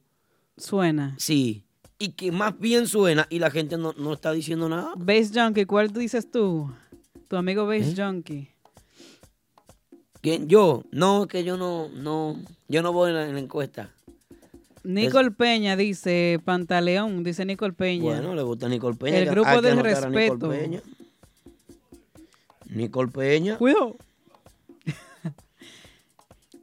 [SPEAKER 3] Suena.
[SPEAKER 2] Sí. Y que más bien suena y la gente no, no está diciendo nada.
[SPEAKER 3] Bass Junkie, ¿cuál dices tú? Tu amigo Bass Junkie.
[SPEAKER 2] ¿Eh? ¿Quién? Yo. No, que yo no. no yo no voy en la, en la encuesta.
[SPEAKER 3] Nicole Peña dice, Pantaleón, dice Nicole Peña.
[SPEAKER 2] Bueno, le gusta Nicole Peña.
[SPEAKER 3] El
[SPEAKER 2] que-
[SPEAKER 3] grupo
[SPEAKER 2] hay que
[SPEAKER 3] del
[SPEAKER 2] anotar a Nicole
[SPEAKER 3] respeto.
[SPEAKER 2] Peña. Nicole Peña.
[SPEAKER 3] Cuidado.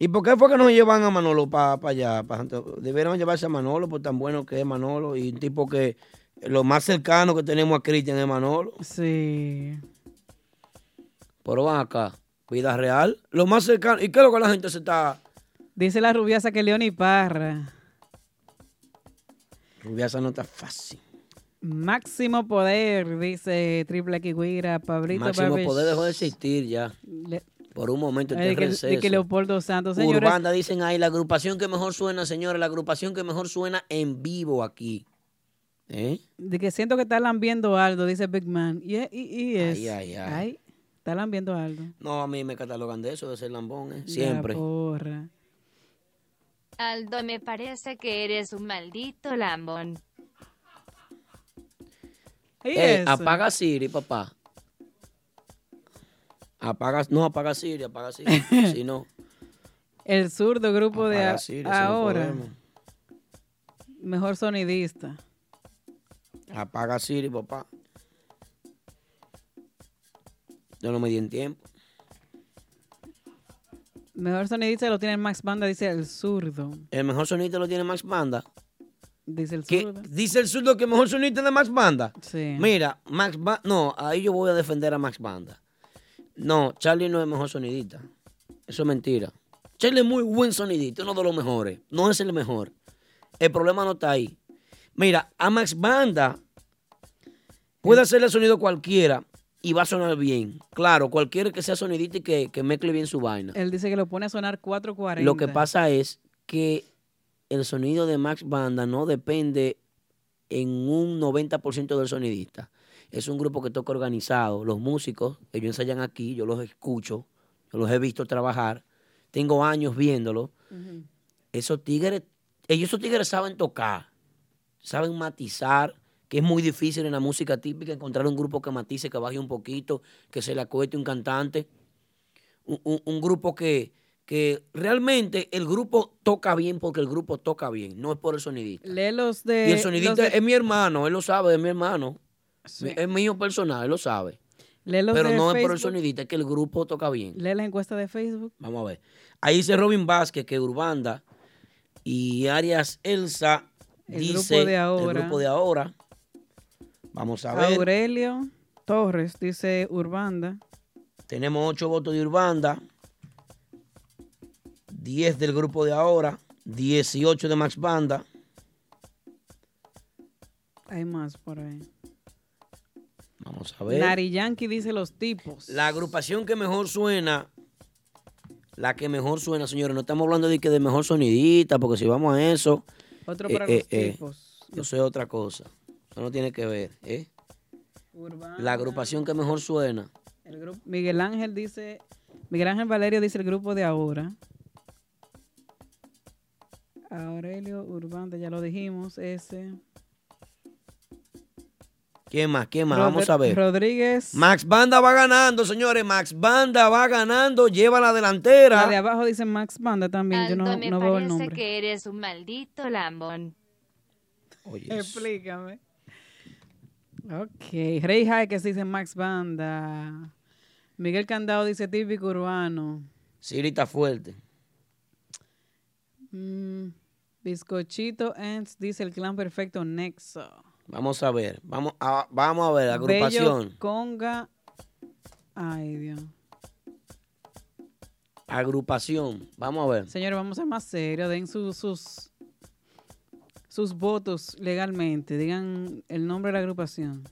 [SPEAKER 2] ¿Y por qué fue que no llevan a Manolo para allá? pa' Santo? Debieron llevarse a Manolo por tan bueno que es Manolo y un tipo que lo más cercano que tenemos a Cristian es Manolo.
[SPEAKER 3] Sí.
[SPEAKER 2] Pero van acá, vida real, lo más cercano. ¿Y qué es lo que la gente se está...
[SPEAKER 3] Dice la rubiasa que Leoni Parra.
[SPEAKER 2] Rubiasa no está fácil.
[SPEAKER 3] Máximo poder, dice Triple Kiwira, Pablito
[SPEAKER 2] Máximo
[SPEAKER 3] Barbish.
[SPEAKER 2] Poder dejó de existir ya.
[SPEAKER 3] Le-
[SPEAKER 2] Por un momento está
[SPEAKER 3] Ay, de
[SPEAKER 2] en
[SPEAKER 3] que- de
[SPEAKER 2] receso.
[SPEAKER 3] que Leopoldo Santos, señores.
[SPEAKER 2] Urbanda dicen ahí, la agrupación que mejor suena, señores, la agrupación que mejor suena en vivo aquí. ¿Eh?
[SPEAKER 3] De que siento que está lambiendo Aldo, dice Big Man. Y es- y- y es.
[SPEAKER 2] Ay, ay, ay.
[SPEAKER 3] está lambiendo Aldo.
[SPEAKER 2] No, a mí me catalogan de eso, de ser lambón, ¿eh? siempre.
[SPEAKER 3] La porra.
[SPEAKER 14] Aldo, me parece que eres un maldito lambón.
[SPEAKER 2] Eh, apaga Siri, papá. Apaga, no, apaga Siri, apaga Siri. si no,
[SPEAKER 3] El zurdo grupo de
[SPEAKER 2] apaga
[SPEAKER 3] a-
[SPEAKER 2] Siri. eso no
[SPEAKER 3] ahora.
[SPEAKER 2] podemos.
[SPEAKER 3] Mejor sonidista.
[SPEAKER 2] Apaga Siri, papá. Yo no me di en tiempo.
[SPEAKER 3] Mejor sonidista lo tiene Max Banda, dice el zurdo.
[SPEAKER 2] El mejor sonista lo tiene Max Banda.
[SPEAKER 3] Dice el
[SPEAKER 2] ¿Qué?
[SPEAKER 3] zurdo.
[SPEAKER 2] Dice el zurdo que el mejor sonista es de Max Banda.
[SPEAKER 3] Sí.
[SPEAKER 2] Mira, Max Banda. No, ahí yo voy a defender a Max Banda. No, Charlie no es el mejor sonidista. Eso es mentira. Charlie es muy buen sonidista, uno de los mejores. No es el mejor. El problema no está ahí. Mira, a Max Banda puede hacerle sonido cualquiera y va a sonar bien. Claro, cualquiera que sea sonidista y que, que mezcle bien su vaina.
[SPEAKER 3] Él dice que lo pone a sonar 440.
[SPEAKER 2] Lo que pasa es que el sonido de Max Banda no depende en un 90% del sonidista. Es un grupo que toca organizado. Los músicos, ellos ensayan aquí, yo los escucho, yo los he visto trabajar. Tengo años viéndolos. Esos tigres, ellos esos tigres saben tocar, saben matizar, que es muy difícil en la música típica encontrar un grupo que matice, que baje un poquito, que se le acueste un cantante. Un, un- un grupo que, que realmente el grupo toca bien porque el grupo toca bien, no es por el sonidista.
[SPEAKER 3] Lee los de.
[SPEAKER 2] y el sonidista
[SPEAKER 3] los de-
[SPEAKER 2] es mi hermano, él lo sabe, es mi hermano. Es mío personal, él lo sabe.
[SPEAKER 3] lee los
[SPEAKER 2] Pero
[SPEAKER 3] de
[SPEAKER 2] no es por el
[SPEAKER 3] Facebook.
[SPEAKER 2] sonidista, es que el grupo toca bien.
[SPEAKER 3] Lee la encuesta de Facebook.
[SPEAKER 2] Vamos a ver. Ahí dice Robin Vázquez que Urbanda y Arias Elsa
[SPEAKER 3] El
[SPEAKER 2] dice
[SPEAKER 3] grupo de ahora.
[SPEAKER 2] el grupo de ahora. Vamos a ver.
[SPEAKER 3] Aurelio Torres dice Urbanda.
[SPEAKER 2] Tenemos ocho votos de Urbanda, 10 del grupo de ahora, 18 de Max Banda.
[SPEAKER 3] Hay más por ahí.
[SPEAKER 2] Vamos a ver.
[SPEAKER 3] Nari Yankee dice los tipos.
[SPEAKER 2] La agrupación que mejor suena, la que mejor suena, señores, no estamos hablando de que de mejor sonidita, porque si vamos a eso,
[SPEAKER 3] Otro
[SPEAKER 2] Eh,
[SPEAKER 3] para
[SPEAKER 2] eh,
[SPEAKER 3] los
[SPEAKER 2] eh.
[SPEAKER 3] tipos.
[SPEAKER 2] yo soy otra cosa. Eso no tiene que ver, ¿eh? La agrupación que mejor suena.
[SPEAKER 3] El grupo- Miguel Ángel dice. Miguel Ángel Valerio dice el grupo de ahora. Aurelio Urbanda, ya lo dijimos. Ese.
[SPEAKER 2] ¿Quién más? ¿Quién más?
[SPEAKER 3] Rodri-
[SPEAKER 2] Vamos a ver.
[SPEAKER 3] Rodríguez.
[SPEAKER 2] Max Banda va ganando, señores. Max Banda va ganando, lleva la delantera.
[SPEAKER 3] La de abajo dice Max Banda también. Yo no,
[SPEAKER 14] Aldo, me
[SPEAKER 3] no veo el
[SPEAKER 14] parece
[SPEAKER 3] nombre.
[SPEAKER 14] que eres un maldito lambón.
[SPEAKER 3] Explícame. Ok. Rey Jaques dice Max Banda. Miguel Candado dice típico urbano.
[SPEAKER 2] Siri está fuerte.
[SPEAKER 3] Mm, Bizcochito Ends dice el clan perfecto Nexo.
[SPEAKER 2] Vamos a ver. Vamos a, vamos a ver.
[SPEAKER 3] Bello
[SPEAKER 2] Agrupación.
[SPEAKER 3] Conga. Ay, Dios.
[SPEAKER 2] Agrupación. Vamos a ver.
[SPEAKER 3] Señores, vamos a ser más serios. Den sus, sus, sus votos legalmente. Digan el nombre de la agrupación.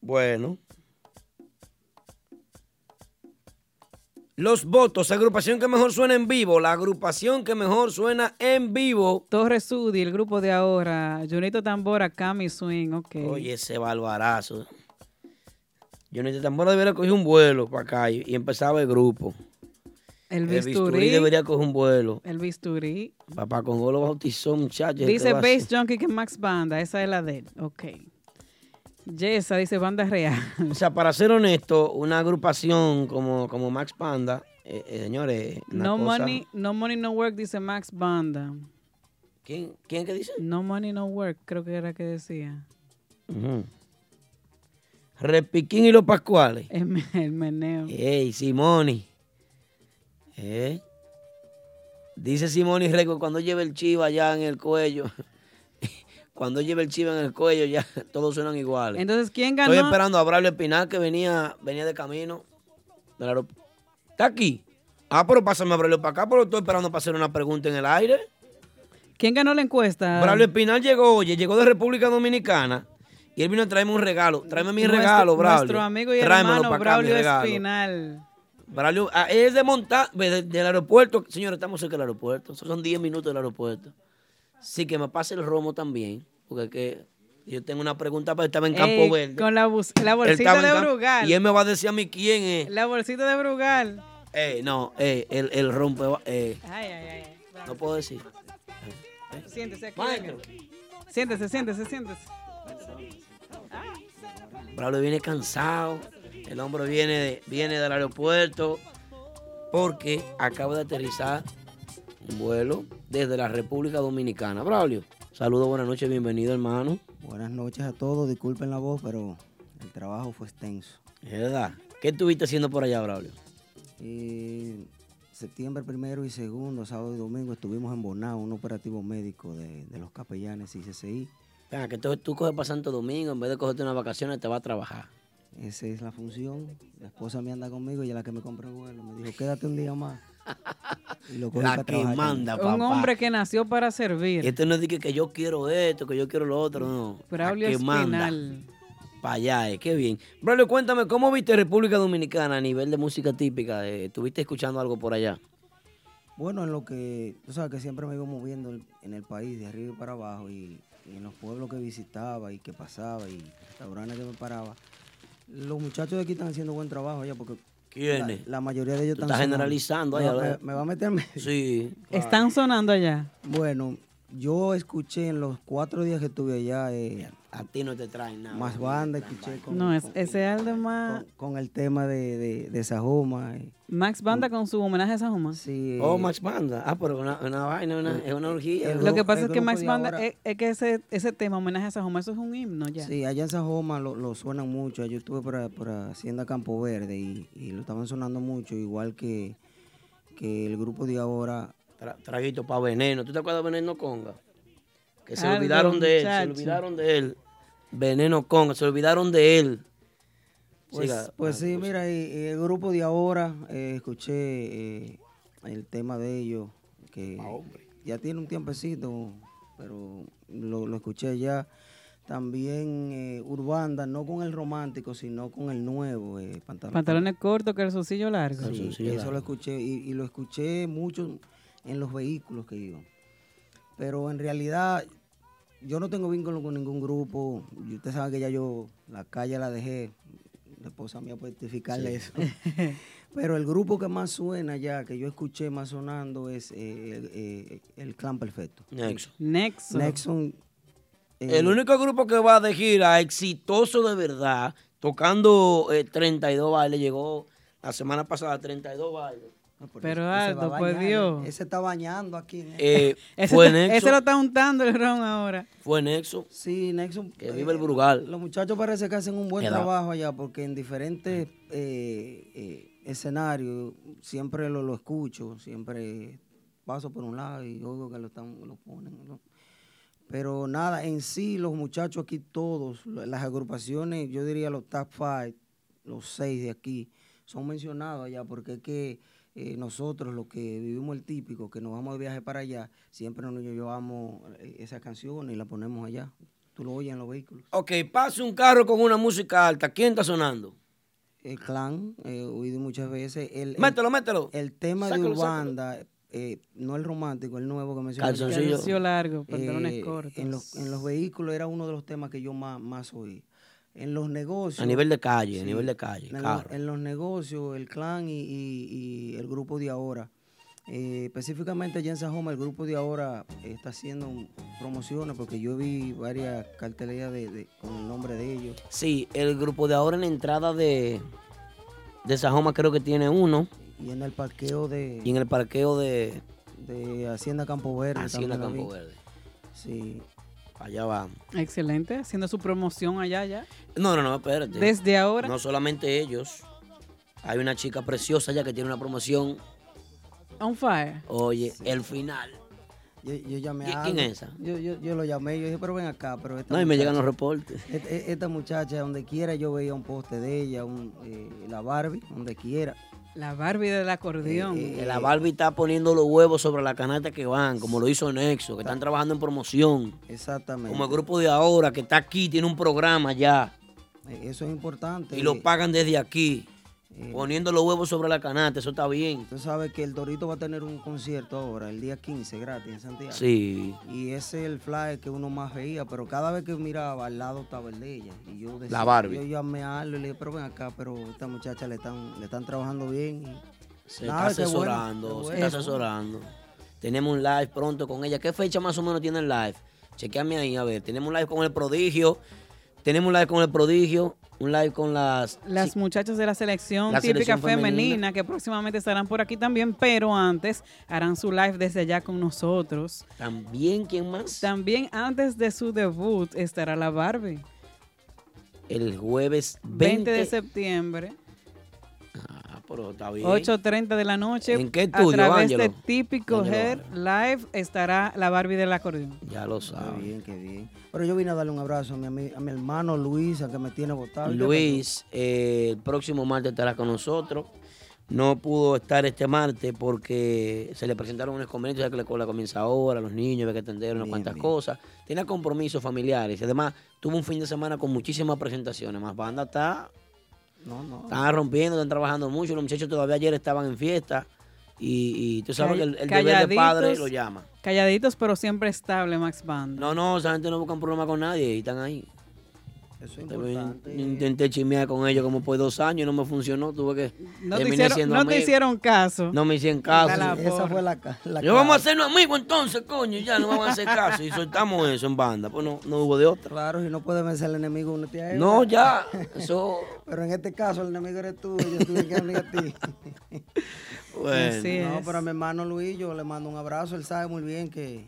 [SPEAKER 2] Bueno. Los votos, agrupación que mejor suena en vivo, la agrupación que mejor suena en vivo.
[SPEAKER 3] Torres Sudi, el grupo de ahora. Junito Tambora, Cami Swing. Ok.
[SPEAKER 2] Oye, ese barbarazo. Johnny Tambora debería coger un vuelo para acá y, y empezaba el grupo.
[SPEAKER 3] El
[SPEAKER 2] bisturí
[SPEAKER 3] bisturí.
[SPEAKER 2] debería coger un vuelo.
[SPEAKER 3] El bisturí.
[SPEAKER 2] Papá con golo bautizó, muchachos.
[SPEAKER 3] Dice
[SPEAKER 2] este va a ser-
[SPEAKER 3] Bass Junkie que Max Banda. Esa es la de él. Ok. Yesa dice Banda Real.
[SPEAKER 2] O sea, para ser honesto, una agrupación como, como Max Panda, eh, eh, señores, una
[SPEAKER 3] No
[SPEAKER 2] cosa-
[SPEAKER 3] money, no money, no work, dice Max Banda.
[SPEAKER 2] ¿Quién, ¿Quién que dice?
[SPEAKER 3] No money, no work, creo que era que decía.
[SPEAKER 2] Ujú. Repiquín y los Pascuales.
[SPEAKER 3] El, me- el meneo.
[SPEAKER 2] Ey, Simoni. ¿Eh? Dice Simoni Reco, cuando lleve el chiva allá en el cuello. Cuando lleve el chiva en el cuello, ya todos suenan iguales.
[SPEAKER 3] Entonces, ¿quién ganó?
[SPEAKER 2] Estoy esperando a Braulio Espinal que venía, venía de camino. del aerop- ¿Está aquí? Ah, pero pásame a Braulio para acá, pero estoy esperando para hacer una pregunta en el aire.
[SPEAKER 3] ¿Quién ganó la encuesta?
[SPEAKER 2] Braulio Espinal llegó, oye, llegó de República Dominicana y él vino a traerme un regalo. Tráeme mi
[SPEAKER 3] Nuestro-
[SPEAKER 2] regalo, Braulio.
[SPEAKER 3] Nuestro amigo y
[SPEAKER 2] Tráemelo
[SPEAKER 3] hermano
[SPEAKER 2] para acá, mi
[SPEAKER 3] Braulio
[SPEAKER 2] regalo.
[SPEAKER 3] Espinal.
[SPEAKER 2] Braulio, ah, es de montar, del aeropuerto. Señores, estamos cerca del aeropuerto. Eso son 10 minutos del aeropuerto. Sí, que me pase el romo también. Porque es que yo tengo una pregunta para él. Estaba en Campo
[SPEAKER 3] Ey,
[SPEAKER 2] Verde.
[SPEAKER 3] Con la, bus- la
[SPEAKER 2] Él estaba
[SPEAKER 3] bolsita
[SPEAKER 2] en
[SPEAKER 3] de
[SPEAKER 2] Campo-
[SPEAKER 3] Brugal.
[SPEAKER 2] Y él me va a decir a mí quién es.
[SPEAKER 3] La bolsita de Brugal.
[SPEAKER 2] Eh, no, eh, el, el rompe. eh,
[SPEAKER 3] Ay, ay, ay.
[SPEAKER 2] no puedo decir.
[SPEAKER 3] Siéntese aquí. venga. Siéntese, siéntese, siéntese.
[SPEAKER 2] Braulio viene cansado. El hombre viene, de- viene del aeropuerto. Porque acaba de aterrizar un vuelo desde la República Dominicana. Braulio, saludos, buenas noches, bienvenido, hermano.
[SPEAKER 15] Buenas noches a todos, disculpen la voz, pero el trabajo fue extenso.
[SPEAKER 2] Es verdad. ¿Qué estuviste haciendo por allá, Braulio?
[SPEAKER 15] Eh, septiembre primero y segundo, sábado y domingo, estuvimos en Bonao, un operativo médico de, de los capellanes y CCI.
[SPEAKER 2] Venga, que tú, tú coges para Santo Domingo, en vez de cogerte unas vacaciones, te vas a trabajar.
[SPEAKER 15] Esa es la función. La esposa me anda conmigo y es la que me compró el vuelo. Me dijo, quédate un día más. Y lo cogí
[SPEAKER 2] La
[SPEAKER 15] para
[SPEAKER 2] que
[SPEAKER 15] trabajar con-
[SPEAKER 2] manda,
[SPEAKER 3] Un hombre que nació para servir.
[SPEAKER 2] Este no es de que, que yo quiero esto, que yo quiero lo otro, no.
[SPEAKER 3] Braulio
[SPEAKER 2] que manda.
[SPEAKER 3] Espinal.
[SPEAKER 2] Para allá, eh, qué bien. Braulio, cuéntame, ¿cómo viste República Dominicana a nivel de música típica? Eh, ¿Estuviste escuchando algo por allá?
[SPEAKER 15] Bueno, en lo que, tú sabes que siempre me iba moviendo el- en el país, de arriba y para abajo, y, y en los pueblos que visitaba y que pasaba, y restaurantes que me paraba. Los muchachos de aquí están haciendo buen trabajo ya, porque
[SPEAKER 2] ¿Quiénes?
[SPEAKER 15] La, la mayoría de ellos
[SPEAKER 2] Tú
[SPEAKER 15] están...
[SPEAKER 2] estás
[SPEAKER 15] sonando.
[SPEAKER 2] generalizando ahí,
[SPEAKER 15] Me va-
[SPEAKER 2] ahora.
[SPEAKER 15] me, me va a meter miedo.
[SPEAKER 2] Sí.
[SPEAKER 3] Están sonando allá.
[SPEAKER 15] Bueno, yo escuché en los cuatro días que estuve allá... eh,
[SPEAKER 2] A ti no te traen nada.
[SPEAKER 15] Más banda, escuché con,
[SPEAKER 3] No, es, ese Aldo más.
[SPEAKER 15] con el tema de, de, de Sajoma. eh.
[SPEAKER 3] Max Banda con su homenaje a Sajoma.
[SPEAKER 15] Sí.
[SPEAKER 2] Mm. Oh, Max Banda. Ah, pero una, una vaina, una-
[SPEAKER 15] Eh,
[SPEAKER 2] es una orgía.
[SPEAKER 3] Lo que pasa es que Max Banda, es, es que ese, ese tema, homenaje a Sajoma, eso es un himno ya.
[SPEAKER 15] Sí, allá en Sajoma lo, lo suenan mucho. Yo estuve por, a- por Hacienda Campo Verde y, y lo estaban sonando mucho, igual que, que el grupo de ahora.
[SPEAKER 2] Tra- traguito para veneno. ¿Tú te acuerdas de Veneno Conga? Que se
[SPEAKER 15] Aldo,
[SPEAKER 2] olvidaron de él, se
[SPEAKER 15] muchacho.
[SPEAKER 2] olvidaron de él. Veneno Conga, se olvidaron de él.
[SPEAKER 15] Pues,
[SPEAKER 2] Siga,
[SPEAKER 15] pues sí, mira, y, y el grupo de ahora, eh, escuché eh, el tema de ellos, que
[SPEAKER 2] Ah,
[SPEAKER 15] ya tiene un tiempecito, pero lo, lo escuché ya. También eh, Urbanda, no con el romántico, sino con el nuevo. Eh, pantalón,
[SPEAKER 3] Pantalones cortos, calzoncillo largo.
[SPEAKER 15] Sí, eso lo escuché y, y lo escuché mucho en los vehículos que iban. Pero en realidad yo no tengo vínculo con ningún grupo. Y usted sabe que ya yo la calle la dejé. La esposa mía puede testificarle
[SPEAKER 2] Sí.
[SPEAKER 15] eso. Pero el grupo que más suena ya, que yo escuché más sonando, es eh, el, eh, el Clan Perfecto.
[SPEAKER 2] Nexo.
[SPEAKER 3] Nexo.
[SPEAKER 15] Nexon. eh,
[SPEAKER 2] El único grupo que va de gira exitoso de verdad, tocando eh, 32 bailes, llegó la semana pasada 32 bailes.
[SPEAKER 3] Pero
[SPEAKER 15] Ah, ese va a
[SPEAKER 3] Aldo, pues
[SPEAKER 15] bañar,
[SPEAKER 3] Dios.
[SPEAKER 15] Ese está bañando aquí.
[SPEAKER 2] Eh,
[SPEAKER 3] Ese,
[SPEAKER 2] fue
[SPEAKER 3] está-
[SPEAKER 2] Nexo.
[SPEAKER 3] ese lo está untando el ron ahora.
[SPEAKER 2] Fue Nexo.
[SPEAKER 15] Sí, Nexo. eh,
[SPEAKER 2] Que vive el Brugal.
[SPEAKER 15] Los muchachos parece que hacen un buen
[SPEAKER 2] Queda.
[SPEAKER 15] trabajo allá porque en diferentes eh, eh, escenarios siempre lo, lo escucho, siempre paso por un lado y oigo que lo, están, lo ponen. ¿no? Pero nada, en sí los muchachos aquí todos, la- las agrupaciones, yo diría los top five, los seis de aquí, son mencionados allá porque es que eh, nosotros los que vivimos el típico, que nos vamos de viaje para allá, siempre nos llevamos eh, esas canciones y las ponemos allá. Tú lo oyes en los vehículos.
[SPEAKER 2] Ok, pase un carro con una música alta. ¿Quién está sonando?
[SPEAKER 15] El clan, eh, he oído muchas veces. El, el-
[SPEAKER 2] Mételo, mételo.
[SPEAKER 15] El tema
[SPEAKER 2] Sácalo,
[SPEAKER 15] de Urbanda, eh, no el romántico, el nuevo que mencionaste.
[SPEAKER 2] Calzoncillo. Calzoncillo
[SPEAKER 3] largo, pantalones
[SPEAKER 15] eh, en
[SPEAKER 3] cortos.
[SPEAKER 15] los, en los vehículos era uno de los temas que yo más, más oí. en los negocios.
[SPEAKER 2] A nivel de calle, a nivel de calle,
[SPEAKER 15] En, lo-
[SPEAKER 2] carro.
[SPEAKER 15] en los negocios, el clan y, y- y el grupo de ahora. Eh, específicamente allá en San Juan, el grupo de ahora eh, está haciendo un- promociones porque yo vi varias cartelerías de, de- con el nombre de ellos.
[SPEAKER 2] Sí, el grupo de ahora en la entrada de, de Sajoma creo que tiene uno.
[SPEAKER 15] Y en el parqueo de.
[SPEAKER 2] Y en el parqueo de.
[SPEAKER 15] De Hacienda Campo Verde.
[SPEAKER 2] Hacienda
[SPEAKER 15] también la
[SPEAKER 2] Campo
[SPEAKER 15] vi.
[SPEAKER 2] Verde.
[SPEAKER 15] Sí.
[SPEAKER 2] Allá vamos.
[SPEAKER 3] Excelente, haciendo su promoción allá, ya.
[SPEAKER 2] No, no, no, espérate.
[SPEAKER 3] Desde ahora.
[SPEAKER 2] No solamente ellos. Hay una chica preciosa allá que tiene una promoción.
[SPEAKER 3] On fire.
[SPEAKER 2] Oye, el final.
[SPEAKER 15] Yo, yo llamé
[SPEAKER 2] ¿Y
[SPEAKER 15] a
[SPEAKER 2] quién
[SPEAKER 15] Aldo.
[SPEAKER 2] es esa?
[SPEAKER 15] Yo, yo, yo lo llamé, yo dije, pero ven acá. Pero esta
[SPEAKER 2] No, y me llegan
[SPEAKER 15] muchacha-
[SPEAKER 2] los reportes.
[SPEAKER 15] Et- e- Esta, muchacha, donde quiera, yo veía un poste de ella, un, eh, la Barbie, donde quiera.
[SPEAKER 3] La Barbie del acordeón.
[SPEAKER 2] Eh, la Barbie está poniendo los huevos sobre la canasta que van, como lo hizo Nexo, que están trabajando en promoción.
[SPEAKER 15] Exactamente.
[SPEAKER 2] Como el grupo de ahora, que está aquí, tiene un programa ya.
[SPEAKER 15] Eh, Eso es importante.
[SPEAKER 2] Y lo pagan desde aquí,
[SPEAKER 15] Eh,
[SPEAKER 2] poniendo los huevos sobre la canasta, eso está bien.
[SPEAKER 15] Tú sabes que el Dorito va a tener un concierto ahora, el día 15, gratis, en Santiago.
[SPEAKER 2] Sí.
[SPEAKER 15] Y ese es el flyer que uno más veía, pero cada vez que miraba, al lado estaba el de ella. Y yo decía-
[SPEAKER 2] La Barbie.
[SPEAKER 15] Yo llamé a Aldo y le dije, pero ven acá, pero esta muchacha le están, le están trabajando bien. y-
[SPEAKER 2] Se
[SPEAKER 15] Nada,
[SPEAKER 2] está
[SPEAKER 15] qué bueno,
[SPEAKER 2] asesorando,
[SPEAKER 15] qué
[SPEAKER 2] se
[SPEAKER 15] bueno.
[SPEAKER 2] está asesorando. Tenemos un live pronto con ella. ¿Qué fecha más o menos tiene el live? Chequeame ahí, a ver. Tenemos un live con el prodigio. Tenemos un live con el prodigio. Un live con las.
[SPEAKER 3] Las muchachas de la selección
[SPEAKER 2] La
[SPEAKER 3] típica
[SPEAKER 2] selección
[SPEAKER 3] femenina,
[SPEAKER 2] femenina.
[SPEAKER 3] que próximamente estarán por aquí también, pero antes harán su live desde allá con nosotros.
[SPEAKER 2] También, ¿quién más?
[SPEAKER 3] También antes de su debut estará la Barbie.
[SPEAKER 2] El jueves 20,
[SPEAKER 3] 20, de septiembre,
[SPEAKER 2] Ah, pero está bien.
[SPEAKER 3] 8.30 de la noche.
[SPEAKER 2] ¿En qué estudio,
[SPEAKER 3] A través de
[SPEAKER 2] Ángelo?
[SPEAKER 3] Típico
[SPEAKER 2] Ángelo,
[SPEAKER 3] Hair Live estará la Barbie del acordeón.
[SPEAKER 2] Ya lo sabes.
[SPEAKER 15] Qué bien, qué bien. Pero yo vine a darle un abrazo a mi, ami- a mi hermano Luis, al que me tiene votado.
[SPEAKER 2] Luis, eh, el próximo martes estará con nosotros. No pudo estar este martes porque se le presentaron unos inconvenientes, ya que la escuela comienza ahora, los niños, hay que atender unas cuantas cosas. Tenía compromisos familiares. y Además, tuvo un fin de semana con muchísimas presentaciones. Más banda está,
[SPEAKER 15] No, no.
[SPEAKER 2] están rompiendo, están trabajando mucho. Los muchachos todavía ayer estaban en fiesta. Y, y tú sabes que el, el deber de padre
[SPEAKER 3] Calladitos,
[SPEAKER 2] lo llama.
[SPEAKER 3] Calladitos, pero siempre estable, Max Banda.
[SPEAKER 2] No, no, esa gente no busca un problema con nadie y están ahí.
[SPEAKER 15] Eso
[SPEAKER 2] Intenté chismear con ellos como por dos años y no me funcionó. Tuve que.
[SPEAKER 3] No, te
[SPEAKER 2] terminé
[SPEAKER 3] hicieron,
[SPEAKER 2] siendo
[SPEAKER 3] no te
[SPEAKER 2] amigo.
[SPEAKER 3] hicieron caso.
[SPEAKER 2] No me hicieron caso.
[SPEAKER 3] Está la
[SPEAKER 15] Esa fue la, ca- la
[SPEAKER 2] Yo vamos a hacernos amigos entonces, coño. Ya no vamos a hacer caso. Y soltamos eso en banda. Pues no, no hubo de otra.
[SPEAKER 15] Claro, si no puede vencer al enemigo, uno tiene
[SPEAKER 2] No, ya. Eso.
[SPEAKER 15] Pero en este caso, el enemigo eres tú, y yo tuve que unir a ti.
[SPEAKER 2] Bueno. Así
[SPEAKER 15] No,
[SPEAKER 2] es.
[SPEAKER 15] pero a mi hermano Luis, yo le mando un abrazo. Él sabe muy bien que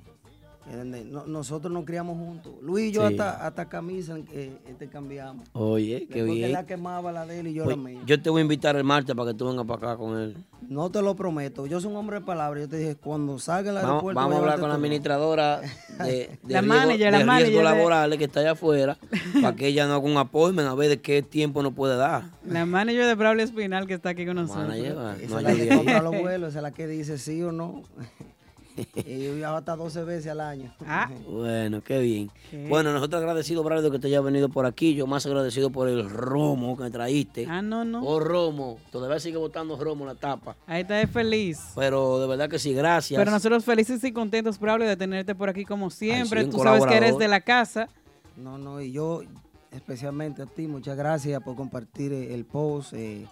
[SPEAKER 15] que donde no- nosotros nos criamos juntos. Luis y yo
[SPEAKER 2] Sí.
[SPEAKER 15] hasta, hasta camisa eh, este cambiamos.
[SPEAKER 2] Oye,
[SPEAKER 15] Porque
[SPEAKER 2] qué
[SPEAKER 15] él
[SPEAKER 2] bien.
[SPEAKER 15] la quemaba la de él y yo
[SPEAKER 2] Oye,
[SPEAKER 15] la mía.
[SPEAKER 2] yo te voy a invitar el martes para que tú vengas para acá con él.
[SPEAKER 15] No te lo prometo. Yo soy un hombre de palabra. Yo te dije, cuando salga al
[SPEAKER 2] Vamos,
[SPEAKER 15] aeropuerto.
[SPEAKER 2] vamos a hablar con la
[SPEAKER 15] llévate
[SPEAKER 2] administradora de, de
[SPEAKER 15] La
[SPEAKER 2] riesgo-
[SPEAKER 15] manager, la
[SPEAKER 2] de
[SPEAKER 15] manager
[SPEAKER 2] riesgos
[SPEAKER 15] de-
[SPEAKER 2] laborales que está allá afuera para que ella nos haga un appointment a ver de qué tiempo nos puede dar.
[SPEAKER 3] La manager de Braulio Espinal que está aquí con nosotros.
[SPEAKER 2] Manager, ah,
[SPEAKER 15] todo.
[SPEAKER 2] no
[SPEAKER 15] Esa es la
[SPEAKER 2] ayude
[SPEAKER 15] que
[SPEAKER 2] ahí.
[SPEAKER 15] compra los vuelos, esa es la que dice sí o no. y yo viajo hasta 12 veces al año.
[SPEAKER 2] Ah, Bueno, qué bien.
[SPEAKER 15] Sí.
[SPEAKER 2] Bueno, nosotros agradecidos, Braulio, que te haya venido por aquí. Yo más agradecido por el romo que traíste.
[SPEAKER 3] Ah, no, no.
[SPEAKER 2] Oh, romo. Todavía sigue botando romo la tapa.
[SPEAKER 3] Ahí está es feliz.
[SPEAKER 2] Pero de verdad que sí, gracias.
[SPEAKER 3] Pero nosotros felices y contentos, Braulio, de tenerte por aquí como siempre.
[SPEAKER 2] sí, un
[SPEAKER 3] Tú sabes que eres
[SPEAKER 2] colaborador.
[SPEAKER 3] de la casa.
[SPEAKER 15] No, no, y yo especialmente a ti, muchas gracias por compartir eh, el post. eh,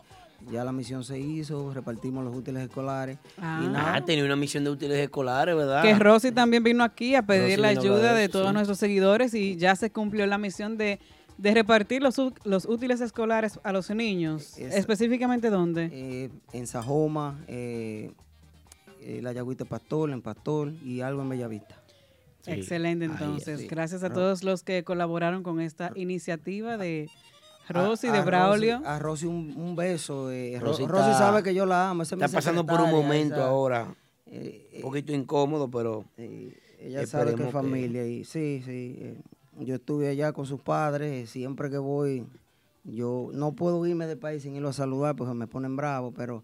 [SPEAKER 15] ya la misión se hizo, repartimos los útiles escolares.
[SPEAKER 3] Ah.
[SPEAKER 15] Y nada,
[SPEAKER 2] Ah, tenía una misión de útiles escolares, ¿verdad?
[SPEAKER 3] Que Rosy también vino aquí a pedir
[SPEAKER 2] Ah. Rosy
[SPEAKER 3] la
[SPEAKER 2] vino a
[SPEAKER 3] ayuda
[SPEAKER 2] hablar de
[SPEAKER 3] de
[SPEAKER 2] eso,
[SPEAKER 3] todos
[SPEAKER 2] sí.
[SPEAKER 3] nuestros seguidores y ya se cumplió la misión de, de repartir los, ú- los útiles escolares a los niños.
[SPEAKER 2] E-,
[SPEAKER 15] Esa-
[SPEAKER 3] Específicamente dónde.
[SPEAKER 15] eh, en Sajoma, eh, eh, la Yagüita Pastor, en Pastor y algo en Bellavista.
[SPEAKER 3] Excelente,
[SPEAKER 15] Ahí es,
[SPEAKER 3] entonces.
[SPEAKER 15] sí.
[SPEAKER 3] Gracias a
[SPEAKER 15] Ro-
[SPEAKER 3] todos los que colaboraron con esta iniciativa de Rosy,
[SPEAKER 15] A-
[SPEAKER 3] de
[SPEAKER 15] a
[SPEAKER 3] Braulio.
[SPEAKER 15] Rosy- a Rosy un, un beso. eh, Ro-
[SPEAKER 2] Rosy
[SPEAKER 15] Rosy,
[SPEAKER 2] está-
[SPEAKER 15] sabe que yo la amo. esa es mi
[SPEAKER 2] Está pasando por un
[SPEAKER 15] secretaria,
[SPEAKER 2] momento
[SPEAKER 15] esa- Eh,
[SPEAKER 2] ahora. un poquito incómodo, pero.
[SPEAKER 15] Ella sabe que es
[SPEAKER 2] esperemos
[SPEAKER 15] familia y sí, sí. eh, Yo estuve allá con sus padres, eh, siempre que voy, yo no puedo irme del país sin irlo a saludar porque me ponen bravo, pero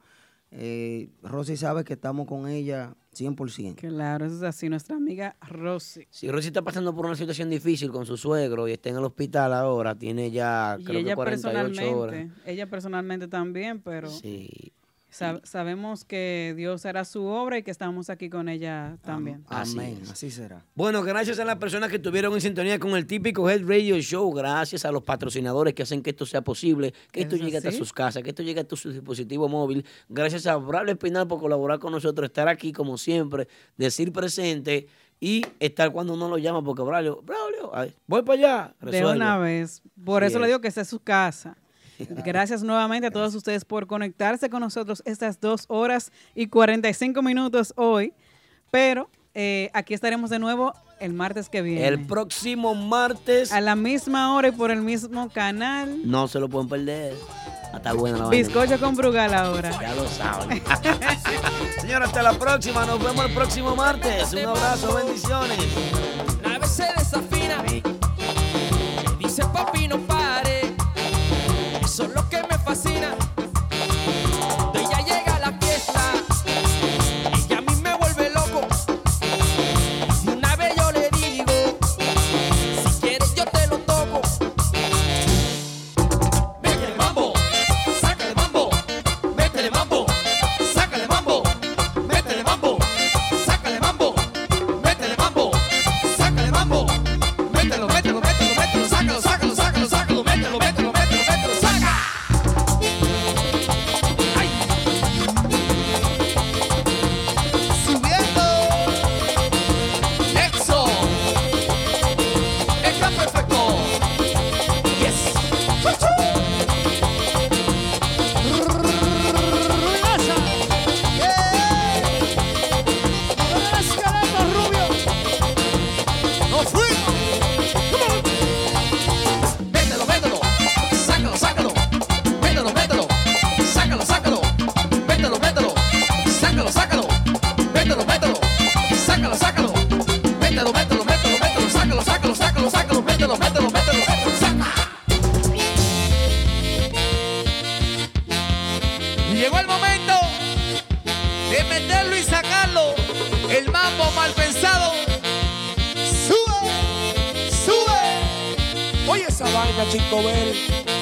[SPEAKER 15] eh, Rosy sabe que estamos con ella 100%.
[SPEAKER 3] Claro, eso es así. Nuestra amiga Rosy.
[SPEAKER 2] Si Rosy está pasando por una situación difícil con su suegro y está en el hospital ahora, tiene ya
[SPEAKER 3] Y
[SPEAKER 2] creo que
[SPEAKER 3] ella
[SPEAKER 2] 48 horas.
[SPEAKER 3] personalmente, ella personalmente también, pero
[SPEAKER 2] Sí.
[SPEAKER 3] Sa- sabemos que Dios hará su obra y que estamos aquí con ella también.
[SPEAKER 2] Así
[SPEAKER 15] Amén,
[SPEAKER 2] es.
[SPEAKER 15] así será.
[SPEAKER 2] Bueno, gracias a las personas que estuvieron en sintonía con el típico Head Radio Show, gracias a los patrocinadores que hacen que esto sea posible, que esto
[SPEAKER 15] ¿Es
[SPEAKER 2] llegue hasta
[SPEAKER 15] así?
[SPEAKER 2] sus casas, que esto llegue hasta su dispositivo móvil. Gracias a Braulio Espinal por colaborar con nosotros, estar aquí como siempre, decir presente y estar cuando uno lo llama, porque Braulio, Braulio, ay, voy para allá.
[SPEAKER 3] De una
[SPEAKER 2] resuelve.
[SPEAKER 3] vez. Por
[SPEAKER 2] Sí
[SPEAKER 3] eso le
[SPEAKER 2] es.
[SPEAKER 3] digo que esta es su casa. Gracias nuevamente a todos ustedes por conectarse con nosotros estas dos horas y 45 minutos hoy. Pero eh, aquí estaremos de nuevo el martes que viene.
[SPEAKER 2] El próximo martes.
[SPEAKER 3] A la misma hora y por el mismo canal.
[SPEAKER 2] No se lo pueden perder. Está buena la vaina.
[SPEAKER 3] Bizcocho con Brugal ahora.
[SPEAKER 2] Ya lo saben. Señora, hasta la próxima. Nos vemos el próximo martes. Un abrazo, bendiciones.
[SPEAKER 16] La ave se desafina. Dice papi, no pare. Eso es lo que me fascina. Cuando ella llega a la fiesta, ella a mí me vuelve loco. Y una vez yo le digo, si quieres yo te lo toco. Métele mambo, sácale mambo, métele mambo, sácale mambo, métele mambo, sácale mambo, métele mambo sácale mambo. Mételo, mételo, mételo, mételo, sácalo, sácalo, sácalo, sácalo, mételo, mételo, mételo, mételo, saca. Ay. Subiendo. Eso. Está perfecto. Yes. Chuchu. Ruidosa. Yeah. Las caletas, rubio. ¡Nos fuimos! Mételo, mételo, sácalo, sácalo, mételo, mételo, sácalo, sácalo, mételo, mételo, sácalo, sácalo, mételo, mételo, sácalo, sácalo, mételo, mételo, mételo, mételo, sácalo, sácalo, sácalo, sácalo, mételo, mételo, mételo, mételo, saca. Llegó el momento de meterlo y sacarlo, el mambo mal pensado. Sube, sube. Oye esa vaina, chico, ver.